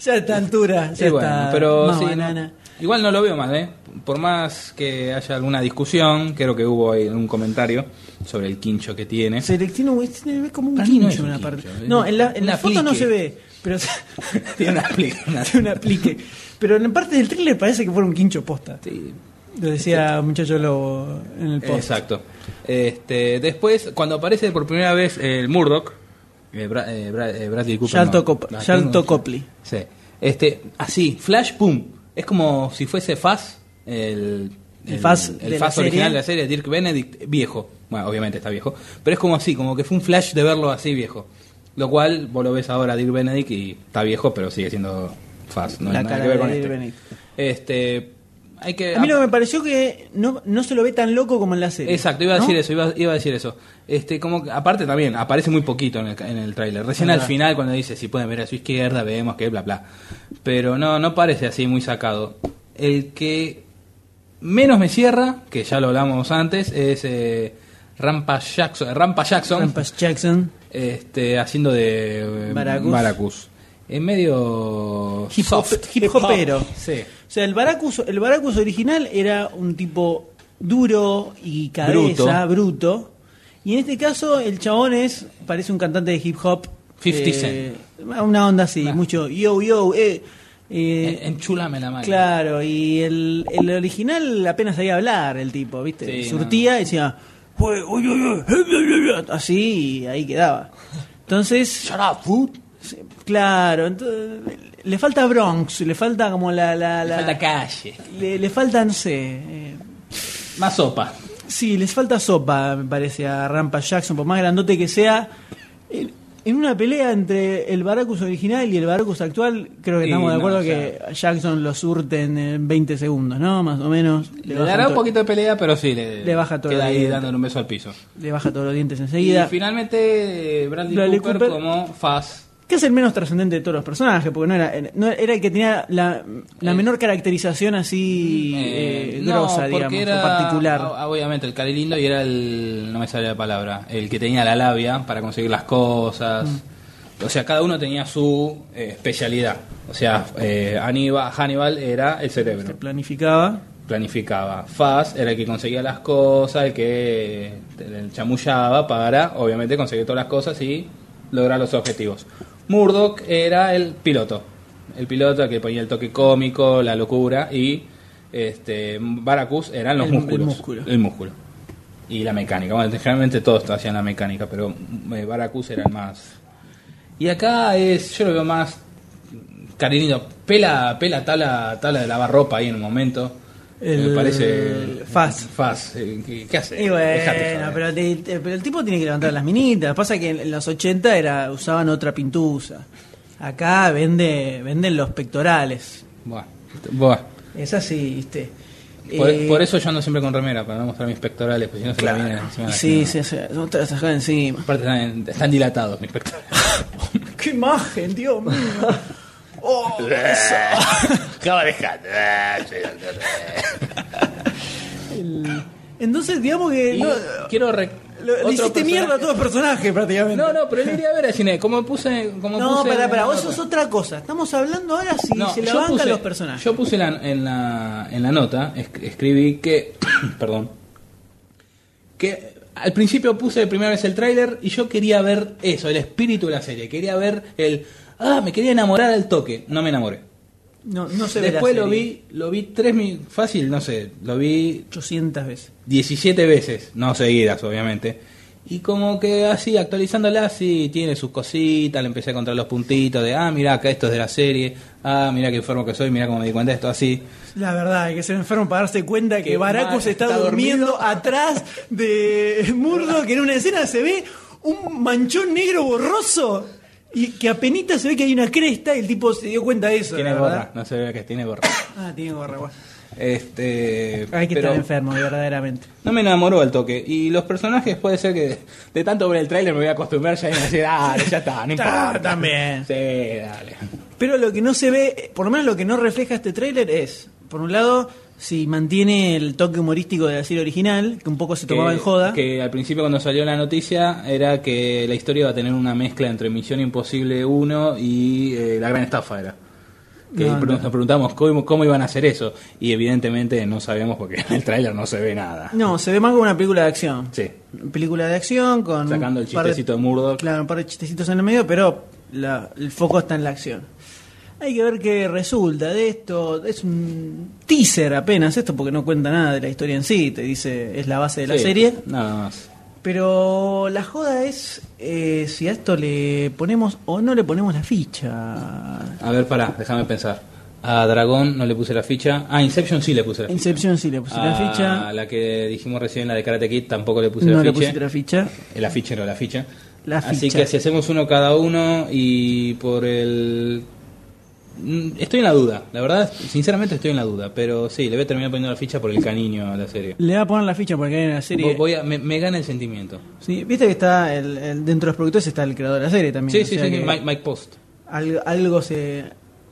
Speaker 2: Ya a esta altura, ya
Speaker 1: Sí, bueno,
Speaker 2: está
Speaker 1: pero
Speaker 2: más
Speaker 1: sí,
Speaker 2: banana.
Speaker 1: no- igual no lo veo mal, ¿eh? Por más que haya alguna discusión, creo que hubo ahí un comentario sobre el quincho que tiene.
Speaker 2: Selectivo, es- es como un
Speaker 1: Para mí
Speaker 2: quincho
Speaker 1: no es un
Speaker 2: una
Speaker 1: quincho,
Speaker 2: parte.
Speaker 1: es
Speaker 2: No, en la, en
Speaker 1: un
Speaker 2: la foto no
Speaker 1: aplique.
Speaker 2: se ve, pero
Speaker 1: *laughs* Tiene una pli- *laughs* una-
Speaker 2: hace *laughs* un aplique. Pero en parte del thriller parece que fuera un quincho posta. Lo decía muchacho lobo en el post.
Speaker 1: Exacto. Este, después, cuando aparece por primera vez el Murdoch, eh, Bra- eh, Bra- eh, Bradley Cooper.
Speaker 2: Shalto
Speaker 1: no,
Speaker 2: Cop-
Speaker 1: la
Speaker 2: Shalto
Speaker 1: tengo-
Speaker 2: Copley.
Speaker 1: Sí. Este, así, flash, pum. Es como si fuese Faz, el,
Speaker 2: El Faz
Speaker 1: el
Speaker 2: de
Speaker 1: Faz
Speaker 2: la
Speaker 1: original
Speaker 2: serie.
Speaker 1: de la serie, Dirk Benedict, viejo. Bueno, obviamente está viejo. Pero es como así, como que fue un flash de verlo así viejo. Lo cual, vos lo ves ahora a Dirk Benedict y está viejo, pero sigue siendo Faz. No
Speaker 2: La
Speaker 1: hay nada
Speaker 2: cara
Speaker 1: que ver
Speaker 2: de
Speaker 1: con
Speaker 2: Dirk
Speaker 1: este.
Speaker 2: Benedict.
Speaker 1: Este, hay que...
Speaker 2: A mí lo que me pareció que no, no se lo ve tan loco como en la serie.
Speaker 1: Ah, Exacto, iba a
Speaker 2: ¿no?
Speaker 1: decir eso, iba, iba a decir eso. Este, como que- aparte también, aparece muy poquito en el, en el tráiler. Recién al
Speaker 2: Verdad.
Speaker 1: final cuando dice si pueden ver a su izquierda, vemos que bla bla. Pero no, no parece así muy sacado. El que menos me cierra, que ya lo hablamos antes, es eh, Rampa Jackson, eh, Rampa Jackson,
Speaker 2: Rampage Jackson,
Speaker 1: este, haciendo de eh,
Speaker 2: Baracus.
Speaker 1: Baracus. En medio
Speaker 2: hip hop,
Speaker 1: soft.
Speaker 2: hip hopero.
Speaker 1: Sí.
Speaker 2: O sea, el Baracus, el Baracus original era un tipo duro y cabeza, bruto. Y en este caso, el chabón es, parece un cantante de hip hop.
Speaker 1: 50
Speaker 2: eh, Una onda así, mucho yo, yo, eh. eh,
Speaker 1: Enchulame la mano.
Speaker 2: Claro, y el, el original apenas sabía hablar, el tipo, ¿viste?
Speaker 1: Sí,
Speaker 2: Surtía y decía, "Uy, uy, uy, uy, eh, eh, eh, eh", así, y ahí quedaba. Entonces. Sí, Claro, entonces, le falta Bronx, le falta como la. la,
Speaker 1: Le
Speaker 2: la-
Speaker 1: falta calle.
Speaker 2: le, le falta, no sé. eh,
Speaker 1: Más sopa.
Speaker 2: sí, les falta sopa, me parece, a Rampa Jackson, por más grandote que sea. El, en una pelea entre el Baracus original y el Baracus actual, creo que
Speaker 1: Y
Speaker 2: estamos de
Speaker 1: no,
Speaker 2: acuerdo
Speaker 1: o
Speaker 2: que Jackson lo surte en eh, 20 segundos, ¿no? Más o menos.
Speaker 1: Le,
Speaker 2: bajan
Speaker 1: dará un
Speaker 2: to-
Speaker 1: poquito de pelea, pero sí, le,
Speaker 2: Le baja todo
Speaker 1: queda
Speaker 2: el
Speaker 1: ahí
Speaker 2: diente.
Speaker 1: dándole un beso al piso.
Speaker 2: le baja todos los dientes
Speaker 1: Y
Speaker 2: enseguida.
Speaker 1: finalmente eh, Bradley,
Speaker 2: Bradley
Speaker 1: Cooper,
Speaker 2: Cooper-
Speaker 1: como Faz.
Speaker 2: Que es el menos trascendente de todos los personajes, porque no era, eh, no era el que tenía la,
Speaker 1: Eh,
Speaker 2: la menor caracterización así eh, grosa, digamos, o particular.
Speaker 1: o- Obviamente, el cari lindo y era el. No me sale la palabra. El que tenía la labia para conseguir las cosas.
Speaker 2: Mm.
Speaker 1: O sea, cada uno tenía su eh, especialidad. O sea, eh, Aníbal, Hannibal era el cerebro.
Speaker 2: planificaba.
Speaker 1: Planificaba. Faz era el que conseguía las cosas, el que eh, chamullaba para, obviamente, conseguir todas las cosas y lograr los objetivos. Murdoch era el piloto. El piloto que ponía el toque cómico, la locura y este Baracus eran los
Speaker 2: El- el
Speaker 1: músculos.
Speaker 2: músculo.
Speaker 1: El músculo. Y la mecánica. Bueno, generalmente todos hacían la mecánica, pero eh, Baracus era el más. Y acá es, yo lo veo más cariño, pela, pela tabla, tabla de lavar ropa ahí en un momento.
Speaker 2: El-
Speaker 1: Me parece
Speaker 2: Faz.
Speaker 1: Faz. eh, ¿Qué, qué hace?
Speaker 2: Y bueno,
Speaker 1: Dejate joder.
Speaker 2: pero, te- te- pero el tipo tiene que levantar las minitas. Pasa que en, en los 80 era, usaban otra pintusa. Acá vende, venden los pectorales.
Speaker 1: Buah, este, buah.
Speaker 2: Es así, ¿viste?
Speaker 1: Por,
Speaker 2: Eh,
Speaker 1: por eso yo ando siempre con remera, para no mostrar mis pectorales, porque si no se me vienen encima. de
Speaker 2: y
Speaker 1: la
Speaker 2: sí,
Speaker 1: gente.
Speaker 2: sí, sí, no te las sacás encima.
Speaker 1: Aparte están, están dilatados mis pectorales.
Speaker 2: *laughs* ¡Qué imagen, Dios mío! Oh, el- Entonces, digamos que.
Speaker 1: Y
Speaker 2: no,
Speaker 1: quiero re-
Speaker 2: lo- le
Speaker 1: otro
Speaker 2: hiciste
Speaker 1: personaje.
Speaker 2: mierda a todos los personajes prácticamente.
Speaker 1: No, no, pero yo iría a ver al cine. Como puse. Como
Speaker 2: No,
Speaker 1: puse
Speaker 2: pará, pará,
Speaker 1: en la
Speaker 2: vos
Speaker 1: nota.
Speaker 2: sos otra cosa. Estamos hablando ahora si
Speaker 1: No,
Speaker 2: se la
Speaker 1: yo
Speaker 2: bancan
Speaker 1: puse-
Speaker 2: los personajes.
Speaker 1: Yo puse la- en, la, en la nota, es- escribí que. *clears throat* perdón. Que al principio puse de primera vez el tráiler y yo quería ver eso, el espíritu de la serie. Quería ver el. Ah, me quería enamorar al toque. No me enamoré.
Speaker 2: No, no se ve la
Speaker 1: Después lo
Speaker 2: serie.
Speaker 1: vi, lo vi tres mil. Fácil, no sé. Lo vi
Speaker 2: 800 veces.
Speaker 1: 17 veces, no seguidas, obviamente. Y como que así, actualizándola, así tiene sus cositas, le empecé a encontrar los puntitos de, ah, mirá, acá esto es de la serie, ah, mirá qué enfermo que soy, mirá cómo me di cuenta de esto, así.
Speaker 2: La verdad, hay que ser enfermo para darse cuenta que
Speaker 1: Que
Speaker 2: Baracus
Speaker 1: Mar-
Speaker 2: está,
Speaker 1: está
Speaker 2: durmiendo atrás de Murdo, que en una escena se ve un manchón negro borroso y que apenas se ve que hay una cresta y el tipo se dio cuenta de eso.
Speaker 1: Tiene
Speaker 2: la
Speaker 1: gorra,
Speaker 2: verdad.
Speaker 1: no se ve que tiene gorra.
Speaker 2: Ah, tiene gorra, guau.
Speaker 1: Este,
Speaker 2: Hay que
Speaker 1: pero
Speaker 2: estar enfermo, verdaderamente.
Speaker 1: no me enamoró al toque. Y los personajes puede ser que de, de tanto ver el tráiler me voy a acostumbrar ya y me decir, dale, ya está, no importa.
Speaker 2: También.
Speaker 1: Sí, dale.
Speaker 2: Pero lo que no se ve, eh, por lo menos lo que no refleja este tráiler es, por un lado, si mantiene el toque humorístico de la serie original, que un poco se tomaba
Speaker 1: que-
Speaker 2: en joda.
Speaker 1: Que al principio cuando salió la noticia era que la historia iba a tener una mezcla entre Misión Imposible 1 y eh, La Gran Estafa era. Que
Speaker 2: No,
Speaker 1: pre-
Speaker 2: no.
Speaker 1: nos preguntamos cómo, cómo iban a hacer eso y evidentemente no sabemos porque *laughs* en el tráiler no se ve nada.
Speaker 2: No, se ve más como una película de acción.
Speaker 1: Sí,
Speaker 2: Película de acción con. un
Speaker 1: sacando el
Speaker 2: par de-
Speaker 1: chistecito de Murdoch.
Speaker 2: Claro, un par de chistecitos en el medio, pero la- el foco está en la acción. Hay que ver qué resulta de esto. Es un teaser apenas esto, porque no cuenta nada de la historia en sí. Te dice, es la base de la
Speaker 1: Sí,
Speaker 2: serie.
Speaker 1: Nada más.
Speaker 2: Pero la joda es eh, si a esto le ponemos o no le ponemos la ficha.
Speaker 1: A ver, pará, déjame pensar. A Dragón no le puse la ficha. A Inception sí le puse la ficha.
Speaker 2: Inception sí le puse la
Speaker 1: A
Speaker 2: ficha.
Speaker 1: la que dijimos recién, la de Karate Kid, tampoco le puse
Speaker 2: no
Speaker 1: la
Speaker 2: le
Speaker 1: ficha.
Speaker 2: puse la ficha.
Speaker 1: El afiche no, la ficha.
Speaker 2: La
Speaker 1: Así
Speaker 2: ficha.
Speaker 1: que si hacemos uno cada uno y por el... Mm, Estoy en la duda, la verdad, sinceramente estoy en la duda, pero sí, le voy a terminar poniendo la ficha por el cariño a la serie.
Speaker 2: Le voy a poner la ficha porque hay una
Speaker 1: Vo-
Speaker 2: serie.
Speaker 1: Voy a- me, me gana el sentimiento.
Speaker 2: Sí, viste que está el- el- dentro de los productores está el creador de la serie también.
Speaker 1: Sí,
Speaker 2: o
Speaker 1: sí,
Speaker 2: sea
Speaker 1: sí,
Speaker 2: que
Speaker 1: Mike, Mike Post.
Speaker 2: al- algo se.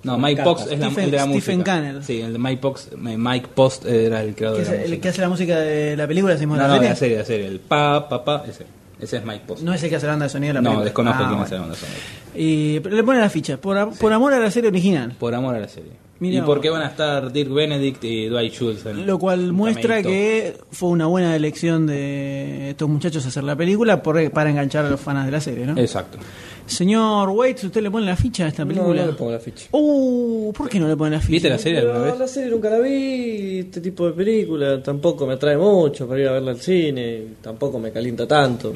Speaker 1: No, Mike
Speaker 2: Cartas.
Speaker 1: Post es la,
Speaker 2: Stephen-
Speaker 1: el de la
Speaker 2: Stephen
Speaker 1: música.
Speaker 2: Cannell.
Speaker 1: Sí, el de Mike Post, eh, Mike Post era el creador
Speaker 2: que es
Speaker 1: de la
Speaker 2: el que
Speaker 1: música.
Speaker 2: hace la música de la película, decimos
Speaker 1: No,
Speaker 2: de la
Speaker 1: no,
Speaker 2: serie.
Speaker 1: la serie, la serie, el pa, pa, pa, ese. Ese es Mike Post.
Speaker 2: No es el que hace la banda de sonido de la
Speaker 1: No,
Speaker 2: película.
Speaker 1: desconozco
Speaker 2: Ah,
Speaker 1: quién es
Speaker 2: bueno.
Speaker 1: el banda sonora.
Speaker 2: Y- pero le pone la ficha, por, a- por amor a la serie original.
Speaker 1: Por amor a la serie.
Speaker 2: Mirá
Speaker 1: y
Speaker 2: vos.
Speaker 1: porque van a estar Dirk Benedict y Dwight Schultz. en-
Speaker 2: Lo cual
Speaker 1: en
Speaker 2: muestra
Speaker 1: cameíto.
Speaker 2: que fue una buena elección de estos muchachos hacer la película por- para enganchar a los fans de la serie, ¿no?
Speaker 1: Exacto.
Speaker 2: Señor Waits, ¿usted le pone la ficha a esta película?
Speaker 1: la ficha.
Speaker 2: Uh, ¿por qué no le pone la ficha?
Speaker 1: ¿Viste la serie alguna
Speaker 4: No,
Speaker 1: vez?
Speaker 4: la serie nunca la vi, este tipo de película tampoco me atrae mucho para ir a verla al cine, tampoco me calienta tanto.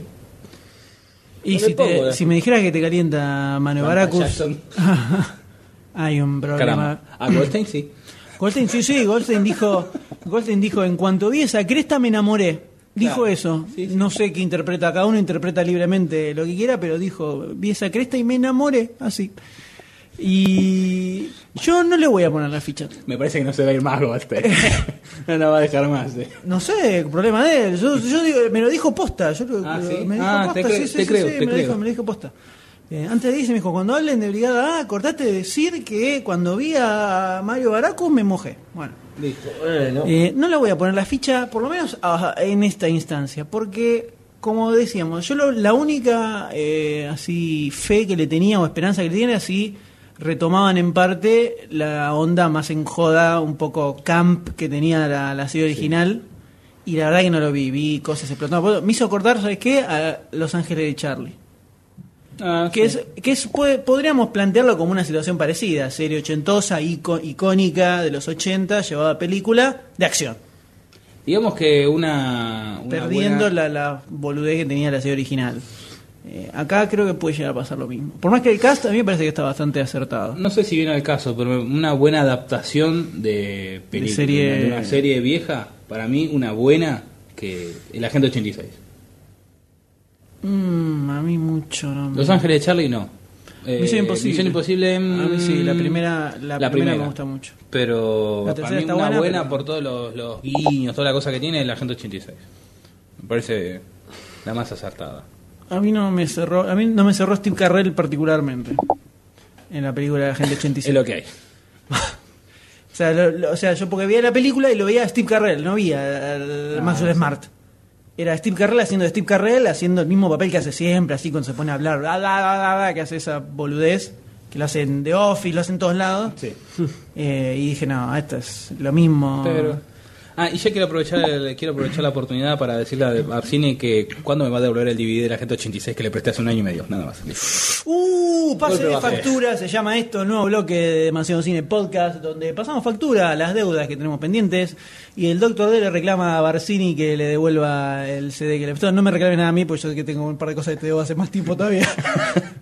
Speaker 2: Y
Speaker 4: No
Speaker 2: si,
Speaker 4: le pongo
Speaker 2: te-
Speaker 4: la
Speaker 2: si me dijeras que te calienta Manu
Speaker 1: Van
Speaker 2: Baracus,
Speaker 1: Jackson.
Speaker 2: *laughs* hay un problema.
Speaker 1: Caramba. A Goldstein sí.
Speaker 2: Goldstein, sí, sí, Goldstein dijo, Goldstein dijo, en cuanto vi esa cresta me enamoré. Dijo eso. No sé qué interpreta, cada uno interpreta libremente lo que quiera, pero dijo, vi esa cresta y me enamoré, así. Y yo no le voy a poner la ficha.
Speaker 1: Me parece que no se va a ir
Speaker 2: *laughs*
Speaker 1: más Goldstein. no la va a dejar más. eh.
Speaker 2: No sé, problema de él. Yo, yo digo, me lo dijo posta. Yo lo-
Speaker 1: Ah, ¿sí?
Speaker 2: Me dijo
Speaker 1: Ah,
Speaker 2: posta,
Speaker 1: te cre-
Speaker 2: sí, sí,
Speaker 1: te
Speaker 2: sí,
Speaker 1: creo,
Speaker 2: sí,
Speaker 1: te
Speaker 2: me, lo dijo,
Speaker 1: creo.
Speaker 2: me lo dijo posta. Eh, antes de irse me dijo, cuando hablen de Brigada A, acordate de decir que cuando vi a Mario Baracu me mojé. Bueno.
Speaker 1: Listo.
Speaker 2: Eh, no le voy a poner la ficha, por lo menos a- en esta instancia, porque, como decíamos, yo lo- la única eh, así fe que le tenía o esperanza que le tenía era si retomaban en parte la onda más en joda, un poco camp que tenía la, la serie original. Y la verdad que no lo vi, vi cosas explotadas. Me hizo acordar, ¿sabes qué? A Los Ángeles de Charlie. ah, que es, que es puede- podríamos plantearlo como una situación parecida, serie ochentosa, ico- icónica de los 80, llevada a película de acción.
Speaker 1: Digamos que una. una
Speaker 2: perdiendo
Speaker 1: buena-
Speaker 2: la, la boludez que tenía la serie original. Eh, acá creo que puede llegar a pasar lo mismo. Por más que el cast, a mí me parece que está bastante acertado.
Speaker 1: No sé si viene al caso, pero una buena adaptación de película.
Speaker 2: serie-
Speaker 1: de una serie vieja, para mí, una buena que. El Agente 86.
Speaker 2: Mm, a mí mucho no me-
Speaker 1: Los Ángeles de Charlie, no. Eh,
Speaker 2: Misión Imposible.
Speaker 1: Misión Imposible.
Speaker 2: A mí sí, la
Speaker 1: mm,
Speaker 2: primera, la
Speaker 1: la
Speaker 2: primera, me
Speaker 1: primera.
Speaker 2: gusta mucho.
Speaker 1: Pero
Speaker 2: La
Speaker 1: para
Speaker 2: tercera
Speaker 1: mí
Speaker 2: está
Speaker 1: una buena,
Speaker 2: buena, pero-
Speaker 1: por todos los, los guiños, toda la cosa que tiene, el Agente 86. Me parece la más acertada.
Speaker 2: A mí no me cerró, a mí no me cerró Steve Carrell particularmente en la película de Agente 86.
Speaker 1: Es lo que hay.
Speaker 2: O sea, lo- lo- o sea, yo porque veía la película y lo veía a Steve Carrell, no veía al
Speaker 1: Ah,
Speaker 2: Maxwell
Speaker 1: sí.
Speaker 2: Smart. Era Steve Carrell haciendo de Steve Carrell, haciendo el mismo papel que hace siempre, así cuando se pone a hablar, bla, bla, bla, bla, bla, que hace esa boludez, que lo hacen de office, lo hacen en todos lados. Eh, y dije, no, esto es lo mismo.
Speaker 1: Pero- Ah, y ya quiero aprovechar, el- quiero aprovechar la oportunidad para decirle a Arcini que cuándo me va a devolver el DVD de la gente 86 que le presté hace un año y medio, nada más.
Speaker 2: Uh, pase
Speaker 1: Golpe
Speaker 2: de
Speaker 1: bajo.
Speaker 2: factura, se llama esto, el nuevo bloque de Demasiado Cine Podcast, donde pasamos factura a las deudas que tenemos pendientes y el doctor D le reclama a Barcini que le devuelva el CD que le prestó. No me reclame nada a mí, porque yo que tengo un par de cosas que te debo hace más tiempo todavía. *laughs*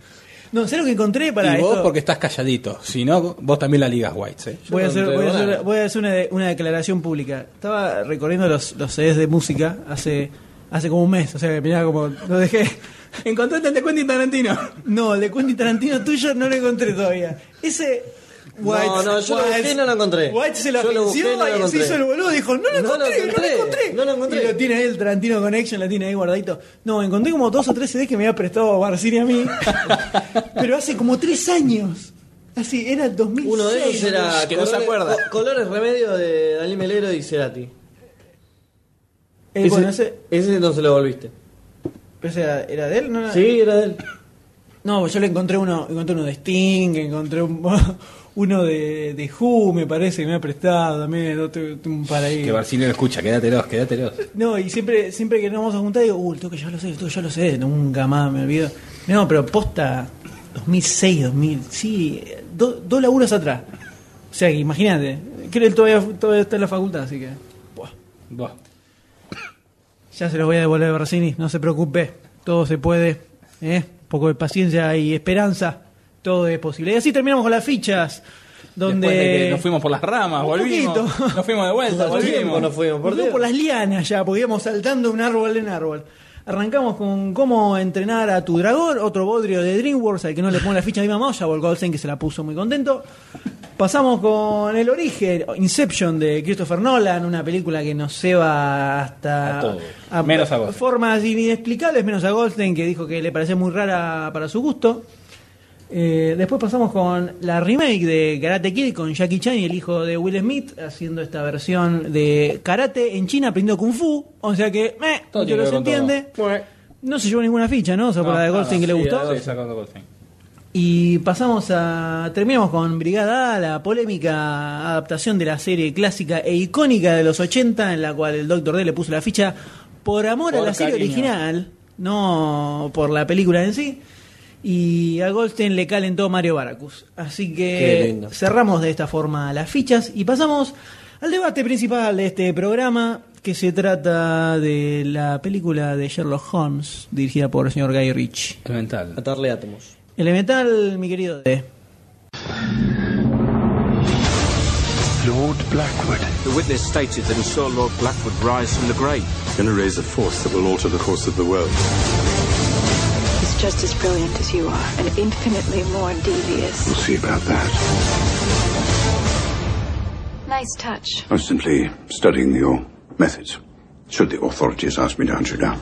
Speaker 2: no, sé lo que encontré para
Speaker 1: y vos
Speaker 2: esto.
Speaker 1: porque estás calladito, si no, vos también la ligas White. ¿eh?
Speaker 2: Voy a, hacer, voy a hacer-
Speaker 1: Nada.
Speaker 2: voy a hacer una, de- una declaración pública. Estaba recorriendo los, los CDs de música hace, hace como un mes. O sea, que mirá como
Speaker 4: *laughs*
Speaker 2: lo dejé.
Speaker 1: ¿Encontraste el de Quentin Tarantino?
Speaker 2: No, el de Quentin Tarantino tuyo no lo encontré todavía. Ese. White,
Speaker 4: no, no, yo lo
Speaker 2: White-
Speaker 4: busqué y no lo encontré.
Speaker 2: White se lo
Speaker 4: Yo lo busqué y
Speaker 2: agenció
Speaker 4: no lo
Speaker 2: y se
Speaker 4: encontré.
Speaker 2: hizo el boludo. Dijo: No lo
Speaker 4: No lo
Speaker 2: encontré, no lo encontré.
Speaker 4: encontré, no lo encontré.
Speaker 2: Y lo tiene ahí el Tarantino Connection, lo tiene ahí guardadito. No, encontré como dos o tres CDs que me había prestado Barcini
Speaker 4: *laughs*
Speaker 2: a mí. pero hace como tres años. Así, era el 2006.
Speaker 4: Uno de ellos era.
Speaker 1: Que no se
Speaker 4: Colores-
Speaker 1: acuerda.
Speaker 4: Co- Colores Remedio de Dalí Melero y Cerati.
Speaker 2: Eh,
Speaker 4: ese,
Speaker 2: bueno, ese-
Speaker 4: ese no se lo volviste.
Speaker 2: ¿Ese era, era de él? ¿No era-
Speaker 4: Sí, era de él.
Speaker 2: No, yo le encontré uno, encontré uno de Sting, encontré un- *laughs* uno de, de Who, me parece, que me ha prestado también, otro- un par ahí.
Speaker 1: Que Barcini lo escucha, quédatelos, quédatelos.
Speaker 2: No, y siempre, siempre que nos vamos a juntar digo, uy, tengo que ya lo sé, tengo que ya lo sé, nunca más me olvido. No, pero posta 2006, 2000, sí, do- dos laburos atrás. O sea, que imagínate, creo que él todavía, todavía está en la facultad, así que
Speaker 1: Buah.
Speaker 2: ya se los voy a devolver a Barcini, no se preocupe, todo se puede, ¿eh? un poco de paciencia y esperanza, todo es posible. Y así terminamos con las fichas, donde...
Speaker 1: Después de que nos fuimos por las ramas,
Speaker 2: Un
Speaker 1: volvimos.
Speaker 2: poquito.
Speaker 1: Nos fuimos de
Speaker 2: *laughs*
Speaker 1: vuelta,
Speaker 4: Todo el tiempo
Speaker 1: volvimos.
Speaker 4: nos fuimos, por
Speaker 2: Nos fuimos
Speaker 4: Dios.
Speaker 2: por las lianas ya, porque íbamos saltando un árbol en árbol. Arrancamos con cómo entrenar a tu dragón, otro bodrio de DreamWorks al que no le pone la ficha a mi mamá, ya Goldstein que se la puso muy contento. Pasamos con El Origen, Inception de Christopher Nolan, una película que nos ceba hasta
Speaker 1: A todos, menos a Goldstein.
Speaker 2: formas inexplicables, menos a Goldstein que dijo que le parecía muy rara para su gusto. Eh, después pasamos con la remake de Karate Kid con Jackie Chan y el hijo de Will Smith haciendo esta versión de karate en China aprendiendo kung fu. O sea que, meh,
Speaker 1: Todo
Speaker 2: mucho no
Speaker 1: tiene que
Speaker 2: se
Speaker 1: ver con
Speaker 2: entiende. No se llevó ninguna ficha, ¿no? O sea, por la de Goldstein que le gustó.
Speaker 1: Sí, sacando Goldstein.
Speaker 2: Y pasamos a. Terminamos con Brigada A, la polémica adaptación de la serie clásica e icónica de los 80, en la cual el Dr. D le puso la ficha por amor a
Speaker 1: Por
Speaker 2: la serie
Speaker 1: cariño.
Speaker 2: original, no por la película en sí. Y a Goldstein le calentó Mario Baracus.
Speaker 4: Qué
Speaker 2: Así que
Speaker 4: lindo.
Speaker 2: cerramos de esta forma las fichas y pasamos al debate principal de este programa, que se trata de la película de Sherlock Holmes, dirigida por el señor Guy Ritchie.
Speaker 1: Elemental.
Speaker 4: Atarle átomos.
Speaker 2: Elemental, mi querido D.
Speaker 13: Lord Blackwood.
Speaker 17: The witness stated that he saw Lord Blackwood rise from the grave.
Speaker 18: Gonna raise a force that will alter the course of the world.
Speaker 19: He's just as brilliant as you are, and infinitely more devious.
Speaker 13: We'll see about that.
Speaker 19: Nice touch.
Speaker 13: I'm simply studying your methods. Should the authorities ask me to hunt you down.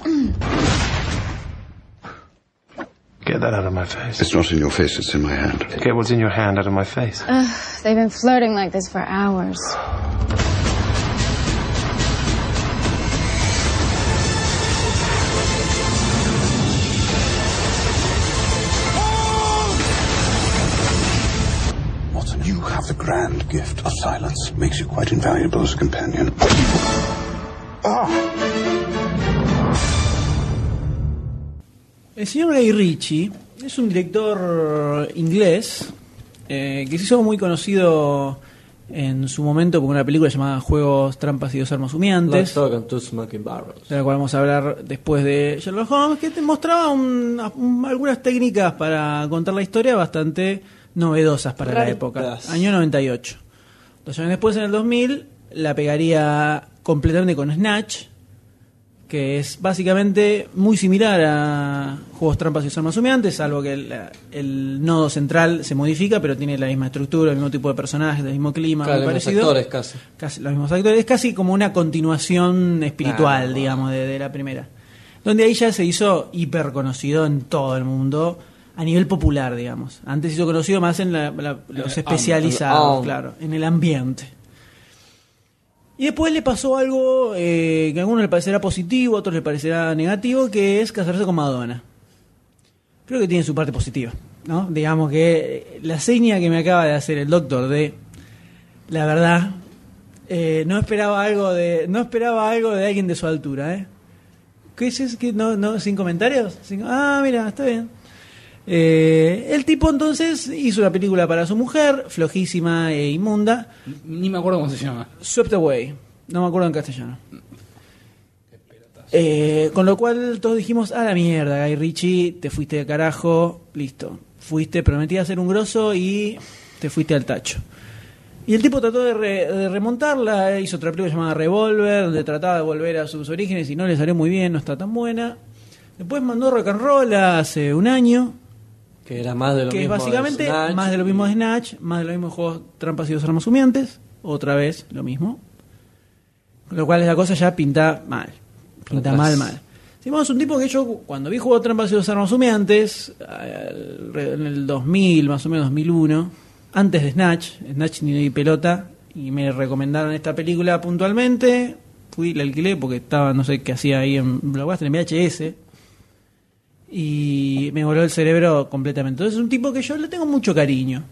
Speaker 18: Get that out of my face.
Speaker 13: It's not in your face, it's in my hand.
Speaker 18: Get what's in your hand out of my face.
Speaker 20: Ugh, they've been flirting like this for hours.
Speaker 13: Watson, you have the grand gift of silence. Makes you quite invaluable as a companion.
Speaker 2: El señor Guy Ritchie es un director inglés eh, que se hizo muy conocido en su momento por una película llamada Juegos, Trampas y Dos Armas Humeantes.
Speaker 4: Lock, Stock and Two Smoking Barrels.
Speaker 2: de la cual vamos a hablar después de Sherlock Holmes, que te mostraba un- un- algunas técnicas para contar la historia bastante novedosas para la
Speaker 4: Raritas.
Speaker 2: época. Año 98. Dos años después, en el 2000, la pegaría completamente con Snatch, que es básicamente muy similar a Juegos Trampas y Armas Humeantes, salvo que el, el nodo central se modifica, pero tiene la misma estructura, el mismo tipo de personajes, el mismo clima,
Speaker 4: Claro,
Speaker 2: muy
Speaker 4: los
Speaker 2: parecido.
Speaker 4: actores casi.
Speaker 2: Casi los mismos actores. Es casi como una continuación espiritual,
Speaker 4: Ah, no.
Speaker 2: digamos, de, de la primera. Donde ahí ya se hizo hiper conocido en todo el mundo, a nivel popular, digamos. Antes se hizo conocido más en la- la- los
Speaker 4: el
Speaker 2: especializados,
Speaker 4: am-
Speaker 2: claro, en el ambiente. Y después le pasó algo eh, que a algunos le parecerá positivo, a otros le parecerá negativo, que es casarse con Madonna. Creo que tiene su parte positiva, ¿no? Digamos que eh, la seña que me acaba de hacer el doctor de, la verdad, eh, no esperaba algo de, no esperaba algo de alguien de su altura, ¿eh? ¿Qué es eso? ¿Qué? ¿No, no? ¿Sin comentarios? Sin- Ah, mira, está bien. Eh, el tipo entonces hizo una película para su mujer, flojísima e inmunda.
Speaker 5: Ni me acuerdo cómo se llama.
Speaker 2: Swept Away. No me acuerdo en castellano. Eh, con lo cual todos dijimos, a la mierda, Guy Ritchie, te fuiste de carajo, listo. Fuiste, prometí hacer un grosso y te fuiste al tacho. Y el tipo trató de, re- de remontarla, eh, hizo otra película llamada Revolver, donde trataba de volver a sus orígenes y no le salió muy bien, no está tan buena. Después mandó Rock and Roll hace un año,
Speaker 4: Que era más de lo
Speaker 2: que es
Speaker 4: mismo. de
Speaker 2: básicamente
Speaker 4: Snatch.
Speaker 2: más de lo mismo de Snatch, más de lo mismo de juegos trampas y dos armas humeantes, otra vez lo mismo. Con lo cual la cosa ya pinta mal. Pinta
Speaker 4: Atrás.
Speaker 2: mal, mal. Simón es un tipo que yo cuando vi juego trampas y dos armas humeantes, al- re- en el 2000, más o menos 2001, antes de Snatch, Snatch ni di pelota, y me recomendaron esta película puntualmente, fui, la alquilé porque estaba, no sé qué hacía ahí en Blockbuster, en VHS, y me voló el cerebro completamente. Entonces es un tipo que yo le tengo mucho cariño.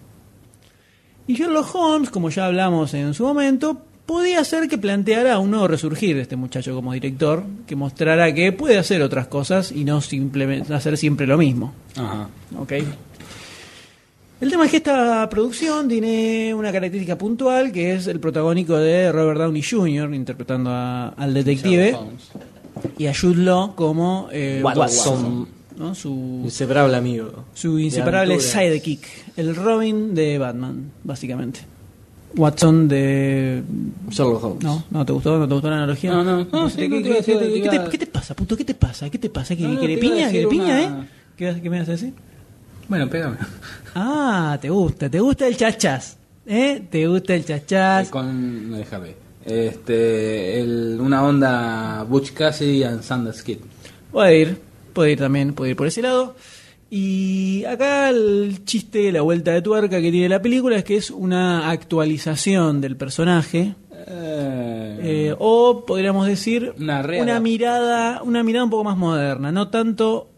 Speaker 2: Y Sherlock Holmes, como ya hablamos en su momento, podía ser que planteara un nuevo resurgir de este muchacho como director, que mostrara que puede hacer otras cosas y no simplemente hacer siempre lo mismo.
Speaker 5: Ajá.
Speaker 2: ¿ok? El tema es que esta producción tiene una característica puntual, que es el protagónico de Robert Downey Jr., interpretando a- al detective,
Speaker 5: Sherlock Holmes.
Speaker 2: y a Jude Law como eh,
Speaker 4: Watson.
Speaker 2: Watson, ¿no? su,
Speaker 4: Inseparable amigo.
Speaker 2: su
Speaker 4: De
Speaker 2: inseparable
Speaker 4: aventuras.
Speaker 2: sidekick, el Robin de Batman, básicamente. Watson de...
Speaker 4: Sherlock Holmes.
Speaker 2: No, no te gustó, no te gustó la analogía.
Speaker 5: No, no, no, sí,
Speaker 2: ¿Qué,
Speaker 5: no
Speaker 2: qué-
Speaker 5: te iba a decir,
Speaker 2: qué-
Speaker 5: te
Speaker 2: qué
Speaker 5: iba
Speaker 2: te,
Speaker 5: a-
Speaker 2: qué te pasa, puto? ¿Qué te pasa? ¿Qué te pasa? ¿Que,
Speaker 5: No, no,
Speaker 2: que le
Speaker 5: te iba a
Speaker 2: piña? ¿Que le
Speaker 5: decir
Speaker 2: piña,
Speaker 5: una-
Speaker 2: eh? ¿Qué, vas- qué me vas a decir?
Speaker 5: Bueno, pégame.
Speaker 2: Ah, te gusta, te gusta el chachas. ¿Eh? Te gusta el chachas.
Speaker 5: Eh, Con. No, déjame. Este. el- una onda Butch Cassidy and Sanders Kid.
Speaker 2: Puede ir, puede ir también, puede ir por ese lado. Y acá el chiste, la vuelta de tuerca que tiene la película es que es una actualización del personaje.
Speaker 5: Eh,
Speaker 2: eh, o podríamos decir
Speaker 5: una rea-
Speaker 2: una mirada, una mirada un poco más moderna, no tanto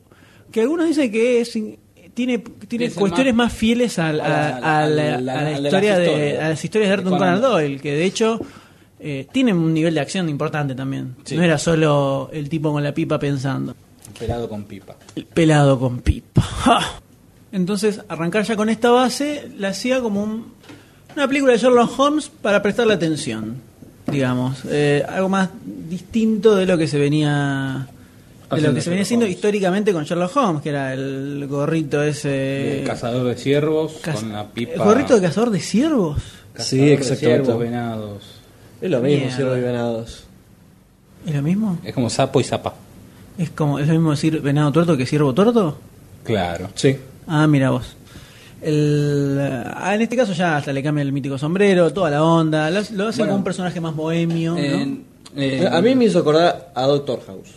Speaker 2: que algunos dicen que es in- tiene tiene
Speaker 5: Es el
Speaker 2: cuestiones
Speaker 5: más-
Speaker 2: más, fieles al-
Speaker 5: a la-
Speaker 2: a,
Speaker 5: a
Speaker 2: a la,
Speaker 5: la-
Speaker 2: a la
Speaker 5: a las
Speaker 2: historia de
Speaker 5: historias.
Speaker 2: a las historias de
Speaker 5: De
Speaker 2: Arthur
Speaker 5: Conan
Speaker 2: Conan Doyle, que de hecho eh, tienen un nivel de acción importante también.
Speaker 5: Sí.
Speaker 2: No era solo el tipo con la pipa pensando.
Speaker 5: pelado con pipa.
Speaker 2: El pelado con pipa. *laughs* ¡Ja! Entonces, arrancar ya con esta base la hacía como un- una película de Sherlock Holmes para prestarle atención, digamos. Eh, algo más distinto de lo que se venía. De lo
Speaker 5: Haciendo
Speaker 2: que se venía
Speaker 5: Sherlock
Speaker 2: haciendo
Speaker 5: Holmes.
Speaker 2: históricamente con Sherlock Holmes, que era el gorrito ese.
Speaker 5: El cazador de ciervos
Speaker 2: Caz-
Speaker 5: con la pipa.
Speaker 2: ¿El gorrito de cazador de ciervos?
Speaker 1: Cazador de ciervos, venados.
Speaker 4: Es lo mismo,
Speaker 2: Mierda.
Speaker 4: ciervo y venados.
Speaker 2: ¿Es lo mismo?
Speaker 1: Es como sapo y zapa.
Speaker 2: ¿Es, como, ¿Es lo mismo decir venado tuerto que ciervo tuerto?
Speaker 1: Claro. Sí.
Speaker 2: Ah, mira vos. El, ah, en este caso ya hasta le cambia el mítico sombrero, toda la onda. Lo, lo hace
Speaker 4: Bueno.
Speaker 2: como un personaje más bohemio. ¿no?
Speaker 5: Eh,
Speaker 4: Eh, a mí me hizo acordar a Doctor House.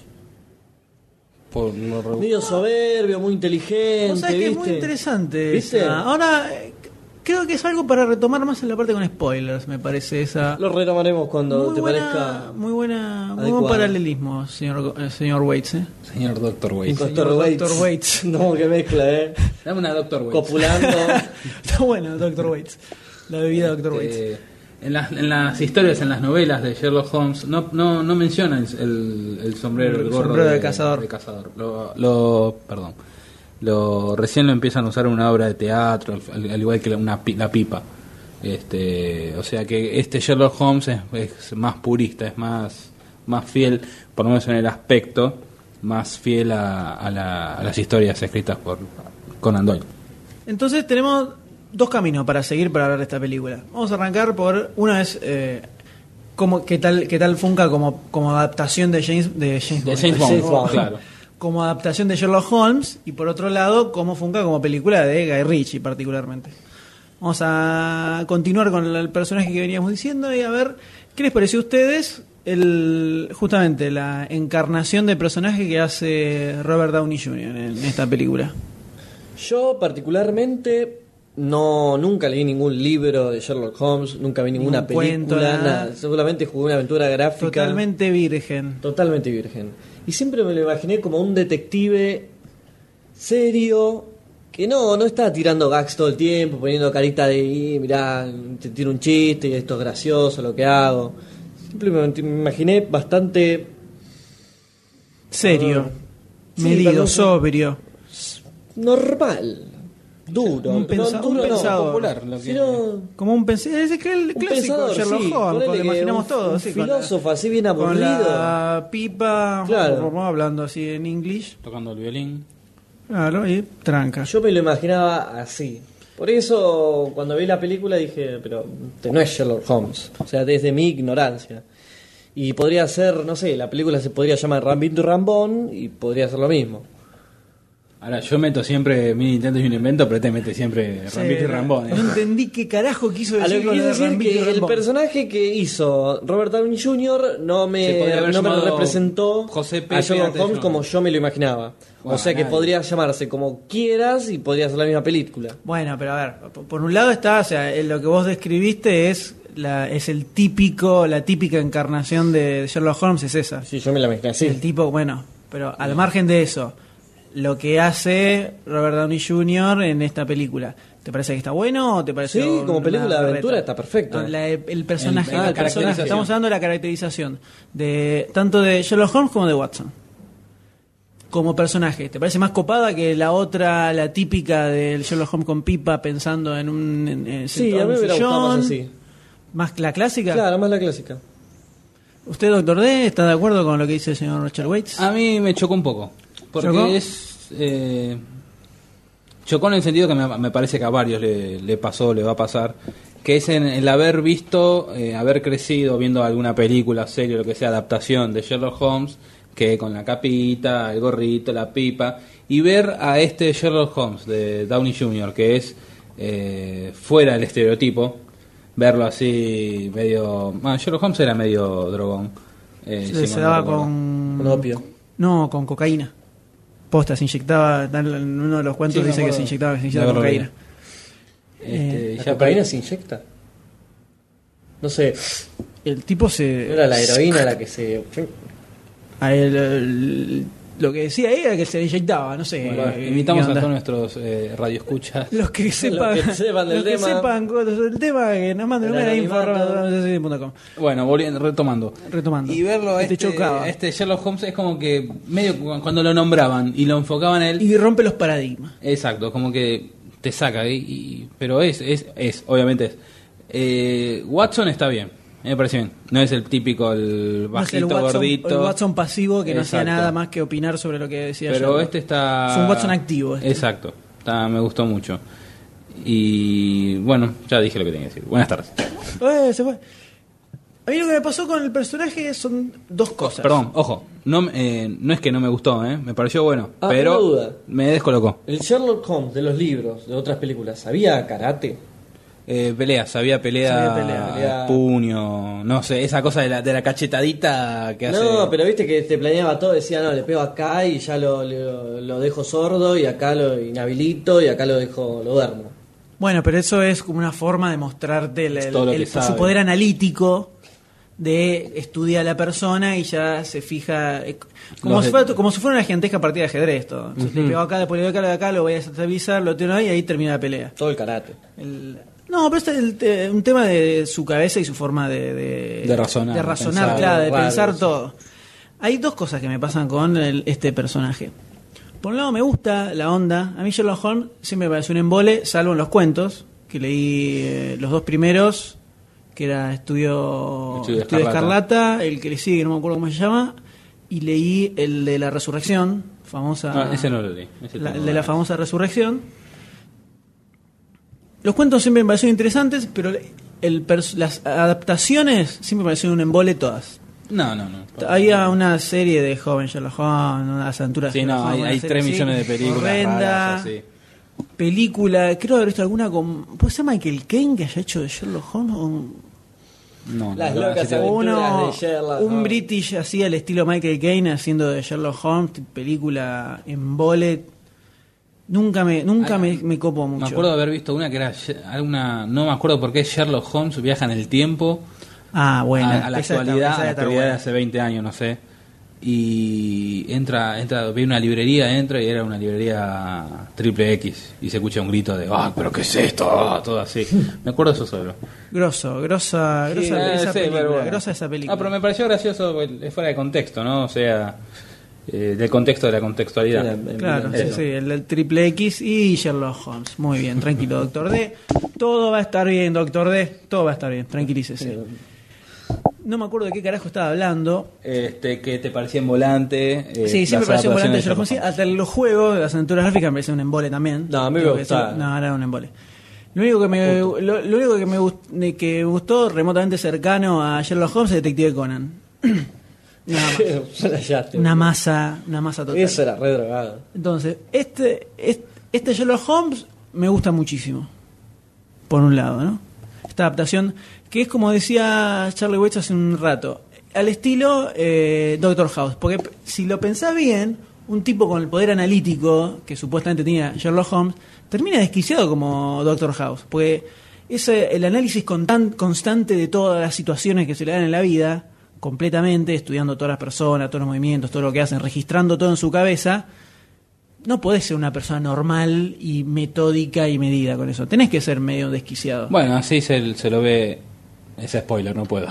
Speaker 1: Por no re-
Speaker 4: Medio soberbio, muy inteligente.
Speaker 2: Vos sabés que es muy
Speaker 4: ¿viste?
Speaker 2: interesante.
Speaker 4: ¿Viste?
Speaker 2: esa. Ahora, eh, c- creo que es algo para retomar más en la parte con spoilers, me parece esa.
Speaker 4: Lo retomaremos cuando
Speaker 2: Muy
Speaker 4: te
Speaker 2: buena-
Speaker 4: parezca.
Speaker 2: Muy buena. Muy buen
Speaker 4: adecuado.
Speaker 2: paralelismo, señor, eh, señor Waits. ¿eh?
Speaker 1: Señor Doctor Wade.
Speaker 2: Señor
Speaker 4: Doctor Waits.
Speaker 2: Dr.
Speaker 4: *laughs*
Speaker 2: Waits.
Speaker 4: No, que mezcla, ¿eh?
Speaker 1: Dame una Doctor Wade.
Speaker 4: Copulando.
Speaker 2: *laughs* Está bueno, Doctor Waits. La bebida Doctor
Speaker 4: Este,
Speaker 2: Waits.
Speaker 1: Eh, en, las, en las historias, en las novelas de Sherlock Holmes, no, no, no mencionan el, el sombrero, el,
Speaker 2: El
Speaker 1: gorro
Speaker 2: sombrero de cazador.
Speaker 1: Lo, lo- perdón. Lo, recién lo empiezan a usar en una obra de teatro, al- al, al igual que la, una pi- la pipa. Este, o sea que este Sherlock Holmes es, es más purista, es más, más fiel, por lo menos en el aspecto, más fiel a, a la- a las historias escritas por Conan Doyle.
Speaker 2: Entonces tenemos dos caminos para seguir para hablar de esta película. Vamos a arrancar por una es eh, cómo- qué tal qué tal funca como, como adaptación de James de James,
Speaker 1: De James Bond, claro.
Speaker 2: Como adaptación de Sherlock Holmes y por otro lado cómo funca como película de Guy Ritchie particularmente. Vamos a continuar con el personaje que veníamos diciendo y a ver qué les pareció a ustedes el justamente la encarnación del personaje que hace Robert Downey Jr. en esta película.
Speaker 4: Yo particularmente no nunca leí ningún libro de Sherlock Holmes, nunca vi ninguna
Speaker 2: Ningún cuento,
Speaker 4: película,
Speaker 2: nada.
Speaker 4: nada. Seguramente jugué una aventura gráfica.
Speaker 2: Totalmente virgen.
Speaker 4: Totalmente virgen. Y siempre me lo imaginé como un detective serio, que no, no está tirando gags todo el tiempo, poniendo carita de, "Y, mirá, te tiro un chiste y esto es gracioso lo que hago. Simplemente me imaginé bastante...
Speaker 2: Serio,
Speaker 4: Sí,
Speaker 2: medido,
Speaker 4: perdón,
Speaker 2: sobrio.
Speaker 4: Normal. Duro.
Speaker 2: Un pensa-
Speaker 4: no,
Speaker 2: un
Speaker 4: duro no,
Speaker 2: pensador.
Speaker 4: popular, lo que- sino
Speaker 2: Como un pensador. Es el, cl-
Speaker 4: un
Speaker 2: clásico
Speaker 4: pensador,
Speaker 2: Sherlock
Speaker 4: sí,
Speaker 2: Holmes,
Speaker 4: ponele
Speaker 2: lo
Speaker 4: que
Speaker 2: imaginamos
Speaker 4: un-
Speaker 2: todos.
Speaker 4: un
Speaker 2: sí, con la-
Speaker 4: filósofo así bien aburrido.
Speaker 2: Con la pipa,
Speaker 4: Claro.
Speaker 2: hablando así en inglés.
Speaker 1: Tocando el violín.
Speaker 2: Claro, y tranca.
Speaker 4: Yo me lo imaginaba así. Por eso, cuando vi la película dije, pero este no es Sherlock Holmes. O sea, desde mi ignorancia. Y podría ser, no sé, la película se podría llamar Rambito Rambón y podría ser lo mismo.
Speaker 1: Ahora, yo meto siempre mil intentos y un invento, pero te mete siempre
Speaker 2: Sí,
Speaker 1: Rambito y
Speaker 2: no-
Speaker 1: Rambón. ¿eh?
Speaker 2: No entendí qué carajo quiso
Speaker 4: A lo
Speaker 2: decir.
Speaker 4: que
Speaker 2: con
Speaker 4: quiero
Speaker 2: lo de
Speaker 4: decir
Speaker 2: Rambito
Speaker 4: que el
Speaker 2: Rambón.
Speaker 4: personaje que hizo Robert Downey Jr. no
Speaker 1: Se podría
Speaker 4: me,
Speaker 1: haber
Speaker 4: no me
Speaker 1: llamado
Speaker 4: representó
Speaker 1: José Pepe
Speaker 4: a Sherlock
Speaker 1: antes
Speaker 4: Holmes
Speaker 1: de-
Speaker 4: como yo me lo imaginaba.
Speaker 1: Bueno,
Speaker 4: o sea que
Speaker 1: nadie.
Speaker 4: podría llamarse como quieras y podría ser la misma película.
Speaker 2: Bueno, pero a ver, po- por un lado está, o sea, eh, lo que vos describiste es la, es el típico, la típica encarnación de Sherlock Holmes es esa.
Speaker 4: Sí, yo me la imaginé así.
Speaker 2: El tipo, bueno, pero al margen de eso, lo que hace Robert Downey Jr. en esta película, ¿te parece que está bueno o te parece
Speaker 4: Sí, como
Speaker 2: una
Speaker 4: película de aventura
Speaker 2: berreta?
Speaker 4: está perfecto.
Speaker 2: No, la- el personaje,
Speaker 4: El- ah, la
Speaker 2: el personaje,
Speaker 4: caracterización.
Speaker 2: estamos hablando de la caracterización de tanto de Sherlock Holmes como de Watson. Como personaje, ¿te parece más copada que la otra, la típica del Sherlock Holmes con pipa pensando en un, en- en-
Speaker 4: Sí, a
Speaker 2: sentado en
Speaker 4: mí
Speaker 2: un
Speaker 4: me la gustaba más
Speaker 2: sillón?
Speaker 4: así.
Speaker 2: ¿Más la clásica?
Speaker 4: Claro, más la clásica.
Speaker 2: ¿Usted, doctor D, está de acuerdo con lo que dice el señor Richard Waits?
Speaker 1: A mí me chocó un poco. Porque
Speaker 2: ¿Chocó?
Speaker 1: es. eh, chocó en el sentido que me, me parece que a varios le, le pasó, le va a pasar. Que es en el haber visto, eh, haber crecido viendo alguna película, serie, lo que sea, adaptación de Sherlock Holmes, que con la capita, el gorrito, la pipa, y ver a este Sherlock Holmes de Downey Jr., que es eh, fuera del estereotipo, verlo así, medio. ah, Sherlock Holmes era medio drogón. eh,
Speaker 2: Se-
Speaker 1: si
Speaker 2: se
Speaker 1: mal no
Speaker 2: daba
Speaker 1: recuerdo.
Speaker 2: con...
Speaker 4: Mm.
Speaker 2: No, con cocaína. Posta, se inyectaba, en uno de los cuentos
Speaker 1: Sí, me
Speaker 2: dice que
Speaker 1: acuerdo.
Speaker 2: se inyectaba, que se
Speaker 1: Me
Speaker 2: inyectaba
Speaker 1: acuerdo
Speaker 2: cocaína.
Speaker 1: Este,
Speaker 2: Eh,
Speaker 1: ya
Speaker 4: ¿La cocaína
Speaker 1: perdí-
Speaker 4: se inyecta? No sé,
Speaker 2: El tipo se...
Speaker 4: ¿no era la heroína la que se...
Speaker 2: A él, el- lo que decía era que se inyectaba, no sé.
Speaker 1: Bueno,
Speaker 2: eh,
Speaker 1: invitamos
Speaker 2: qué
Speaker 1: a
Speaker 2: onda.
Speaker 1: todos nuestros eh, radioescuchas.
Speaker 2: Los
Speaker 1: *laughs*
Speaker 2: que sepan,
Speaker 4: que sepan del
Speaker 2: los que
Speaker 4: tema.
Speaker 2: sepan cosas del tema, que nos manden
Speaker 4: El
Speaker 2: una info
Speaker 4: anonimato.
Speaker 2: arroba www.com.
Speaker 1: Bueno, volviendo, retomando.
Speaker 2: Retomando.
Speaker 1: Y verlo a
Speaker 2: Este
Speaker 1: este,
Speaker 2: chocaba.
Speaker 1: a este Sherlock Holmes es como que medio cu- cuando lo nombraban y lo enfocaban a él.
Speaker 2: Y rompe los paradigmas.
Speaker 1: Exacto, como que te saca. y- y- pero es, es, es, obviamente es. Eh, Watson está bien, me parece bien. No es el típico, el
Speaker 2: No es
Speaker 1: bajito,
Speaker 2: el Watson,
Speaker 1: gordito.
Speaker 2: el Watson pasivo que no hacía
Speaker 1: Exacto.
Speaker 2: nada más que opinar sobre lo que decía
Speaker 1: Pero
Speaker 2: Sherlock.
Speaker 1: este está.
Speaker 2: Es un Watson activo. este.
Speaker 1: Exacto, está, me gustó mucho. Y bueno, ya dije lo que tenía que decir. Buenas tardes.
Speaker 2: Eh, se fue. A mí lo que me pasó con el personaje son dos cosas.
Speaker 1: Perdón, ojo, no, eh, no es que no me gustó, ¿eh? me pareció bueno,
Speaker 4: Ah,
Speaker 1: pero
Speaker 4: una duda.
Speaker 1: me descolocó.
Speaker 4: El Sherlock Holmes de los libros, de otras películas, ¿sabía karate?
Speaker 1: Eh, peleas, había pelea,
Speaker 4: Sabía pelea, pelea.
Speaker 1: puño, no sé, esa cosa de la, de la cachetadita que hace.
Speaker 4: No, pero viste que te planeaba todo, decía, no, le pego acá y ya lo, lo, lo dejo sordo y acá lo inhabilito y acá lo dejo, lo duermo.
Speaker 2: Bueno, pero eso es como una forma de mostrarte el- el-
Speaker 4: todo lo
Speaker 2: el-
Speaker 4: que
Speaker 2: su
Speaker 4: sabe.
Speaker 2: poder analítico de estudia a la persona y ya se fija eh, como
Speaker 1: Los
Speaker 2: si,
Speaker 1: de-
Speaker 2: fuera, como si fuera una gigantesca partida de ajedrez todo. Entonces, le
Speaker 1: Ujú.
Speaker 2: pego acá, después le doy acá, le doy acá, lo voy a desestabilizar, lo tiro ahí y ahí termina la pelea.
Speaker 4: Todo el *laughs* karate.
Speaker 2: No, pero este es el te- un tema de su cabeza y su forma de... De,
Speaker 1: De razonar,
Speaker 2: de
Speaker 1: de
Speaker 2: razonar,
Speaker 1: pensar,
Speaker 2: claro, de
Speaker 1: raro,
Speaker 2: pensar
Speaker 1: sí.
Speaker 2: todo. Hay dos cosas que me pasan con el- este personaje. Por un lado, me gusta la onda. A mí Sherlock Holmes siempre me parece un embole, salvo en los cuentos, que leí eh, los dos primeros, que era Estudio,
Speaker 1: Estudio
Speaker 2: Estudio
Speaker 1: Escarlata.
Speaker 2: Escarlata. el que le sigue, que no me acuerdo cómo se llama, y leí el de la resurrección, famosa...
Speaker 1: Ah, ese no lo leí. ese
Speaker 2: La-
Speaker 1: tengo
Speaker 2: de la
Speaker 1: ganas.
Speaker 2: famosa resurrección. Los cuentos siempre me parecieron interesantes, pero el pers- las adaptaciones siempre me parecieron un embole todas.
Speaker 1: No, no, no.
Speaker 2: Había una serie de joven Sherlock Holmes, unas aventuras.
Speaker 1: Sí,
Speaker 2: de Sherlock
Speaker 1: no,
Speaker 2: Holmes,
Speaker 1: hay,
Speaker 2: una
Speaker 1: hay
Speaker 2: serie
Speaker 1: 3
Speaker 2: así,
Speaker 1: millones de películas
Speaker 2: horrenda,
Speaker 1: raras así.
Speaker 2: película, creo haber visto alguna con... ¿Puede ser Michael Caine que haya hecho de Sherlock Holmes? O un-
Speaker 1: No,
Speaker 4: Las
Speaker 1: no, no,
Speaker 4: locas
Speaker 1: así te-
Speaker 4: aventuras.
Speaker 2: uno-
Speaker 4: de Sherlock
Speaker 2: un
Speaker 4: Holmes.
Speaker 2: British así al estilo Michael Caine haciendo de Sherlock Holmes, película en bolet. Nunca me, nunca me, me copo mucho.
Speaker 1: Me acuerdo de haber visto una que era She- alguna, no me acuerdo por qué Sherlock Holmes viaja en el tiempo
Speaker 2: Ah, bueno.
Speaker 1: a, a la
Speaker 2: esa está-
Speaker 1: actualidad,
Speaker 2: esa
Speaker 1: a la
Speaker 2: está
Speaker 1: actualidad de
Speaker 2: buena.
Speaker 1: hace 20 años, no sé. Y entra, entra, ve una librería, entra y era una librería triple X y se escucha un grito de, ah, pero qué es esto, Ah, todo así. Me acuerdo eso solo.
Speaker 2: Grosso, grosa, grosa,
Speaker 1: eh,
Speaker 2: esa
Speaker 1: sí,
Speaker 2: película,
Speaker 1: pero bueno.
Speaker 2: grosa esa película.
Speaker 1: Ah, pero me pareció gracioso, porque es fuera de contexto, ¿no? O sea, eh, del contexto de la contextualidad.
Speaker 2: Claro, sí,
Speaker 1: Eso.
Speaker 2: sí, el del triple X y Sherlock Holmes. Muy bien, tranquilo, doctor D. Todo va a estar bien, doctor D. Todo va a estar bien, tranquilícese. No me acuerdo de qué carajo estaba hablando.
Speaker 1: Este, que te parecía en volante. eh,
Speaker 2: sí, siempre
Speaker 1: las
Speaker 2: pareció un volante de
Speaker 1: adaptaciones
Speaker 2: Sherlock Holmes. Sí, Hasta los juegos, las aventuras gráficas me parecían un embole también.
Speaker 4: No, a mí me
Speaker 2: Tengo que
Speaker 4: gustaba.
Speaker 2: decirlo. No, era un embole. Lo único que me, lo, lo único que me gust- que me gustó remotamente cercano a Sherlock Holmes es Detective Conan. *clears throat*
Speaker 4: *laughs*
Speaker 2: Nada más.
Speaker 4: Flayaste.
Speaker 2: Una masa, una masa total.
Speaker 4: Eso era re drogado.
Speaker 2: Entonces, este, este, este Sherlock Holmes me gusta muchísimo. Por un lado, ¿no? Esta adaptación, que es como decía Charlie Watts hace un rato, al estilo eh, Doctor House. Porque p- si lo pensás bien, un tipo con el poder analítico que supuestamente tenía Sherlock Holmes, termina desquiciado como Doctor House. Porque ese, el análisis contan- constante de todas las situaciones que se le dan en la vida, completamente, estudiando todas las personas, todos los movimientos, todo lo que hacen, registrando todo en su cabeza, no podés ser una persona normal y metódica y medida con eso. Tenés que ser medio desquiciado.
Speaker 1: Bueno, así se, se lo ve. Ese spoiler, no puedo.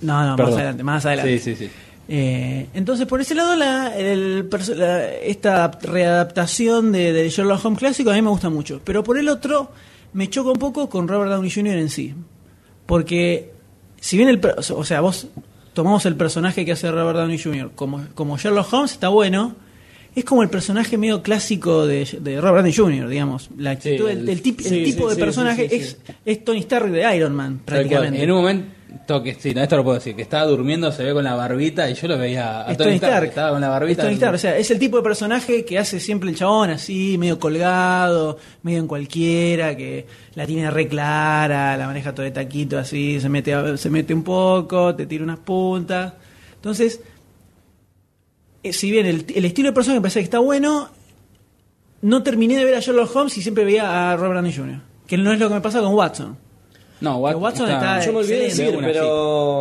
Speaker 2: no, no,
Speaker 1: Perdón.
Speaker 2: más adelante, más adelante.
Speaker 1: Sí, sí, sí.
Speaker 2: Eh, entonces, por ese lado, la, el perso- la- esta readaptación de, de Sherlock Holmes clásico a mí me gusta mucho. Pero por el otro, me choca un poco con Robert Downey Jr. en sí. Porque, si bien el. per- O sea, vos tomamos el personaje que hace Robert Downey Jr. como, como Sherlock Holmes, está bueno. Es como el personaje medio clásico de, de Robert Downey Jr., digamos. La actitud,
Speaker 1: el-
Speaker 2: el, el tip- el
Speaker 1: sí,
Speaker 2: tipo
Speaker 1: sí,
Speaker 2: de
Speaker 1: sí,
Speaker 2: personaje
Speaker 1: sí, sí, sí.
Speaker 2: Es, es Tony Stark de Iron Man, prácticamente.
Speaker 1: En un momento que sí, no, esto lo puedo decir, que estaba durmiendo, se ve con la barbita y yo lo veía a
Speaker 2: Es
Speaker 1: Tony
Speaker 2: Tony
Speaker 1: Stark,
Speaker 2: Stark.
Speaker 1: estaba con la
Speaker 2: Es
Speaker 1: barbita.
Speaker 2: Tony Stark, o sea, es el tipo de personaje que hace siempre el chabón así, medio colgado, medio en cualquiera, que la tiene re clara, la maneja todo de taquito así, se mete, a- se mete un poco, te tira unas puntas. Entonces, eh, si bien el, el estilo de persona me parece que está bueno, no terminé de ver a Sherlock Holmes y siempre veía a Robert Downey Jr., que no es lo que me pasa con Watson.
Speaker 1: no, Wat-
Speaker 2: Watson está-
Speaker 1: Yo
Speaker 4: Yo me olvidé de
Speaker 2: excelente.
Speaker 4: decir,
Speaker 1: Una,
Speaker 4: pero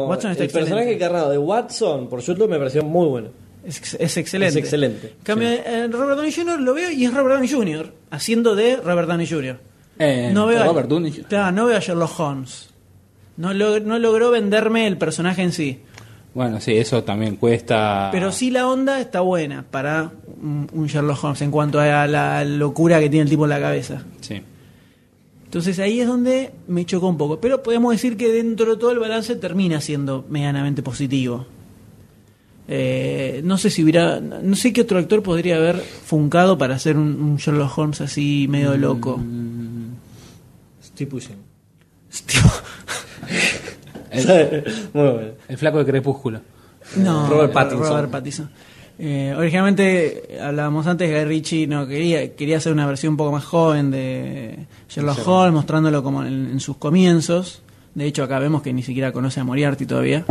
Speaker 2: sí. Watson está
Speaker 4: el personaje
Speaker 2: excelente.
Speaker 4: encarnado de Watson, por YouTube, me pareció muy bueno.
Speaker 2: Es, ex- es excelente.
Speaker 4: Es excelente.
Speaker 2: En cambio, eh, Robert Downey Jr. lo veo y es Robert Downey Jr. haciendo de Robert Downey Jr.
Speaker 1: Eh,
Speaker 2: no veo a-
Speaker 1: Robert Downey Jr.
Speaker 2: Claro, no veo a Sherlock Holmes. No, log- no logró venderme el personaje en sí.
Speaker 1: Bueno, sí, eso también cuesta.
Speaker 2: Pero sí la onda está buena para un, un Sherlock Holmes en cuanto a la locura que tiene el tipo en la cabeza.
Speaker 1: Sí.
Speaker 2: Entonces ahí es donde me chocó un poco. Pero podemos decir que dentro de todo el balance termina siendo medianamente positivo. Eh, no sé si hubiera. No sé qué otro actor *laughs* podría haber funcado para hacer un, un Sherlock Holmes así medio loco.
Speaker 4: Estoy *laughs* pushing.
Speaker 1: El, el flaco de Crepúsculo.
Speaker 2: No,
Speaker 1: Eh, Robert Pattinson.
Speaker 2: Robert Pattinson. Eh, originalmente hablábamos antes Guy Ritchie no quería quería hacer una versión un poco más joven de Sherlock
Speaker 4: Sherlock.
Speaker 2: Holmes mostrándolo como en, en sus comienzos de hecho acá vemos que ni siquiera conoce a Moriarty todavía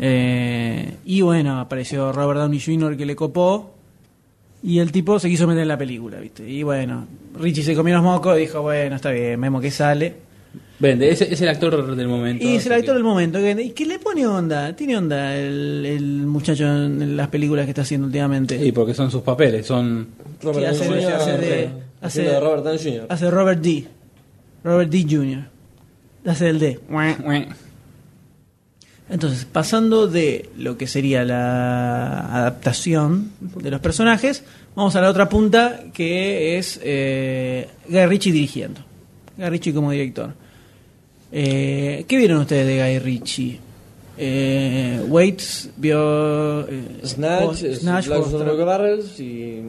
Speaker 2: Eh, y bueno apareció Robert Downey Jr. que le copó y el tipo se quiso meter en la película viste y bueno Richie se comió los mocos y dijo bueno está bien vemos que sale
Speaker 1: Vende, es, es el actor del momento.
Speaker 2: y es el actor del momento que- y que le pone onda tiene onda el, el muchacho en las películas que está haciendo últimamente
Speaker 1: Sí, porque son sus papeles, son...
Speaker 2: Sí,
Speaker 4: Robert
Speaker 2: hace,
Speaker 4: Downey Jr.
Speaker 2: hace de,
Speaker 4: haciendo
Speaker 2: hace-
Speaker 4: de Robert Downey Jr.
Speaker 2: hace Robert D. Robert D. Jr. Hace el D. Entonces, pasando de lo que sería la adaptación de los personajes, vamos a la otra punta que es eh, Guy Ritchie dirigiendo. Guy Ritchie como director. Eh, ¿Qué vieron ustedes de Guy Ritchie? Eh, Waits vio eh,
Speaker 4: Snatch,
Speaker 2: Snatch,
Speaker 4: Black
Speaker 2: Foster-
Speaker 4: Smoke Barrels y.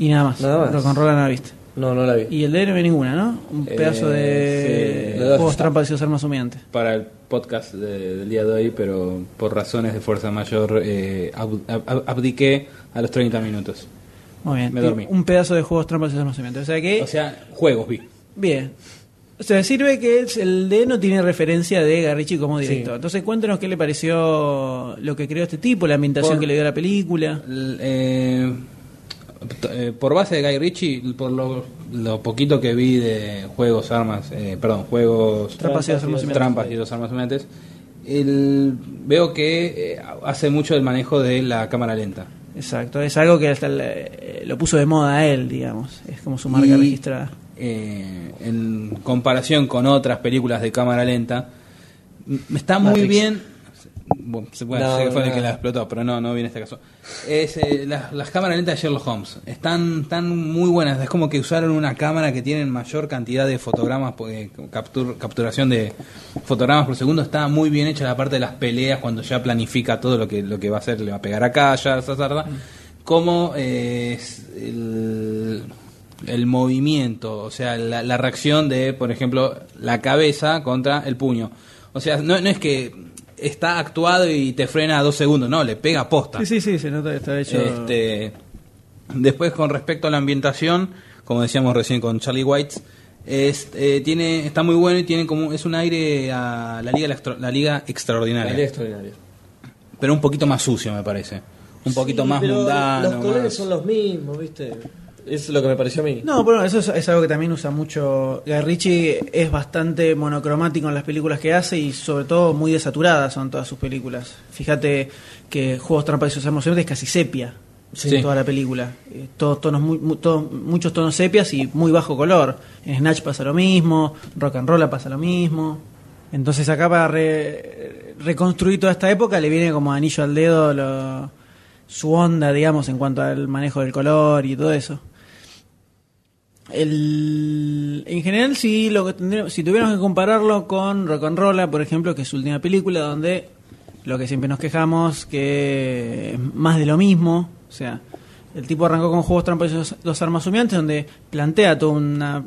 Speaker 2: y nada más.
Speaker 4: Nada más.
Speaker 2: Rock and Roll no la viste.
Speaker 4: No, no la vi.
Speaker 2: Y el de no vi ninguna, ¿no? Un
Speaker 4: Eh,
Speaker 2: pedazo de
Speaker 4: sí, la verdad
Speaker 2: juegos
Speaker 4: está.
Speaker 2: trampas y armas humeantes.
Speaker 1: Para el podcast de- del día de hoy, pero por razones de fuerza mayor eh, ab- ab- abdiqué a los 30 minutos.
Speaker 2: Muy bien.
Speaker 1: Me dormí.
Speaker 2: Un pedazo de juegos trampas y armas humeantes. O sea que,
Speaker 1: O sea, juegos vi.
Speaker 2: bien. O sea, sirve que es- el de no tiene referencia de Garrichi como director.
Speaker 1: Sí.
Speaker 2: Entonces, cuéntenos qué le pareció lo que creó este tipo, la ambientación
Speaker 1: Por-
Speaker 2: que le dio a la película.
Speaker 1: L- eh, t- eh, por base de Guy Ritchie, por lo, lo poquito que vi de juegos, armas, eh, perdón, juegos,
Speaker 2: Trampas y dos armas humeantes.
Speaker 1: trampas y dos armas humeantes, el- veo que eh, hace mucho el manejo de la cámara lenta.
Speaker 2: Exacto. Es algo que hasta le- eh, lo puso de moda a él, digamos. Es como su marca
Speaker 1: Y-
Speaker 2: registrada.
Speaker 1: eh, en comparación con otras películas de cámara lenta, m- está muy
Speaker 4: Matrix.
Speaker 1: bien. Bueno, se puede
Speaker 4: No,
Speaker 1: sé que fue el
Speaker 4: no.
Speaker 1: que la explotó, pero no, no viene este caso. Es, eh, las, las cámaras lentas de Sherlock Holmes están, están muy buenas. Es como que usaron una cámara que tiene mayor cantidad de fotogramas, porque captur- capturación de fotogramas por segundo. Está muy bien hecha la parte de las peleas cuando ya planifica todo lo que, lo que va a hacer. Le va a pegar acá, ya, esa tarda.
Speaker 4: Mm.
Speaker 1: Como eh, es el, el movimiento, o sea, la, la reacción de, por ejemplo, la cabeza contra el puño. O sea, no, no es que está actuado y te frena a dos segundos, no, le pega posta.
Speaker 2: Sí, sí, sí, se nota que está hecho.
Speaker 1: Este, después, con respecto a la ambientación, como decíamos recién con Charlie White, es, eh, tiene, está muy bueno y tiene como es un aire a la liga, Extra- la liga extraordinaria,
Speaker 4: Realidad extraordinaria.
Speaker 1: pero un poquito más sucio me parece, un poquito
Speaker 4: Sí,
Speaker 1: más
Speaker 4: pero
Speaker 1: mundano.
Speaker 4: Los colores
Speaker 1: más-
Speaker 4: son los mismos, ¿viste? Es lo que me pareció a mí.
Speaker 2: No, bueno, eso es, es algo que también usa mucho. Guy Ritchie es bastante monocromático en las películas que hace y sobre todo muy desaturadas son todas sus películas. Fíjate que Juegos Trampa y sus emociones es casi sepia
Speaker 1: Sí.
Speaker 2: en toda la película. Eh, todos tonos muy, mu- todos- muchos tonos sepias y muy bajo color. En Snatch pasa lo mismo, Rock and Roll pasa lo mismo. Entonces acá para re- reconstruir toda esta época le viene como anillo al dedo lo- su onda, digamos, en cuanto al manejo del color y todo eso. El, en general, si, lo que tendría- si tuviéramos que compararlo con Rock and Rolla, por ejemplo, que es su última película, donde lo que siempre nos quejamos, que es más de lo mismo, o sea, el tipo arrancó con Juegos Trampas y dos- dos Armas Humeantes, donde plantea toda una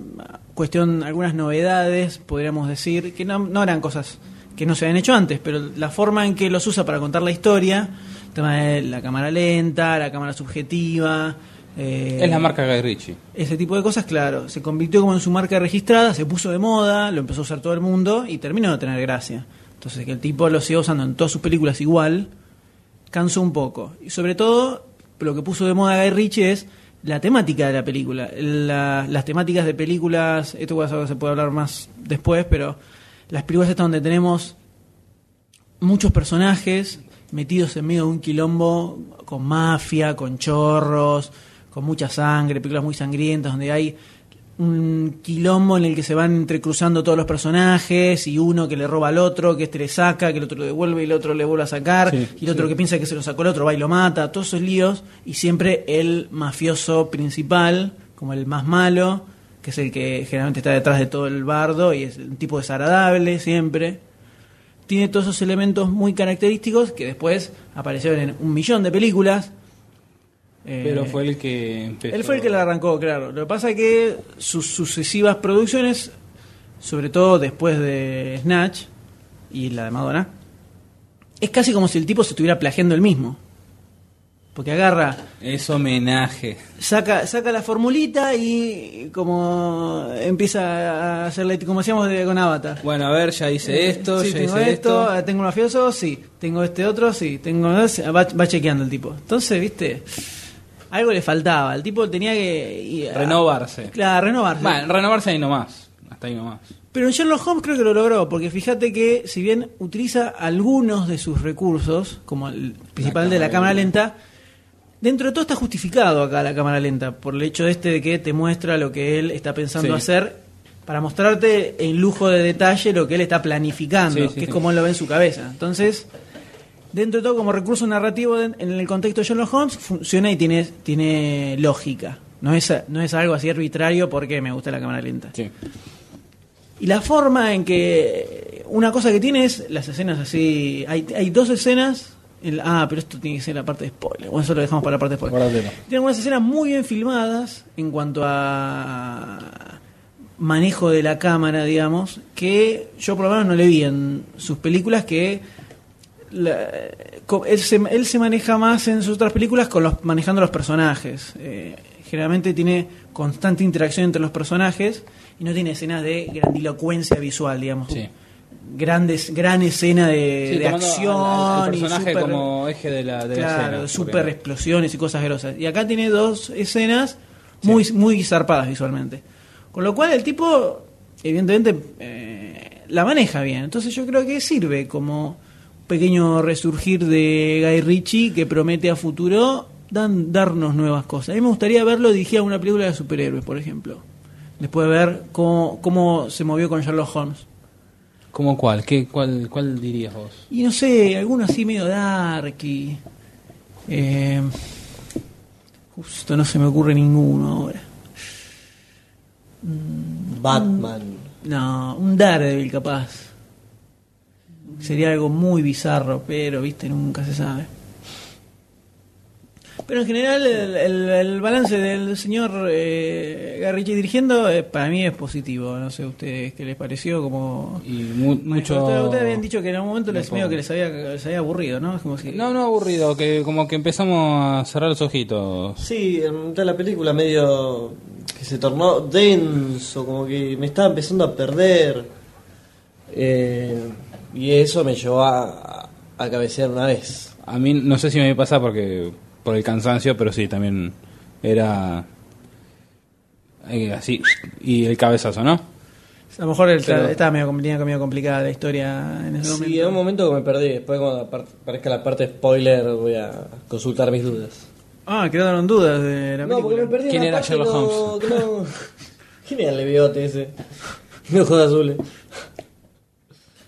Speaker 2: cuestión, algunas novedades, podríamos decir, que no, no eran cosas que no se habían hecho antes, pero la forma en que los usa para contar la historia, el tema de la cámara lenta, la cámara subjetiva. eh,
Speaker 1: Es la marca Guy Ritchie.
Speaker 2: ese tipo de cosas, claro, se convirtió como en su marca registrada, se puso de moda, lo empezó a usar todo el mundo y terminó de tener gracia. Entonces, que el tipo lo siga usando en todas sus películas igual, cansó un poco. Y sobre todo, lo que puso de moda Guy Ritchie es la temática de la película. La- las temáticas de películas, esto es algo que se puede hablar más después, pero las películas estas donde tenemos muchos personajes metidos en medio de un quilombo con mafia, con chorros, con mucha sangre, películas muy sangrientas donde hay un quilombo en el que se van entrecruzando todos los personajes y uno que le roba al otro, que este le saca, que el otro lo devuelve y el otro le vuelve a sacar,
Speaker 1: Sí,
Speaker 2: y el otro
Speaker 1: sí.
Speaker 2: que piensa que se lo sacó el otro va y lo mata, todos esos líos y siempre el mafioso principal, como el más malo, que es el que generalmente está detrás de todo el bardo y es un tipo desagradable siempre tiene todos esos elementos muy característicos que después aparecieron en un millón de películas. Eh,
Speaker 1: Pero fue el que empezó.
Speaker 2: él fue el que la arrancó, claro. Lo que pasa es que sus sucesivas producciones sobre todo después de Snatch y la de Madonna, es casi como si el tipo se estuviera plagiando el mismo. Porque agarra,
Speaker 1: Es homenaje.
Speaker 2: saca, saca la formulita y como empieza a hacerle, como hacíamos de, con Avatar.
Speaker 1: Bueno, a ver, ya hice esto,
Speaker 2: Eh, Sí,
Speaker 1: ya
Speaker 2: tengo
Speaker 1: hice
Speaker 2: esto,
Speaker 1: esto.
Speaker 2: ah, tengo un mafioso, sí, tengo este otro, sí, tengo ese, va, va chequeando el tipo. Entonces, viste, algo le faltaba, el tipo tenía que y- ah,
Speaker 1: Renovarse.
Speaker 2: Claro, renovarse.
Speaker 1: Bueno, renovarse ahí nomás. Hasta ahí nomás.
Speaker 2: Pero en Sherlock Holmes creo que lo logró, porque fíjate que si bien utiliza algunos de sus recursos, como el principal de la cámara lenta, dentro de todo está justificado acá la cámara lenta, por el hecho este de que te muestra lo que él está pensando
Speaker 1: Sí.
Speaker 2: hacer para mostrarte en lujo de detalle lo que él está planificando,
Speaker 1: Sí,
Speaker 2: que
Speaker 1: sí,
Speaker 2: es
Speaker 1: sí.
Speaker 2: como él lo ve en su cabeza. Entonces, dentro de todo como recurso narrativo en en el contexto de Sherlock Holmes funciona y tiene, tiene lógica. No es, no es algo así arbitrario porque me gusta la cámara lenta. Y la forma en que. Una cosa que tiene es las escenas así. Hay, hay dos escenas. en la- ah, pero esto tiene que ser la parte de spoiler. Bueno, eso lo dejamos para la parte de spoiler. Tiene algunas escenas muy bien filmadas en cuanto a manejo de la cámara, digamos, que yo por lo menos no le vi en sus películas, que la- co- él, se, él se maneja más en sus otras películas con los, manejando los personajes. Eh, generalmente tiene constante interacción entre los personajes y no tiene escenas de grandilocuencia visual, digamos. Grandes, gran escena de,
Speaker 1: Sí,
Speaker 2: Eh, de
Speaker 1: tomando al-
Speaker 2: acción.
Speaker 1: al- al
Speaker 2: y
Speaker 1: personaje
Speaker 2: super-
Speaker 1: como eje de la, de la
Speaker 2: Claro,
Speaker 1: escena,
Speaker 2: super
Speaker 1: porque-
Speaker 2: explosiones y cosas grosas. Y acá tiene dos escenas muy, muy zarpadas visualmente. Con lo cual el tipo, evidentemente, eh, la maneja bien. Entonces yo creo que sirve como un pequeño resurgir de Guy Ritchie que promete a futuro dan, darnos nuevas cosas. A mí me gustaría verlo dirigido a una película de superhéroes, por ejemplo. Después de ver cómo, cómo se movió con Sherlock Holmes.
Speaker 1: ¿Cómo cuál? ¿Qué, cuál? ¿Cuál dirías vos?
Speaker 2: Y no sé, alguno así medio darky. Eh, justo no se me ocurre ninguno ahora.
Speaker 4: Batman.
Speaker 2: No, un Daredevil capaz. Sería algo muy bizarro, pero viste, nunca se sabe. Pero en general el, el- el balance del señor eh, Garrichi dirigiendo eh, para mí es positivo. No sé a ustedes qué les pareció, como...
Speaker 1: Y mu- mucho...
Speaker 2: Ustedes, ustedes habían dicho que en algún momento
Speaker 1: No
Speaker 2: les,
Speaker 1: puedo.
Speaker 2: medio que les había, les había aburrido, ¿no? Es como si...
Speaker 1: No, no, aburrido, que como que empezamos a cerrar los ojitos.
Speaker 4: Sí, en mitad de la película medio que se tornó denso, como que me estaba empezando a perder. Eh, y eso me llevó a, a cabecear una vez.
Speaker 1: A mí no sé si me pasa porque por el cansancio, pero sí, también era eh, así y el cabezazo, ¿no?
Speaker 2: A lo mejor él
Speaker 1: Pero-
Speaker 2: tra- estaba medio, com- tenía medio complicada la historia en ese momento.
Speaker 4: Sí, en un momento que me perdí. Después, cuando apar- aparezca la parte spoiler, voy a consultar mis dudas.
Speaker 2: Ah, quedaron dudas de la
Speaker 4: No, porque me
Speaker 2: película.
Speaker 4: perdí en la parte que no- que no- *laughs* ¿Quién era el leviote ese? De ojos azules.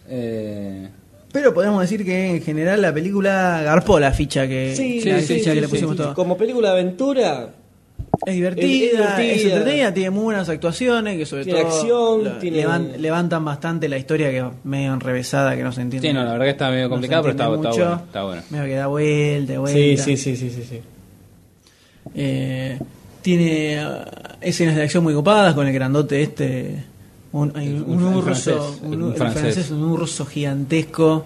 Speaker 1: Eh,
Speaker 2: Pero podemos decir que en general la película garpó la ficha que,
Speaker 4: Sí,
Speaker 2: Eh, la
Speaker 4: sí,
Speaker 2: ficha
Speaker 4: sí,
Speaker 2: que le
Speaker 4: sí,
Speaker 2: pusimos
Speaker 4: sí.
Speaker 2: todos.
Speaker 4: Como película de aventura,
Speaker 2: Es divertida,
Speaker 4: Es- es
Speaker 2: es,
Speaker 4: divertida.
Speaker 2: entretenida, tiene muy buenas actuaciones que sobre
Speaker 4: Tiene
Speaker 2: todo
Speaker 4: acción,
Speaker 2: la-
Speaker 4: tiene-
Speaker 2: levan- levantan bastante la historia que es medio enrevesada, que no se entiende.
Speaker 1: sí, no, la verdad que está medio
Speaker 2: No se
Speaker 1: complicado, pero está,
Speaker 2: entiende
Speaker 1: está
Speaker 2: mucho.
Speaker 1: bueno. Está bueno.
Speaker 2: Medio que da vuelta, y vuelta.
Speaker 4: Sí, sí, sí, sí, sí, sí.
Speaker 2: Eh, tiene ah, escenas de acción muy copadas con el grandote este. Un, hay un- un
Speaker 1: un
Speaker 2: urso,
Speaker 1: francés,
Speaker 2: un,
Speaker 1: un
Speaker 2: el
Speaker 1: francés.
Speaker 2: francés, un urso gigantesco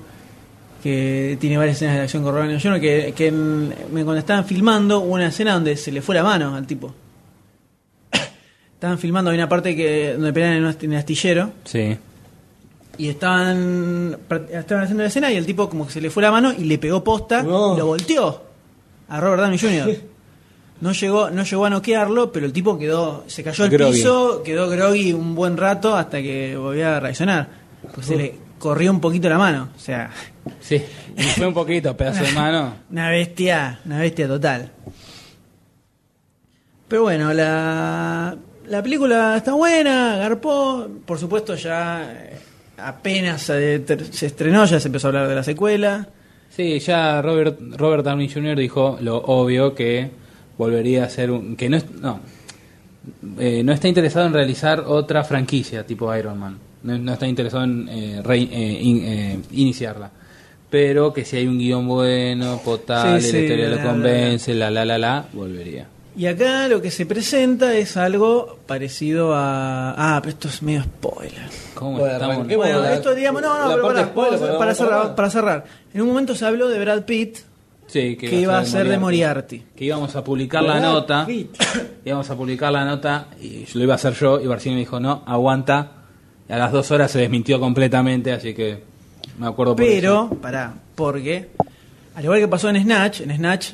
Speaker 2: que tiene varias escenas de acción con Robert Downey Jr. Que, que en- me- cuando estaban filmando hubo una escena donde se le fue la mano al tipo. *coughs* estaban filmando, hay una parte que donde pelean en un ast- en el astillero
Speaker 1: Sí.
Speaker 2: y estaban, estaban haciendo la escena y el tipo como que se le fue la mano y le pegó posta y lo volteó a Robert Downey Jr. No llegó, no llegó a noquearlo, pero el tipo quedó, se cayó al
Speaker 1: Groggy.
Speaker 2: piso, quedó groggy un buen rato hasta que volvía a reaccionar. Pues se le corrió un poquito la mano. O sea,
Speaker 1: Sí, y fue un poquito, pedazo de mano.
Speaker 2: una bestia, una bestia total. Pero bueno, la, la película está buena, garpó. Por supuesto, ya eh, apenas se, ter- se estrenó, ya se empezó a hablar de la secuela.
Speaker 1: *laughs* Sí, ya Robert, Robert Downey Jr. dijo lo obvio que volvería a ser un... que no, es- no, Eh, no está interesado en realizar otra franquicia tipo Iron Man. No, no está interesado en eh, re- eh, in- eh, iniciarla. Pero que si hay un guión bueno, potal,
Speaker 2: Sí,
Speaker 1: y
Speaker 2: sí,
Speaker 1: la
Speaker 2: la,
Speaker 1: historia lo
Speaker 2: la, la,
Speaker 1: convence, la la la la, volvería.
Speaker 2: Y acá lo que se presenta es algo parecido a. Ah, pero esto es medio spoiler.
Speaker 1: ¿Cómo
Speaker 4: Bueno,
Speaker 1: estamos?
Speaker 4: arranquemos.
Speaker 2: Bueno,
Speaker 4: la-
Speaker 2: esto digamos, no, no,
Speaker 4: la
Speaker 2: pero
Speaker 4: parte
Speaker 2: pará,
Speaker 4: spoiler,
Speaker 2: vamos a-
Speaker 4: pero
Speaker 2: para,
Speaker 4: vamos a
Speaker 2: cerrar,
Speaker 4: hablar.
Speaker 2: para cerrar. En un momento se habló de Brad Pitt,
Speaker 1: Sí,
Speaker 2: que iba a ser de
Speaker 1: Que íbamos a publicar la
Speaker 2: Brad
Speaker 1: nota.
Speaker 2: *coughs*
Speaker 1: Íbamos a publicar la nota y yo- lo iba a hacer yo. Y Barcini me dijo, no, aguanta. Y a las dos horas se desmintió completamente, así que me acuerdo por
Speaker 2: pero, pará, porque, al igual que pasó en Snatch, en Snatch,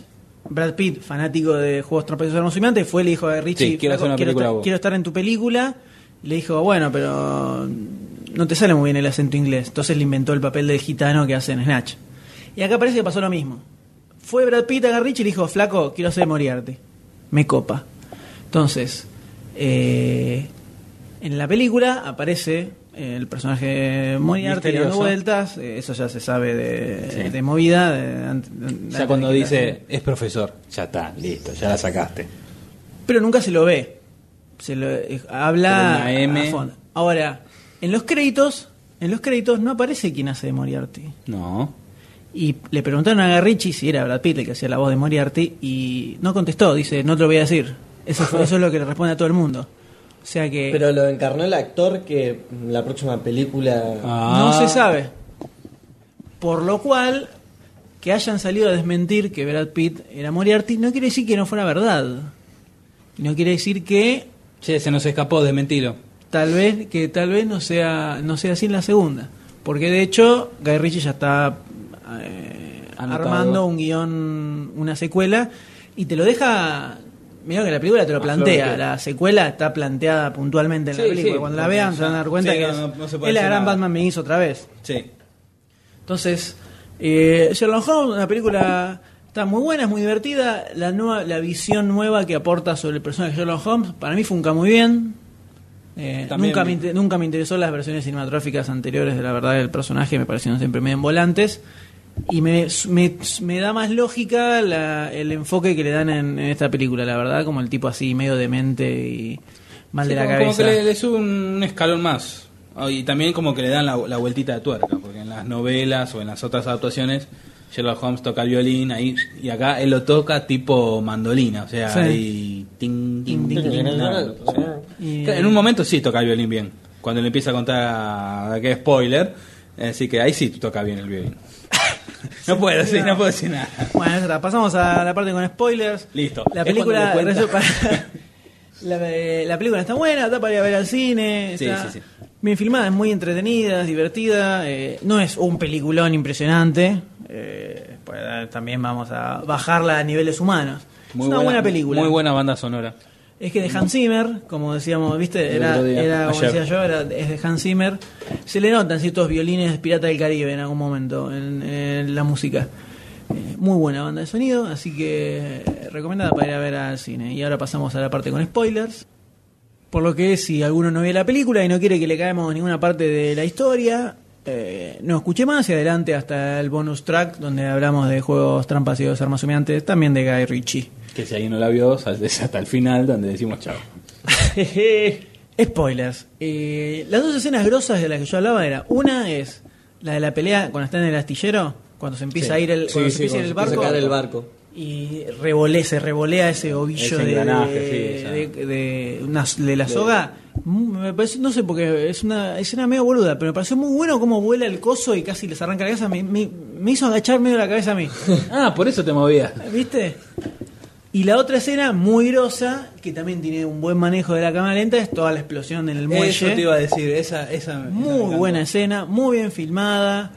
Speaker 2: Brad Pitt, fanático de Juegos Tramposos Hermosos fue el hijo de Richie,
Speaker 1: Sí, quiero hacer una película
Speaker 2: estar,
Speaker 1: vos".
Speaker 2: quiero estar en tu película. Le dijo, bueno, pero no te sale muy bien el acento inglés. Entonces le inventó el papel del gitano que hace en Snatch. Y acá parece que pasó lo mismo. Fue Brad Pitt a Richie y le dijo, flaco, quiero hacer Moriarty. Me copa. Entonces, eh, en la película aparece eh, el personaje Moriarty dando
Speaker 1: Misterioso.
Speaker 2: vueltas. eh, Eso ya se sabe de,
Speaker 1: Sí.
Speaker 2: de movida. de- ante- de-
Speaker 1: eso.
Speaker 2: antes
Speaker 1: Ya
Speaker 2: de
Speaker 1: cuando
Speaker 2: que la-
Speaker 1: dice, es profesor, ya está, listo, ya la sacaste.
Speaker 2: Pero nunca se lo ve. Se lo, eh, habla
Speaker 1: Con una M.
Speaker 2: a fondo. Ahora, en los créditos, en los créditos no aparece quién hace de Moriarty.
Speaker 1: No.
Speaker 2: Y le preguntaron a Garrichi si era Brad Pitt el que hacía la voz de Moriarty y no contestó, dice, no te lo voy a decir. Eso,
Speaker 1: *laughs*
Speaker 2: fue- eso es lo que le responde a todo el mundo. O sea que
Speaker 4: Pero lo encarnó el actor que en la próxima película.
Speaker 2: no
Speaker 1: Ah.
Speaker 2: se sabe. Por lo cual, que hayan salido a desmentir que Brad Pitt era Moriarty no quiere decir que no fuera verdad. No quiere decir que
Speaker 1: Che, se nos escapó, desmentilo.
Speaker 2: tal vez que tal vez no sea no sea así en la segunda porque de hecho Guy Ritchie ya está eh,
Speaker 1: Anotado.
Speaker 2: armando un guión una secuela y te lo deja mira que la película te lo
Speaker 1: A
Speaker 2: plantea
Speaker 1: flor de
Speaker 2: la secuela está planteada puntualmente en la
Speaker 1: Sí,
Speaker 2: película
Speaker 1: sí,
Speaker 2: cuando la
Speaker 1: porque
Speaker 2: vean
Speaker 1: ya-
Speaker 2: se van a dar cuenta
Speaker 1: sí,
Speaker 2: que
Speaker 1: no,
Speaker 2: es,
Speaker 1: no- no se puede
Speaker 2: es la
Speaker 1: hacer
Speaker 2: gran
Speaker 1: nada.
Speaker 2: Batman me hizo otra vez
Speaker 1: Sí.
Speaker 2: entonces, eh, Sherlock Holmes, una película está muy buena, es muy divertida. La nueva, la visión nueva que aporta sobre el personaje de Sherlock Holmes, para mí funca muy bien. Eh,
Speaker 1: También-
Speaker 2: nunca, me, inte- nunca me interesó las versiones cinematográficas anteriores de la verdad del personaje, me parecieron siempre medio en volantes. Y me, me- me da más lógica la- el enfoque que le dan en, en esta película, la verdad, como el tipo así medio demente y mal
Speaker 1: Sí,
Speaker 2: de la
Speaker 1: como,
Speaker 2: cabeza.
Speaker 1: como que le, le sube un escalón más. Ah, Y también como que le dan la, la vueltita de tuerca, porque en las novelas o en las otras adaptaciones, Sherlock Holmes toca el violín ahí, y acá él lo toca tipo mandolina, o sea,
Speaker 2: Sí.
Speaker 1: ahí, ting, ting, ting, ting, nada.
Speaker 2: Y-
Speaker 1: Claro, En un momento sí toca el violín bien, cuando le empieza a contar que es spoiler, así que ahí sí toca bien
Speaker 2: *laughs*
Speaker 1: el violín. No puedo, sí, no puedo decir nada.
Speaker 2: Bueno, ya está, pasamos a la parte con spoilers.
Speaker 1: Listo.
Speaker 2: La
Speaker 1: Es cuando
Speaker 2: película,
Speaker 1: le cuenta-
Speaker 2: resu- para- *laughs* la, eh, la película está buena, está para ir a ver al cine.
Speaker 1: Sí,
Speaker 2: está
Speaker 1: sí, sí.
Speaker 2: Bien filmada, es muy entretenida, es divertida. eh, no es un peliculón impresionante. eh, pues, eh, también vamos a bajarla a niveles humanos. es una buena, película.
Speaker 1: Muy buena banda sonora.
Speaker 2: Es que de Hans Zimmer, como decíamos, ¿viste?
Speaker 1: El
Speaker 2: Era,
Speaker 1: otro día,
Speaker 2: era como
Speaker 1: ayer.
Speaker 2: decía yo, era- es de Hans Zimmer. Se le notan ciertos violines de Pirata del Caribe en algún momento en, en la música. Eh, Muy buena banda de sonido, así que eh, recomendada para ir a ver al cine. Y ahora pasamos a la parte con spoilers. Por lo que si alguno no vio la película y no quiere que le caemos ninguna parte de la historia, eh, no escuche más y adelante hasta el bonus track donde hablamos de juegos trampas y dos armas humeantes, también de Guy Ritchie.
Speaker 1: Que si alguien no la vio, salte hasta el final donde decimos chao.
Speaker 2: *laughs* Spoilers. Eh, las dos escenas grosas de las que yo hablaba era una es la de la pelea cuando están en el astillero, cuando se empieza a ir el, cuando se empieza a ir el barco, y revole- se revolea ese ovillo
Speaker 4: Ese
Speaker 2: de,
Speaker 4: engranaje, sí, esa.
Speaker 2: de, de una- de la soga. Mm, Me parece, no sé porque es una escena medio boluda, pero me pareció muy bueno cómo vuela el coso y casi les arranca la cabeza. Me, me- me hizo agachar medio la cabeza a mí.
Speaker 1: Ah, por eso te movías.
Speaker 2: ¿Viste? Y la otra escena, muy grosa, que también tiene un buen manejo de la cámara lenta, es toda la explosión en el muelle.
Speaker 1: Eso te iba a decir, esa, esa
Speaker 2: Muy buena escena, muy bien filmada.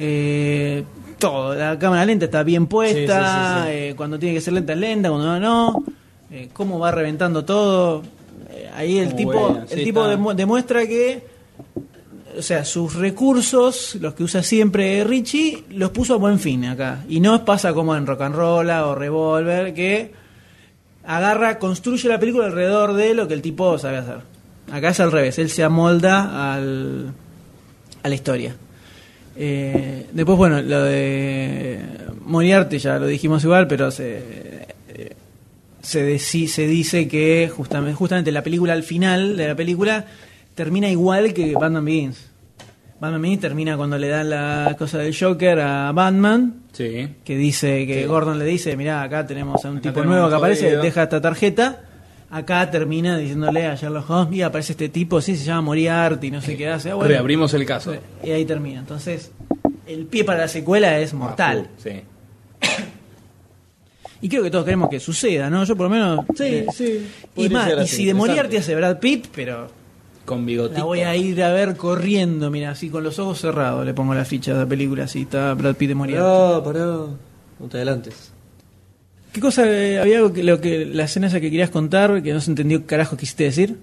Speaker 2: eh, todo, la cámara lenta está bien puesta.
Speaker 1: Sí, sí, sí,
Speaker 2: eh, cuando tiene que ser lenta, es lenta. Cuando no, no. eh, cómo va reventando todo. Eh, ahí el
Speaker 1: Muy
Speaker 2: tipo,
Speaker 1: buena,
Speaker 2: el
Speaker 1: sí,
Speaker 2: tipo
Speaker 1: está.
Speaker 2: demu- demuestra que. O sea, sus recursos, los que usa siempre Richie, los puso a buen fin acá. Y no pasa como en Rock and Roll o Revolver, que agarra, construye la película alrededor de lo que el tipo sabe hacer. Acá es al revés, él se amolda al, a la historia. Eh, después, bueno, lo de Moriarty ya lo dijimos igual, pero se, eh, se, deci- se dice que justamente, justamente la película, al final de la película, termina igual que Batman Begins. Batman Begins termina cuando le dan la cosa del Joker a Batman.
Speaker 1: Sí.
Speaker 2: Que dice, que Gordon le dice, mirá, acá tenemos a un tipo nuevo que aparece, deja esta tarjeta. Acá termina diciéndole a Sherlock Holmes, mira, aparece este tipo, sí, se llama Moriarty, no sé qué hace. Ah, bueno.
Speaker 1: Reabrimos el caso.
Speaker 2: Y ahí termina. Entonces, el pie para la secuela es mortal.
Speaker 1: Ah, sí.
Speaker 2: Y creo que todos queremos que suceda, ¿no? Yo por lo menos...
Speaker 4: Sí,
Speaker 2: eh,
Speaker 4: sí.
Speaker 2: Y
Speaker 4: podría
Speaker 2: más,
Speaker 4: ser
Speaker 2: y
Speaker 4: así,
Speaker 2: si de Moriarty
Speaker 4: interesante.
Speaker 2: hace Brad Pitt, pero
Speaker 1: Con bigotito.
Speaker 2: la voy a
Speaker 1: *laughs*
Speaker 2: ir a ver corriendo, mira, así con los ojos cerrados le pongo la ficha de la película, así está Brad Pitt de Moriarty.
Speaker 4: Pará, pará. No te adelantes.
Speaker 2: ¿Qué cosa eh, había algo que, lo que la escena esa que querías contar que no se entendió qué carajo quisiste decir?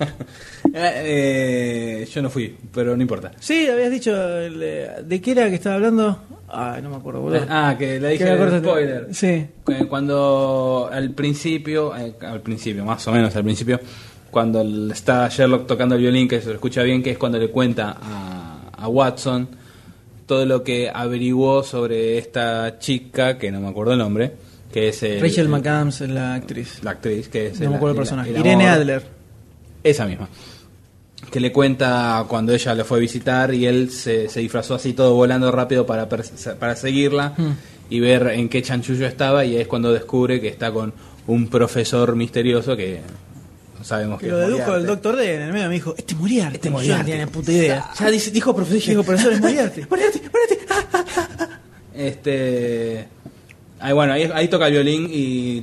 Speaker 1: Eh, eh, yo no fui, pero no importa.
Speaker 2: Sí, habías dicho el, eh, de qué era que estaba hablando. Ay, no me acuerdo, boludo.
Speaker 1: Ah, que la
Speaker 2: Que
Speaker 1: dije
Speaker 2: me
Speaker 1: de
Speaker 2: acuerdo-
Speaker 1: spoiler.
Speaker 2: Sí.
Speaker 1: Eh, Cuando al principio, eh, al principio, más o menos al principio, cuando el- está Sherlock tocando el violín, que se lo escucha bien, que es cuando le cuenta a, a Watson todo lo que averiguó sobre esta chica, que no me acuerdo el nombre, que es el-
Speaker 2: Rachel McAdams es la actriz.
Speaker 1: la actriz, que es
Speaker 2: Eh, no me acuerdo el
Speaker 1: la-
Speaker 2: personaje.
Speaker 1: amor-
Speaker 2: Irene Adler.
Speaker 1: Esa misma. Que le cuenta cuando ella le fue a visitar y él se, se disfrazó así todo volando rápido para, perse- para seguirla
Speaker 2: Mm.
Speaker 1: y ver en qué chanchullo estaba y es cuando descubre que está con un profesor misterioso que sabemos que
Speaker 2: Lo
Speaker 1: es
Speaker 2: dedujo
Speaker 1: Moriarty.
Speaker 2: el doctor D en el medio, me dijo, este Moriarty. Este
Speaker 1: Moriarty.
Speaker 2: Yo no tenía ni puta idea.
Speaker 1: Ya dice- dijo profesor.
Speaker 2: Digo, profesor, es *laughs* Moriarty.
Speaker 1: Este. Ahí, bueno, ahí, ahí toca el violín y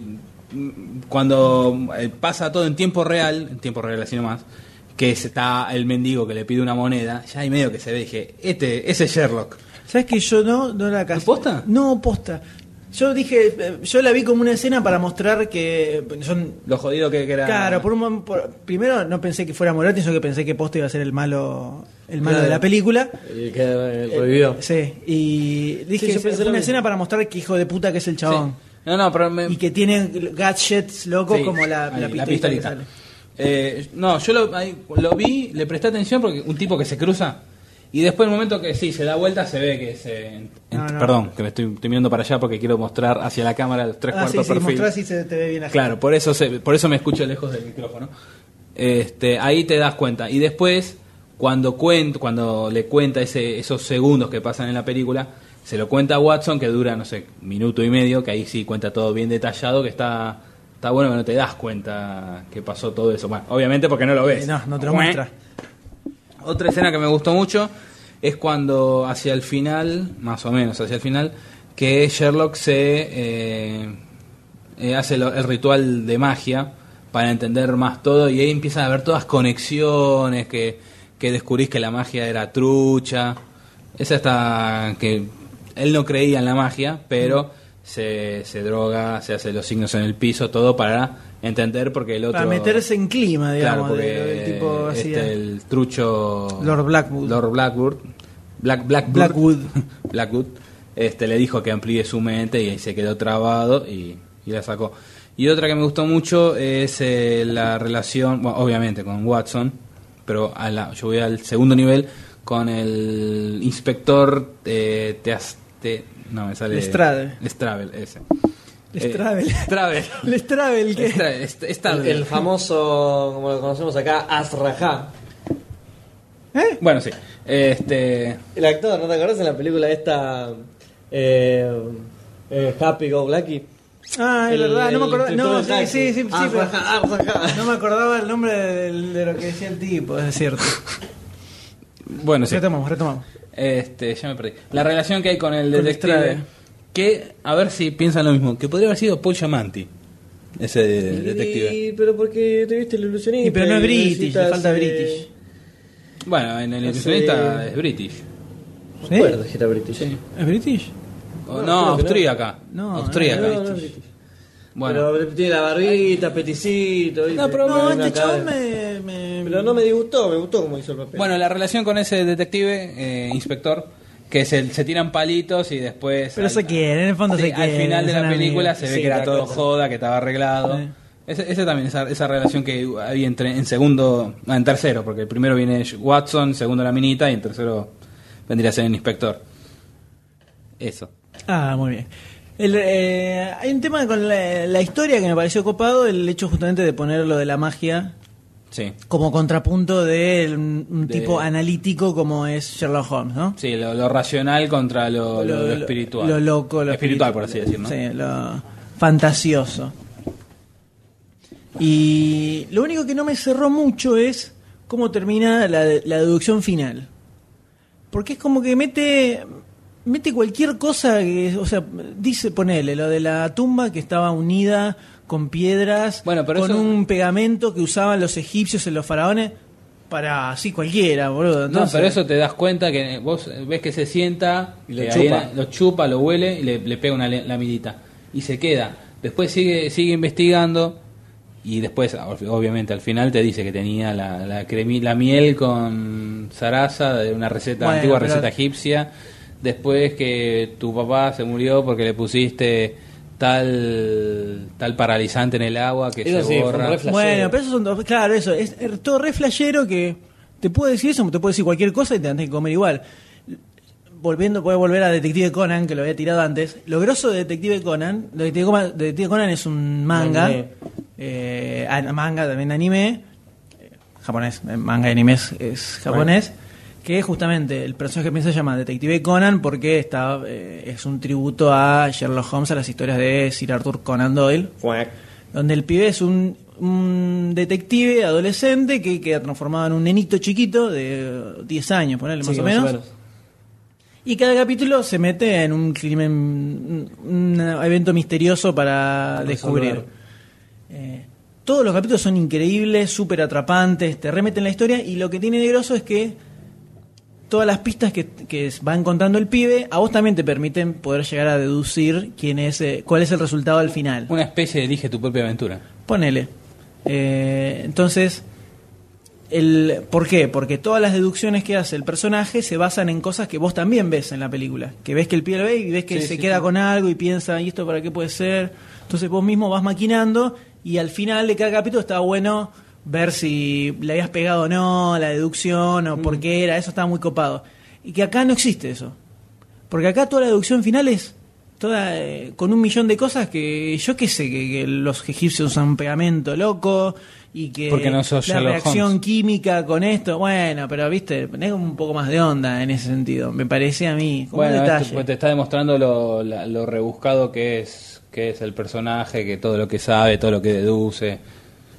Speaker 1: mm, cuando eh, pasa todo en tiempo real, en tiempo real así nomás, que se- está el mendigo que le pide una moneda, ya ahí medio que se ve, dije, este, ese es Sherlock.
Speaker 2: ¿Sabes que yo no, no la casé?
Speaker 1: ¿Posta?
Speaker 2: No, posta. Yo dije, eh, yo la vi como una escena para mostrar que eh, son
Speaker 1: Lo jodido que, que era.
Speaker 2: Claro, por un mom- por- primero no pensé que fuera Moriarty, sino que pensé que Posto iba a ser el malo, el malo
Speaker 4: Claro.
Speaker 2: de la película.
Speaker 4: El que eh, revivió.
Speaker 2: Sí, y dije,
Speaker 4: Sí, yo
Speaker 2: fue
Speaker 4: pensé lo
Speaker 2: una
Speaker 4: mismo.
Speaker 2: escena para mostrar que hijo de puta que es el
Speaker 1: Sí.
Speaker 2: chabón.
Speaker 1: No, no, pero me-
Speaker 2: Y que tiene gadgets locos
Speaker 1: Sí,
Speaker 2: como la,
Speaker 1: ahí,
Speaker 2: la pistolita.
Speaker 1: pistolita.
Speaker 2: que sale.
Speaker 1: Eh, no, yo lo, ahí, lo vi, le presté atención porque un tipo que se cruza y después en el momento que sí, se da vuelta, se ve que se... en-
Speaker 2: No, no.
Speaker 1: Perdón, que me estoy, estoy mirando para allá porque quiero mostrar hacia la cámara los tres
Speaker 2: Ah, sí,
Speaker 1: cuartos
Speaker 2: sí,
Speaker 1: perfil.
Speaker 2: mostrás y se te ve bien la
Speaker 1: Claro, por eso, se- por eso me escucho lejos del micrófono. Este, ahí te das cuenta. Y después, cuando, cuen- cuando le cuenta ese, esos segundos que pasan en la película, se lo cuenta a Watson, que dura, no sé, minuto y medio, que ahí sí cuenta todo bien detallado, que está, está bueno que no te das cuenta que pasó todo eso. Bueno, obviamente porque no lo ves.
Speaker 2: Eh, no, no te lo muestra.
Speaker 1: Otra escena que me gustó mucho es cuando hacia el final, más o menos hacia el final, que Sherlock se eh, eh, hace lo- el ritual de magia para entender más todo y ahí empiezan a haber todas conexiones, que, que descubrís que la magia era trucha. Esa está que él no creía en la magia, pero se, se droga, se hace los signos en el piso, todo para entender porque el otro...
Speaker 2: Para meterse en clima, digamos,
Speaker 1: Claro, porque
Speaker 2: de- del tipo así.
Speaker 1: este,
Speaker 2: eh.
Speaker 1: el trucho
Speaker 2: Lord Blackwood.
Speaker 1: Lord Blackwood, Black, Blackwood,
Speaker 2: Blackwood.
Speaker 1: *laughs* Blackwood, este, le dijo que amplíe su mente y ahí se quedó trabado y, y la sacó. Y otra que me gustó mucho es eh, la relación, bueno, obviamente con Watson, pero a la- yo voy al segundo nivel con el inspector eh, Teas- te, no me sale
Speaker 2: Lestrade.
Speaker 1: Stravel, ese.
Speaker 2: Lestrade.
Speaker 1: Eh, Stravel.
Speaker 2: Les trabe *laughs* el que...
Speaker 1: Estra- est-
Speaker 4: El,
Speaker 1: Stable.
Speaker 4: el famoso, como lo conocemos acá, Azrajá.
Speaker 2: ¿Eh?
Speaker 1: Bueno, sí. Este,
Speaker 4: El actor, ¿no te acordás en la película esta eh, eh, Happy Go Blackie?
Speaker 2: Ah, es
Speaker 4: El-
Speaker 2: verdad, no me
Speaker 4: el
Speaker 2: acordaba. No, sí,
Speaker 4: instructor de
Speaker 2: sí, sí, sí,
Speaker 4: taxi. Ah,
Speaker 2: pero-
Speaker 4: ajá, ajá.
Speaker 2: No me acordaba el nombre del- de, lo que decía el tipo, es cierto.
Speaker 1: bueno, sí.
Speaker 2: Retomamos, retomamos.
Speaker 1: Este, ya me perdí. La relación que hay con el
Speaker 2: Con
Speaker 1: detective.
Speaker 2: Lestrade.
Speaker 1: que, a ver si piensan lo mismo, que podría haber sido Paul Giamatti, ese de-
Speaker 4: Y-
Speaker 1: detective.
Speaker 4: pero porque te viste el ilusionista.
Speaker 2: Y pero no es
Speaker 4: y
Speaker 2: British, le
Speaker 4: necesitas,
Speaker 2: falta
Speaker 4: eh,
Speaker 2: British.
Speaker 1: Bueno, en el
Speaker 4: Ese-
Speaker 1: ilusionista es british.
Speaker 4: No
Speaker 2: ¿Sí?
Speaker 4: me acuerdo si era British.
Speaker 2: ¿Es British?
Speaker 4: No, creo
Speaker 1: O- no,
Speaker 4: que no.
Speaker 1: austríaca.
Speaker 2: No,
Speaker 1: austríaca.
Speaker 4: No, no es British.
Speaker 1: bueno,
Speaker 4: Pero tiene la barbita, peticito. ¿viste?
Speaker 1: No, pero
Speaker 2: No,
Speaker 4: Una
Speaker 2: este
Speaker 4: cara-
Speaker 2: chabón me, me-
Speaker 4: Pero no me disgustó, me gustó como hizo el papel.
Speaker 1: bueno, la relación con ese detective, eh, inspector, que se, se tiran palitos y después.
Speaker 2: Pero
Speaker 1: al-
Speaker 2: se quieren, en el fondo
Speaker 1: Sí,
Speaker 2: se
Speaker 1: al
Speaker 2: quieren.
Speaker 1: final de
Speaker 2: son
Speaker 1: la película
Speaker 2: amigos.
Speaker 1: se ve
Speaker 4: Sí,
Speaker 1: que era
Speaker 4: la
Speaker 1: todo
Speaker 4: cosa.
Speaker 1: joda, que estaba arreglado.
Speaker 2: Sí.
Speaker 1: Ese, ese también, esa, esa relación que hay entre, en segundo, ah, en tercero, porque el primero viene Watson, segundo la minita y en tercero vendría a ser el inspector. Eso.
Speaker 2: Ah, muy bien. El, eh, hay un tema con la, la historia que me pareció copado, el hecho justamente de poner lo de la magia
Speaker 1: Sí.
Speaker 2: Como contrapunto de un, un
Speaker 1: De-
Speaker 2: tipo analítico como es Sherlock Holmes, ¿no?
Speaker 1: Sí, lo, lo racional contra lo, lo- lo espiritual.
Speaker 2: Lo loco, lo
Speaker 1: espiritual,
Speaker 2: espiritu-
Speaker 1: por así decirlo.
Speaker 2: Sí, lo fantasioso. Y lo único que no me cerró mucho es cómo termina la, la deducción final. Porque es como que mete mete cualquier cosa que, o sea, dice ponele lo de la tumba que estaba unida con piedras,
Speaker 1: pero
Speaker 2: con
Speaker 1: eso-
Speaker 2: un pegamento que usaban los egipcios en los faraones para así cualquiera, boludo.
Speaker 1: No,
Speaker 2: Entonces-
Speaker 1: pero eso te das cuenta que vos ves que se sienta,
Speaker 2: Y lo
Speaker 1: que
Speaker 2: chupa.
Speaker 1: ahí lo chupa, lo huele y le, le pega una le- lamidita. Y se queda. Después sigue, sigue investigando y después, ob- obviamente, al final te dice que tenía la, la, cremi- la miel con zaraza de una receta,
Speaker 2: Bueno,
Speaker 1: antigua
Speaker 2: pero-
Speaker 1: receta egipcia. Después que tu papá se murió porque le pusiste tal tal paralizante en el agua que
Speaker 2: Eso
Speaker 1: se
Speaker 2: sí, fue
Speaker 1: borra.
Speaker 2: re flashero. Bueno, pero eso son dos- Claro, eso. Es es todo re flashero que te puede decir eso, te puede decir cualquier cosa y te tenés que comer igual. Volviendo, puede volver a Detective Conan, que lo había tirado antes. Lo grosso de Detective Conan, Detective Conan, Detective Conan es un manga,
Speaker 4: Anime.
Speaker 2: eh, an- manga también anime, eh, japonés, eh, manga y anime es, es japonés, que justamente el personaje principal se llama Detective Conan porque está, eh, es un tributo a Sherlock Holmes, a las historias de Sir Arthur Conan Doyle donde el pibe es un, un detective adolescente que queda transformado en un nenito chiquito de 10 años, ponele
Speaker 4: Sí,
Speaker 2: más, o, menos. Y cada capítulo se mete en un crimen, un un evento misterioso para
Speaker 4: Resolver.
Speaker 2: descubrir. Eh, todos los capítulos son increíbles, súper atrapantes, te remeten la historia y lo que tiene de grosso es que todas las pistas que, que va encontrando el pibe a vos también te permiten poder llegar a deducir quién es, eh, cuál es el resultado al final.
Speaker 1: Una especie de elige tu propia aventura.
Speaker 2: Ponele. Eh, entonces, el, ¿por qué? Porque todas las deducciones que hace el personaje se basan en cosas que vos también ves en la película. Que ves que el pibe lo ve y ves que
Speaker 4: Sí,
Speaker 2: se
Speaker 4: sí,
Speaker 2: queda
Speaker 4: sí.
Speaker 2: con algo y piensa, ¿y esto para qué puede ser? Entonces vos mismo vas maquinando y al final de cada capítulo está bueno ver si le habías pegado o no, la deducción
Speaker 4: Mm.
Speaker 2: o por qué era. Eso está muy copado. Y que acá no existe eso. Porque acá toda la deducción final es toda eh, con un millón de cosas que yo qué sé, que, que los egipcios usan pegamento loco y que
Speaker 1: Porque no sos
Speaker 2: la
Speaker 1: Sherlock
Speaker 2: reacción
Speaker 1: Holmes.
Speaker 2: química con esto, bueno, pero viste, tenés un poco más de onda en ese sentido, me parece a mí, como
Speaker 1: Bueno,
Speaker 2: un
Speaker 1: esto,
Speaker 2: detalle.
Speaker 1: pues, te está demostrando lo, la- lo rebuscado que es, que es el personaje, que todo lo que sabe, todo lo que deduce.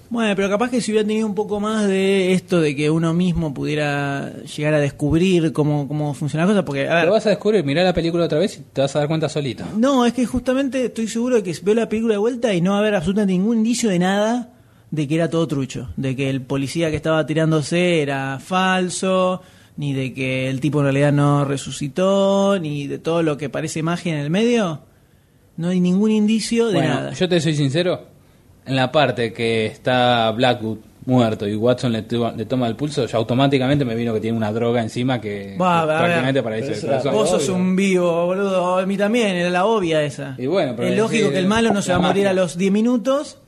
Speaker 2: Bueno, pero capaz que si hubiera tenido un poco más de esto de que uno mismo pudiera llegar a descubrir cómo, cómo funciona la cosa, porque a ver,
Speaker 1: Lo vas a descubrir, mirá la película otra vez y te vas a dar cuenta solito.
Speaker 2: No, es que justamente estoy seguro de que veo la película de vuelta y no va a haber absolutamente ningún indicio de nada de que era todo trucho, de que el policía que estaba tirándose era falso, ni de que el tipo en realidad no resucitó, ni de todo lo que parece magia en el medio. No hay ningún indicio de
Speaker 1: Bueno,
Speaker 2: nada.
Speaker 1: yo te soy sincero, en la parte que está Blackwood muerto y Watson le, to- le toma el pulso, ya automáticamente me vino que tiene una droga encima que,
Speaker 2: Va, a
Speaker 1: que
Speaker 2: ver,
Speaker 1: prácticamente paraliza
Speaker 2: pero
Speaker 1: el
Speaker 2: eso era
Speaker 1: corazón.
Speaker 2: Vos sos un vivo, boludo. A mí también, era la obvia esa.
Speaker 1: Y bueno, pero
Speaker 2: es lógico
Speaker 1: sí,
Speaker 2: que el malo no se
Speaker 1: la
Speaker 2: va a morir
Speaker 1: magia.
Speaker 2: a los 10 minutos,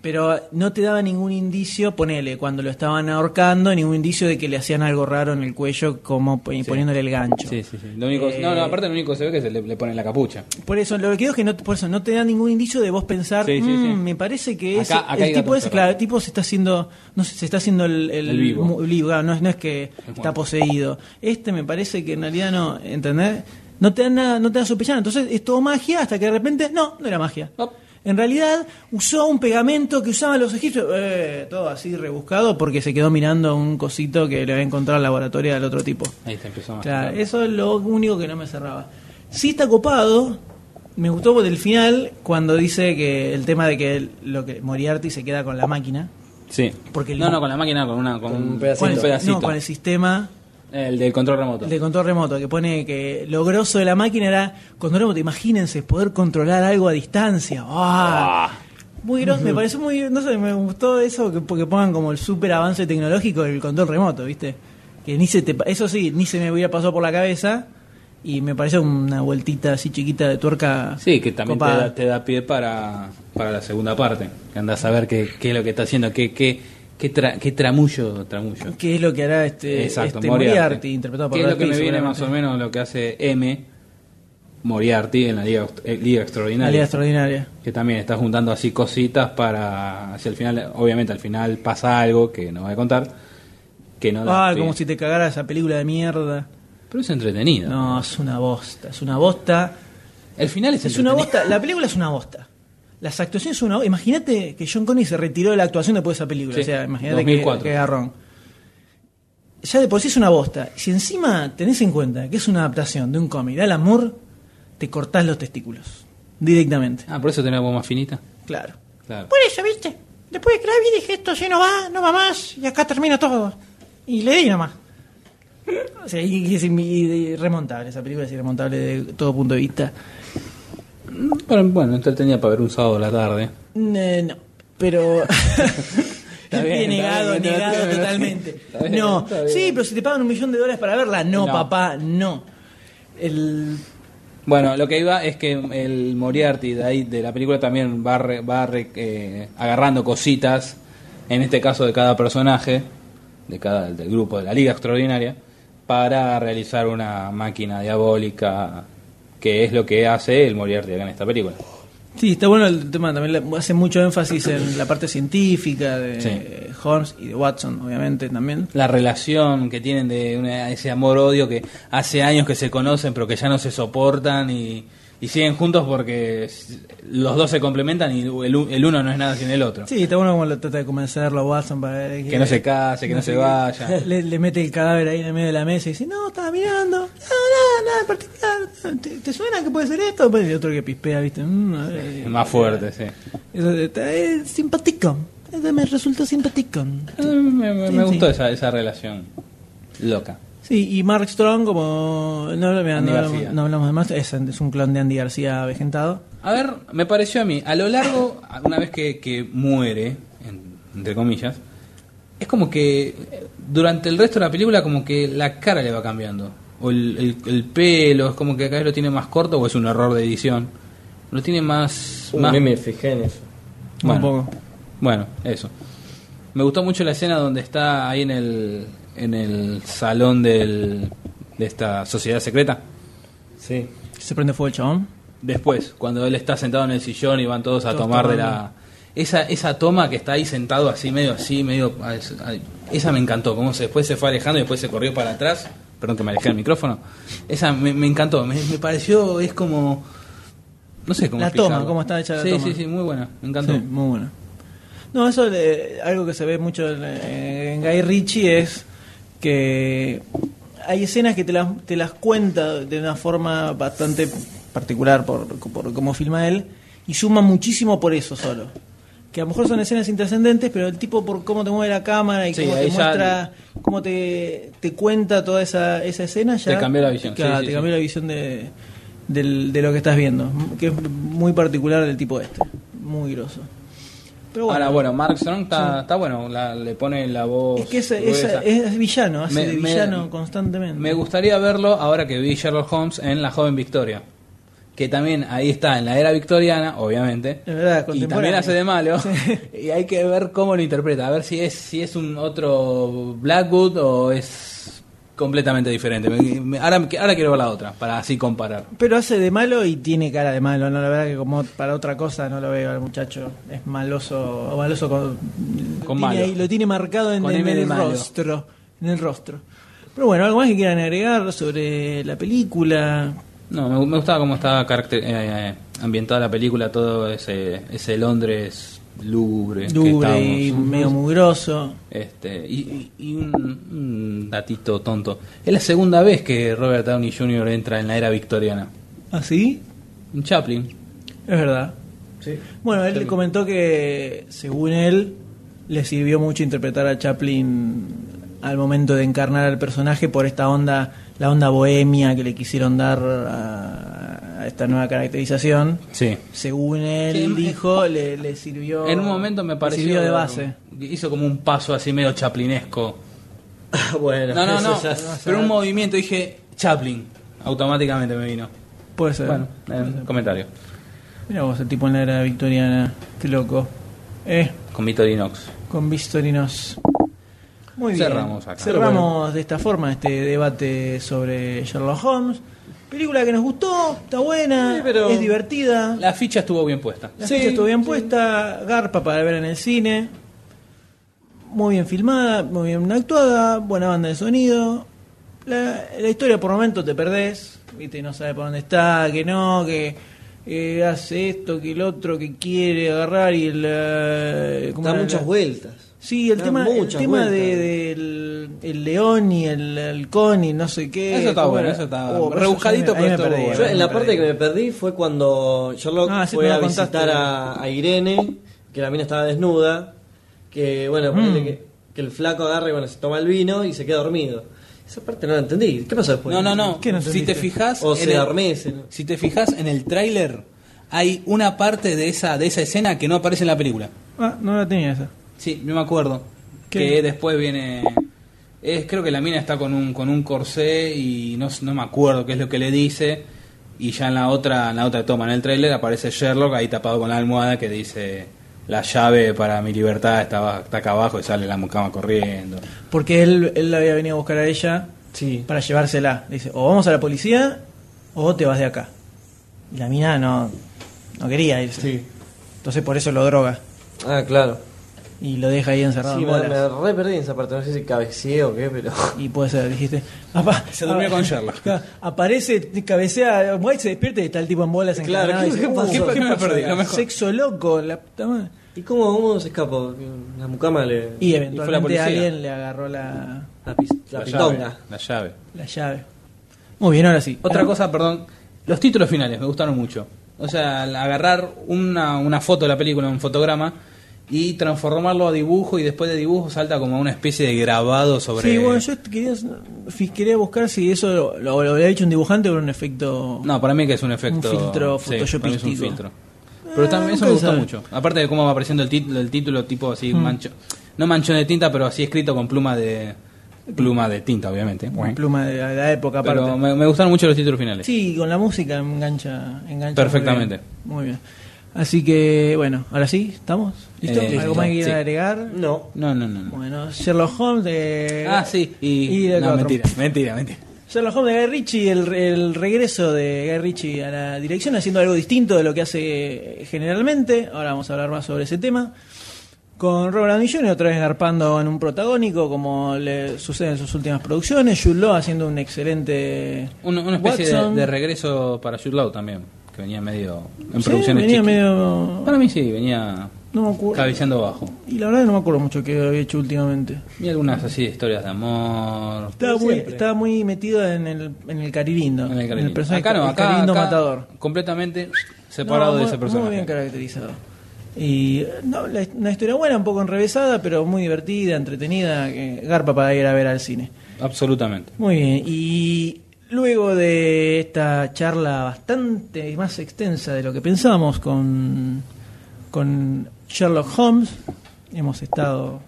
Speaker 2: pero no te daba ningún indicio, ponele, cuando lo estaban ahorcando, ningún indicio de que le hacían algo raro en el cuello, como poni- poniéndole el gancho.
Speaker 1: Sí, sí, sí. Lo único,
Speaker 2: Eh,
Speaker 1: no, no, aparte lo único que se ve es que se le, le ponen la capucha.
Speaker 2: Por eso, lo que digo es que no, por eso, no te da ningún indicio de vos pensar,
Speaker 1: Sí, sí,
Speaker 2: "Mm,
Speaker 1: sí.
Speaker 2: me parece que
Speaker 1: Acá-
Speaker 2: ese-
Speaker 1: acá hay
Speaker 2: el tipo
Speaker 1: gato
Speaker 2: ese,
Speaker 1: encerrado.
Speaker 2: claro, el tipo se está haciendo, no sé, se está haciendo el,
Speaker 1: El vivo.
Speaker 2: mu- claro, no, es, no es que está poseído. Este me parece que en realidad no, ¿entendés? No te dan nada, no te dan sospechar, entonces es todo magia hasta que de repente, no, no era magia. En realidad usó un pegamento que usaban los egipcios, Eh, todo así rebuscado porque se quedó mirando un cosito que le había encontrado en el laboratorio del otro tipo.
Speaker 1: Ahí te empezó a
Speaker 2: Claro, eso es lo único que no me cerraba. Sí está copado, me gustó del final cuando dice que el tema de que el- lo que Moriarty se queda con la máquina,
Speaker 1: Sí.
Speaker 2: porque el-
Speaker 1: No, no, con la máquina, con, una, con, un
Speaker 2: con el, no, con el sistema
Speaker 1: El del control remoto.
Speaker 2: de control remoto que pone que lo grosso de la máquina era control remoto, imagínense poder controlar algo a distancia. ¡Ah! Muy grosso, me pareció muy, no sé, me gustó eso que porque pongan como el super avance tecnológico del control remoto, ¿viste? Que ni se te pa- eso sí, ni se me hubiera pasado por la cabeza y me pareció una vueltita así chiquita de tuerca.
Speaker 1: Sí, que también te
Speaker 2: copada.
Speaker 1: da, te da pie para, para la segunda parte. Que andás a ver qué, qué es lo que está haciendo, qué, qué, qué, tra- qué tramullo, tramullo.
Speaker 2: ¿Qué es lo que hará este,
Speaker 1: Exacto,
Speaker 2: este
Speaker 1: Moriarty.
Speaker 2: Moriarty, interpretado por
Speaker 1: ¿Qué es
Speaker 2: Brad
Speaker 1: lo que me
Speaker 2: Pitt,
Speaker 1: viene
Speaker 2: seguramente?
Speaker 1: más o menos lo que hace M Moriarty en la Liga, eh, Liga Extraordinaria.
Speaker 2: La Liga Extraordinaria.
Speaker 1: Que también está juntando así cositas para. Hacia el final, obviamente al final pasa algo que no voy a contar. Que no la
Speaker 2: Ah,
Speaker 1: estoy-
Speaker 2: como si te cagara esa película de mierda.
Speaker 1: Pero es entretenido.
Speaker 2: No, es una bosta, es una bosta.
Speaker 1: El final es
Speaker 2: Es una
Speaker 1: entretenido.
Speaker 2: bosta, la película es una bosta. Las actuaciones son una bosta. Imagínate que John Connie se retiró de la actuación después de esa película.
Speaker 1: Sí,
Speaker 2: o sea, imagínate que,
Speaker 1: 2004.
Speaker 2: que garrón. Ya de por sí es una bosta. Si encima tenés en cuenta que es una adaptación de un cómic al amor, te cortás los testículos. Directamente.
Speaker 1: Ah, por eso tenía la voz más finita.
Speaker 2: Claro.
Speaker 1: Claro.
Speaker 2: Por eso, viste. Después de Krabi dije esto ya no va, no va más, y acá termina todo. Y le di nomás. O sea, y- y es inmi- y- irremontable, esa película es irremontable de todo punto de vista.
Speaker 1: Bueno, bueno, entretenida para ver un sábado a la tarde.
Speaker 2: Eh, no, pero. *laughs*
Speaker 1: Está bien,
Speaker 2: negado,
Speaker 1: está bien,
Speaker 2: negado
Speaker 1: está bien.
Speaker 2: totalmente.
Speaker 1: Está bien,
Speaker 2: no,
Speaker 1: está bien.
Speaker 2: sí, pero si te pagan un millón de dólares para verla, no,
Speaker 1: No.
Speaker 2: papá, no. El.
Speaker 1: Bueno, lo que iba es que el Moriarty de ahí, de la película, también va, re- va re- eh, agarrando cositas, en este caso de cada personaje, de cada, del grupo de la Liga Extraordinaria, para realizar una máquina diabólica, que es lo que hace el Moriarty acá en esta película.
Speaker 2: Sí, está bueno el tema también. le- Hace mucho énfasis en la parte científica de
Speaker 1: Sí.
Speaker 2: Holmes y de Watson, obviamente, también.
Speaker 1: La relación que tienen de una- ese amor-odio que hace años que se conocen, pero que ya no se soportan y, y siguen juntos porque s- los dos se complementan y el, u- el uno no es nada sin el otro.
Speaker 2: Sí, está bueno como lo trata de convencerlo a Watson para ver
Speaker 1: Que no se case, que no se
Speaker 2: sé qué.
Speaker 1: vaya.
Speaker 2: *laughs* Le, le mete el cadáver ahí en el medio de la mesa y dice, no, estaba mirando, no, nada, nada en particular, ¿te, te suena que puede ser esto? Pues el otro que pispea, viste, "Mm, a ver".
Speaker 1: Es más fuerte, sí.
Speaker 2: Eso está, es simpático, Eso me resultó simpático.
Speaker 1: Me, me-
Speaker 2: Sí,
Speaker 1: me
Speaker 2: sí.
Speaker 1: gustó esa, esa relación loca.
Speaker 2: Sí, y Mark Strong como... No, no, mira,
Speaker 1: Andy
Speaker 2: no,
Speaker 1: García.
Speaker 2: hablamos- no hablamos de más, es, es un clon de Andy García avejentado.
Speaker 1: A ver, me pareció a mí, a lo largo, una vez que, que muere, en- entre comillas, es como que eh, durante el resto de la película como que la cara le va cambiando. O el, el- el pelo, es como que acá lo tiene más corto o es un error de edición. Lo tiene más...
Speaker 4: Uh,
Speaker 1: más
Speaker 4: ni me fijé en eso.
Speaker 1: Bueno,
Speaker 2: Un poco.
Speaker 1: Bueno, eso. Me gustó mucho la escena donde está ahí en el, en el salón del, de esta sociedad secreta.
Speaker 4: Sí.
Speaker 2: Se prende fuego el chabón.
Speaker 1: Después, cuando él está sentado en el sillón y van todos a
Speaker 2: Todos
Speaker 1: tomar de
Speaker 2: tomando.
Speaker 1: la... Esa, esa toma que está ahí sentado así, medio así, medio... ay, ay, Esa me encantó, como se, después se fue alejando y después se corrió para atrás. Perdón que me alejé del micrófono. Esa me, me encantó, me, me pareció, es como... No sé cómo
Speaker 2: La
Speaker 1: explicarlo.
Speaker 2: toma, cómo está hecha la
Speaker 1: sí,
Speaker 2: toma.
Speaker 1: Sí, sí, muy buena, me encantó.
Speaker 2: Sí, muy buena. No, eso eh, algo que se ve mucho en, eh, en Guy Ritchie es que hay escenas que te las, te las cuenta de una forma bastante particular por, por cómo filma él y suma muchísimo por eso solo. Que a lo mejor son escenas intrascendentes, pero el tipo por cómo te mueve la cámara y
Speaker 1: Sí,
Speaker 2: cómo te
Speaker 1: ahí ya-
Speaker 2: muestra, cómo te, te cuenta toda esa, esa escena, ya
Speaker 1: Te cambió la visión,
Speaker 2: claro,
Speaker 1: sí, sí,
Speaker 2: te
Speaker 1: sí.
Speaker 2: cambió la visión de, del- de lo que estás viendo, que es muy particular del tipo este, muy groso. Pero bueno.
Speaker 1: Ahora, bueno, Mark Strong está,
Speaker 2: Sí.
Speaker 1: está bueno, la- le pone la voz...
Speaker 2: Es que es,
Speaker 1: gruesa.
Speaker 2: es- es villano, hace
Speaker 1: Me-
Speaker 2: de
Speaker 1: me-
Speaker 2: villano constantemente.
Speaker 1: Me gustaría verlo ahora que vi Sherlock Holmes en La Joven Victoria. Que también ahí está, en la era victoriana, obviamente.
Speaker 2: Es verdad,
Speaker 1: Y también
Speaker 2: contemporáneo.
Speaker 1: hace de malo. *laughs* Y hay que ver cómo lo interpreta. A ver si es, si es un otro Blackwood o es completamente diferente. Me- me- ahora, ahora quiero ver la otra, para así comparar.
Speaker 2: Pero hace de malo y tiene cara de malo, ¿no? La verdad que como para otra cosa no lo veo al muchacho. Es maloso, o maloso con,
Speaker 1: Con
Speaker 2: tiene
Speaker 1: malo.
Speaker 2: ahí- lo tiene marcado en,
Speaker 1: Con
Speaker 2: en
Speaker 1: M de
Speaker 2: el
Speaker 1: malo.
Speaker 2: rostro. En el rostro. Pero bueno, algo más que quieran agregar sobre la película.
Speaker 1: No, me, me gustaba cómo estaba caracter- eh, eh, ambientada la película, todo ese, ese Londres lúgubre. que
Speaker 2: Lubre y
Speaker 1: estábamos.
Speaker 2: medio mugroso.
Speaker 1: Este, y, y- y un, un datito tonto. Es la segunda vez que Robert Downey Jr. entra en la era victoriana.
Speaker 2: ¿Así?
Speaker 1: Un Chaplin.
Speaker 2: ¿Ah, Es verdad. Bueno, él comentó que, según él, le sirvió mucho interpretar a Chaplin al momento de encarnar al personaje por esta onda, la onda bohemia que le quisieron dar a, a esta nueva caracterización.
Speaker 1: Sí.
Speaker 2: Según él
Speaker 1: Sí,
Speaker 2: dijo, le, le sirvió.
Speaker 1: En un momento me
Speaker 2: le
Speaker 1: pareció.
Speaker 2: sirvió de base.
Speaker 1: Hizo como un paso así medio chaplinesco.
Speaker 4: *laughs* bueno,
Speaker 1: No, no,
Speaker 4: eso
Speaker 1: no.
Speaker 4: ya-
Speaker 1: Pero un movimiento dije Chaplin. Automáticamente me vino.
Speaker 2: Puede ser.
Speaker 1: Bueno, eh, comentario.
Speaker 2: Mira vos, el tipo en la era victoriana. Qué loco. Eh,
Speaker 1: Con Victorinox.
Speaker 2: con Vistorinos. Muy bien.
Speaker 1: Cerramos acá.
Speaker 2: Cerramos de esta forma este debate sobre Sherlock Holmes. Película que nos gustó, está buena,
Speaker 1: Sí, pero-
Speaker 2: es divertida.
Speaker 1: La ficha estuvo bien puesta.
Speaker 2: La ficha estuvo bien puesta, garpa para ver en el cine. Muy bien filmada, muy bien actuada, buena banda de sonido. La, la historia por momento te perdés, viste, no sabes por dónde está, que no, que eh, hace esto, que el otro, que quiere agarrar y el... eh, ¿cómo
Speaker 4: Da
Speaker 2: era?
Speaker 4: muchas
Speaker 2: La-
Speaker 4: vueltas.
Speaker 2: Sí, el
Speaker 4: Da
Speaker 2: tema, el
Speaker 4: muchas
Speaker 2: tema
Speaker 4: vueltas.
Speaker 2: de, del el león y el halcón y no sé qué.
Speaker 1: Eso está
Speaker 2: ¿cómo
Speaker 1: bueno,
Speaker 2: era?
Speaker 1: eso está
Speaker 2: Oh,
Speaker 1: rebujadito,
Speaker 2: yo me- ahí
Speaker 1: pero
Speaker 2: me
Speaker 1: estuvo
Speaker 2: perdí, ahí
Speaker 1: bueno.
Speaker 4: Yo en la
Speaker 2: me
Speaker 4: parte
Speaker 2: perdí.
Speaker 4: que me perdí fue cuando Sherlock
Speaker 2: Ah, sí,
Speaker 4: fue
Speaker 2: me
Speaker 4: a
Speaker 2: lo contaste.
Speaker 4: visitar a, a Irene, que la mina estaba desnuda, que bueno,
Speaker 2: Mm.
Speaker 4: ponele que, que el flaco agarra y bueno, se toma el vino y se queda dormido. Esa parte no la entendí. ¿Qué pasó después?
Speaker 1: No, no, no.
Speaker 2: ¿Qué no
Speaker 1: si te
Speaker 2: entendiste?
Speaker 1: fijas
Speaker 4: O
Speaker 1: en
Speaker 4: se
Speaker 1: el-
Speaker 4: adormece, ¿no?
Speaker 1: Si te fijas en el tráiler hay una parte de esa de esa escena que no aparece en la película.
Speaker 2: Ah, no la tenía esa.
Speaker 1: Sí, yo me acuerdo.
Speaker 2: ¿Qué?
Speaker 1: Que después viene es creo que la mina está con un con un corsé y no, s- no me acuerdo qué es lo que le dice y ya en la otra en la otra toma en el tráiler aparece Sherlock ahí tapado con la almohada que dice la llave para mi libertad está, aba- está acá abajo y sale la mucama corriendo.
Speaker 2: Porque él, él la había venido a buscar a ella para llevársela. Le dice, o vamos a la policía o te vas de acá. Y la mina no, no quería irse. Entonces por eso lo droga
Speaker 4: Ah, claro.
Speaker 2: y lo deja ahí encerrado.
Speaker 4: Sí,
Speaker 2: en
Speaker 4: me,
Speaker 2: bolas.
Speaker 4: me re perdí en esa parte. No sé si cabeceé o qué,
Speaker 2: *laughs*
Speaker 4: pero.
Speaker 2: Y puede ser, dijiste. Apa-
Speaker 1: Se durmió
Speaker 2: apa-
Speaker 1: con Sherlock.
Speaker 2: *laughs* Aparece, cabecea, White se despierta y está el tipo en bolas
Speaker 4: Claro,
Speaker 2: encadenado,
Speaker 4: ¿qué-
Speaker 2: y dice,
Speaker 4: qué
Speaker 2: "Uh,
Speaker 4: pasó? ¿Qué me
Speaker 2: pasó
Speaker 4: perdí?
Speaker 2: acá?
Speaker 4: Lo mejor".
Speaker 2: Sexo loco, la puta madre.
Speaker 4: ¿Y cómo, cómo se escapó? La mucama le.
Speaker 2: Y
Speaker 1: fue la
Speaker 2: eventualmente
Speaker 1: policía.
Speaker 2: alguien le agarró la,
Speaker 4: La, pis- la
Speaker 1: La
Speaker 4: pitonga.
Speaker 1: llave, la llave.
Speaker 2: la llave. Muy bien, ahora sí. Ah,
Speaker 1: Otra cosa, perdón, los títulos finales me gustaron mucho. O sea, al agarrar una, una foto de la película, un fotograma, y transformarlo a dibujo, y después de dibujo salta como una especie de grabado sobre.
Speaker 2: Sí, bueno, yo quería, fi- quería buscar si eso lo, lo, lo había hecho un dibujante o era un efecto.
Speaker 1: No, para mí que es un efecto.
Speaker 2: filtro
Speaker 1: sí, para mí es un
Speaker 2: photoshopístico. Eh,
Speaker 1: filtro. Pero también
Speaker 2: nunca
Speaker 1: eso me
Speaker 2: se
Speaker 1: gustó
Speaker 2: sabe.
Speaker 1: mucho. Aparte de cómo va apareciendo el título, el título tipo así,
Speaker 2: Mm.
Speaker 1: mancho. No manchón de tinta, pero así escrito con pluma de. Pluma de tinta, obviamente.
Speaker 2: Una pluma de la, de la época, aparte.
Speaker 1: Pero me, me gustaron mucho los títulos finales.
Speaker 2: Sí, con la música engancha. engancha
Speaker 1: Perfectamente.
Speaker 2: Muy bien. Muy bien. Así que, bueno, ahora sí, ¿estamos? ¿Listo?
Speaker 1: Eh,
Speaker 2: ¿Algo
Speaker 1: listo,
Speaker 2: más que quieras
Speaker 1: sí.
Speaker 2: agregar?
Speaker 4: No.
Speaker 1: No, no, no. no.
Speaker 2: Bueno, Sherlock Holmes de.
Speaker 1: Ah, sí, y.
Speaker 2: y del
Speaker 1: no,
Speaker 2: otro.
Speaker 1: mentira, mentira, mentira.
Speaker 2: Sherlock Holmes de Guy Ritchie, el, el regreso de Guy Ritchie a la dirección, haciendo algo distinto de lo que hace eh, generalmente. Ahora vamos a hablar más sobre ese tema. Con Robert Downey Jr. otra vez garpando en un protagónico, como le sucede en sus últimas producciones. Jude Law haciendo un excelente.
Speaker 1: Una, una especie de,
Speaker 2: Watson.
Speaker 1: de regreso para Jude Law también, que venía medio en
Speaker 2: Sí,
Speaker 1: producciones
Speaker 2: venía
Speaker 1: chiquis.
Speaker 2: medio.
Speaker 1: Para mí sí, venía
Speaker 2: No me acuerdo.
Speaker 1: cabeceando bajo.
Speaker 2: Y la verdad que no me acuerdo mucho que había hecho últimamente.
Speaker 1: Y algunas así de historias de amor.
Speaker 2: Estaba muy,
Speaker 1: Siempre.
Speaker 2: estaba muy metido en el, en el carilindo.
Speaker 1: En el
Speaker 2: En el
Speaker 1: Carlito.
Speaker 2: personaje
Speaker 1: acá no, acá,
Speaker 2: carilindo
Speaker 1: acá
Speaker 2: matador.
Speaker 1: completamente separado
Speaker 2: No,
Speaker 1: de
Speaker 2: muy-
Speaker 1: ese personaje.
Speaker 2: Muy bien caracterizado. Y eh, no, la- una historia buena, un poco enrevesada, pero muy divertida, entretenida, que garpa para ir a ver al cine.
Speaker 1: Absolutamente.
Speaker 2: Muy bien, y luego de esta charla bastante más extensa de lo que pensábamos con, con Sherlock Holmes, hemos estado...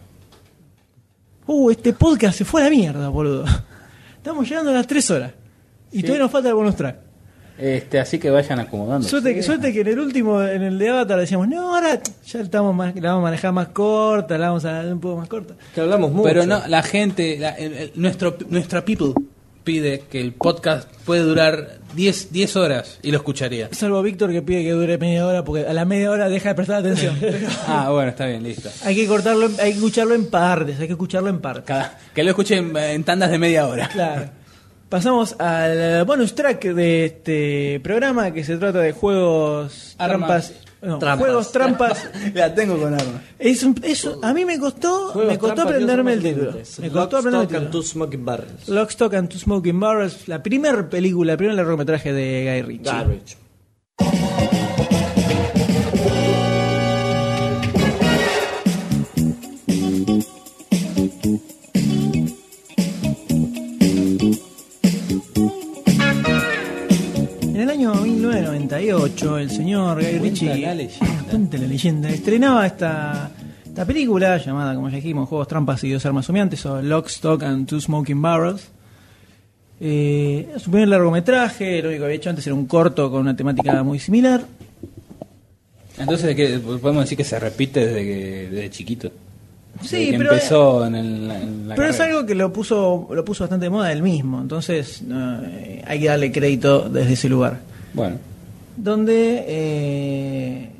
Speaker 2: Uh, este podcast se fue a la mierda, boludo. *laughs* Estamos llegando a las 3 horas. Y todavía nos falta el bonus track.
Speaker 1: Este, así que vayan acomodando.
Speaker 2: Suerte, que, suerte que en el último, en el de Avatar, decíamos, no, ahora ya estamos más, la vamos a manejar más corta, la vamos a dar un poco más corta.
Speaker 4: Que hablamos mucho.
Speaker 1: Pero no, la gente, la- el- el- nuestro, nuestra people pide que el podcast puede durar 10, 10 horas y lo escucharía.
Speaker 2: Salvo Víctor que pide que dure media hora, porque a la media hora deja de prestar atención.
Speaker 1: Ah, bueno, está bien, listo.
Speaker 2: hay que cortarlo, hay que escucharlo en partes, hay que escucharlo en partes.
Speaker 1: Cada- que lo escuchen eh, en tandas de media *laughs* hora.
Speaker 2: Claro. Pasamos al bonus track de este programa que se trata de juegos
Speaker 1: Armas.
Speaker 2: trampas. no,
Speaker 1: Trampas.
Speaker 2: Juegos
Speaker 1: *laughs*
Speaker 2: trampas.
Speaker 1: La tengo con armas.
Speaker 2: Es un- es un- a mí me costó,
Speaker 4: Juegos
Speaker 2: me costó
Speaker 4: trampa,
Speaker 2: aprenderme el
Speaker 4: Dios,
Speaker 2: título.
Speaker 4: somos
Speaker 2: Me
Speaker 4: Lock,
Speaker 2: costó aprenderme el
Speaker 4: Stock and
Speaker 2: título.
Speaker 4: Two Smoking Barrels.
Speaker 2: Lock, Stock and Two Smoking Barrels, la primera película, el primer largometraje de Guy Ritchie.
Speaker 4: Garbage.
Speaker 2: En el año 1998, el señor Guy Ritchie, cuenta la leyenda, estrenaba esta, esta película llamada, como ya dijimos, Juegos Trampas y Dos Armas Humeantes, o Lock, Stock and Two Smoking Barrels. Eh, su primer largometraje, lo único que había hecho antes era un corto con una temática muy similar.
Speaker 1: Entonces, ¿qué? podemos decir que se repite desde que desde chiquito. desde que empezó en, el- en la
Speaker 2: pero es
Speaker 1: carrera.
Speaker 2: algo que lo puso lo puso bastante de moda él mismo, entonces no, eh, hay que darle crédito desde ese lugar.
Speaker 1: Bueno,
Speaker 2: Donde, eh,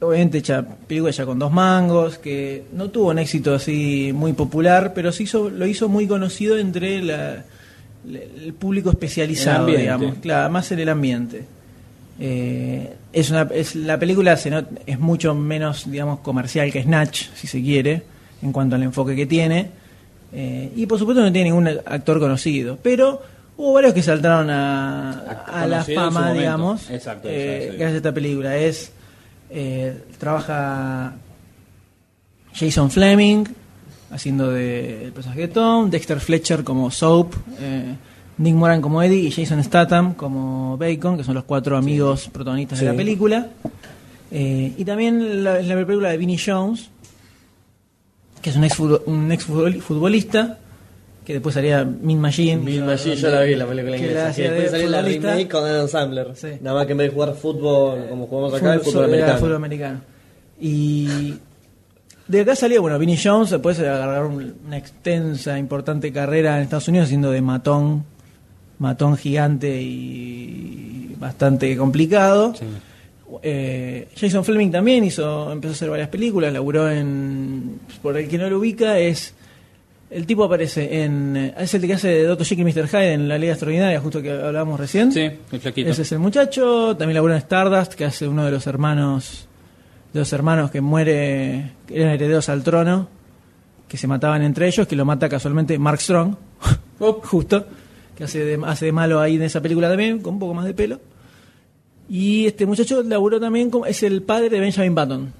Speaker 2: obviamente, ya, película ya con dos mangos, que no tuvo un éxito así muy popular, pero sí hizo, lo hizo muy conocido entre la- la- el público especializado,
Speaker 1: El ambiente.
Speaker 2: digamos, claro, más en el ambiente. Eh, es una, es, la película se not- es mucho menos, digamos, comercial que Snatch, si se quiere, en cuanto al enfoque que tiene. Eh, y por supuesto no tiene ningún actor conocido, pero hubo varios que saltaron a, a la
Speaker 1: conocido en su
Speaker 2: fama,
Speaker 1: momento.
Speaker 2: digamos,
Speaker 1: Exacto,
Speaker 2: eh,
Speaker 1: eso, eso.
Speaker 2: gracias a esta película. Es eh, trabaja Jason Fleming haciendo de el personaje de Tom, Dexter Fletcher como Soap, eh, Nick Moran como Eddie y Jason Statham como Bacon, que son los cuatro amigos protagonistas de
Speaker 4: Sí.
Speaker 2: la película. Eh, y también la, la película de Vinnie Jones, que es un ex, un ex futbolista, que después haría Min Machine.
Speaker 4: Bill Machine,
Speaker 2: donde-
Speaker 4: yo la vi la película
Speaker 2: que
Speaker 4: inglesa.
Speaker 2: la
Speaker 4: Que
Speaker 2: hacía de
Speaker 4: después salió la
Speaker 2: futbolista. Eh,
Speaker 4: remake con Adam Sandler. Nada más que en vez de jugar fútbol como jugamos acá, el
Speaker 2: Fútbol-
Speaker 4: fútbol
Speaker 2: era
Speaker 4: americano.
Speaker 2: fútbol americano. Y de acá salió, bueno, Vinnie Jones, después de agarrar un- una extensa, importante carrera en Estados Unidos, siendo de matón, matón gigante y bastante complicado. Eh, Jason Fleming también hizo, empezó a hacer varias películas, laburó en, por el que no lo ubica, es el tipo aparece en, eh, es el que hace de Dr. Jekyll y Mr. Hyde en la Liga Extraordinaria, justo que hablábamos recién.
Speaker 1: sí, el flaquito.
Speaker 2: Ese es el muchacho. También laburó en Stardust, que hace uno de los hermanos. De los hermanos que muere. que eran herederos al trono. Que se mataban entre ellos. Que lo mata casualmente Mark Strong. *laughs* oh, Justo. Que hace de, hace de malo ahí en esa película también. Con un poco más de pelo. Y este muchacho laburó también. Como, es el padre de Benjamin Button.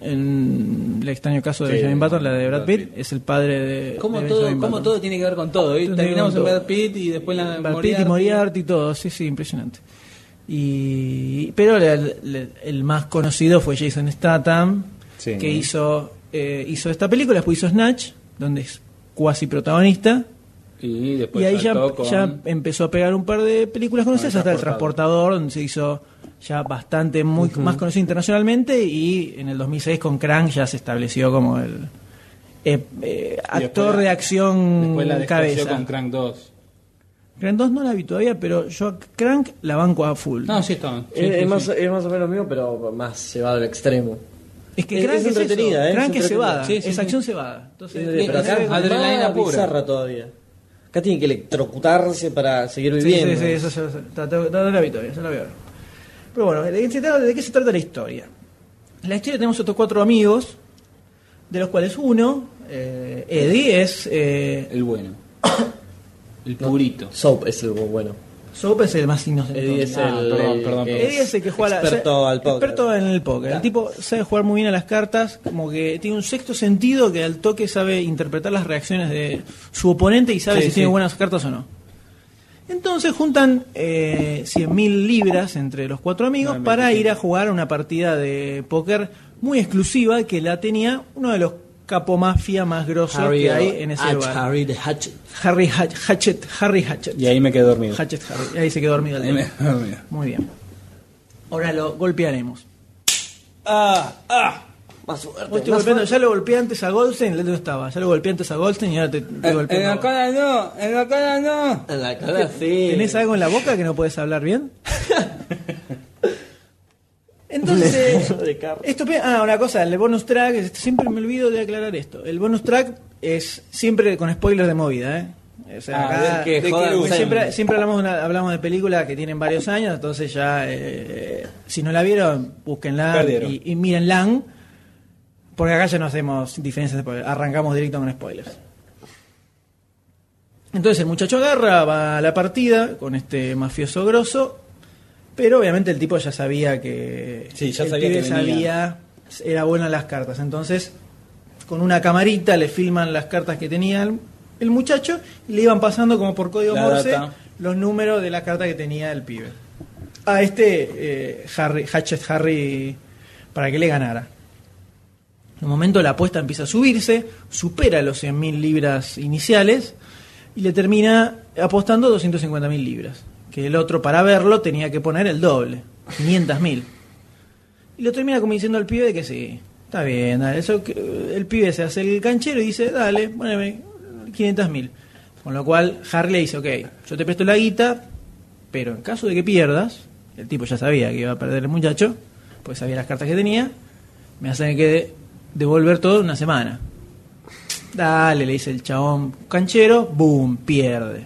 Speaker 2: En el extraño caso de
Speaker 1: Sí,
Speaker 2: Benjamin Button, la de Brad
Speaker 1: Brad
Speaker 2: Pitt. Es el padre de.
Speaker 1: Como
Speaker 2: de
Speaker 1: todo,
Speaker 2: Benjamin
Speaker 1: como
Speaker 2: Button.
Speaker 1: todo tiene que ver con todo. ¿eh?
Speaker 2: Todo tiene
Speaker 1: Terminamos
Speaker 2: que ver con
Speaker 1: en Brad Pitt y después la
Speaker 2: Brad Pitt y Moriarty y todo, sí, sí, impresionante. Y, pero la- la- el más conocido fue Jason Statham,
Speaker 1: Sí.
Speaker 2: que hizo, eh, hizo esta película, después hizo Snatch, donde es cuasi protagonista,
Speaker 1: Y después
Speaker 2: y ahí ya,
Speaker 1: saltó con-
Speaker 2: ya empezó a pegar un par de películas conocidas,
Speaker 1: Con el
Speaker 2: hasta El Transportador, donde se hizo ya bastante muy,
Speaker 1: Ujú.
Speaker 2: más conocido internacionalmente, y en el 2006 con Crank ya se estableció como el eh, eh, actor
Speaker 1: después la-
Speaker 2: de acción
Speaker 1: después la descoció
Speaker 2: cabeza.
Speaker 1: con Crank 2.
Speaker 2: Crank 2 no la vi todavía, pero yo a Crank la banco a full.
Speaker 1: No, sí, está. Sí,
Speaker 4: Es,
Speaker 1: sí,
Speaker 4: Eh, es
Speaker 1: sí.
Speaker 4: más, es más o menos mío, pero más llevado al extremo.
Speaker 2: Es que
Speaker 4: Es-
Speaker 2: Crank
Speaker 4: es
Speaker 2: es, eso,
Speaker 4: entretenida, ¿eh?
Speaker 2: Crank
Speaker 4: Es
Speaker 2: es cebada,
Speaker 4: entretenida. Sí, sí,
Speaker 2: es
Speaker 4: sí.
Speaker 2: acción cebada. Entonces, eh,
Speaker 4: Pero
Speaker 2: tiene que
Speaker 4: acá
Speaker 2: ser
Speaker 4: es
Speaker 2: como
Speaker 1: adrenalina
Speaker 4: más
Speaker 1: pura.
Speaker 4: bizarra todavía. Acá tienen que electrocutarse para seguir
Speaker 2: Sí,
Speaker 4: viviendo.
Speaker 2: sí, sí, eso se- se- está- está- está- no la vi todavía, yo la voy a ver. Pero bueno, ¿de qué se trata, de qué se trata la historia? En la historia tenemos otros cuatro amigos, de los cuales uno, eh, Eddie, es. eh,
Speaker 1: El bueno. *coughs* El purito.
Speaker 4: Soap es el bueno.
Speaker 2: Soap es el más inocente.
Speaker 4: Eddie es
Speaker 1: Ah,
Speaker 4: el,
Speaker 1: perdón,
Speaker 4: el
Speaker 1: perdón,
Speaker 4: que
Speaker 1: perdón.
Speaker 2: Eddie es el que juega a la-
Speaker 4: experto
Speaker 2: sabe-
Speaker 4: al póker.
Speaker 2: experto en el póker. El tipo sabe jugar muy bien a las cartas, como que tiene un sexto sentido que al toque sabe interpretar las reacciones de su oponente y sabe
Speaker 4: Sí,
Speaker 2: si
Speaker 4: sí.
Speaker 2: tiene buenas cartas o no. Entonces juntan eh, 100.000 libras entre los cuatro
Speaker 4: Ah,
Speaker 2: amigos para ir a jugar una partida de póker muy exclusiva que la tenía uno de los capomafia más grosos que hay en ese
Speaker 4: Hatch-
Speaker 2: lugar.
Speaker 4: Harry the Hatchet.
Speaker 2: Harry Hatch- Hatchet, Harry Hatchet.
Speaker 1: Y ahí me quedé dormido.
Speaker 2: Hatchet Harry. Ahí se quedó dormido el
Speaker 1: Ahí me
Speaker 2: tipo.
Speaker 1: quedé *laughs* dormido.
Speaker 2: Muy bien. Ahora lo golpearemos.
Speaker 4: Ah, ah. Más suerte.
Speaker 2: Vos te
Speaker 4: más
Speaker 2: golpeando,
Speaker 4: suerte.
Speaker 2: ya lo golpeé antes a Goldstein, el otro estaba. Ya lo golpeé antes a Goldstein y ahora te,
Speaker 1: Eh,
Speaker 2: te golpeo.
Speaker 1: En la cara no, en la cara no.
Speaker 4: En la cara sí.
Speaker 2: ¿Tenés algo en la boca que no puedes hablar bien? Entonces,
Speaker 4: *laughs* de carro.
Speaker 2: esto, pe- ah, una cosa, el bonus track, es- siempre me olvido de aclarar esto. El bonus track es siempre con spoilers de movida, ¿eh? O sea,
Speaker 4: Ah,
Speaker 2: acá-
Speaker 4: de que
Speaker 2: de
Speaker 4: jodan
Speaker 2: que-
Speaker 4: siempre.
Speaker 2: siempre, siempre hablamos, de una- hablamos de películas que tienen varios años, entonces ya, eh, si no la vieron, búsquenla
Speaker 1: Perdieron.
Speaker 2: y, y mírenla, porque acá ya no hacemos diferencias, porque arrancamos directo con spoilers. Entonces el muchacho agarra, va a la partida con este mafioso grosso, pero obviamente el tipo ya sabía que.
Speaker 1: Sí, ya
Speaker 2: el
Speaker 1: sabía
Speaker 2: pibe
Speaker 1: que venía.
Speaker 2: sabía- era bueno en las cartas. Entonces, con una camarita le filman las cartas que tenía el, el muchacho y le iban pasando como por código
Speaker 1: La
Speaker 2: Morse
Speaker 1: data.
Speaker 2: los números de la carta que tenía el pibe. A este eh, Harry, Hatchet Harry para que le ganara. En un momento la apuesta empieza a subirse, supera los 100.000 libras iniciales y le termina apostando 250.000 libras. Que el otro, para verlo, tenía que poner el doble, 500.000. Y lo termina convenciendo al pibe de que sí. está Está bien, dale. Eso, que- el pibe se hace el canchero y dice, dale, poneme 500 mil. Con lo cual Harley dice, ok, yo te presto la guita, pero en caso de que pierdas, el tipo ya sabía que iba a perder el muchacho, pues sabía las cartas que tenía, me hacen que de- devolver todo en una semana. Dale, le dice el chabón canchero, boom, pierde.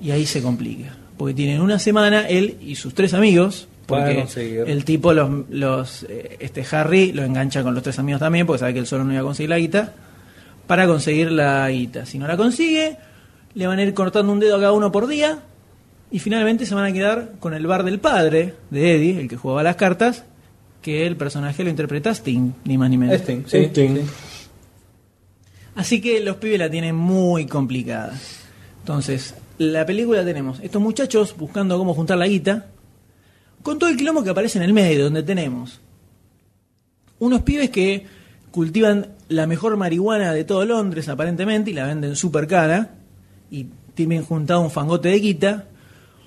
Speaker 2: Y ahí se complica, porque tienen una semana él y sus tres amigos,
Speaker 1: Para
Speaker 2: porque
Speaker 1: conseguir.
Speaker 2: el tipo los, los eh, este Harry lo engancha con los tres amigos también, porque sabe que él solo no iba a conseguir la guita, para conseguir la guita. Si no la consigue, le van a ir cortando un dedo a cada uno por día. Y finalmente se van a quedar con el bar del padre de Eddie, el que jugaba las cartas, que el personaje lo interpreta Sting, ni más ni menos.
Speaker 1: Sting, sí, Sting. sí.
Speaker 2: Así que los pibes la tienen muy complicada. Entonces, la película tenemos estos muchachos buscando cómo juntar la guita, con todo el quilombo que aparece en el medio, donde tenemos unos pibes que cultivan la mejor marihuana de todo Londres, aparentemente, y la venden súper cara, y tienen juntado un fangote de guita,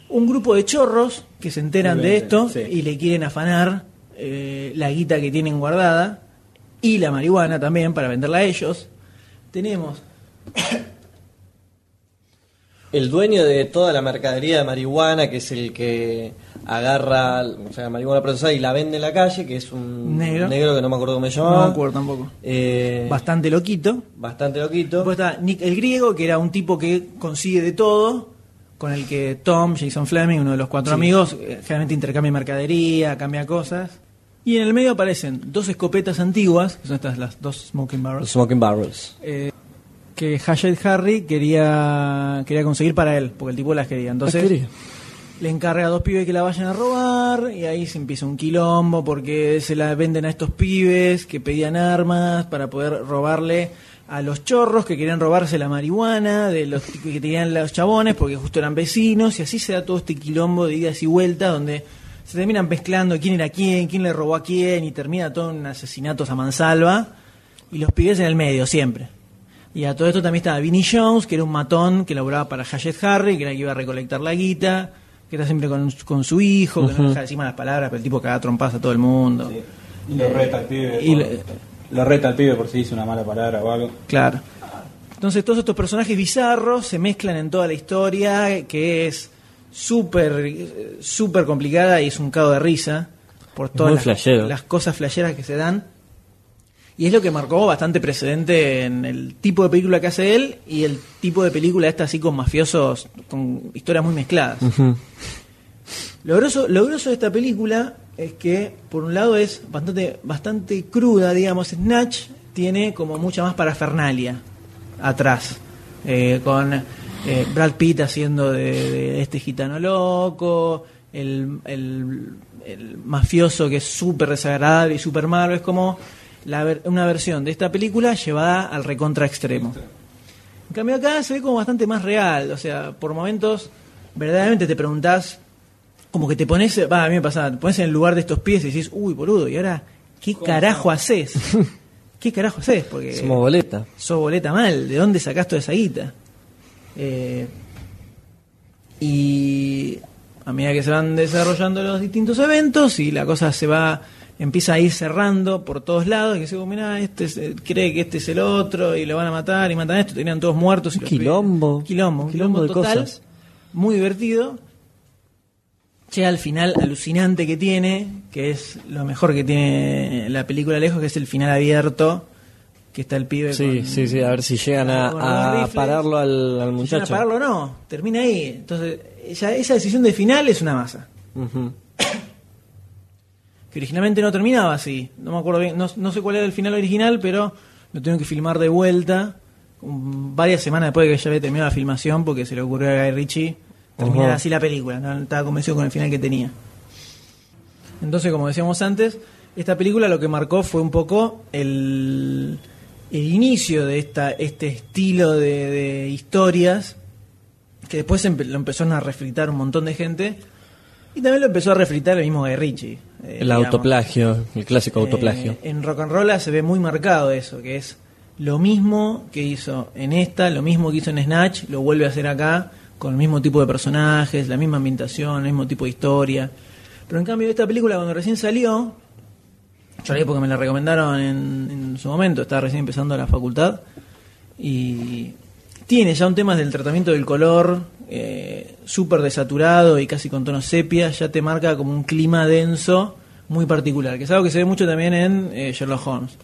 Speaker 2: un grupo de chorros que se enteran de esto y le quieren afanar eh, la guita que tienen guardada, y la marihuana también para venderla a ellos. Tenemos
Speaker 4: El dueño de toda la mercadería de marihuana, que es el que agarra o sea, marihuana procesada y la vende en la calle, que es un
Speaker 2: Negro.
Speaker 4: que no me acuerdo cómo se
Speaker 2: No
Speaker 4: llamaba.
Speaker 2: me acuerdo tampoco. Pues-
Speaker 4: Eh,
Speaker 2: Bastante loquito.
Speaker 4: bastante loquito.
Speaker 2: Después está Nick el Griego, que era un tipo que consigue de todo, con el que Tom, Jason Fleming, uno de los cuatro
Speaker 4: Sí.
Speaker 2: amigos, eh, generalmente intercambia mercadería, cambia cosas. Y en el medio aparecen dos escopetas antiguas, que son estas las dos Smoking Barrels,
Speaker 4: Smoking Barrels.
Speaker 2: eh, que Hayet Harry quería, quería conseguir para él, porque el tipo las quería. Entonces
Speaker 4: quería.
Speaker 2: le encarga a dos pibes que la vayan a robar, y ahí se empieza un quilombo, porque se la venden a estos pibes que pedían armas para poder robarle a los chorros que querían robarse la marihuana, de los t- que tenían los chabones, porque justo eran vecinos, y así se da todo este quilombo de idas y vueltas, donde se terminan mezclando quién era quién, quién le robó a quién, y termina todo en asesinatos a mansalva, y los pibes en el medio siempre. Y a todo esto también estaba Vinnie Jones, que era un matón que laboraba para Hayes Harry, que era el que iba a recolectar la guita, que está siempre con, con su hijo, que no
Speaker 4: Ujú.
Speaker 2: deja de decir malas palabras, pero el tipo caga trompadas a todo el mundo.
Speaker 1: Y lo reta al pibe.
Speaker 2: Y
Speaker 1: por-
Speaker 2: le-
Speaker 1: lo reta al pibe por si dice una mala palabra o algo.
Speaker 2: Claro. Entonces todos estos personajes bizarros se mezclan en toda la historia, que es súper eh, súper complicada y es un cago de risa por todas
Speaker 21: muy
Speaker 2: las,
Speaker 21: flashero.
Speaker 2: las cosas flasheras que se dan. Y es lo que marcó bastante precedente en el tipo de película que hace él y el tipo de película esta así con mafiosos, con historias muy mezcladas. Lo groso, lo groso de esta película es que, por un lado, es bastante, bastante cruda, digamos. Snatch tiene como mucha más parafernalia atrás, eh, con eh, Brad Pitt haciendo de, de este gitano loco, el, el- el mafioso que es súper desagradable y súper malo. Es como la ver- una versión de esta película llevada al recontra extremo. En cambio acá se ve como bastante más real, o sea, por momentos verdaderamente te preguntás, como que te pones, va, a mí me pasa, te pones en el lugar de estos pies y decís, uy, boludo, y ahora, ¿qué carajo
Speaker 4: *laughs*
Speaker 2: haces? ¿Qué carajo haces? Porque
Speaker 4: Somos boleta.
Speaker 2: sos boleta mal, ¿de dónde sacás toda esa guita? Eh, y a medida que se van desarrollando los distintos eventos y la cosa se va, empieza a ir cerrando por todos lados, y que se mira, este es- cree que este es el otro y lo van a matar y matan a esto, tenían todos muertos. Y los pibes-
Speaker 4: Quilombo.
Speaker 2: quilombo, un quilombo,
Speaker 4: de
Speaker 2: total,
Speaker 4: cosas.
Speaker 2: muy divertido. Llega al final alucinante que tiene, que es lo mejor que tiene la película lejos, que es el final abierto, que está el pibe
Speaker 21: Sí,
Speaker 2: con-
Speaker 21: sí, sí, a ver si llegan
Speaker 2: con los
Speaker 21: a, a
Speaker 2: rifles.
Speaker 21: pararlo al, al
Speaker 2: Si llegan a
Speaker 21: muchacho.
Speaker 2: pararlo o no, termina ahí. Entonces, esa, esa decisión de final es una masa.
Speaker 21: Ujú.
Speaker 2: Que originalmente no terminaba así. No me acuerdo bien, no, no sé cuál era el final original, pero lo tengo que filmar de vuelta. um, varias semanas después de que ya había terminado la filmación, porque se le ocurrió a Guy Ritchie terminar
Speaker 21: Ajá.
Speaker 2: así la película. No estaba convencido con el final que tenía. Entonces, como decíamos antes, esta película lo que marcó fue un poco el, el inicio de esta, este estilo de, de historias, que después empe- lo empezaron a refritar un montón de gente, y también lo empezó a refritar el mismo Guy Ritchie. eh,
Speaker 21: El
Speaker 2: digamos.
Speaker 21: autoplagio, el clásico autoplagio.
Speaker 2: Eh, en rock and roll se ve muy marcado eso, que es lo mismo que hizo en esta, lo mismo que hizo en Snatch, lo vuelve a hacer acá, con el mismo tipo de personajes, la misma ambientación, el mismo tipo de historia. Pero en cambio, esta película, cuando recién salió, lloré porque me la recomendaron en, en su momento, estaba recién empezando la facultad. Y tiene ya un tema del tratamiento del color, eh, súper desaturado y casi con tono sepia, ya te marca como un clima denso muy particular, que es algo que se ve mucho también en eh, Sherlock Holmes.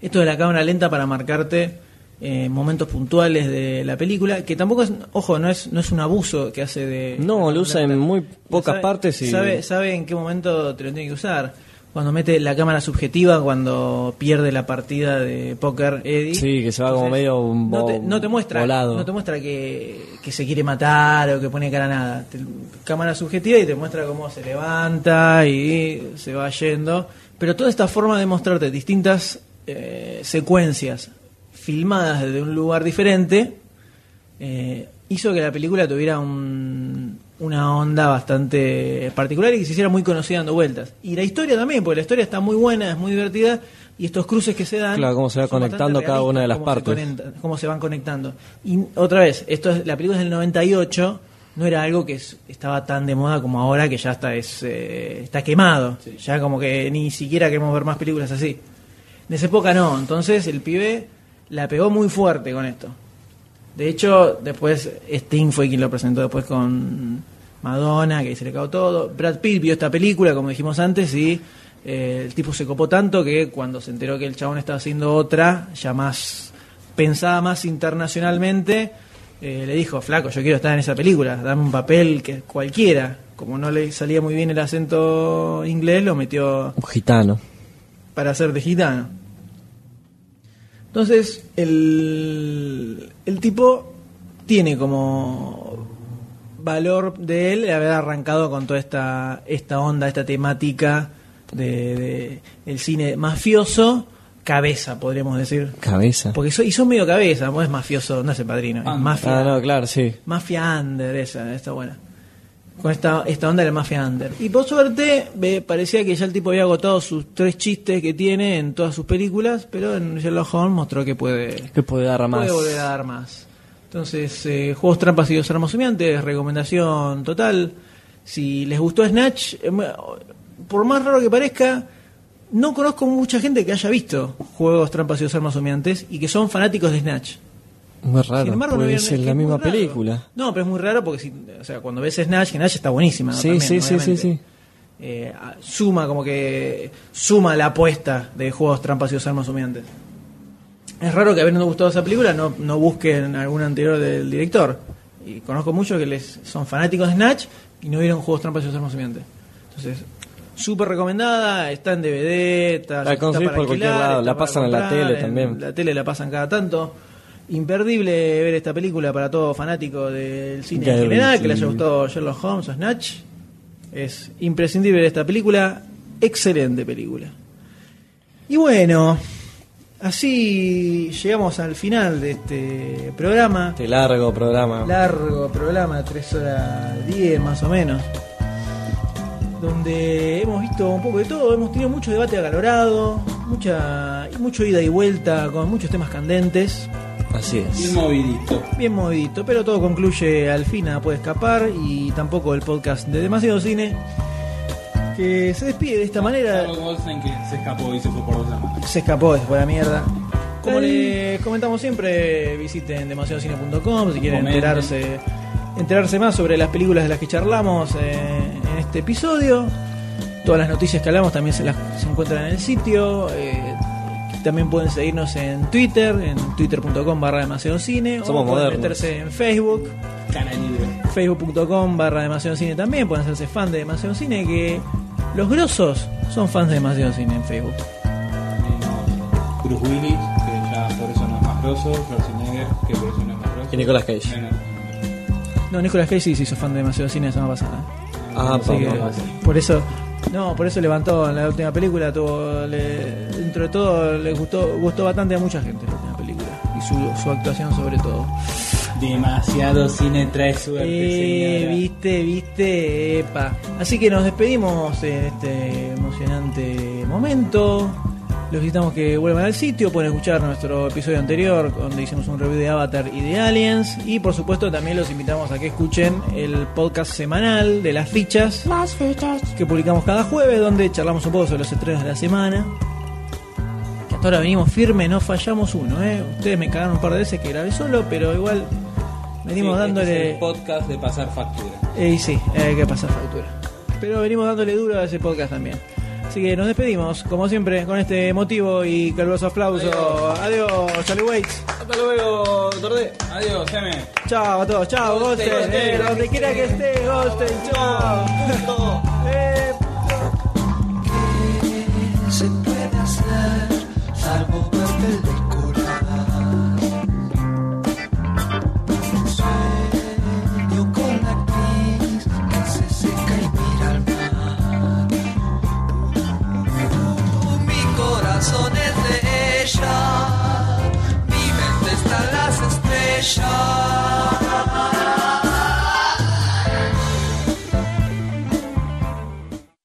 Speaker 2: Esto de la cámara lenta para marcarte eh, momentos puntuales de la película, que tampoco es, ojo, no es, no es un abuso que hace de...
Speaker 4: No, lo usa en muy pocas
Speaker 2: sabe-
Speaker 4: partes y...
Speaker 2: Sabe, sabe en qué momento te lo tiene que usar. Cuando mete la cámara subjetiva, cuando pierde la partida de póker Eddie.
Speaker 4: Sí, que se va como
Speaker 2: Entonces,
Speaker 4: medio un
Speaker 2: no te,
Speaker 4: bo-
Speaker 2: no te muestra,
Speaker 4: volado.
Speaker 2: no te muestra que, que se quiere matar o que pone cara a nada. Te- cámara subjetiva y te muestra cómo se levanta y se va yendo. Pero toda esta forma de mostrarte distintas eh, secuencias filmadas desde un lugar diferente eh, hizo que la película tuviera un- una onda bastante particular y que se hiciera muy conocida dando vueltas. Y la historia también, porque la historia está muy buena, es muy divertida y estos cruces que se dan
Speaker 4: Claro, cómo se va
Speaker 2: son
Speaker 4: conectando
Speaker 2: bastante
Speaker 4: cada una de las
Speaker 2: realistas, cómo se
Speaker 4: partes.
Speaker 2: conecta- cómo se van conectando. Y otra vez, esto es, la película es del 98, no era algo que es- estaba tan de moda como ahora que ya está, es, eh, está quemado. Ya como que ni siquiera queremos ver más películas así. En esa época no, entonces el pibe la pegó muy fuerte con esto. De hecho, después Sting fue quien lo presentó después con Madonna, que se le cagó todo. Brad Pitt vio esta película, como dijimos antes, y eh, el tipo se copó tanto que cuando se enteró que el chabón estaba haciendo otra, ya más pensada más internacionalmente, eh, le dijo, flaco, yo quiero estar en esa película, dame un papel que cualquiera. Como no le salía muy bien el acento inglés, lo metió
Speaker 4: Un gitano.
Speaker 2: para ser de gitano. Entonces, el, el tipo tiene como valor de él haber arrancado con toda esta, esta onda, esta temática de, de- el cine mafioso, cabeza, podríamos decir.
Speaker 9: Ah.
Speaker 4: Cabeza.
Speaker 2: Porque so- y son medio cabeza, no es mafioso, no es el padrino, es mafia.
Speaker 4: Ah, no, claro, sí.
Speaker 2: Mafia Under, esa, está buena. Con esta, esta onda de la Mafia Under. Y por suerte, eh, parecía que ya el tipo había agotado sus tres chistes que tiene en todas sus películas, pero en Sherlock Holmes mostró que puede,
Speaker 4: Que puede dar a más.
Speaker 2: puede volver a dar más. Entonces, eh, Juegos Trampas y Dos Armas Humeantes, recomendación total. Si les gustó Snatch, eh, me- por más raro que parezca, no conozco mucha gente que haya visto Juegos Trampas y Dos Armas Humeantes y que son fanáticos de Snatch.
Speaker 4: Muy raro.
Speaker 2: Sin embargo, no
Speaker 4: porque
Speaker 2: vieron-
Speaker 4: es
Speaker 2: es que
Speaker 4: la
Speaker 2: es muy
Speaker 4: misma
Speaker 2: raro.
Speaker 4: película.
Speaker 2: No, pero es muy raro porque si, o sea, cuando ves Snatch, que Snatch está buenísima. ¿no?
Speaker 4: Sí,
Speaker 2: También,
Speaker 4: sí, sí,
Speaker 2: obviamente.
Speaker 4: sí, sí.
Speaker 2: Eh, a- suma como que suma la apuesta de juegos trampas y dos armas humeantes. Es raro que habiendo gustado esa película no, no busquen alguna anterior del director. Y conozco muchos que les son fanáticos de Snatch y no vieron juegos trampas y dos armas humeantes. Entonces, súper recomendada, está en DVD, está,
Speaker 4: La
Speaker 2: está
Speaker 4: conseguís
Speaker 2: para
Speaker 4: por cualquier
Speaker 2: alquilar,
Speaker 4: lado,
Speaker 2: está
Speaker 4: la
Speaker 2: para
Speaker 4: pasan en la
Speaker 2: comprar,
Speaker 4: tele
Speaker 2: en
Speaker 4: también.
Speaker 2: La tele la pasan cada tanto. Imperdible ver esta película para todo fanático del cine en
Speaker 4: Gabriel,
Speaker 2: general, que le haya
Speaker 4: sí.
Speaker 2: gustado Sherlock Holmes o Snatch. Es imprescindible ver esta película, excelente película. Y bueno, así llegamos al final de este programa.
Speaker 4: Este largo programa.
Speaker 2: Largo programa, 3 horas 10 más o menos. Donde hemos visto un poco de todo, hemos tenido mucho debate acalorado, mucha, mucho ida y vuelta con muchos temas candentes.
Speaker 4: Así es.
Speaker 22: Bien movidito.
Speaker 2: Bien movidito, pero todo concluye al fin, nada puede escapar y tampoco el podcast de Demasiado Cine, que se despide de esta manera.
Speaker 1: Salvo Goldstein que se escapó y se fue por dos semanas.
Speaker 2: Se escapó, se fue a la mierda. Eh. Como les comentamos siempre, visiten demasiadocine.com si quieren
Speaker 1: Comenten.
Speaker 2: enterarse, enterarse más sobre las películas de las que charlamos eh, en este episodio. Todas las noticias que hablamos también se las se encuentran en el sitio. eh, también pueden seguirnos en Twitter, en twitter.com barra demasiado cine.
Speaker 4: Somos
Speaker 2: o pueden
Speaker 4: modernos.
Speaker 2: meterse en Facebook,
Speaker 1: Cara libre.
Speaker 2: facebook.com barra demasiado cine también. Pueden hacerse fan de demasiado cine, que los grosos son fans de demasiado cine en Facebook.
Speaker 1: Tenemos Eh, Bruce Willis, que ya por eso no es más grosso. Schwarzenegger, que por eso no es más grosso.
Speaker 4: Y Nicolas Cage.
Speaker 1: Bueno,
Speaker 2: No, Nicolas Cage sí se hizo fan de demasiado cine la semana pasada. ¿eh?
Speaker 4: Ah,
Speaker 2: Así que,
Speaker 4: papá.
Speaker 2: por eso, no, por eso levantó en la última película, tuvo, le- dentro de todo le gustó, gustó bastante a mucha gente la última película y su, su actuación sobre todo.
Speaker 1: Demasiado cine trae suerte,
Speaker 2: Eh,
Speaker 1: señora.
Speaker 2: viste, viste, epa. Así que nos despedimos en este emocionante momento. Los invitamos que vuelvan al sitio, pueden escuchar nuestro episodio anterior donde hicimos un review de Avatar y de Aliens. Y por supuesto también los invitamos a que escuchen el podcast semanal de las fichas.
Speaker 12: Las fichas.
Speaker 2: Que publicamos cada jueves donde charlamos un poco sobre los estrenos de la semana. Que hasta ahora venimos firme, no fallamos uno. ¿eh? Ustedes me cagaron un par de veces que grabé solo, pero igual venimos
Speaker 1: Sí, este es
Speaker 2: dándole...
Speaker 1: el podcast de pasar factura.
Speaker 2: Eh, sí, hay que pasar factura. Pero venimos dándole duro a ese podcast también. Así que nos despedimos, como siempre, con este motivo y caluroso aplauso. Adiós, Charlie Waits.
Speaker 1: Hasta luego, Tordé. Adiós, Geme.
Speaker 2: Chao a todos, chao,
Speaker 1: Gosten,
Speaker 2: Gosten. eh,
Speaker 1: Gosten.
Speaker 2: donde quiera que esté, Gosten, chao. Eh,
Speaker 8: se puede hacer salvo verte decorar. Sueño con la actriz que se seca y mira al mar. Mi corazón es de